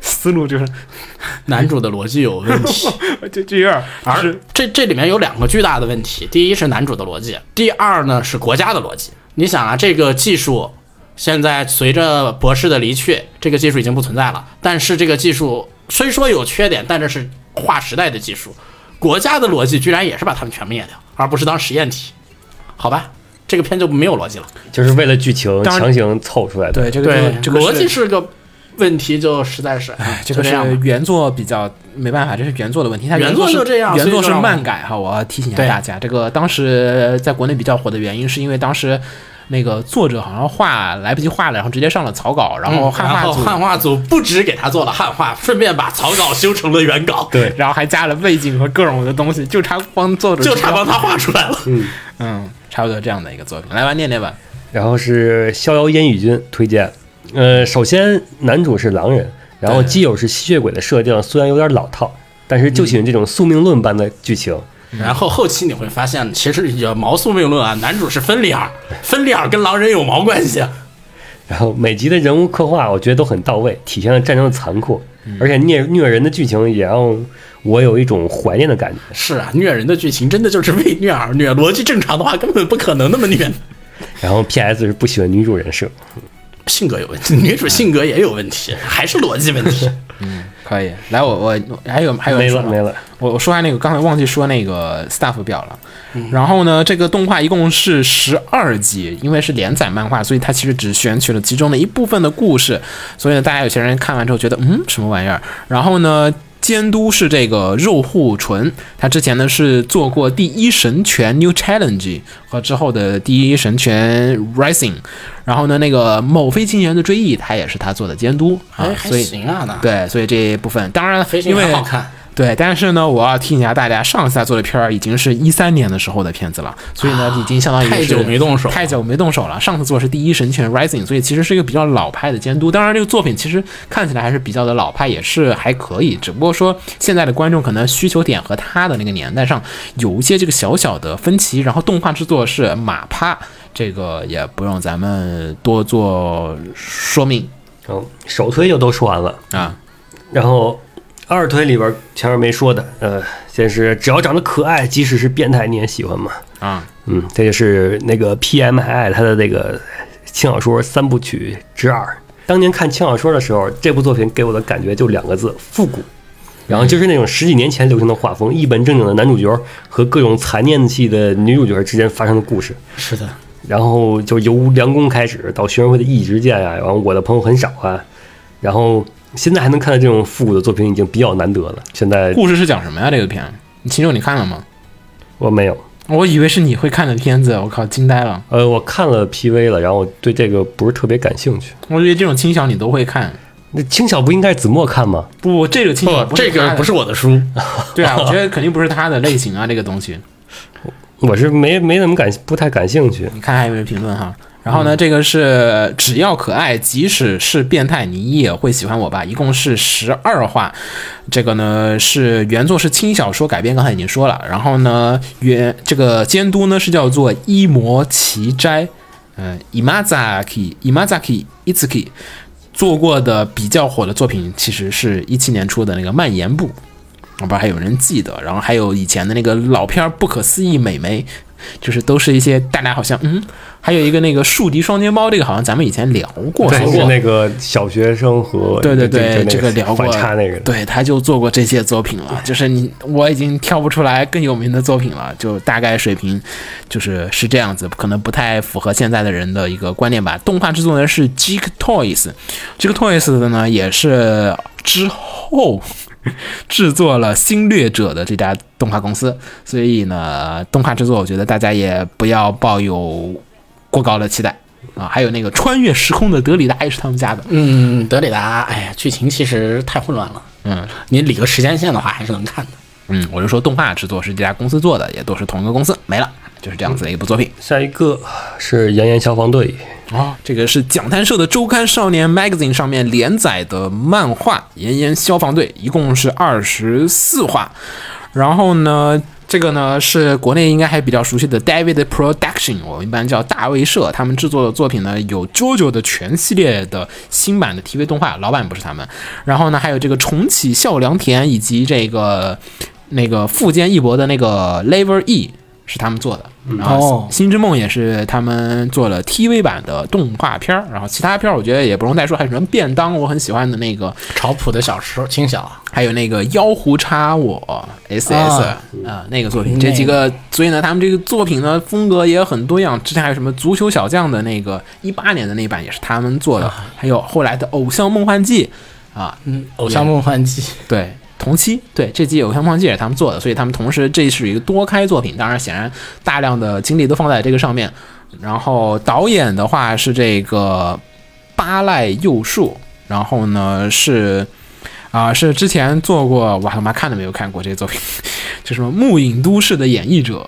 [SPEAKER 3] 思路就是
[SPEAKER 6] 男主的逻辑有问 题，
[SPEAKER 3] 就就有点就
[SPEAKER 6] 而
[SPEAKER 3] 是
[SPEAKER 6] 这这里面有两个巨大的问题，第一是男主的逻辑，第二呢是国家的逻辑。你想啊，这个技术现在随着博士的离去，这个技术已经不存在了，但是这个技术虽说有缺点，但这是划时代的技术。国家的逻辑居然也是把他们全灭掉，而不是当实验体，好吧？这个片就没有逻辑了。
[SPEAKER 5] 就是为了剧情
[SPEAKER 3] 当然
[SPEAKER 5] 强行凑出来的。
[SPEAKER 3] 对这个这个这个
[SPEAKER 6] 逻
[SPEAKER 3] 是
[SPEAKER 6] 辑是个问题，就实在是，哎，
[SPEAKER 3] 这个
[SPEAKER 6] 就这样
[SPEAKER 3] 是
[SPEAKER 6] 吧
[SPEAKER 3] 原作比较没办法，这是原作的问题。它
[SPEAKER 6] 原
[SPEAKER 3] 作
[SPEAKER 6] 作
[SPEAKER 3] 是
[SPEAKER 6] 就这样
[SPEAKER 3] 原作
[SPEAKER 6] 所以
[SPEAKER 3] 是
[SPEAKER 6] 就让我
[SPEAKER 3] 漫改哈，我要提醒一下
[SPEAKER 6] 对
[SPEAKER 3] 大家，这个当时在国内比较火的原因，是因为当时那个作者好像画来不及画了，然后直接上了草稿，然后汉
[SPEAKER 6] 嗯然
[SPEAKER 3] 化
[SPEAKER 6] 后
[SPEAKER 3] 组，
[SPEAKER 6] 汉化组不止给他做了汉化，顺便把草稿修成了原稿，
[SPEAKER 5] 对
[SPEAKER 3] 然后还加了背景和各种的东西，就差帮作者
[SPEAKER 6] 就差帮他画出来了。
[SPEAKER 3] 嗯，差不多这样的一个作品。来吧，念念吧，
[SPEAKER 5] 然后是《逍遥烟雨君》推荐，呃，首先男主是狼人，然后基友是吸血鬼的设定，虽然有点老套，但是就喜欢这种宿命论般的剧情。
[SPEAKER 6] 然后后期你会发现，其实也毛宿命论啊，男主是芬里尔，芬里尔跟狼人有毛关系？啊
[SPEAKER 5] 然后每集的人物刻画，我觉得都很到位，体现了战争的残酷，而且虐虐人的剧情也让我有一种怀念的感觉。
[SPEAKER 6] 是啊，虐人的剧情真的就是为虐而虐，逻辑正常的话根本不可能那么虐。
[SPEAKER 5] 然后 P.S. 是不喜欢女主人设，
[SPEAKER 6] 性格有问题，女主性格也有问题，还是逻辑问题。
[SPEAKER 3] 可以。来，我我我还有还有人
[SPEAKER 5] 没
[SPEAKER 3] 说
[SPEAKER 5] 了
[SPEAKER 3] 吗
[SPEAKER 5] 没了。
[SPEAKER 3] 我我说下那个刚才忘记说那个 staff 表了，然后呢，这个动画一共是十二集，因为是连载漫画，所以它其实只选取了其中的一部分的故事，所以呢，大家有些人看完之后觉得嗯什么玩意儿，然后呢，监督是这个肉户纯，他之前呢是做过第一神拳 New Challenge 和之后的第一神拳 Rising，然后呢那个某飞行员的追忆，他也是他做的监督啊
[SPEAKER 6] 哎，，
[SPEAKER 3] 所
[SPEAKER 6] 还
[SPEAKER 3] 以
[SPEAKER 6] 行啊，那
[SPEAKER 3] 对，所以这一部分当然了
[SPEAKER 6] 飞，行
[SPEAKER 3] 因为
[SPEAKER 6] 员好看。
[SPEAKER 3] 对，但是呢，我要提醒一下大家，上次他做的片儿已经是一三年的时候的片子了，所以呢，已经相当于
[SPEAKER 6] 啊太
[SPEAKER 3] 是
[SPEAKER 6] 久没动手
[SPEAKER 3] 太久没动手了。上次做的是《第一神拳 Rising》，所以其实是一个比较老派的监督。当然，这个作品其实看起来还是比较的老派，也是还可以，只不过说现在的观众可能需求点和他的那个年代上有一些这个小小的分歧。然后动画制作是马趴，这个也不用咱们多做说明
[SPEAKER 5] 嗯，首推就都说完了，
[SPEAKER 3] 啊。
[SPEAKER 5] 然后二推里边前面没说的，呃，先是只要长得可爱，即使是变态你也喜欢嘛。
[SPEAKER 3] 啊，
[SPEAKER 5] 嗯，这就是那个 PMI 他的那个轻小说三部曲之二。当年看轻小说的时候，这部作品给我的感觉就两个字：复古。然后就是那种十几年前流行的画风，一本正经的男主角和各种残念系的女主角之间发生的故事。
[SPEAKER 6] 是的，
[SPEAKER 5] 然后就由梁工开始到学生会的一直见啊，然后我的朋友很少啊，然后现在还能看到这种复古的作品已经比较难得了。现在
[SPEAKER 3] 故事是讲什么呀？这个片，你秦九你看了吗？
[SPEAKER 5] 我没有，
[SPEAKER 3] 我以为是你会看的片子，我靠，惊呆了！
[SPEAKER 5] 呃，我看了 PV 了，然后对这个不是特别感兴趣。
[SPEAKER 3] 我觉得这种轻小你都会看。
[SPEAKER 5] 那轻小不应该是子墨看吗？
[SPEAKER 3] 不，这个轻小
[SPEAKER 6] 不，这个不
[SPEAKER 3] 是
[SPEAKER 6] 是我的书，
[SPEAKER 3] 他的对啊，我觉得肯定不是他的类型啊，这个东西。
[SPEAKER 5] 我是没没怎么感不太感兴趣。
[SPEAKER 3] 你看还有没有评论哈？然后呢，这个是只要可爱，即使是变态，你也会喜欢我吧？一共是十二话，这个呢是原作是轻小说改编，刚才已经说了。然后呢，原这个监督呢是叫做一魔奇斋，嗯、i m a z a k i Imazaki Itsuki 做过的比较火的作品，其实是一七年出的那个《蔓延部》，我不知道还有人记得。然后还有以前的那个老片儿《不可思议美眉》，就是都是一些大家好像嗯，还有一个那个《树敌双肩包》，这个好像咱们以前聊过，说
[SPEAKER 5] 是
[SPEAKER 3] 过。
[SPEAKER 5] 那个小学生和
[SPEAKER 3] 对对
[SPEAKER 5] 就
[SPEAKER 3] 对，
[SPEAKER 5] 就
[SPEAKER 3] 这
[SPEAKER 5] 那个
[SPEAKER 3] 个聊过，
[SPEAKER 5] 反差那个
[SPEAKER 3] 对，他就做过这些作品了。就是你，我已经挑不出来更有名的作品了，就大概水平就是是这样子，可能不太符合现在的人的一个观念吧。动画制作人是 Geek Toys，Geek Toys 的呢也是之后制作了《侵略者》的这家动画公司，所以呢，动画制作我觉得大家也不要抱有过高的期待。啊，还有那个穿越时空的德里达也是他们家的，
[SPEAKER 6] 嗯，德里达，哎呀，剧情其实太混乱了。
[SPEAKER 3] 嗯，
[SPEAKER 6] 你理个时间线的话，还是能看的。
[SPEAKER 3] 嗯，我就说动画制作是这家公司做的，也都是同一个公司，没了，就是这样子的一部作品。
[SPEAKER 5] 下一个是《炎炎消防队》，
[SPEAKER 3] 哦，这个是讲谈社的周刊《少年 Magazine》上面连载的漫画《炎炎消防队》，一共是二十四话。然后呢，这个呢是国内应该还比较熟悉的 David Production，我们一般叫大卫社，他们制作的作品呢有 JoJo 的全系列的新版的 TV 动画，老版不是他们。然后呢，还有这个重启孝良田以及这个那个富坚义博的那个 Lever E 是他们做的。然后
[SPEAKER 6] 哦
[SPEAKER 3] 《星之梦》也是他们做了 TV 版的动画片儿，然后其他片儿我觉得也不用再说，还有什么便当我很喜欢的那个，
[SPEAKER 6] 潮普的小说，轻小啊，
[SPEAKER 3] 还有那个妖狐叉我 S S 啊
[SPEAKER 6] 啊、
[SPEAKER 3] 那个作品，
[SPEAKER 6] 那
[SPEAKER 3] 这
[SPEAKER 6] 个
[SPEAKER 3] 几个，所以呢，他们这个作品呢风格也很多样。之前还有什么足球小将的那个一八年的那版也是他们做的，
[SPEAKER 6] 啊
[SPEAKER 3] 还有后来的偶像梦幻季啊，
[SPEAKER 6] 嗯，《偶像梦幻季》
[SPEAKER 3] 对，同期对这季《偶像梦境》也是他们做的，所以他们同时这是一个多开作品，当然显然大量的精力都放在这个上面。然后导演的话是这个八濑佑树，然后呢是啊、是之前做过，我他妈看都没有看过这个作品， 就什么《暮影都市的演绎者》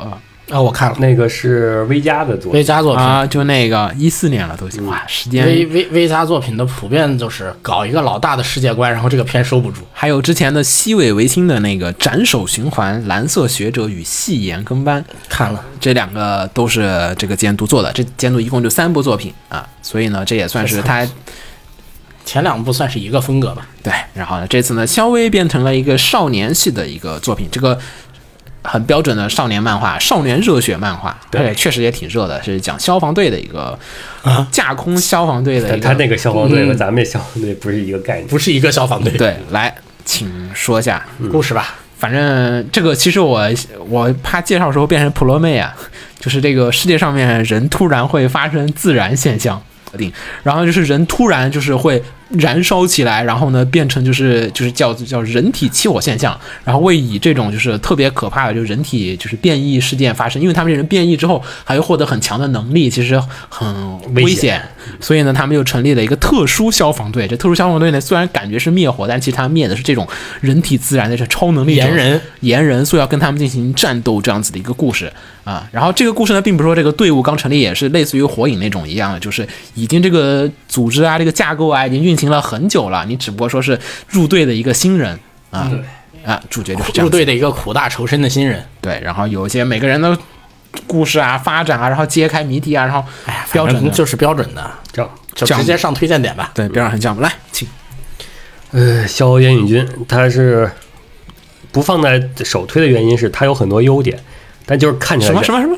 [SPEAKER 6] 啊，我看了
[SPEAKER 5] 那个是微加的作
[SPEAKER 6] 微
[SPEAKER 5] 品，
[SPEAKER 6] 加作品。
[SPEAKER 3] 啊，就那个一四年了都已经，哇，时间
[SPEAKER 6] 微微微加作品的普遍就是搞一个老大的世界观，然后这个片收不住。
[SPEAKER 3] 还有之前的西尾维新的那个《斩首循环：蓝色学者与细岩跟班》，
[SPEAKER 6] 看了
[SPEAKER 3] 这两个都是这个监督做的，这监督一共就三部作品啊，所以呢，这也算是他
[SPEAKER 6] 前两部算是一个风格吧。
[SPEAKER 3] 对。然后呢，这次呢，稍微变成了一个少年系的一个作品，这个很标准的少年漫画，少年热血漫画，
[SPEAKER 5] 对
[SPEAKER 3] 而且确实也挺热的，是讲消防队的一个架空消防队的
[SPEAKER 5] 但
[SPEAKER 3] 一
[SPEAKER 5] 啊他
[SPEAKER 3] 个
[SPEAKER 5] 那个消防队和咱们这消防队不是一个概念。
[SPEAKER 6] 不是一个消防队
[SPEAKER 3] 对，来，请说一下。
[SPEAKER 6] 故事吧？
[SPEAKER 3] 反正这个其实我我怕介绍的时候变成普罗妹啊， 就是这个世界上面人突然会发生自然现象，然后就是人突然就是会燃烧起来，然后呢变成就是就是叫叫人体起火现象，然后为以这种就是特别可怕的就是人体就是变异事件发生，因为他们这人变异之后还会获得很强的能力，其实很危
[SPEAKER 5] 危
[SPEAKER 3] 险
[SPEAKER 5] 险。
[SPEAKER 3] 所以呢，他们又成立了一个特殊消防队。这特殊消防队呢，虽然感觉是灭火，但其实他灭的是这种人体自燃的这超能力者
[SPEAKER 6] 炎人，
[SPEAKER 3] 炎人，所以要跟他们进行战斗这样子的一个故事啊。然后这个故事呢，并不是说这个队伍刚成立，也是类似于火影那种一样的，就是已经这个组织啊、这个架构啊已经运行了很久了，你只不过说是入队的一个新人啊。啊，主角就是这样
[SPEAKER 6] 入
[SPEAKER 3] 子
[SPEAKER 6] 队的一个苦大仇深的新人，
[SPEAKER 3] 对，然后有一些每个人的故事啊、发展啊，然后揭开谜题啊，然后
[SPEAKER 6] 哎呀，
[SPEAKER 3] 标
[SPEAKER 6] 反
[SPEAKER 3] 准
[SPEAKER 6] 正
[SPEAKER 3] 的
[SPEAKER 6] 就是标准的，
[SPEAKER 5] 这样
[SPEAKER 6] 就
[SPEAKER 3] 讲
[SPEAKER 6] 直接上推荐点吧。
[SPEAKER 3] 对标准很像。来，请
[SPEAKER 5] 呃，逍遥烟雨君他是不放在首推的原因是他有很多优点，但就是看起来
[SPEAKER 3] 什么什么什么？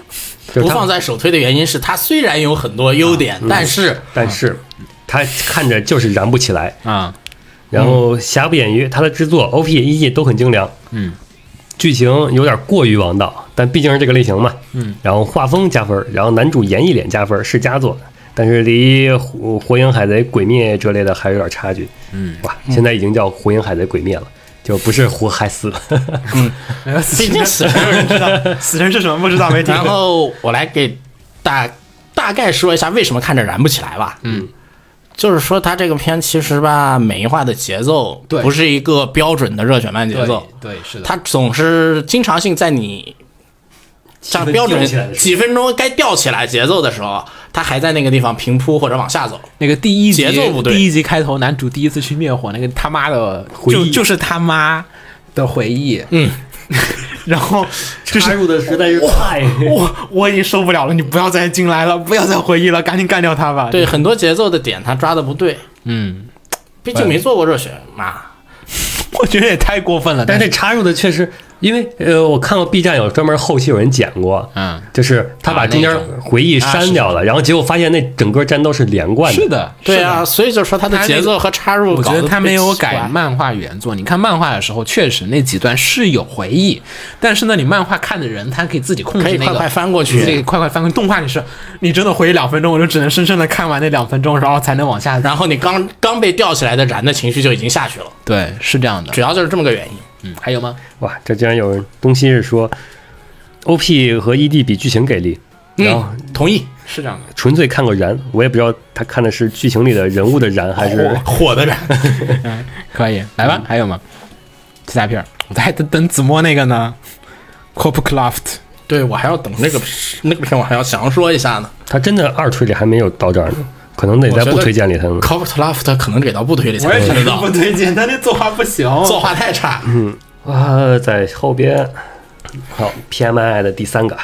[SPEAKER 5] 就是
[SPEAKER 6] 不
[SPEAKER 5] 他
[SPEAKER 6] 放在首推的原因是它虽然有很多优点，但是
[SPEAKER 5] 但是他看着就是燃不起来。
[SPEAKER 3] 啊，
[SPEAKER 5] 然后瑕不掩瑜，他的制作 OP、EE 都很精良。
[SPEAKER 3] 嗯，
[SPEAKER 5] 剧情有点过于王道，但毕竟是这个类型嘛。嗯，然后画风加分，然后男主演绎脸加分是佳作，但是离火火影、海贼、鬼灭之类的还有点差距。嗯，哇，现在已经叫火影、海贼、鬼灭了，就不是火海死了。
[SPEAKER 6] 毕竟死了没有人知道。
[SPEAKER 3] 死神是什么不知道没听
[SPEAKER 6] 然后我来给大大概说一下为什么看着燃不起来吧。嗯，就是说它这个片其实吧，每一话的节奏
[SPEAKER 3] 对
[SPEAKER 6] 不是一个标准的热血漫节奏
[SPEAKER 3] 对，对是的，
[SPEAKER 6] 它总是经常性在你像标准
[SPEAKER 5] 吊起来的时候
[SPEAKER 6] 几分钟该吊起来节奏的时候，它还在那个地方平铺或者往下走。
[SPEAKER 3] 那个第一集
[SPEAKER 6] 节奏不对
[SPEAKER 3] 第一集开头男主第一次去灭火，那个他妈的
[SPEAKER 5] 回
[SPEAKER 3] 就
[SPEAKER 5] 忆
[SPEAKER 3] 就是他妈的回忆，嗯， 然后就是
[SPEAKER 5] 插入的实在是 太
[SPEAKER 3] 我我已经受不了了，你不要再进来了，不要再回忆了，赶紧干掉他吧。
[SPEAKER 6] 对，，很多节奏的点它抓的不对，
[SPEAKER 3] 哎嗯，
[SPEAKER 6] 毕竟没做过热血嘛。
[SPEAKER 3] 我觉得也太过分了，
[SPEAKER 5] 但
[SPEAKER 3] 是
[SPEAKER 5] 是插入的确实，因为呃，我看过 B 站有专门后期有人剪过，
[SPEAKER 3] 嗯
[SPEAKER 5] 就是他把中间
[SPEAKER 3] 啊那种
[SPEAKER 5] 回忆删掉了，然后结果发现那整个战斗是连贯的。
[SPEAKER 3] 是的，
[SPEAKER 6] 对
[SPEAKER 3] 是的
[SPEAKER 6] 啊，。所以就说它的
[SPEAKER 3] 它那
[SPEAKER 6] 节奏和插入，
[SPEAKER 3] 我觉得他没有改。漫画原作。你看漫画的时候，确实那几段是有回忆，但是呢，你漫画看的人他可以自己控制
[SPEAKER 6] 可以
[SPEAKER 3] 那
[SPEAKER 6] 快
[SPEAKER 3] 个
[SPEAKER 6] 快翻过
[SPEAKER 3] 这
[SPEAKER 6] 去
[SPEAKER 3] 个，快快翻过去动画里是，你真的回忆两分钟，我就只能深深的看完那两分钟，然后才能往下。
[SPEAKER 6] 然后你刚刚被吊起来的燃的情绪就已经下去了，
[SPEAKER 3] 对，是这样的
[SPEAKER 6] 主。要就是这么个原因。
[SPEAKER 3] 嗯，还有吗？
[SPEAKER 5] 哇，这竟然有人东西是说，OP 和 ED 比剧情给力，然后
[SPEAKER 6] 嗯，同意。
[SPEAKER 3] 是这样的。
[SPEAKER 5] 纯粹看个燃，我也不知道他看的是剧情里的人物的燃还是。
[SPEAKER 3] 哦
[SPEAKER 6] 火的燃，
[SPEAKER 3] 可以，来
[SPEAKER 6] 嗯
[SPEAKER 3] 吧，还有吗？其他片儿，我还等等子墨那个呢。Cop Craft，
[SPEAKER 6] 对我还要等那个 那个片，我还要详说一下呢。
[SPEAKER 5] 他真的二推里还没有到这儿呢，可能得在不推荐里才能。
[SPEAKER 6] Cop t l a f t 可能给到不推里才能看得到，
[SPEAKER 3] 推荐，他那作画不行。
[SPEAKER 6] 作画太差。
[SPEAKER 5] 啊，在后边，好、PMI 的第三个，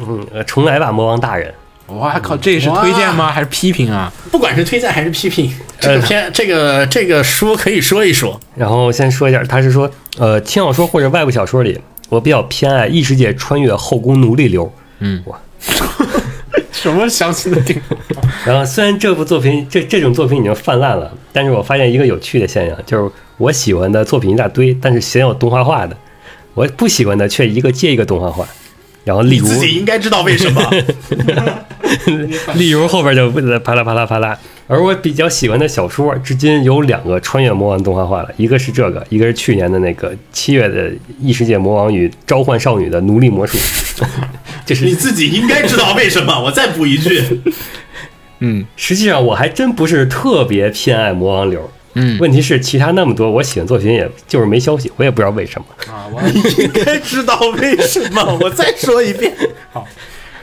[SPEAKER 5] 嗯，呃重来吧，魔王大人。
[SPEAKER 3] 哇靠，这是推荐吗？还是批评啊？
[SPEAKER 6] 不管是推荐还是批评，这个片这个这个书可以说一说。
[SPEAKER 5] 然后先说一下，他是说，呃，轻小说或者外部小说里，我比较偏爱异世界穿越后宫奴隶流。
[SPEAKER 3] 什么详细的定？
[SPEAKER 5] 然后虽然这部作品这这种作品已经泛滥了，但是我发现一个有趣的现象，就是我喜欢的作品一大堆，但是鲜有动画化的，我不喜欢的却一个接一个动画化。然后例如，
[SPEAKER 6] 应该知道为什 么。
[SPEAKER 5] 例如后边就啪啦啪啦啪啦。而我比较喜欢的小说，至今有两个穿越魔王动画化了，一个是这个，一个是去年的那个七月的《异世界魔王与召唤少女的奴隶魔术》，就是
[SPEAKER 6] 自己应该知道为什么。我再补一 句，
[SPEAKER 5] 实际上我还真不是特别偏爱魔王流。嗯，问题是其他那么多我喜欢作品，也就是没消息，我也不知道为什么。
[SPEAKER 6] 应该知道为什么。我再说一遍，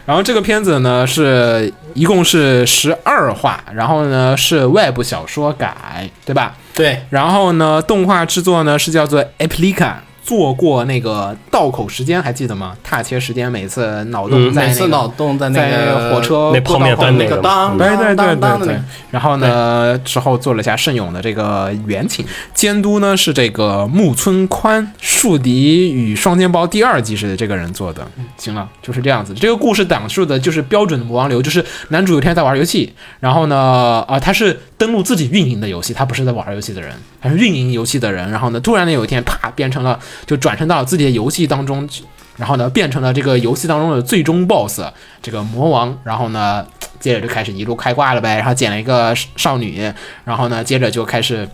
[SPEAKER 3] 然后这个片子呢是一共是十二话，然后呢是外部小说改，对吧？
[SPEAKER 6] 对，
[SPEAKER 3] 然后呢，动画制作呢是叫做 Applica，做过那个道口时间，还记得吗？踏切时间，每次脑洞
[SPEAKER 5] 嗯
[SPEAKER 3] 在那个、
[SPEAKER 6] 每次脑洞在那个
[SPEAKER 3] 在火车
[SPEAKER 5] 那嗯
[SPEAKER 3] 过哦道
[SPEAKER 5] 泡面
[SPEAKER 3] 口
[SPEAKER 5] 饭
[SPEAKER 6] 那个当
[SPEAKER 3] 对对对
[SPEAKER 6] 当当
[SPEAKER 3] 对对
[SPEAKER 6] 的那个，
[SPEAKER 3] 然后呢，之后做了一下盛勇的这个远景，监督呢是这个木村宽，树敌与双肩包第二季是这个人做的。
[SPEAKER 6] 嗯
[SPEAKER 3] 行了，就是这样子。这个故事讲述的就是标准的魔王流，就是男主有一天在玩游戏，然后呢，啊、他是登录自己运营的游戏，他不是在玩游戏的人，他是运营游戏的人。然后呢，突然呢有一天，啪变成了就转身到了自己的游戏当中去。然后呢变成了这个游戏当中的最终 BOSS 这个魔王，然后呢接着就开始一路开挂了呗，然后捡了一个少女，然后呢接着就开始。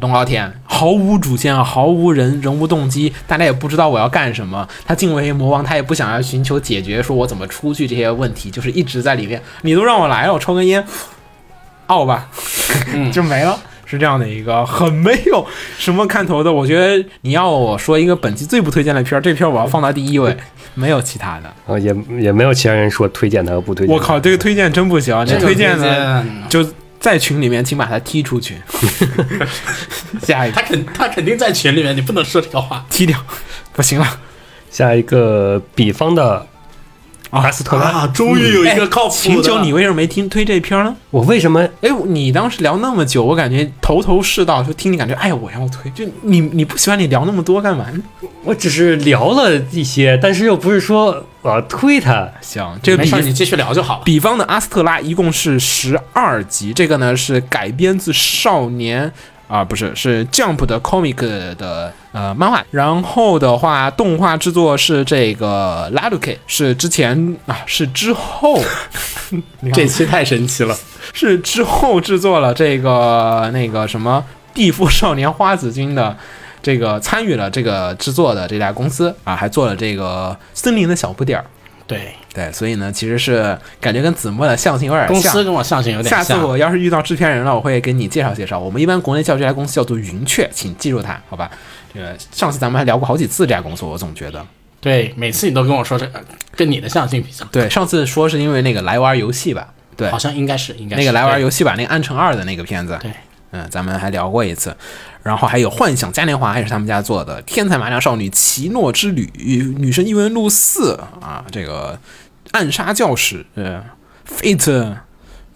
[SPEAKER 3] 龙傲天毫无主线，毫无人人物动机，大家也不知道我要干什么。他敬为魔王，他也不想要寻求解决，说我怎么出去这些问题，就是一直在里面。你都让我来了，我抽根烟，傲吧， 就没了。是这样的一个很没有什么看头的。我觉得你要我说一个本期最不推荐的片儿，这片儿我要放到第一位，没有其他的。
[SPEAKER 5] 然后哦也也没有其他人说推荐他和不推荐
[SPEAKER 3] 我
[SPEAKER 5] 他。
[SPEAKER 3] 靠，这个推荐真不行，这
[SPEAKER 6] 这个
[SPEAKER 3] 推荐呢
[SPEAKER 6] 呢？
[SPEAKER 3] 就在群里面，请把他踢出去。 下一个
[SPEAKER 6] 他肯他肯定在群里面，你不能说这个话。
[SPEAKER 3] 踢掉，不行了。
[SPEAKER 5] 下一个比方的阿斯特拉，
[SPEAKER 4] 啊，终于 有一个靠谱的。
[SPEAKER 3] 秦九，哎你为什么没听推这片儿呢？
[SPEAKER 5] 我为什么
[SPEAKER 3] 哎，你当时聊那么久，我感觉头头是道，就听你感觉，哎，我要推，就你你不喜欢你聊那么多干嘛呢？
[SPEAKER 5] 我只是聊了一些，但是又不是说我要推他。
[SPEAKER 3] 行，这个
[SPEAKER 6] 没
[SPEAKER 3] 比
[SPEAKER 6] 事儿，你继续聊就好 了。
[SPEAKER 3] 比方的阿斯特拉一共是十二集，这个呢是改编自少年啊、不是是 Jump 的 comic 的呃漫画，然后的话动画制作是这个 l a d u k 是之前啊是之后 你看
[SPEAKER 6] 这期太神奇了，
[SPEAKER 3] 是之后制作了这个那个什么《地缚少年花子君》的。这个参与了这个制作的这家公司啊，还做了这个森林的小不点儿，
[SPEAKER 6] 对，
[SPEAKER 3] 对，所以呢，其实是感觉跟子墨的象性有点像。
[SPEAKER 6] 公司跟我象限有点
[SPEAKER 3] 哎下
[SPEAKER 6] 像。
[SPEAKER 3] 次我要是遇到制片人了，我会给你介绍介绍。我们一般国内叫这家公司叫做云雀，请记住它，好吧？这个上次咱们还聊过好几次这家公司，我总觉得
[SPEAKER 6] 对，每次你都跟我说这个跟你的象性比较，
[SPEAKER 3] 对。上次说是因为那个来玩游戏吧，对，
[SPEAKER 6] 好像应该是应该是
[SPEAKER 3] 那个来玩游
[SPEAKER 6] 戏，
[SPEAKER 3] 戏吧，那个《安城二》的那个片子，
[SPEAKER 6] 对，
[SPEAKER 3] 嗯，咱们还聊过一次。然后还有《幻想嘉年华》，还是他们家做的，《天才麻将少女奇诺之旅》《女神异闻录四》啊，这个《暗杀教室》呃，《Fate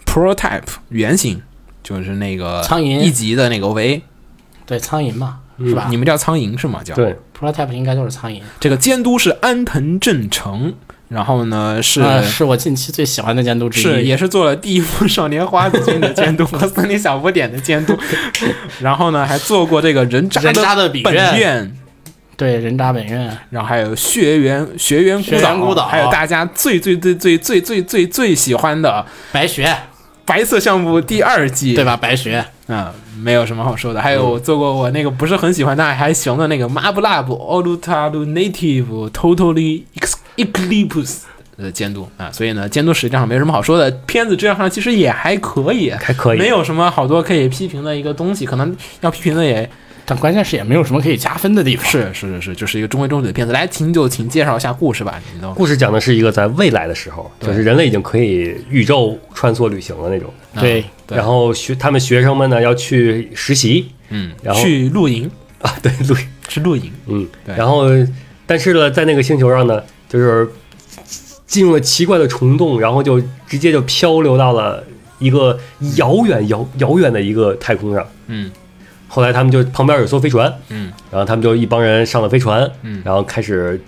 [SPEAKER 3] Prototype》原型，就是那个
[SPEAKER 6] 苍蝇
[SPEAKER 3] 一级的那个维，
[SPEAKER 6] 对苍蝇嘛，是吧
[SPEAKER 3] 嗯你们叫苍蝇是吗？叫
[SPEAKER 5] 对，
[SPEAKER 6] ？Prototype 应该就是苍蝇。
[SPEAKER 3] 这个监督是安藤正成，然后呢是、
[SPEAKER 6] 呃是我近期最喜欢的监督之一。
[SPEAKER 3] 是也是做了《第一部少年花子君》的监 督和《森林小不点》的监督，然后呢还做过这个人渣
[SPEAKER 6] 人渣的比
[SPEAKER 3] 本
[SPEAKER 6] 院
[SPEAKER 3] 院。
[SPEAKER 6] 对人渣本院，
[SPEAKER 3] 然后还有学员学员孤
[SPEAKER 6] 学
[SPEAKER 3] 岛，
[SPEAKER 6] 园孤岛
[SPEAKER 3] 还有大家最最最最最最最最喜欢的
[SPEAKER 6] 白雪
[SPEAKER 3] 白色项目第二季，
[SPEAKER 6] 对？吧？白雪
[SPEAKER 3] 嗯，没有什么好说的。还有做过我那个不是很喜欢但还行的那个 Mab Lab Olutalu Native Totally Ex- Eclipse 的监督啊，所以呢，监督实际上没什么好说的。片子质量上其实也还可以，
[SPEAKER 5] 还可以
[SPEAKER 3] 没有什么好多可以批评的一个东西，可能要批评的也
[SPEAKER 6] 但关键是也没有什么可以加分的地方。
[SPEAKER 3] 是是是是，就是一个中规中矩的片子。来，秦九，请介绍一下故事吧，你都。
[SPEAKER 5] 故事讲的是一个在未来的时候，就是人类已经可以宇宙穿梭旅行了那种。
[SPEAKER 6] 对，
[SPEAKER 3] 对
[SPEAKER 5] 然后学他们学生们呢要去实习，
[SPEAKER 3] 嗯，
[SPEAKER 5] 然后
[SPEAKER 3] 去露营
[SPEAKER 5] 啊，对，录
[SPEAKER 3] 是露营，
[SPEAKER 5] 嗯，
[SPEAKER 3] 对
[SPEAKER 5] 然后但是呢，在那个星球上呢，就是进入了奇怪的虫洞，然后就直接就漂流到了一个遥远遥遥远的一个太空上。
[SPEAKER 3] 嗯，
[SPEAKER 5] 后来他们就旁边有艘飞船，
[SPEAKER 3] 嗯，
[SPEAKER 5] 然后他们就一帮人上了飞船，
[SPEAKER 3] 嗯
[SPEAKER 5] 然后开始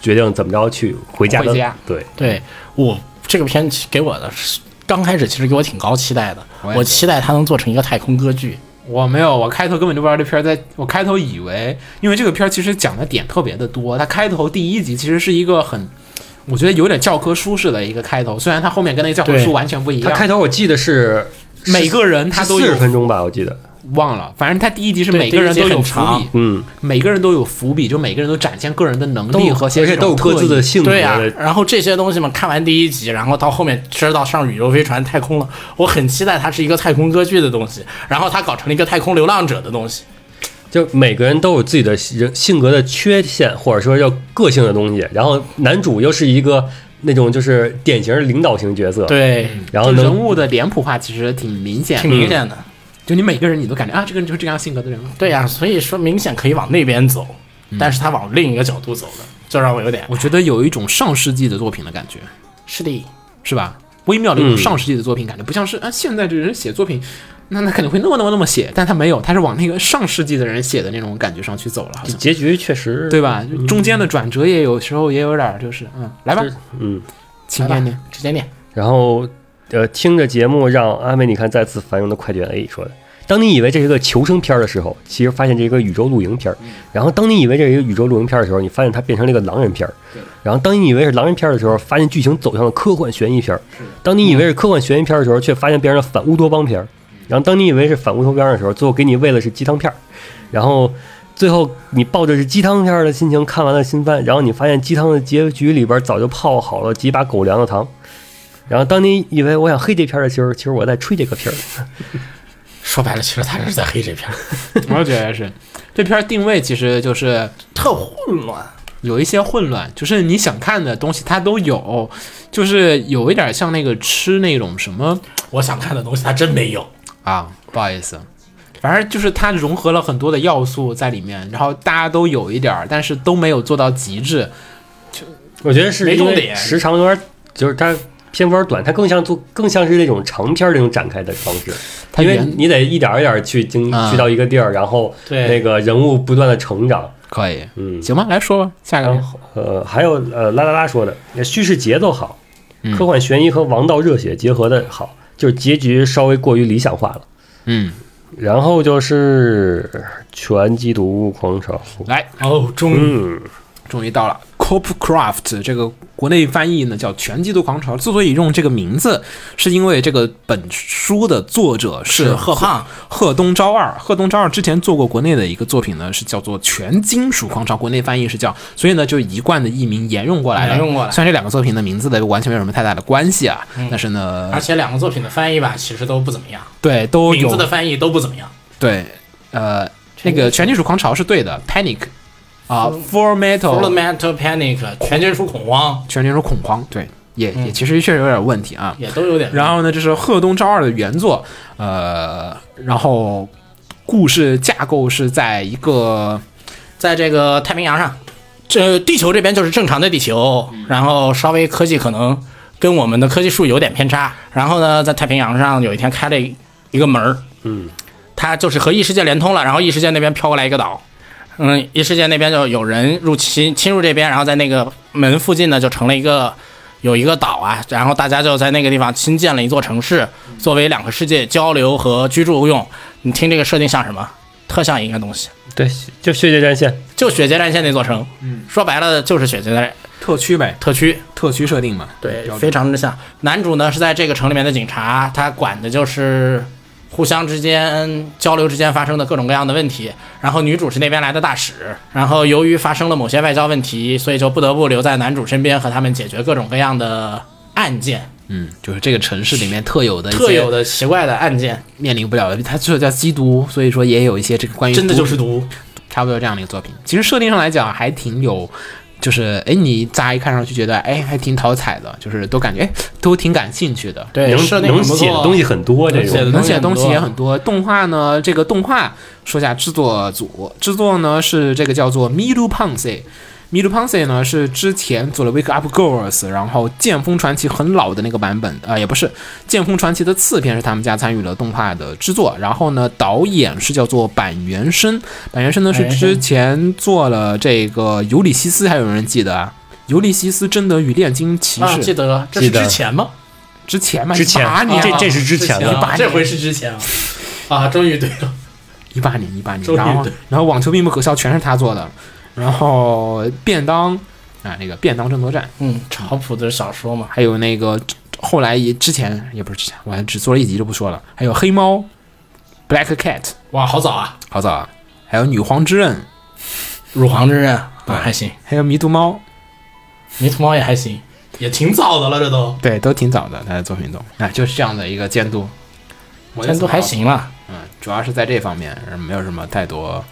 [SPEAKER 5] 决定怎么着去回家的。
[SPEAKER 3] 回家
[SPEAKER 5] 对，
[SPEAKER 6] 对我这个片给我的是刚开始其实给我挺高期待的，
[SPEAKER 3] 我
[SPEAKER 6] 我
[SPEAKER 3] 也是
[SPEAKER 6] 期待它能做成一个太空歌剧。
[SPEAKER 3] 我没有，我开头根本就不知道这片儿在，我开头以为，因为这个片儿其实讲的点特别的多，它开头第一集其实是一个很，我觉得有点教科书式的一个开头，虽然它后面跟那个教科
[SPEAKER 6] 对
[SPEAKER 3] 书完全不一
[SPEAKER 5] 他开
[SPEAKER 3] 样，
[SPEAKER 5] 头我记得是
[SPEAKER 3] 每个人他都
[SPEAKER 5] 四
[SPEAKER 3] 有
[SPEAKER 5] 十分钟吧，我记得，
[SPEAKER 3] 忘了，反正他第一集是
[SPEAKER 6] 对
[SPEAKER 3] 每个人
[SPEAKER 6] 第一
[SPEAKER 3] 都
[SPEAKER 6] 集
[SPEAKER 3] 有
[SPEAKER 6] 很
[SPEAKER 3] 伏
[SPEAKER 6] 长
[SPEAKER 3] 笔，
[SPEAKER 5] 嗯，
[SPEAKER 3] 每个人都有伏笔，就每个人都展现个人的能力和
[SPEAKER 5] 而
[SPEAKER 3] 先
[SPEAKER 5] 且都有各自的性格
[SPEAKER 6] 对呀、
[SPEAKER 5] 的
[SPEAKER 6] 然后这些东西嘛，看完第一集，然后到后面知道上宇宙飞船太空了，我很期待它是一个太空歌剧的东西，然后它搞成了一个太空流浪者的东西。
[SPEAKER 5] 就每个人都有自己的人性格的缺陷，或者说叫个性的东西。然后男主又是一个那种就是典型的领导型角色，，
[SPEAKER 6] 对，
[SPEAKER 5] 然后
[SPEAKER 3] 人
[SPEAKER 5] 能
[SPEAKER 3] 物的脸谱化其实挺明显
[SPEAKER 6] 挺
[SPEAKER 3] 的，
[SPEAKER 6] 明显的。
[SPEAKER 3] 就你每个人你都感觉啊，这个人就是这样性格的人，
[SPEAKER 6] 对呀、所以说明显可以往那边走，但是它往另一个角度走的，就让嗯我有点
[SPEAKER 3] 我觉得有一种上世纪的作品的感觉。
[SPEAKER 6] 是的。
[SPEAKER 3] 是吧？微妙的一种
[SPEAKER 5] 嗯
[SPEAKER 3] 上世纪的作品，感觉不像是啊，现在这人写作品，那他肯定会那么那么那么写，但他没有，他是往那个上世纪的人写的那种感觉上去走了，好像
[SPEAKER 5] 结局确实
[SPEAKER 3] 对？吧？中间的转折也有时候也有点儿就是，嗯，来吧，
[SPEAKER 5] 嗯，
[SPEAKER 3] 请
[SPEAKER 6] 来吧
[SPEAKER 3] 念念，
[SPEAKER 6] 直接念，
[SPEAKER 5] 然后呃，听着节目让阿美你看再次繁荣的快点 A 说的，当你以为这是个求生片儿的时候，其实发现这是个宇宙露营片儿。然后当你以为这是一个宇宙露营片儿的时候，你发现它变成了一个狼人片儿。然后当你以为是狼人片儿的时候，发现剧情走向了科幻悬疑片儿。当你以为是科幻悬疑片儿的时候，却发现变成了反乌托邦片儿。然后当你以为是反乌托邦的时候，最后给你喂了是鸡汤片儿。然后最后你抱着是鸡汤片儿的心情看完了新番，然后你发现鸡汤的结局里边儿早就泡好了几把狗粮的糖。然后当你以为我想黑这片儿的时候，其实我在吹这个片儿。
[SPEAKER 6] 说白了，其实他是在黑这片儿，
[SPEAKER 3] 我觉得是这片儿定位其实就是
[SPEAKER 6] 特混乱。
[SPEAKER 3] 有一些混乱，就是你想看的东西它都有，就是有一点像那个吃那种什么
[SPEAKER 6] 我想看的东西他真没有，
[SPEAKER 3] 啊，不好意思，反正就是它融合了很多的要素在里面，然后大家都有一点儿，但是都没有做到极致。
[SPEAKER 5] 我觉得是
[SPEAKER 6] 没
[SPEAKER 5] 因
[SPEAKER 6] 重
[SPEAKER 5] 为
[SPEAKER 6] 点
[SPEAKER 5] 时长有点，就是它篇幅有点短，它更像做更像是那种长篇儿那种展开的方式，
[SPEAKER 3] 它
[SPEAKER 5] 因为
[SPEAKER 3] 原
[SPEAKER 5] 你得一点儿一点儿去经、
[SPEAKER 3] 啊
[SPEAKER 5] 去到一个地儿，然后
[SPEAKER 6] 对
[SPEAKER 5] 那个人物不断的成长。
[SPEAKER 3] 可以，
[SPEAKER 5] 嗯
[SPEAKER 3] 行吧，来说吧，下一个
[SPEAKER 5] 然后呃，还有呃啦啦啦说的，叙事节奏好，
[SPEAKER 3] 嗯
[SPEAKER 5] 科幻悬疑和王道热血结合的好，就是结局稍微过于理想化了。
[SPEAKER 3] 嗯，
[SPEAKER 5] 然后就是全缉毒狂潮，
[SPEAKER 3] 来，
[SPEAKER 6] 哦，终于
[SPEAKER 5] 嗯，
[SPEAKER 3] 终于到了。Copcraft 这个国内翻译呢叫《全季度狂潮》，之所以用这个名字，是因为这个本书的作者是
[SPEAKER 6] 贺胖，
[SPEAKER 3] 贺东昭二。贺东昭二之前做过国内的一个作品呢，是叫做《全金属狂潮》，国内翻译是叫，所以呢就一贯的译名沿用过来的。
[SPEAKER 6] 沿用过来嗯
[SPEAKER 3] 虽然这两个作品的名字的完全没有什么太大的关系啊，但是呢
[SPEAKER 6] 而，且两个作品的翻译吧，其实都不怎么样，
[SPEAKER 3] 对都
[SPEAKER 6] 名字
[SPEAKER 3] 有
[SPEAKER 6] 的翻译都不怎么样。
[SPEAKER 3] 对，呃，那个《全金属狂潮》是对的，Panic 啊、f u l l
[SPEAKER 6] Full
[SPEAKER 3] Metal，
[SPEAKER 6] Metal Panic 全金属恐慌
[SPEAKER 3] 全金属恐慌，对，也
[SPEAKER 6] 嗯
[SPEAKER 3] 也其实确实有点问题啊。
[SPEAKER 6] 也都有点，
[SPEAKER 3] 然后呢，这是贺东昭二的原作，呃，然后故事架构是在一个
[SPEAKER 6] 在这个太平洋上，这地球这边就是正常的地球，然后稍微科技可能跟我们的科技树有点偏差。然后呢，在太平洋上有一天开了一个门儿，
[SPEAKER 5] 嗯，
[SPEAKER 6] 它就是和异世界连通了，然后异世界那边飘过来一个岛。嗯，异世界那边就有人入侵侵入这边，然后在那个门附近呢就成了一个有一个岛啊，然后大家就在那个地方新建了一座城市，作为两个世界交流和居住用。你听这个设定像什么？特像一个东西。
[SPEAKER 5] 对，就血界战线，
[SPEAKER 6] 就雪节战线那座城，嗯，说白了就是雪节战
[SPEAKER 3] 特区呗，
[SPEAKER 6] 特区，
[SPEAKER 3] 特区设定嘛。
[SPEAKER 6] 对
[SPEAKER 3] 标，准
[SPEAKER 6] 非常之像。男主呢是在这个城里面的警察，他管的就是互相之间交流之间发生的各种各样的问题。然后女主是那边来的大使，然后由于发生了某些外交问题，所以就不得不留在男主身边和他们解决各种各样的案件，
[SPEAKER 3] 嗯，就是这个城市里面特有的一些
[SPEAKER 6] 特有的奇怪的案件，
[SPEAKER 3] 面临不了的，它这叫缉毒，所以说也有一些这个关于
[SPEAKER 6] 真的
[SPEAKER 3] 毒
[SPEAKER 6] 就是毒。
[SPEAKER 3] 差不多这样的一个作品。其实设定上来讲还挺有，就是哎，你乍一看上去觉得哎还挺讨彩的，就是都感觉哎都挺感兴趣的。
[SPEAKER 6] 对，
[SPEAKER 5] 能
[SPEAKER 6] 设定
[SPEAKER 5] 能
[SPEAKER 6] 很不
[SPEAKER 5] 写的
[SPEAKER 6] 错
[SPEAKER 5] 东西很多，这
[SPEAKER 6] 能写
[SPEAKER 5] 种
[SPEAKER 6] 的
[SPEAKER 3] 能写的东西
[SPEAKER 6] 很多
[SPEAKER 3] 也很多。动画呢，这个动画说一下制作组，制作呢是这个叫做 Milu Ponce。Milu Ponce 呢是之前做了《Wake Up Girls》，然后《剑锋传奇》很老的那个版本，啊、也不是《剑锋传奇》的次片是他们家参与了动画的制作。然后呢，导演是叫做板垣生，板垣生呢是
[SPEAKER 6] 板垣
[SPEAKER 3] 之
[SPEAKER 6] 生
[SPEAKER 3] 前做了这个《尤里西斯》，还有人记得啊，《尤里西斯：贞德与炼金骑士》
[SPEAKER 6] 啊，记得这是
[SPEAKER 5] 记得
[SPEAKER 6] 之前吗？
[SPEAKER 3] 之前嘛，
[SPEAKER 5] 之前
[SPEAKER 3] 18年
[SPEAKER 5] 这
[SPEAKER 3] 啊
[SPEAKER 5] 这是之前
[SPEAKER 3] 了
[SPEAKER 6] 啊这回是之前啊，啊，终于对了，
[SPEAKER 3] 一八年，一八
[SPEAKER 6] 周
[SPEAKER 3] 年，
[SPEAKER 6] 立
[SPEAKER 3] 然后
[SPEAKER 6] 对
[SPEAKER 3] 然后网球并不可笑，全是他做的，然后便当啊，那个便当争夺战，
[SPEAKER 6] 嗯，潮普的小说嘛，
[SPEAKER 3] 还有那个后来也之前也不是之前，我还只做了一集就不说了，还有黑猫，Black Cat，
[SPEAKER 6] 哇，好早啊，
[SPEAKER 3] 好早啊，还有女皇之刃，
[SPEAKER 6] 《乳皇之刃》啊，还行，《
[SPEAKER 3] 还有迷途猫，
[SPEAKER 6] 迷途猫》也还行，也挺早的了，这都
[SPEAKER 3] 对，都挺早的他的作品都，啊，就是这样的一个监督，我
[SPEAKER 6] 监督还，行了。
[SPEAKER 3] 嗯，主要是在这方面没有什么太多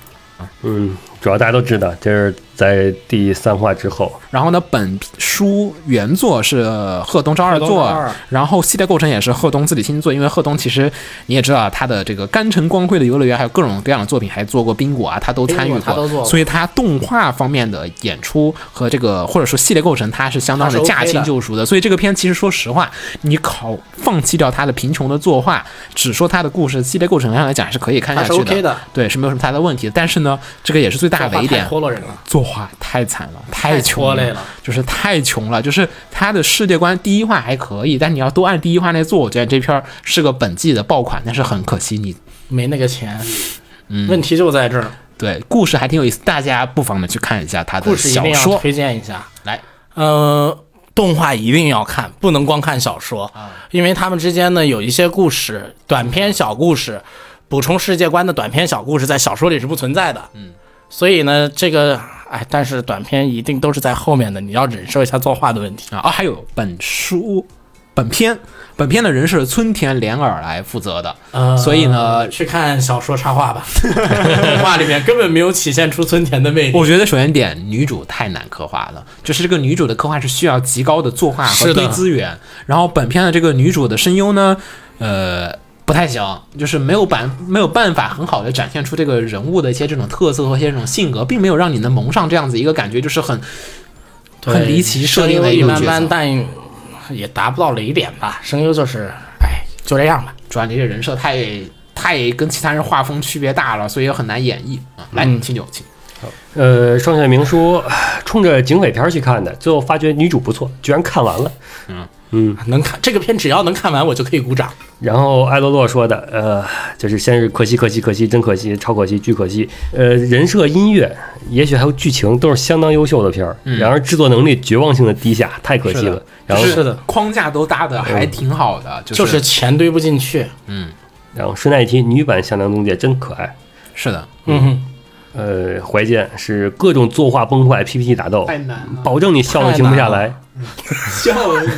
[SPEAKER 5] 嗯，主要大家都知道，这是在第三话之后，
[SPEAKER 3] 然后呢，本书原作是贺东昭二
[SPEAKER 6] 贺东
[SPEAKER 3] 作
[SPEAKER 6] 昭二，
[SPEAKER 3] 然后系列构成也是贺东自己亲自做，因为贺东其实你也知道，他的这个甘城光辉的游乐园，还有各种各样的作品，还做过宾果啊，他都参与
[SPEAKER 6] 哎宾果他都做过
[SPEAKER 3] 所以他动画方面的演出和这个或者说系列构成，他是相当的
[SPEAKER 6] 他是 OK
[SPEAKER 3] 驾轻
[SPEAKER 6] 的
[SPEAKER 3] 就熟的。所以这个片其实说实话，你考放弃掉他的贫穷的作画，只说他的故事系列构成上来讲，还是可以看下
[SPEAKER 6] 它
[SPEAKER 3] 去
[SPEAKER 6] 是 OK 的
[SPEAKER 3] 对，是没有什么太大的问题的。但是呢，这个也是最最大的一点，
[SPEAKER 6] 脱落人了，
[SPEAKER 3] 作画太惨了，太穷
[SPEAKER 6] 拖累了，
[SPEAKER 3] 就是太穷了。就是他的世界观第一话还可以，但你要都按第一话那做，我觉得这片儿是个本季的爆款，但是很可惜你。
[SPEAKER 6] 没那个钱。
[SPEAKER 3] 嗯
[SPEAKER 6] 问题就在这儿，
[SPEAKER 3] 对故事还挺有意思，大家不妨的去看一下他
[SPEAKER 6] 故
[SPEAKER 3] 的
[SPEAKER 6] 事一
[SPEAKER 3] 小
[SPEAKER 6] 定要
[SPEAKER 3] 说。
[SPEAKER 6] 推荐一下。
[SPEAKER 3] 来，
[SPEAKER 6] 呃，动画一定要看，不能光看小说，
[SPEAKER 3] 啊
[SPEAKER 6] 因为他们之间呢有一些故事，短篇小故事，补充世界观的短篇小故事在小说里是不存在的。嗯，所以呢，这个哎，但是短篇一定都是在后面的，你要忍受一下作画的问题。
[SPEAKER 3] 啊，哦，还有本书本片，本片的人是村田莲耳来负责的，
[SPEAKER 6] 啊
[SPEAKER 3] 所以呢，
[SPEAKER 6] 去看小说插画吧， 动画里面根本没有体现出村田的魅力。
[SPEAKER 3] 我觉得首先点女主太难刻画了，就是这个女主的刻画是需要极高的作画和
[SPEAKER 6] 是的
[SPEAKER 3] 堆资源。然后本片的这个女主的声优呢，呃，不太行，就是没有办没有办法很好的展现出这个人物的一些这种特色和一些这种性格，并没有让你能蒙上这样子一个感觉，就是很很离奇设定的
[SPEAKER 6] 声
[SPEAKER 3] 一
[SPEAKER 6] 优
[SPEAKER 3] 种
[SPEAKER 6] 一般
[SPEAKER 3] 角
[SPEAKER 6] 般，
[SPEAKER 3] 色。
[SPEAKER 6] 但也达不到雷点吧。声优就是，哎，就这样吧。
[SPEAKER 3] 主要这些人设太太跟其他人画风区别大了，所以很难演绎啊。来，
[SPEAKER 6] 嗯
[SPEAKER 3] 清酒，请。
[SPEAKER 5] 呃，双雪明说冲着警匪片儿去看的，最后发觉女主不错，居然看完了。
[SPEAKER 3] 嗯
[SPEAKER 6] 啊能看这个片，只要能看完，我就可以鼓掌。
[SPEAKER 5] 然后艾洛洛说的，呃，就是先是可惜，可惜，可惜，真可惜，超可惜，巨可惜。呃，人设、音乐，也许还有剧情，都是相当优秀的片儿。然而制作能力绝望性的低下，太可惜
[SPEAKER 6] 嗯是的
[SPEAKER 5] 了。然后，
[SPEAKER 6] 是的
[SPEAKER 3] 框架都搭的还挺好的，就
[SPEAKER 6] 就是
[SPEAKER 3] 是
[SPEAKER 6] 钱堆不进去。
[SPEAKER 5] 然后顺带一提，女版向良中介真可爱。
[SPEAKER 3] 是 的，
[SPEAKER 6] 嗯哼，
[SPEAKER 5] 呃，怀剑是各种作画崩坏，PPT 打斗，
[SPEAKER 3] 难了。
[SPEAKER 5] 保证你笑得停不下来。
[SPEAKER 3] 笑了你。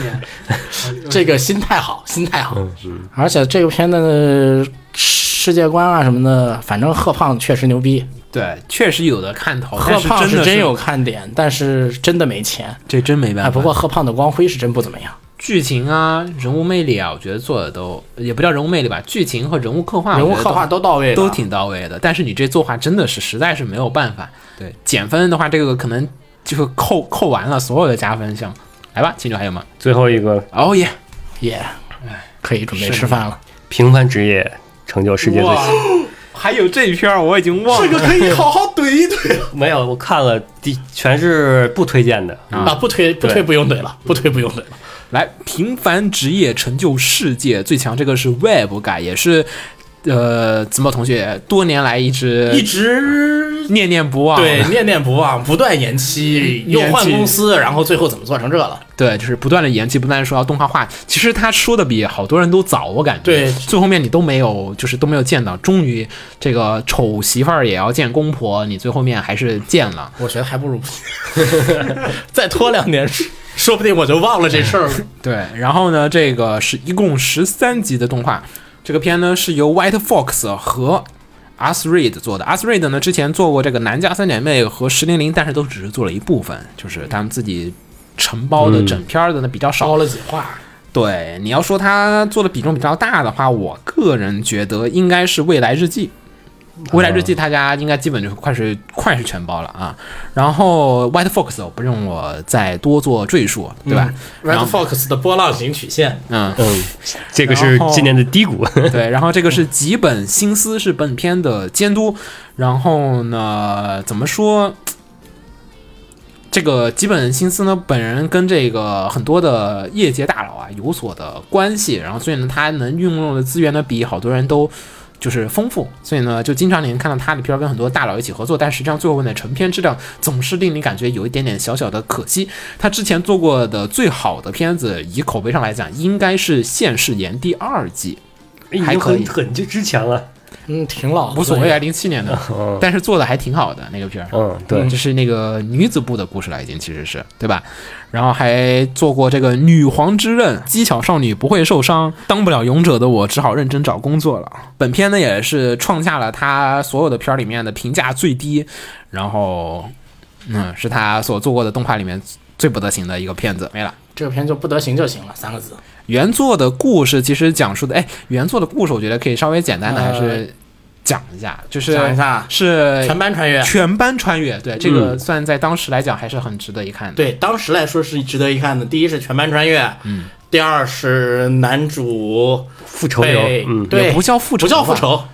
[SPEAKER 6] 这个心态好，心态好。
[SPEAKER 3] 嗯
[SPEAKER 6] 而且这个片的世界观啊什么的，反正贺胖确实牛逼，
[SPEAKER 3] 对，确实有的看头，
[SPEAKER 6] 贺
[SPEAKER 3] 但是
[SPEAKER 6] 胖
[SPEAKER 3] 真的
[SPEAKER 6] 真有看点，但是真的没钱。
[SPEAKER 3] 这真没办
[SPEAKER 6] 哎，
[SPEAKER 3] 法。
[SPEAKER 6] 不过贺胖的光辉是真不怎么样，
[SPEAKER 3] 剧情啊、人物魅力啊，我觉得做的都也不叫人物魅力吧，剧情和人物刻画，
[SPEAKER 6] 人
[SPEAKER 3] 我
[SPEAKER 6] 物
[SPEAKER 3] 觉得
[SPEAKER 6] 刻画都到位了，
[SPEAKER 3] 啊都挺到位的。但是你这作画真的是实在是没有办法。对，减分的话，这个可能就是扣扣完了所有的加分项。来吧，秦九还有吗？
[SPEAKER 5] 最后一个
[SPEAKER 3] 哦耶，
[SPEAKER 6] 也，可以准备吃饭了。啊
[SPEAKER 5] 平凡职业成就世界最喜。
[SPEAKER 3] 还有这一篇儿我已经忘了。
[SPEAKER 6] 可以哎好好怼一怼
[SPEAKER 5] 没有，我看了，第全是不推荐的。
[SPEAKER 6] 啊！不推不推
[SPEAKER 5] 对
[SPEAKER 6] 不用怼了，不推不用怼了。
[SPEAKER 3] 来，平凡职业成就世界最强，这个是 Web 改，也是呃子墨同学多年来一直
[SPEAKER 6] 一直
[SPEAKER 3] 念念不忘。
[SPEAKER 6] 对，念念不忘，不断延期，又换公司，然后最后怎么做成这了？
[SPEAKER 3] 对，就是不断的延期，不断的说要动画化。其实他说的比好多人都早，我感觉。
[SPEAKER 6] 对
[SPEAKER 3] 最后面你都没有，就是都没有见到。终于，这个丑媳妇儿也要见公婆，你最后面还是见了。
[SPEAKER 6] 我觉得还不 如再拖两年，说不定我就忘了这事儿了。
[SPEAKER 3] 对，然后呢，这个是一共十三集的动画，这个片呢是由 White Fox 和 a s r i d 做的。a s r i d 呢之前做过这个《南家三姐妹》和《十零零》，但是都只是做了一部分，就是他们自己承包的整片儿的呢比较少。
[SPEAKER 6] 烧嗯了几话，
[SPEAKER 3] 对，你要说它做的比重比较大的话，我个人觉得应该是未来日记。未来日记，大家应该基本就快是快是全包了啊。然后 White Fox 哦我不用我再多做赘述，对吧？然
[SPEAKER 6] Red
[SPEAKER 3] 后
[SPEAKER 6] Fox 的波浪形曲线，
[SPEAKER 3] 嗯，
[SPEAKER 5] 嗯，这个是
[SPEAKER 3] 然后
[SPEAKER 5] 今年的低谷。
[SPEAKER 3] 对，然后这个是吉本新司是本片的监督，然后呢，怎么说？这个吉本新司呢，本人跟这个很多的业界大佬啊有所的关系，然后所以呢，他能运用的资源呢，比好多人都就是丰富，所以呢，就经常你能看到他的片儿跟很多大佬一起合作，但实际上最后面的成片质量总是令你感觉有一点点小小的可惜。他之前做过的最好的片子，以口碑上来讲，应该是《现世言》第二季，
[SPEAKER 5] 哎已经
[SPEAKER 3] 还可以
[SPEAKER 5] 很很就之前了。
[SPEAKER 6] 嗯，挺老，
[SPEAKER 3] 无所谓啊，。零七 年的，但是做的还挺好的那个片儿。
[SPEAKER 5] 哦嗯，对，
[SPEAKER 3] 就是那个女子部的故事了，已经其实是对吧？然后还做过这个《女皇之刃》，机巧少女不会受伤，当不了勇者的我只好认真找工作了。本片呢也是创下了他所有的片儿里面的评价最低，然后嗯，是他所做过的动画里面最不得行的一个片子，没了。
[SPEAKER 6] 这个片就不得行就行了，三个字。
[SPEAKER 3] 原作的故事其实讲述的，哎，原作的故事我觉得可以稍微简单的还
[SPEAKER 6] 呃
[SPEAKER 3] 是讲一下，就是
[SPEAKER 6] 讲一下
[SPEAKER 3] 是
[SPEAKER 6] 全班穿越，
[SPEAKER 3] 全班嗯穿越，对这个算在当时来讲还是很值得一看的。
[SPEAKER 6] 对，当时来说是值得一看的。第一是全班穿越，嗯，第二是男主
[SPEAKER 5] 复仇流
[SPEAKER 6] 被，
[SPEAKER 5] 嗯，
[SPEAKER 6] 对
[SPEAKER 3] 也不叫复仇
[SPEAKER 6] 不叫
[SPEAKER 3] 吧
[SPEAKER 6] 复仇，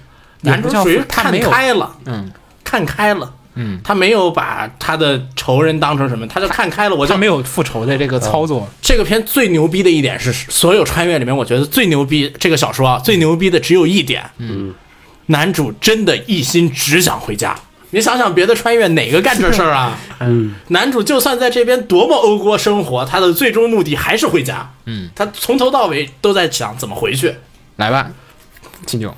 [SPEAKER 3] 也
[SPEAKER 6] 男
[SPEAKER 3] 不
[SPEAKER 6] 主
[SPEAKER 3] 叫
[SPEAKER 6] 属于
[SPEAKER 3] 复他
[SPEAKER 6] 看
[SPEAKER 3] 没有
[SPEAKER 6] 开了，
[SPEAKER 3] 嗯，
[SPEAKER 6] 看开了，嗯，他没有把他的仇人当成什么，他就看开了。我就
[SPEAKER 3] 他没有复仇的这个操作，
[SPEAKER 6] 这个片最牛逼的一点是，所有穿越里面，我觉得最牛逼这个小说啊，最牛逼的只有一点，嗯，男主真的一心只想回家。你想想，别的穿越哪个干这事儿啊？ 嗯，男主就算在这边多么欧锅生活，他的最终目的还是回家。嗯，他从头到尾都在想怎么回去。
[SPEAKER 3] 来吧，秦九，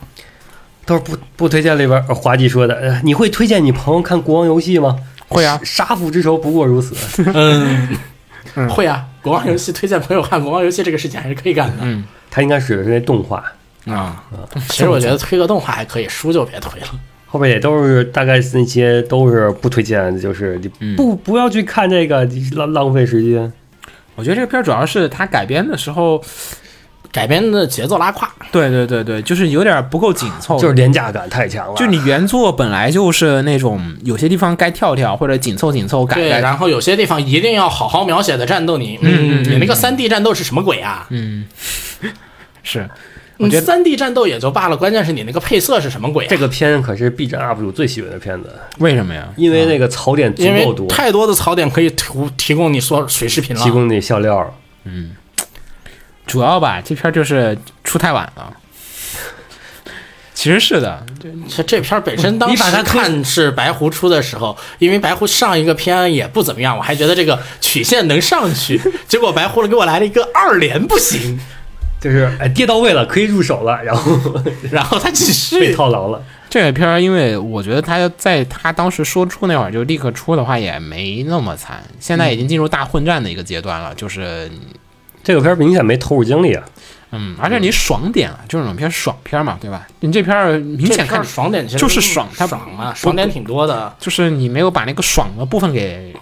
[SPEAKER 5] 都是不不推荐里边儿滑稽说的、呃你会推荐你朋友看国王游戏吗？
[SPEAKER 3] 会啊
[SPEAKER 5] 杀杀父之仇不过如此。
[SPEAKER 6] 嗯，会啊，国王游戏推荐朋友看国 王游戏这个事情还是可以干的。嗯，
[SPEAKER 5] 他应该指的是那动画，
[SPEAKER 3] 啊，
[SPEAKER 6] 其实我觉得推个动画还可以，书就别推了。
[SPEAKER 5] 后边也都是大概是那些都是不推荐，就是
[SPEAKER 3] 嗯
[SPEAKER 5] 你不、不要去看这个，你浪浪费时间。
[SPEAKER 3] 我觉得这个片儿主要是他改编的时候，
[SPEAKER 6] 改编的节奏拉胯，
[SPEAKER 3] 对对对对，就是有点不够紧
[SPEAKER 6] 哦
[SPEAKER 3] 凑，
[SPEAKER 5] 就是廉价感太强了，
[SPEAKER 3] 就你原作本来就是那种有些地方该跳跳或者紧凑紧凑改
[SPEAKER 6] 对，
[SPEAKER 3] 改，
[SPEAKER 6] 然后有些地方一定要好好描写的战斗你，嗯，你那个三 D 战斗是什么鬼啊？
[SPEAKER 5] 嗯
[SPEAKER 3] 是
[SPEAKER 6] 嗯，
[SPEAKER 3] 觉得
[SPEAKER 6] 三 D 战斗也就罢了，关键是你那个配色是什么鬼啊？
[SPEAKER 5] 这个片可是 B 站 UP 主最喜欢的片子，
[SPEAKER 3] 为什么呀？
[SPEAKER 5] 因为那个槽点足
[SPEAKER 6] 嗯因为
[SPEAKER 5] 够多，
[SPEAKER 6] 太多的槽点可以图提供你说水视频了
[SPEAKER 5] 提。供你笑料。
[SPEAKER 3] 主要吧，这片儿就是出太晚了。其实是的，
[SPEAKER 6] 这这片儿本身当
[SPEAKER 5] 你
[SPEAKER 6] 时
[SPEAKER 5] 把它推
[SPEAKER 6] 看是白狐出的时候，因为白狐上一个片也不怎么样，我还觉得这个曲线能上去，结果白狐给我来了一个二连不行，
[SPEAKER 5] 就是哎跌到位了，可以入手了，然 后
[SPEAKER 6] 然后他继
[SPEAKER 5] 被
[SPEAKER 6] 续。
[SPEAKER 5] 套牢了。
[SPEAKER 3] 这个片儿，因为我觉得他在他当时说出那会儿就立刻出的话，也没那么惨。现在已经进入大混战的一个阶段了，就是
[SPEAKER 5] 这个片儿明显没投入精力啊，
[SPEAKER 3] 嗯，而且你爽点了，就是那种片儿爽片儿嘛，对吧？你这片儿明
[SPEAKER 6] 这
[SPEAKER 3] 显
[SPEAKER 6] 片
[SPEAKER 3] 看
[SPEAKER 6] 儿爽点其实
[SPEAKER 3] 就是爽，它
[SPEAKER 6] 爽嘛，
[SPEAKER 3] 不
[SPEAKER 6] 爽点挺多的。
[SPEAKER 3] 就是你没有把那个爽的部分给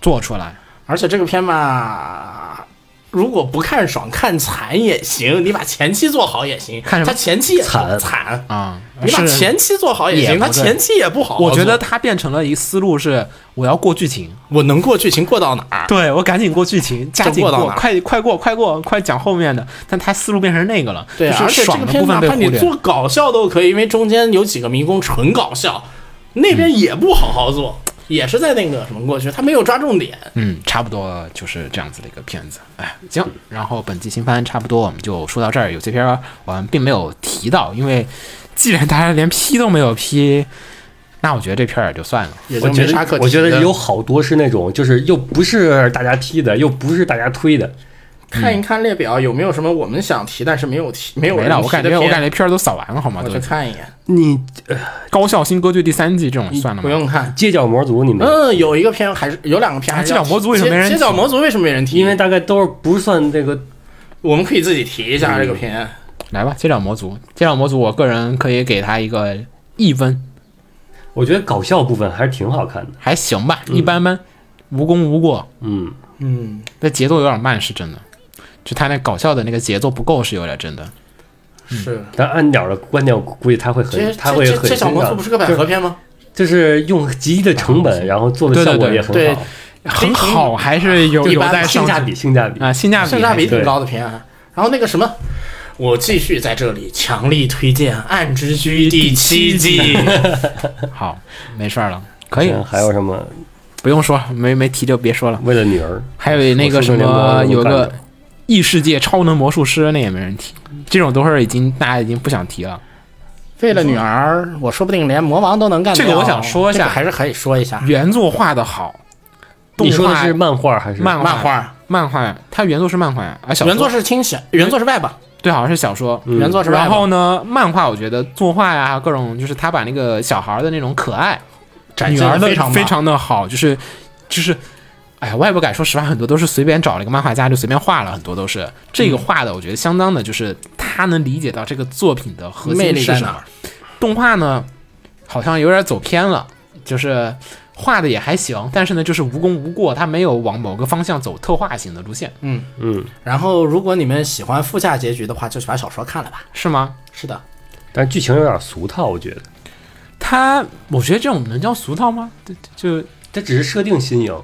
[SPEAKER 3] 做出来。
[SPEAKER 6] 而且这个片吧，如果不看爽看惨也行，你把前期做好也行。
[SPEAKER 3] 看什么
[SPEAKER 6] 他前期也
[SPEAKER 5] 惨
[SPEAKER 6] 惨，
[SPEAKER 3] 啊、
[SPEAKER 6] 你把
[SPEAKER 3] 是
[SPEAKER 6] 前期做好也
[SPEAKER 3] 也
[SPEAKER 6] 行，
[SPEAKER 3] 不
[SPEAKER 6] 他
[SPEAKER 3] 对
[SPEAKER 6] 前期也不好做。
[SPEAKER 3] 我觉得它变成了一个思路是，我要过剧情，
[SPEAKER 6] 我能过剧情过到哪 儿？
[SPEAKER 3] 对我赶紧过剧情，加紧
[SPEAKER 6] 过到
[SPEAKER 3] 过，
[SPEAKER 6] 哪儿
[SPEAKER 3] 快快过，快过，快讲后面的。但它思路变成那个了，
[SPEAKER 6] 对啊，
[SPEAKER 3] 就
[SPEAKER 6] 而
[SPEAKER 3] 是
[SPEAKER 6] 且这
[SPEAKER 3] 爽
[SPEAKER 6] 个
[SPEAKER 3] 的
[SPEAKER 6] 片
[SPEAKER 3] 部
[SPEAKER 6] 哪
[SPEAKER 3] 分被
[SPEAKER 6] 怕你
[SPEAKER 3] 忽略。
[SPEAKER 6] 做搞笑都可以，因为中间有几个迷宫纯搞笑，那边也不好好做，也是在那个什么过去，他没有抓重点。
[SPEAKER 3] 嗯，差不多就是这样子的一个片子。哎，行，然后本期新番差不多我们就说到这儿。有些片儿我们并没有提到，因为既然大家连 P 都没有 P，那我觉得这片儿也就算了。
[SPEAKER 6] 也就
[SPEAKER 5] 我觉
[SPEAKER 6] 没啥可
[SPEAKER 5] 得
[SPEAKER 6] 提
[SPEAKER 5] 我觉
[SPEAKER 6] 的
[SPEAKER 5] 得有好多是那种就是又不是大家踢的，又不是大家推的，
[SPEAKER 6] 看一看列表有没有什么我们想提但是没有提没有
[SPEAKER 3] 没
[SPEAKER 6] 人
[SPEAKER 3] 了，
[SPEAKER 6] 提
[SPEAKER 3] 我感
[SPEAKER 6] 的
[SPEAKER 3] 觉我
[SPEAKER 6] 片
[SPEAKER 3] 感觉片儿都扫完了，好吗？
[SPEAKER 6] 我
[SPEAKER 3] 都
[SPEAKER 6] 去看一眼，
[SPEAKER 5] 你
[SPEAKER 3] 高校新歌剧第三季这种算了
[SPEAKER 6] 嗯不
[SPEAKER 3] 吗？
[SPEAKER 6] 用看，
[SPEAKER 5] 街角魔族你们。
[SPEAKER 6] 嗯，有一个片还是有两个片
[SPEAKER 3] 啊
[SPEAKER 6] 还是
[SPEAKER 3] 街角魔族为什么没人
[SPEAKER 6] 提？
[SPEAKER 3] 提
[SPEAKER 6] 街角魔族为什么没人提？
[SPEAKER 5] 因为大概都是不算这个
[SPEAKER 6] 我们可以自己提一下这个
[SPEAKER 5] 嗯
[SPEAKER 6] 片。
[SPEAKER 3] 来吧，街角魔族，街角魔族，我个人可以给他一个一分，
[SPEAKER 5] 我觉得搞笑部分还是挺好看的，
[SPEAKER 3] 还行吧，一般般，无功无过。
[SPEAKER 5] 嗯，
[SPEAKER 6] 嗯，
[SPEAKER 3] 那节奏有点慢是真的，就他那搞笑的那个节奏不够是有点真的。
[SPEAKER 6] 是。
[SPEAKER 5] 但按鸟的观点，我估计他会
[SPEAKER 6] 这
[SPEAKER 5] 很，他
[SPEAKER 6] 这
[SPEAKER 5] 会
[SPEAKER 6] 这
[SPEAKER 5] 很
[SPEAKER 6] 这小
[SPEAKER 5] 欣
[SPEAKER 6] 魔族
[SPEAKER 5] 赏
[SPEAKER 6] 不是个百合片吗？
[SPEAKER 5] 就是用极低的成本，然后做的
[SPEAKER 3] 对对
[SPEAKER 5] 效果
[SPEAKER 3] 对
[SPEAKER 5] 也很好，
[SPEAKER 6] 对
[SPEAKER 3] 很好，还是 有
[SPEAKER 6] 一
[SPEAKER 3] 有
[SPEAKER 6] 般
[SPEAKER 3] 待
[SPEAKER 6] 吧
[SPEAKER 3] 上
[SPEAKER 5] 性价比，性价比，
[SPEAKER 3] 啊，性价比
[SPEAKER 6] 性价比
[SPEAKER 5] 对
[SPEAKER 6] 挺高的片啊。然后那个什么，我继续在这里强力推荐《暗之居》第 七季。
[SPEAKER 3] 好，没事儿了，可以
[SPEAKER 5] 嗯，还有什么？
[SPEAKER 3] 不用说，没没提就别说了。
[SPEAKER 5] 为了女儿，
[SPEAKER 3] 还有那个什么，有个异世界超能魔术师，那也没人提，这种都是已经大家已经不想提了。
[SPEAKER 6] 为了女儿，我说不定连魔王都能干
[SPEAKER 3] 这
[SPEAKER 6] 掉。
[SPEAKER 3] 个我想说一下
[SPEAKER 6] 这个还是可以说一下。
[SPEAKER 3] 原作画的好，动
[SPEAKER 5] 你说的
[SPEAKER 3] 画
[SPEAKER 5] 是漫画还是
[SPEAKER 3] 漫
[SPEAKER 6] 漫画
[SPEAKER 3] 漫画，它原作是漫画呀，啊，小说
[SPEAKER 6] 原作是听写，原作是 Web，
[SPEAKER 3] 对，好像是小说。
[SPEAKER 6] 原作是 Web。
[SPEAKER 3] 然后呢，漫画我觉得作画呀，各种就是他把那个小孩儿的那种可爱，
[SPEAKER 6] 展
[SPEAKER 3] 女
[SPEAKER 6] 现
[SPEAKER 3] 儿
[SPEAKER 6] 得
[SPEAKER 3] 的
[SPEAKER 6] 非常棒
[SPEAKER 3] 非常的好，就是就是，哎呀，我也不敢说实话，很多都是随便找了一个漫画家就随便画了，很多都是这个画的，我觉得相当的就是他能理解到这个作品的核
[SPEAKER 6] 魅
[SPEAKER 3] 心
[SPEAKER 6] 力
[SPEAKER 3] 是
[SPEAKER 6] 在
[SPEAKER 3] 什
[SPEAKER 6] 哪
[SPEAKER 3] 么
[SPEAKER 6] 儿。？
[SPEAKER 3] 动画呢，好像有点走偏了，就是画的也还行，但是呢，就是无功无过，他没有往某个方向走特化型的路线，
[SPEAKER 5] 嗯，
[SPEAKER 6] 然后，如果你们喜欢附加结局的话，就去把小说看了吧。
[SPEAKER 3] 是吗？
[SPEAKER 6] 是的，
[SPEAKER 5] 但是剧情有点俗套，我觉得
[SPEAKER 3] 他，我觉得这种能叫俗套吗？就就
[SPEAKER 5] 这只是设定新颖，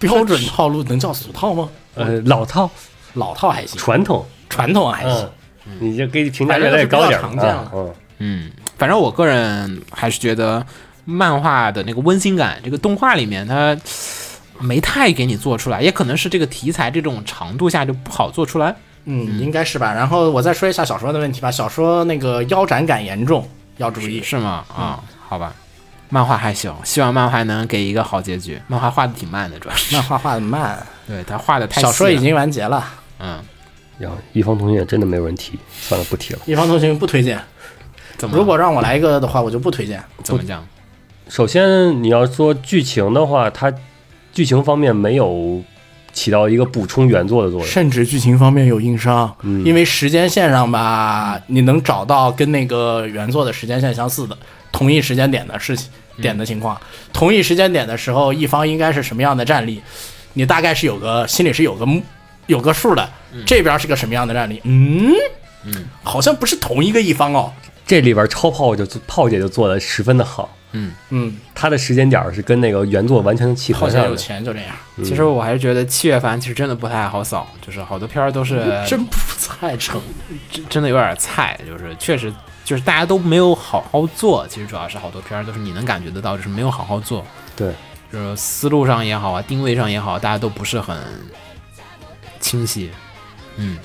[SPEAKER 6] 标准套路能叫俗套吗？
[SPEAKER 5] 呃，老套
[SPEAKER 6] 老套还行，
[SPEAKER 5] 传统，
[SPEAKER 6] 传统还行
[SPEAKER 5] 嗯。，你就给评价越来越高点儿啊
[SPEAKER 6] 反正都是比较常见了
[SPEAKER 5] 嗯，
[SPEAKER 3] 嗯，反正我个人还是觉得漫画的那个温馨感，这个动画里面它没太给你做出来，也可能是这个题材这种长度下就不好做出来。
[SPEAKER 6] 嗯，应该是吧。然后我再说一下小说的问题吧，小说那个腰斩感严重，要注意。
[SPEAKER 3] 是吗？啊、好吧，漫画还行，希望漫画能给一个好结局。漫画画的挺慢的，主要是
[SPEAKER 6] 漫画画的慢，
[SPEAKER 3] 对他画的太细
[SPEAKER 6] 小说已
[SPEAKER 3] 了
[SPEAKER 6] 经完结了。
[SPEAKER 3] 嗯，
[SPEAKER 5] 然后一方同学真的没有人提，算了，不提了。
[SPEAKER 6] 一方同学不推荐，
[SPEAKER 3] 怎么
[SPEAKER 6] 如果让我来一个的话，我就不推荐。
[SPEAKER 3] 怎么讲？
[SPEAKER 5] 首先，你要说剧情的话，它剧情方面没有起到一个补充原作的作用。
[SPEAKER 6] 甚至剧情方面有硬伤，因为时间线上吧，你能找到跟那个原作的时间线相似的同一时间点的事情点的情况。同一时间点的时候，一方应该是什么样的战力，你大概是有个心里是有个目有个数的。这边是个什么样的战力？嗯嗯，好像不是同一个一方哦。
[SPEAKER 5] 这里边超炮就炮姐就做的十分的好，
[SPEAKER 6] 嗯，
[SPEAKER 5] 她的时间点儿是跟那个原作完全契合
[SPEAKER 6] 好像
[SPEAKER 5] 上的。
[SPEAKER 6] 有钱就这样，
[SPEAKER 3] 其实我还是觉得七月番其实真的不太好扫，就是好多片儿都是
[SPEAKER 6] 真不太成。
[SPEAKER 3] 真真的有点菜，就是确实就是大家都没有好好做。其实主要是好多片儿都是你能感觉得到，就是没有好好做，
[SPEAKER 5] 对，
[SPEAKER 3] 就是思路上也好啊，定位上也好，大家都不是很清晰。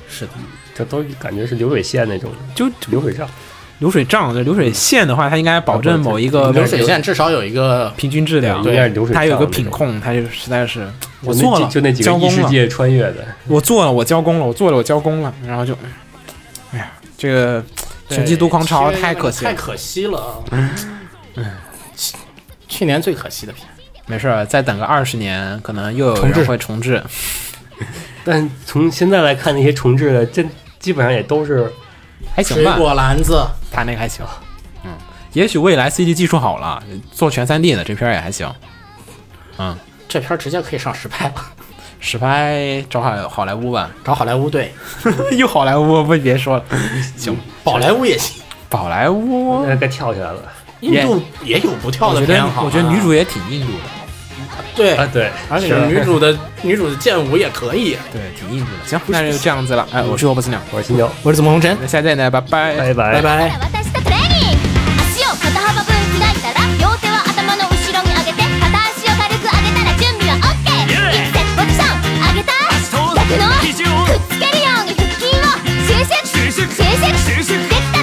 [SPEAKER 6] 是的，
[SPEAKER 5] 这都感觉是流水线那种
[SPEAKER 3] 就
[SPEAKER 5] 流水账。
[SPEAKER 3] 流水账，这流水线的话，它应该保证某一个
[SPEAKER 6] 流水线至少有一个
[SPEAKER 3] 平均质量，
[SPEAKER 5] 对应该是流水
[SPEAKER 3] 它有
[SPEAKER 5] 账
[SPEAKER 3] 个
[SPEAKER 5] 那
[SPEAKER 3] 品
[SPEAKER 5] 种
[SPEAKER 3] 控，它就实在是我
[SPEAKER 5] 就那
[SPEAKER 3] 做
[SPEAKER 5] 几
[SPEAKER 3] 了，
[SPEAKER 5] 就那几个
[SPEAKER 3] 交
[SPEAKER 5] 异
[SPEAKER 3] 工
[SPEAKER 5] 世
[SPEAKER 3] 了，
[SPEAKER 5] 界穿越的，
[SPEAKER 3] 我做了，我交工了，我做了，我交工了，然后就，哎呀，这个
[SPEAKER 6] 对
[SPEAKER 3] 穷极度狂潮
[SPEAKER 6] 七月
[SPEAKER 3] 太可惜了
[SPEAKER 6] 太，可惜了啊。去去年最可惜的片，
[SPEAKER 3] 没事儿，再等个二十年，可能又有
[SPEAKER 6] 重置
[SPEAKER 3] 人会重置，
[SPEAKER 5] 但从现在来看，那些重置的，真基本上也都是
[SPEAKER 3] 还行吧，
[SPEAKER 6] 篮子，
[SPEAKER 3] 他那个还行，嗯，也许未来 CG 技术好了，做全3 D 的这片儿也还行，
[SPEAKER 6] 这片儿直接可以上实拍了，
[SPEAKER 3] 实拍找好好莱坞吧，
[SPEAKER 6] 找好莱坞队，
[SPEAKER 3] 又好莱坞不别 说了，
[SPEAKER 6] 宝莱坞也行，
[SPEAKER 3] 宝莱
[SPEAKER 6] 哦
[SPEAKER 3] 坞，
[SPEAKER 5] 哎那该跳起来了
[SPEAKER 6] 印度也有不跳
[SPEAKER 3] 我
[SPEAKER 6] 的
[SPEAKER 3] 觉
[SPEAKER 6] 片
[SPEAKER 3] 得
[SPEAKER 6] 好吗
[SPEAKER 3] 我觉得女主也挺印度的。
[SPEAKER 6] 对
[SPEAKER 5] 啊！，对，
[SPEAKER 6] 而且
[SPEAKER 5] 是
[SPEAKER 6] 哎女主的女主的剑舞也可以。
[SPEAKER 3] 对，挺硬的。行，那就这样子了。哎，我是萝卜丝鸟，
[SPEAKER 5] 我是新鸟，
[SPEAKER 6] 我是怎么红尘，
[SPEAKER 3] 那下次再见，拜拜。
[SPEAKER 5] 拜拜
[SPEAKER 6] 拜拜。
[SPEAKER 7] 私とトレーニング足を肩幅分開いたら両手は頭の後ろに上げて片足を軽く上げたら準備は OK 一セットポジション上げた逆のくっつけるように腹筋を収縮収縮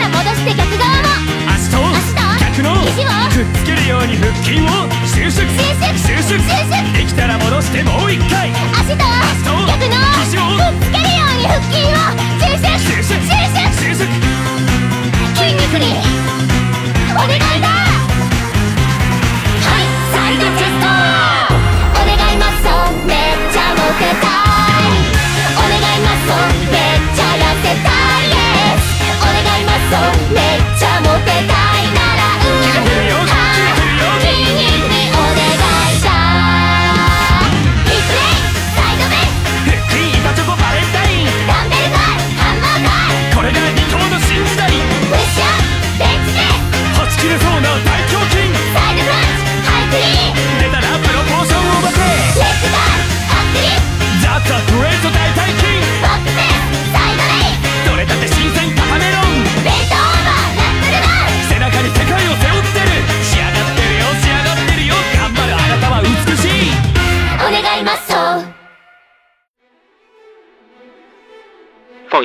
[SPEAKER 7] できたら戻して逆側も足と
[SPEAKER 8] 逆の
[SPEAKER 7] 肘を
[SPEAKER 8] くっつけるように腹筋を収縮
[SPEAKER 7] 収縮
[SPEAKER 8] 収
[SPEAKER 7] 収
[SPEAKER 8] 縮
[SPEAKER 7] 縮
[SPEAKER 8] できたら戻してもう一回
[SPEAKER 7] 足と逆のくっつけるように腹筋を収
[SPEAKER 8] 収
[SPEAKER 7] 縮
[SPEAKER 8] 縮
[SPEAKER 7] 収縮
[SPEAKER 8] 収縮
[SPEAKER 7] 筋肉にお願いだはいサイドチェストお願いマッソンめっちゃモテたいお願いマッソンめっちゃ痩せたいですお願いマッソンめっちゃモテたいならうん
[SPEAKER 8] るよ
[SPEAKER 7] はい筋肉にお願いだヒップレイサイドベン
[SPEAKER 8] 腹筋板チョコバレンタイン
[SPEAKER 7] ダンベルガイハンマーガイ
[SPEAKER 8] これが理想の新時代
[SPEAKER 7] プッシュベンチで
[SPEAKER 8] はち切れそうな大胸筋
[SPEAKER 7] サイドクランチハイクリ
[SPEAKER 8] 出
[SPEAKER 7] ーン
[SPEAKER 8] たらプロポーションをバせ
[SPEAKER 7] レッツゴーハックリ
[SPEAKER 8] ザザグレート大腿筋
[SPEAKER 7] ボックスサイド
[SPEAKER 8] どれ
[SPEAKER 7] レ
[SPEAKER 8] だって新鮮カメロン
[SPEAKER 7] イベルトオーバーナッ
[SPEAKER 8] 背
[SPEAKER 7] クルバー
[SPEAKER 8] 中に世界を背負ってる仕上がってるよ仕上がってるよ頑張るあなたは美しい
[SPEAKER 7] お願いマッソン
[SPEAKER 9] 放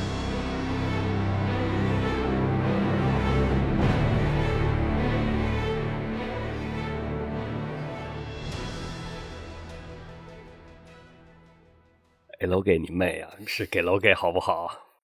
[SPEAKER 5] 给楼给你妹啊，是给楼给好不好？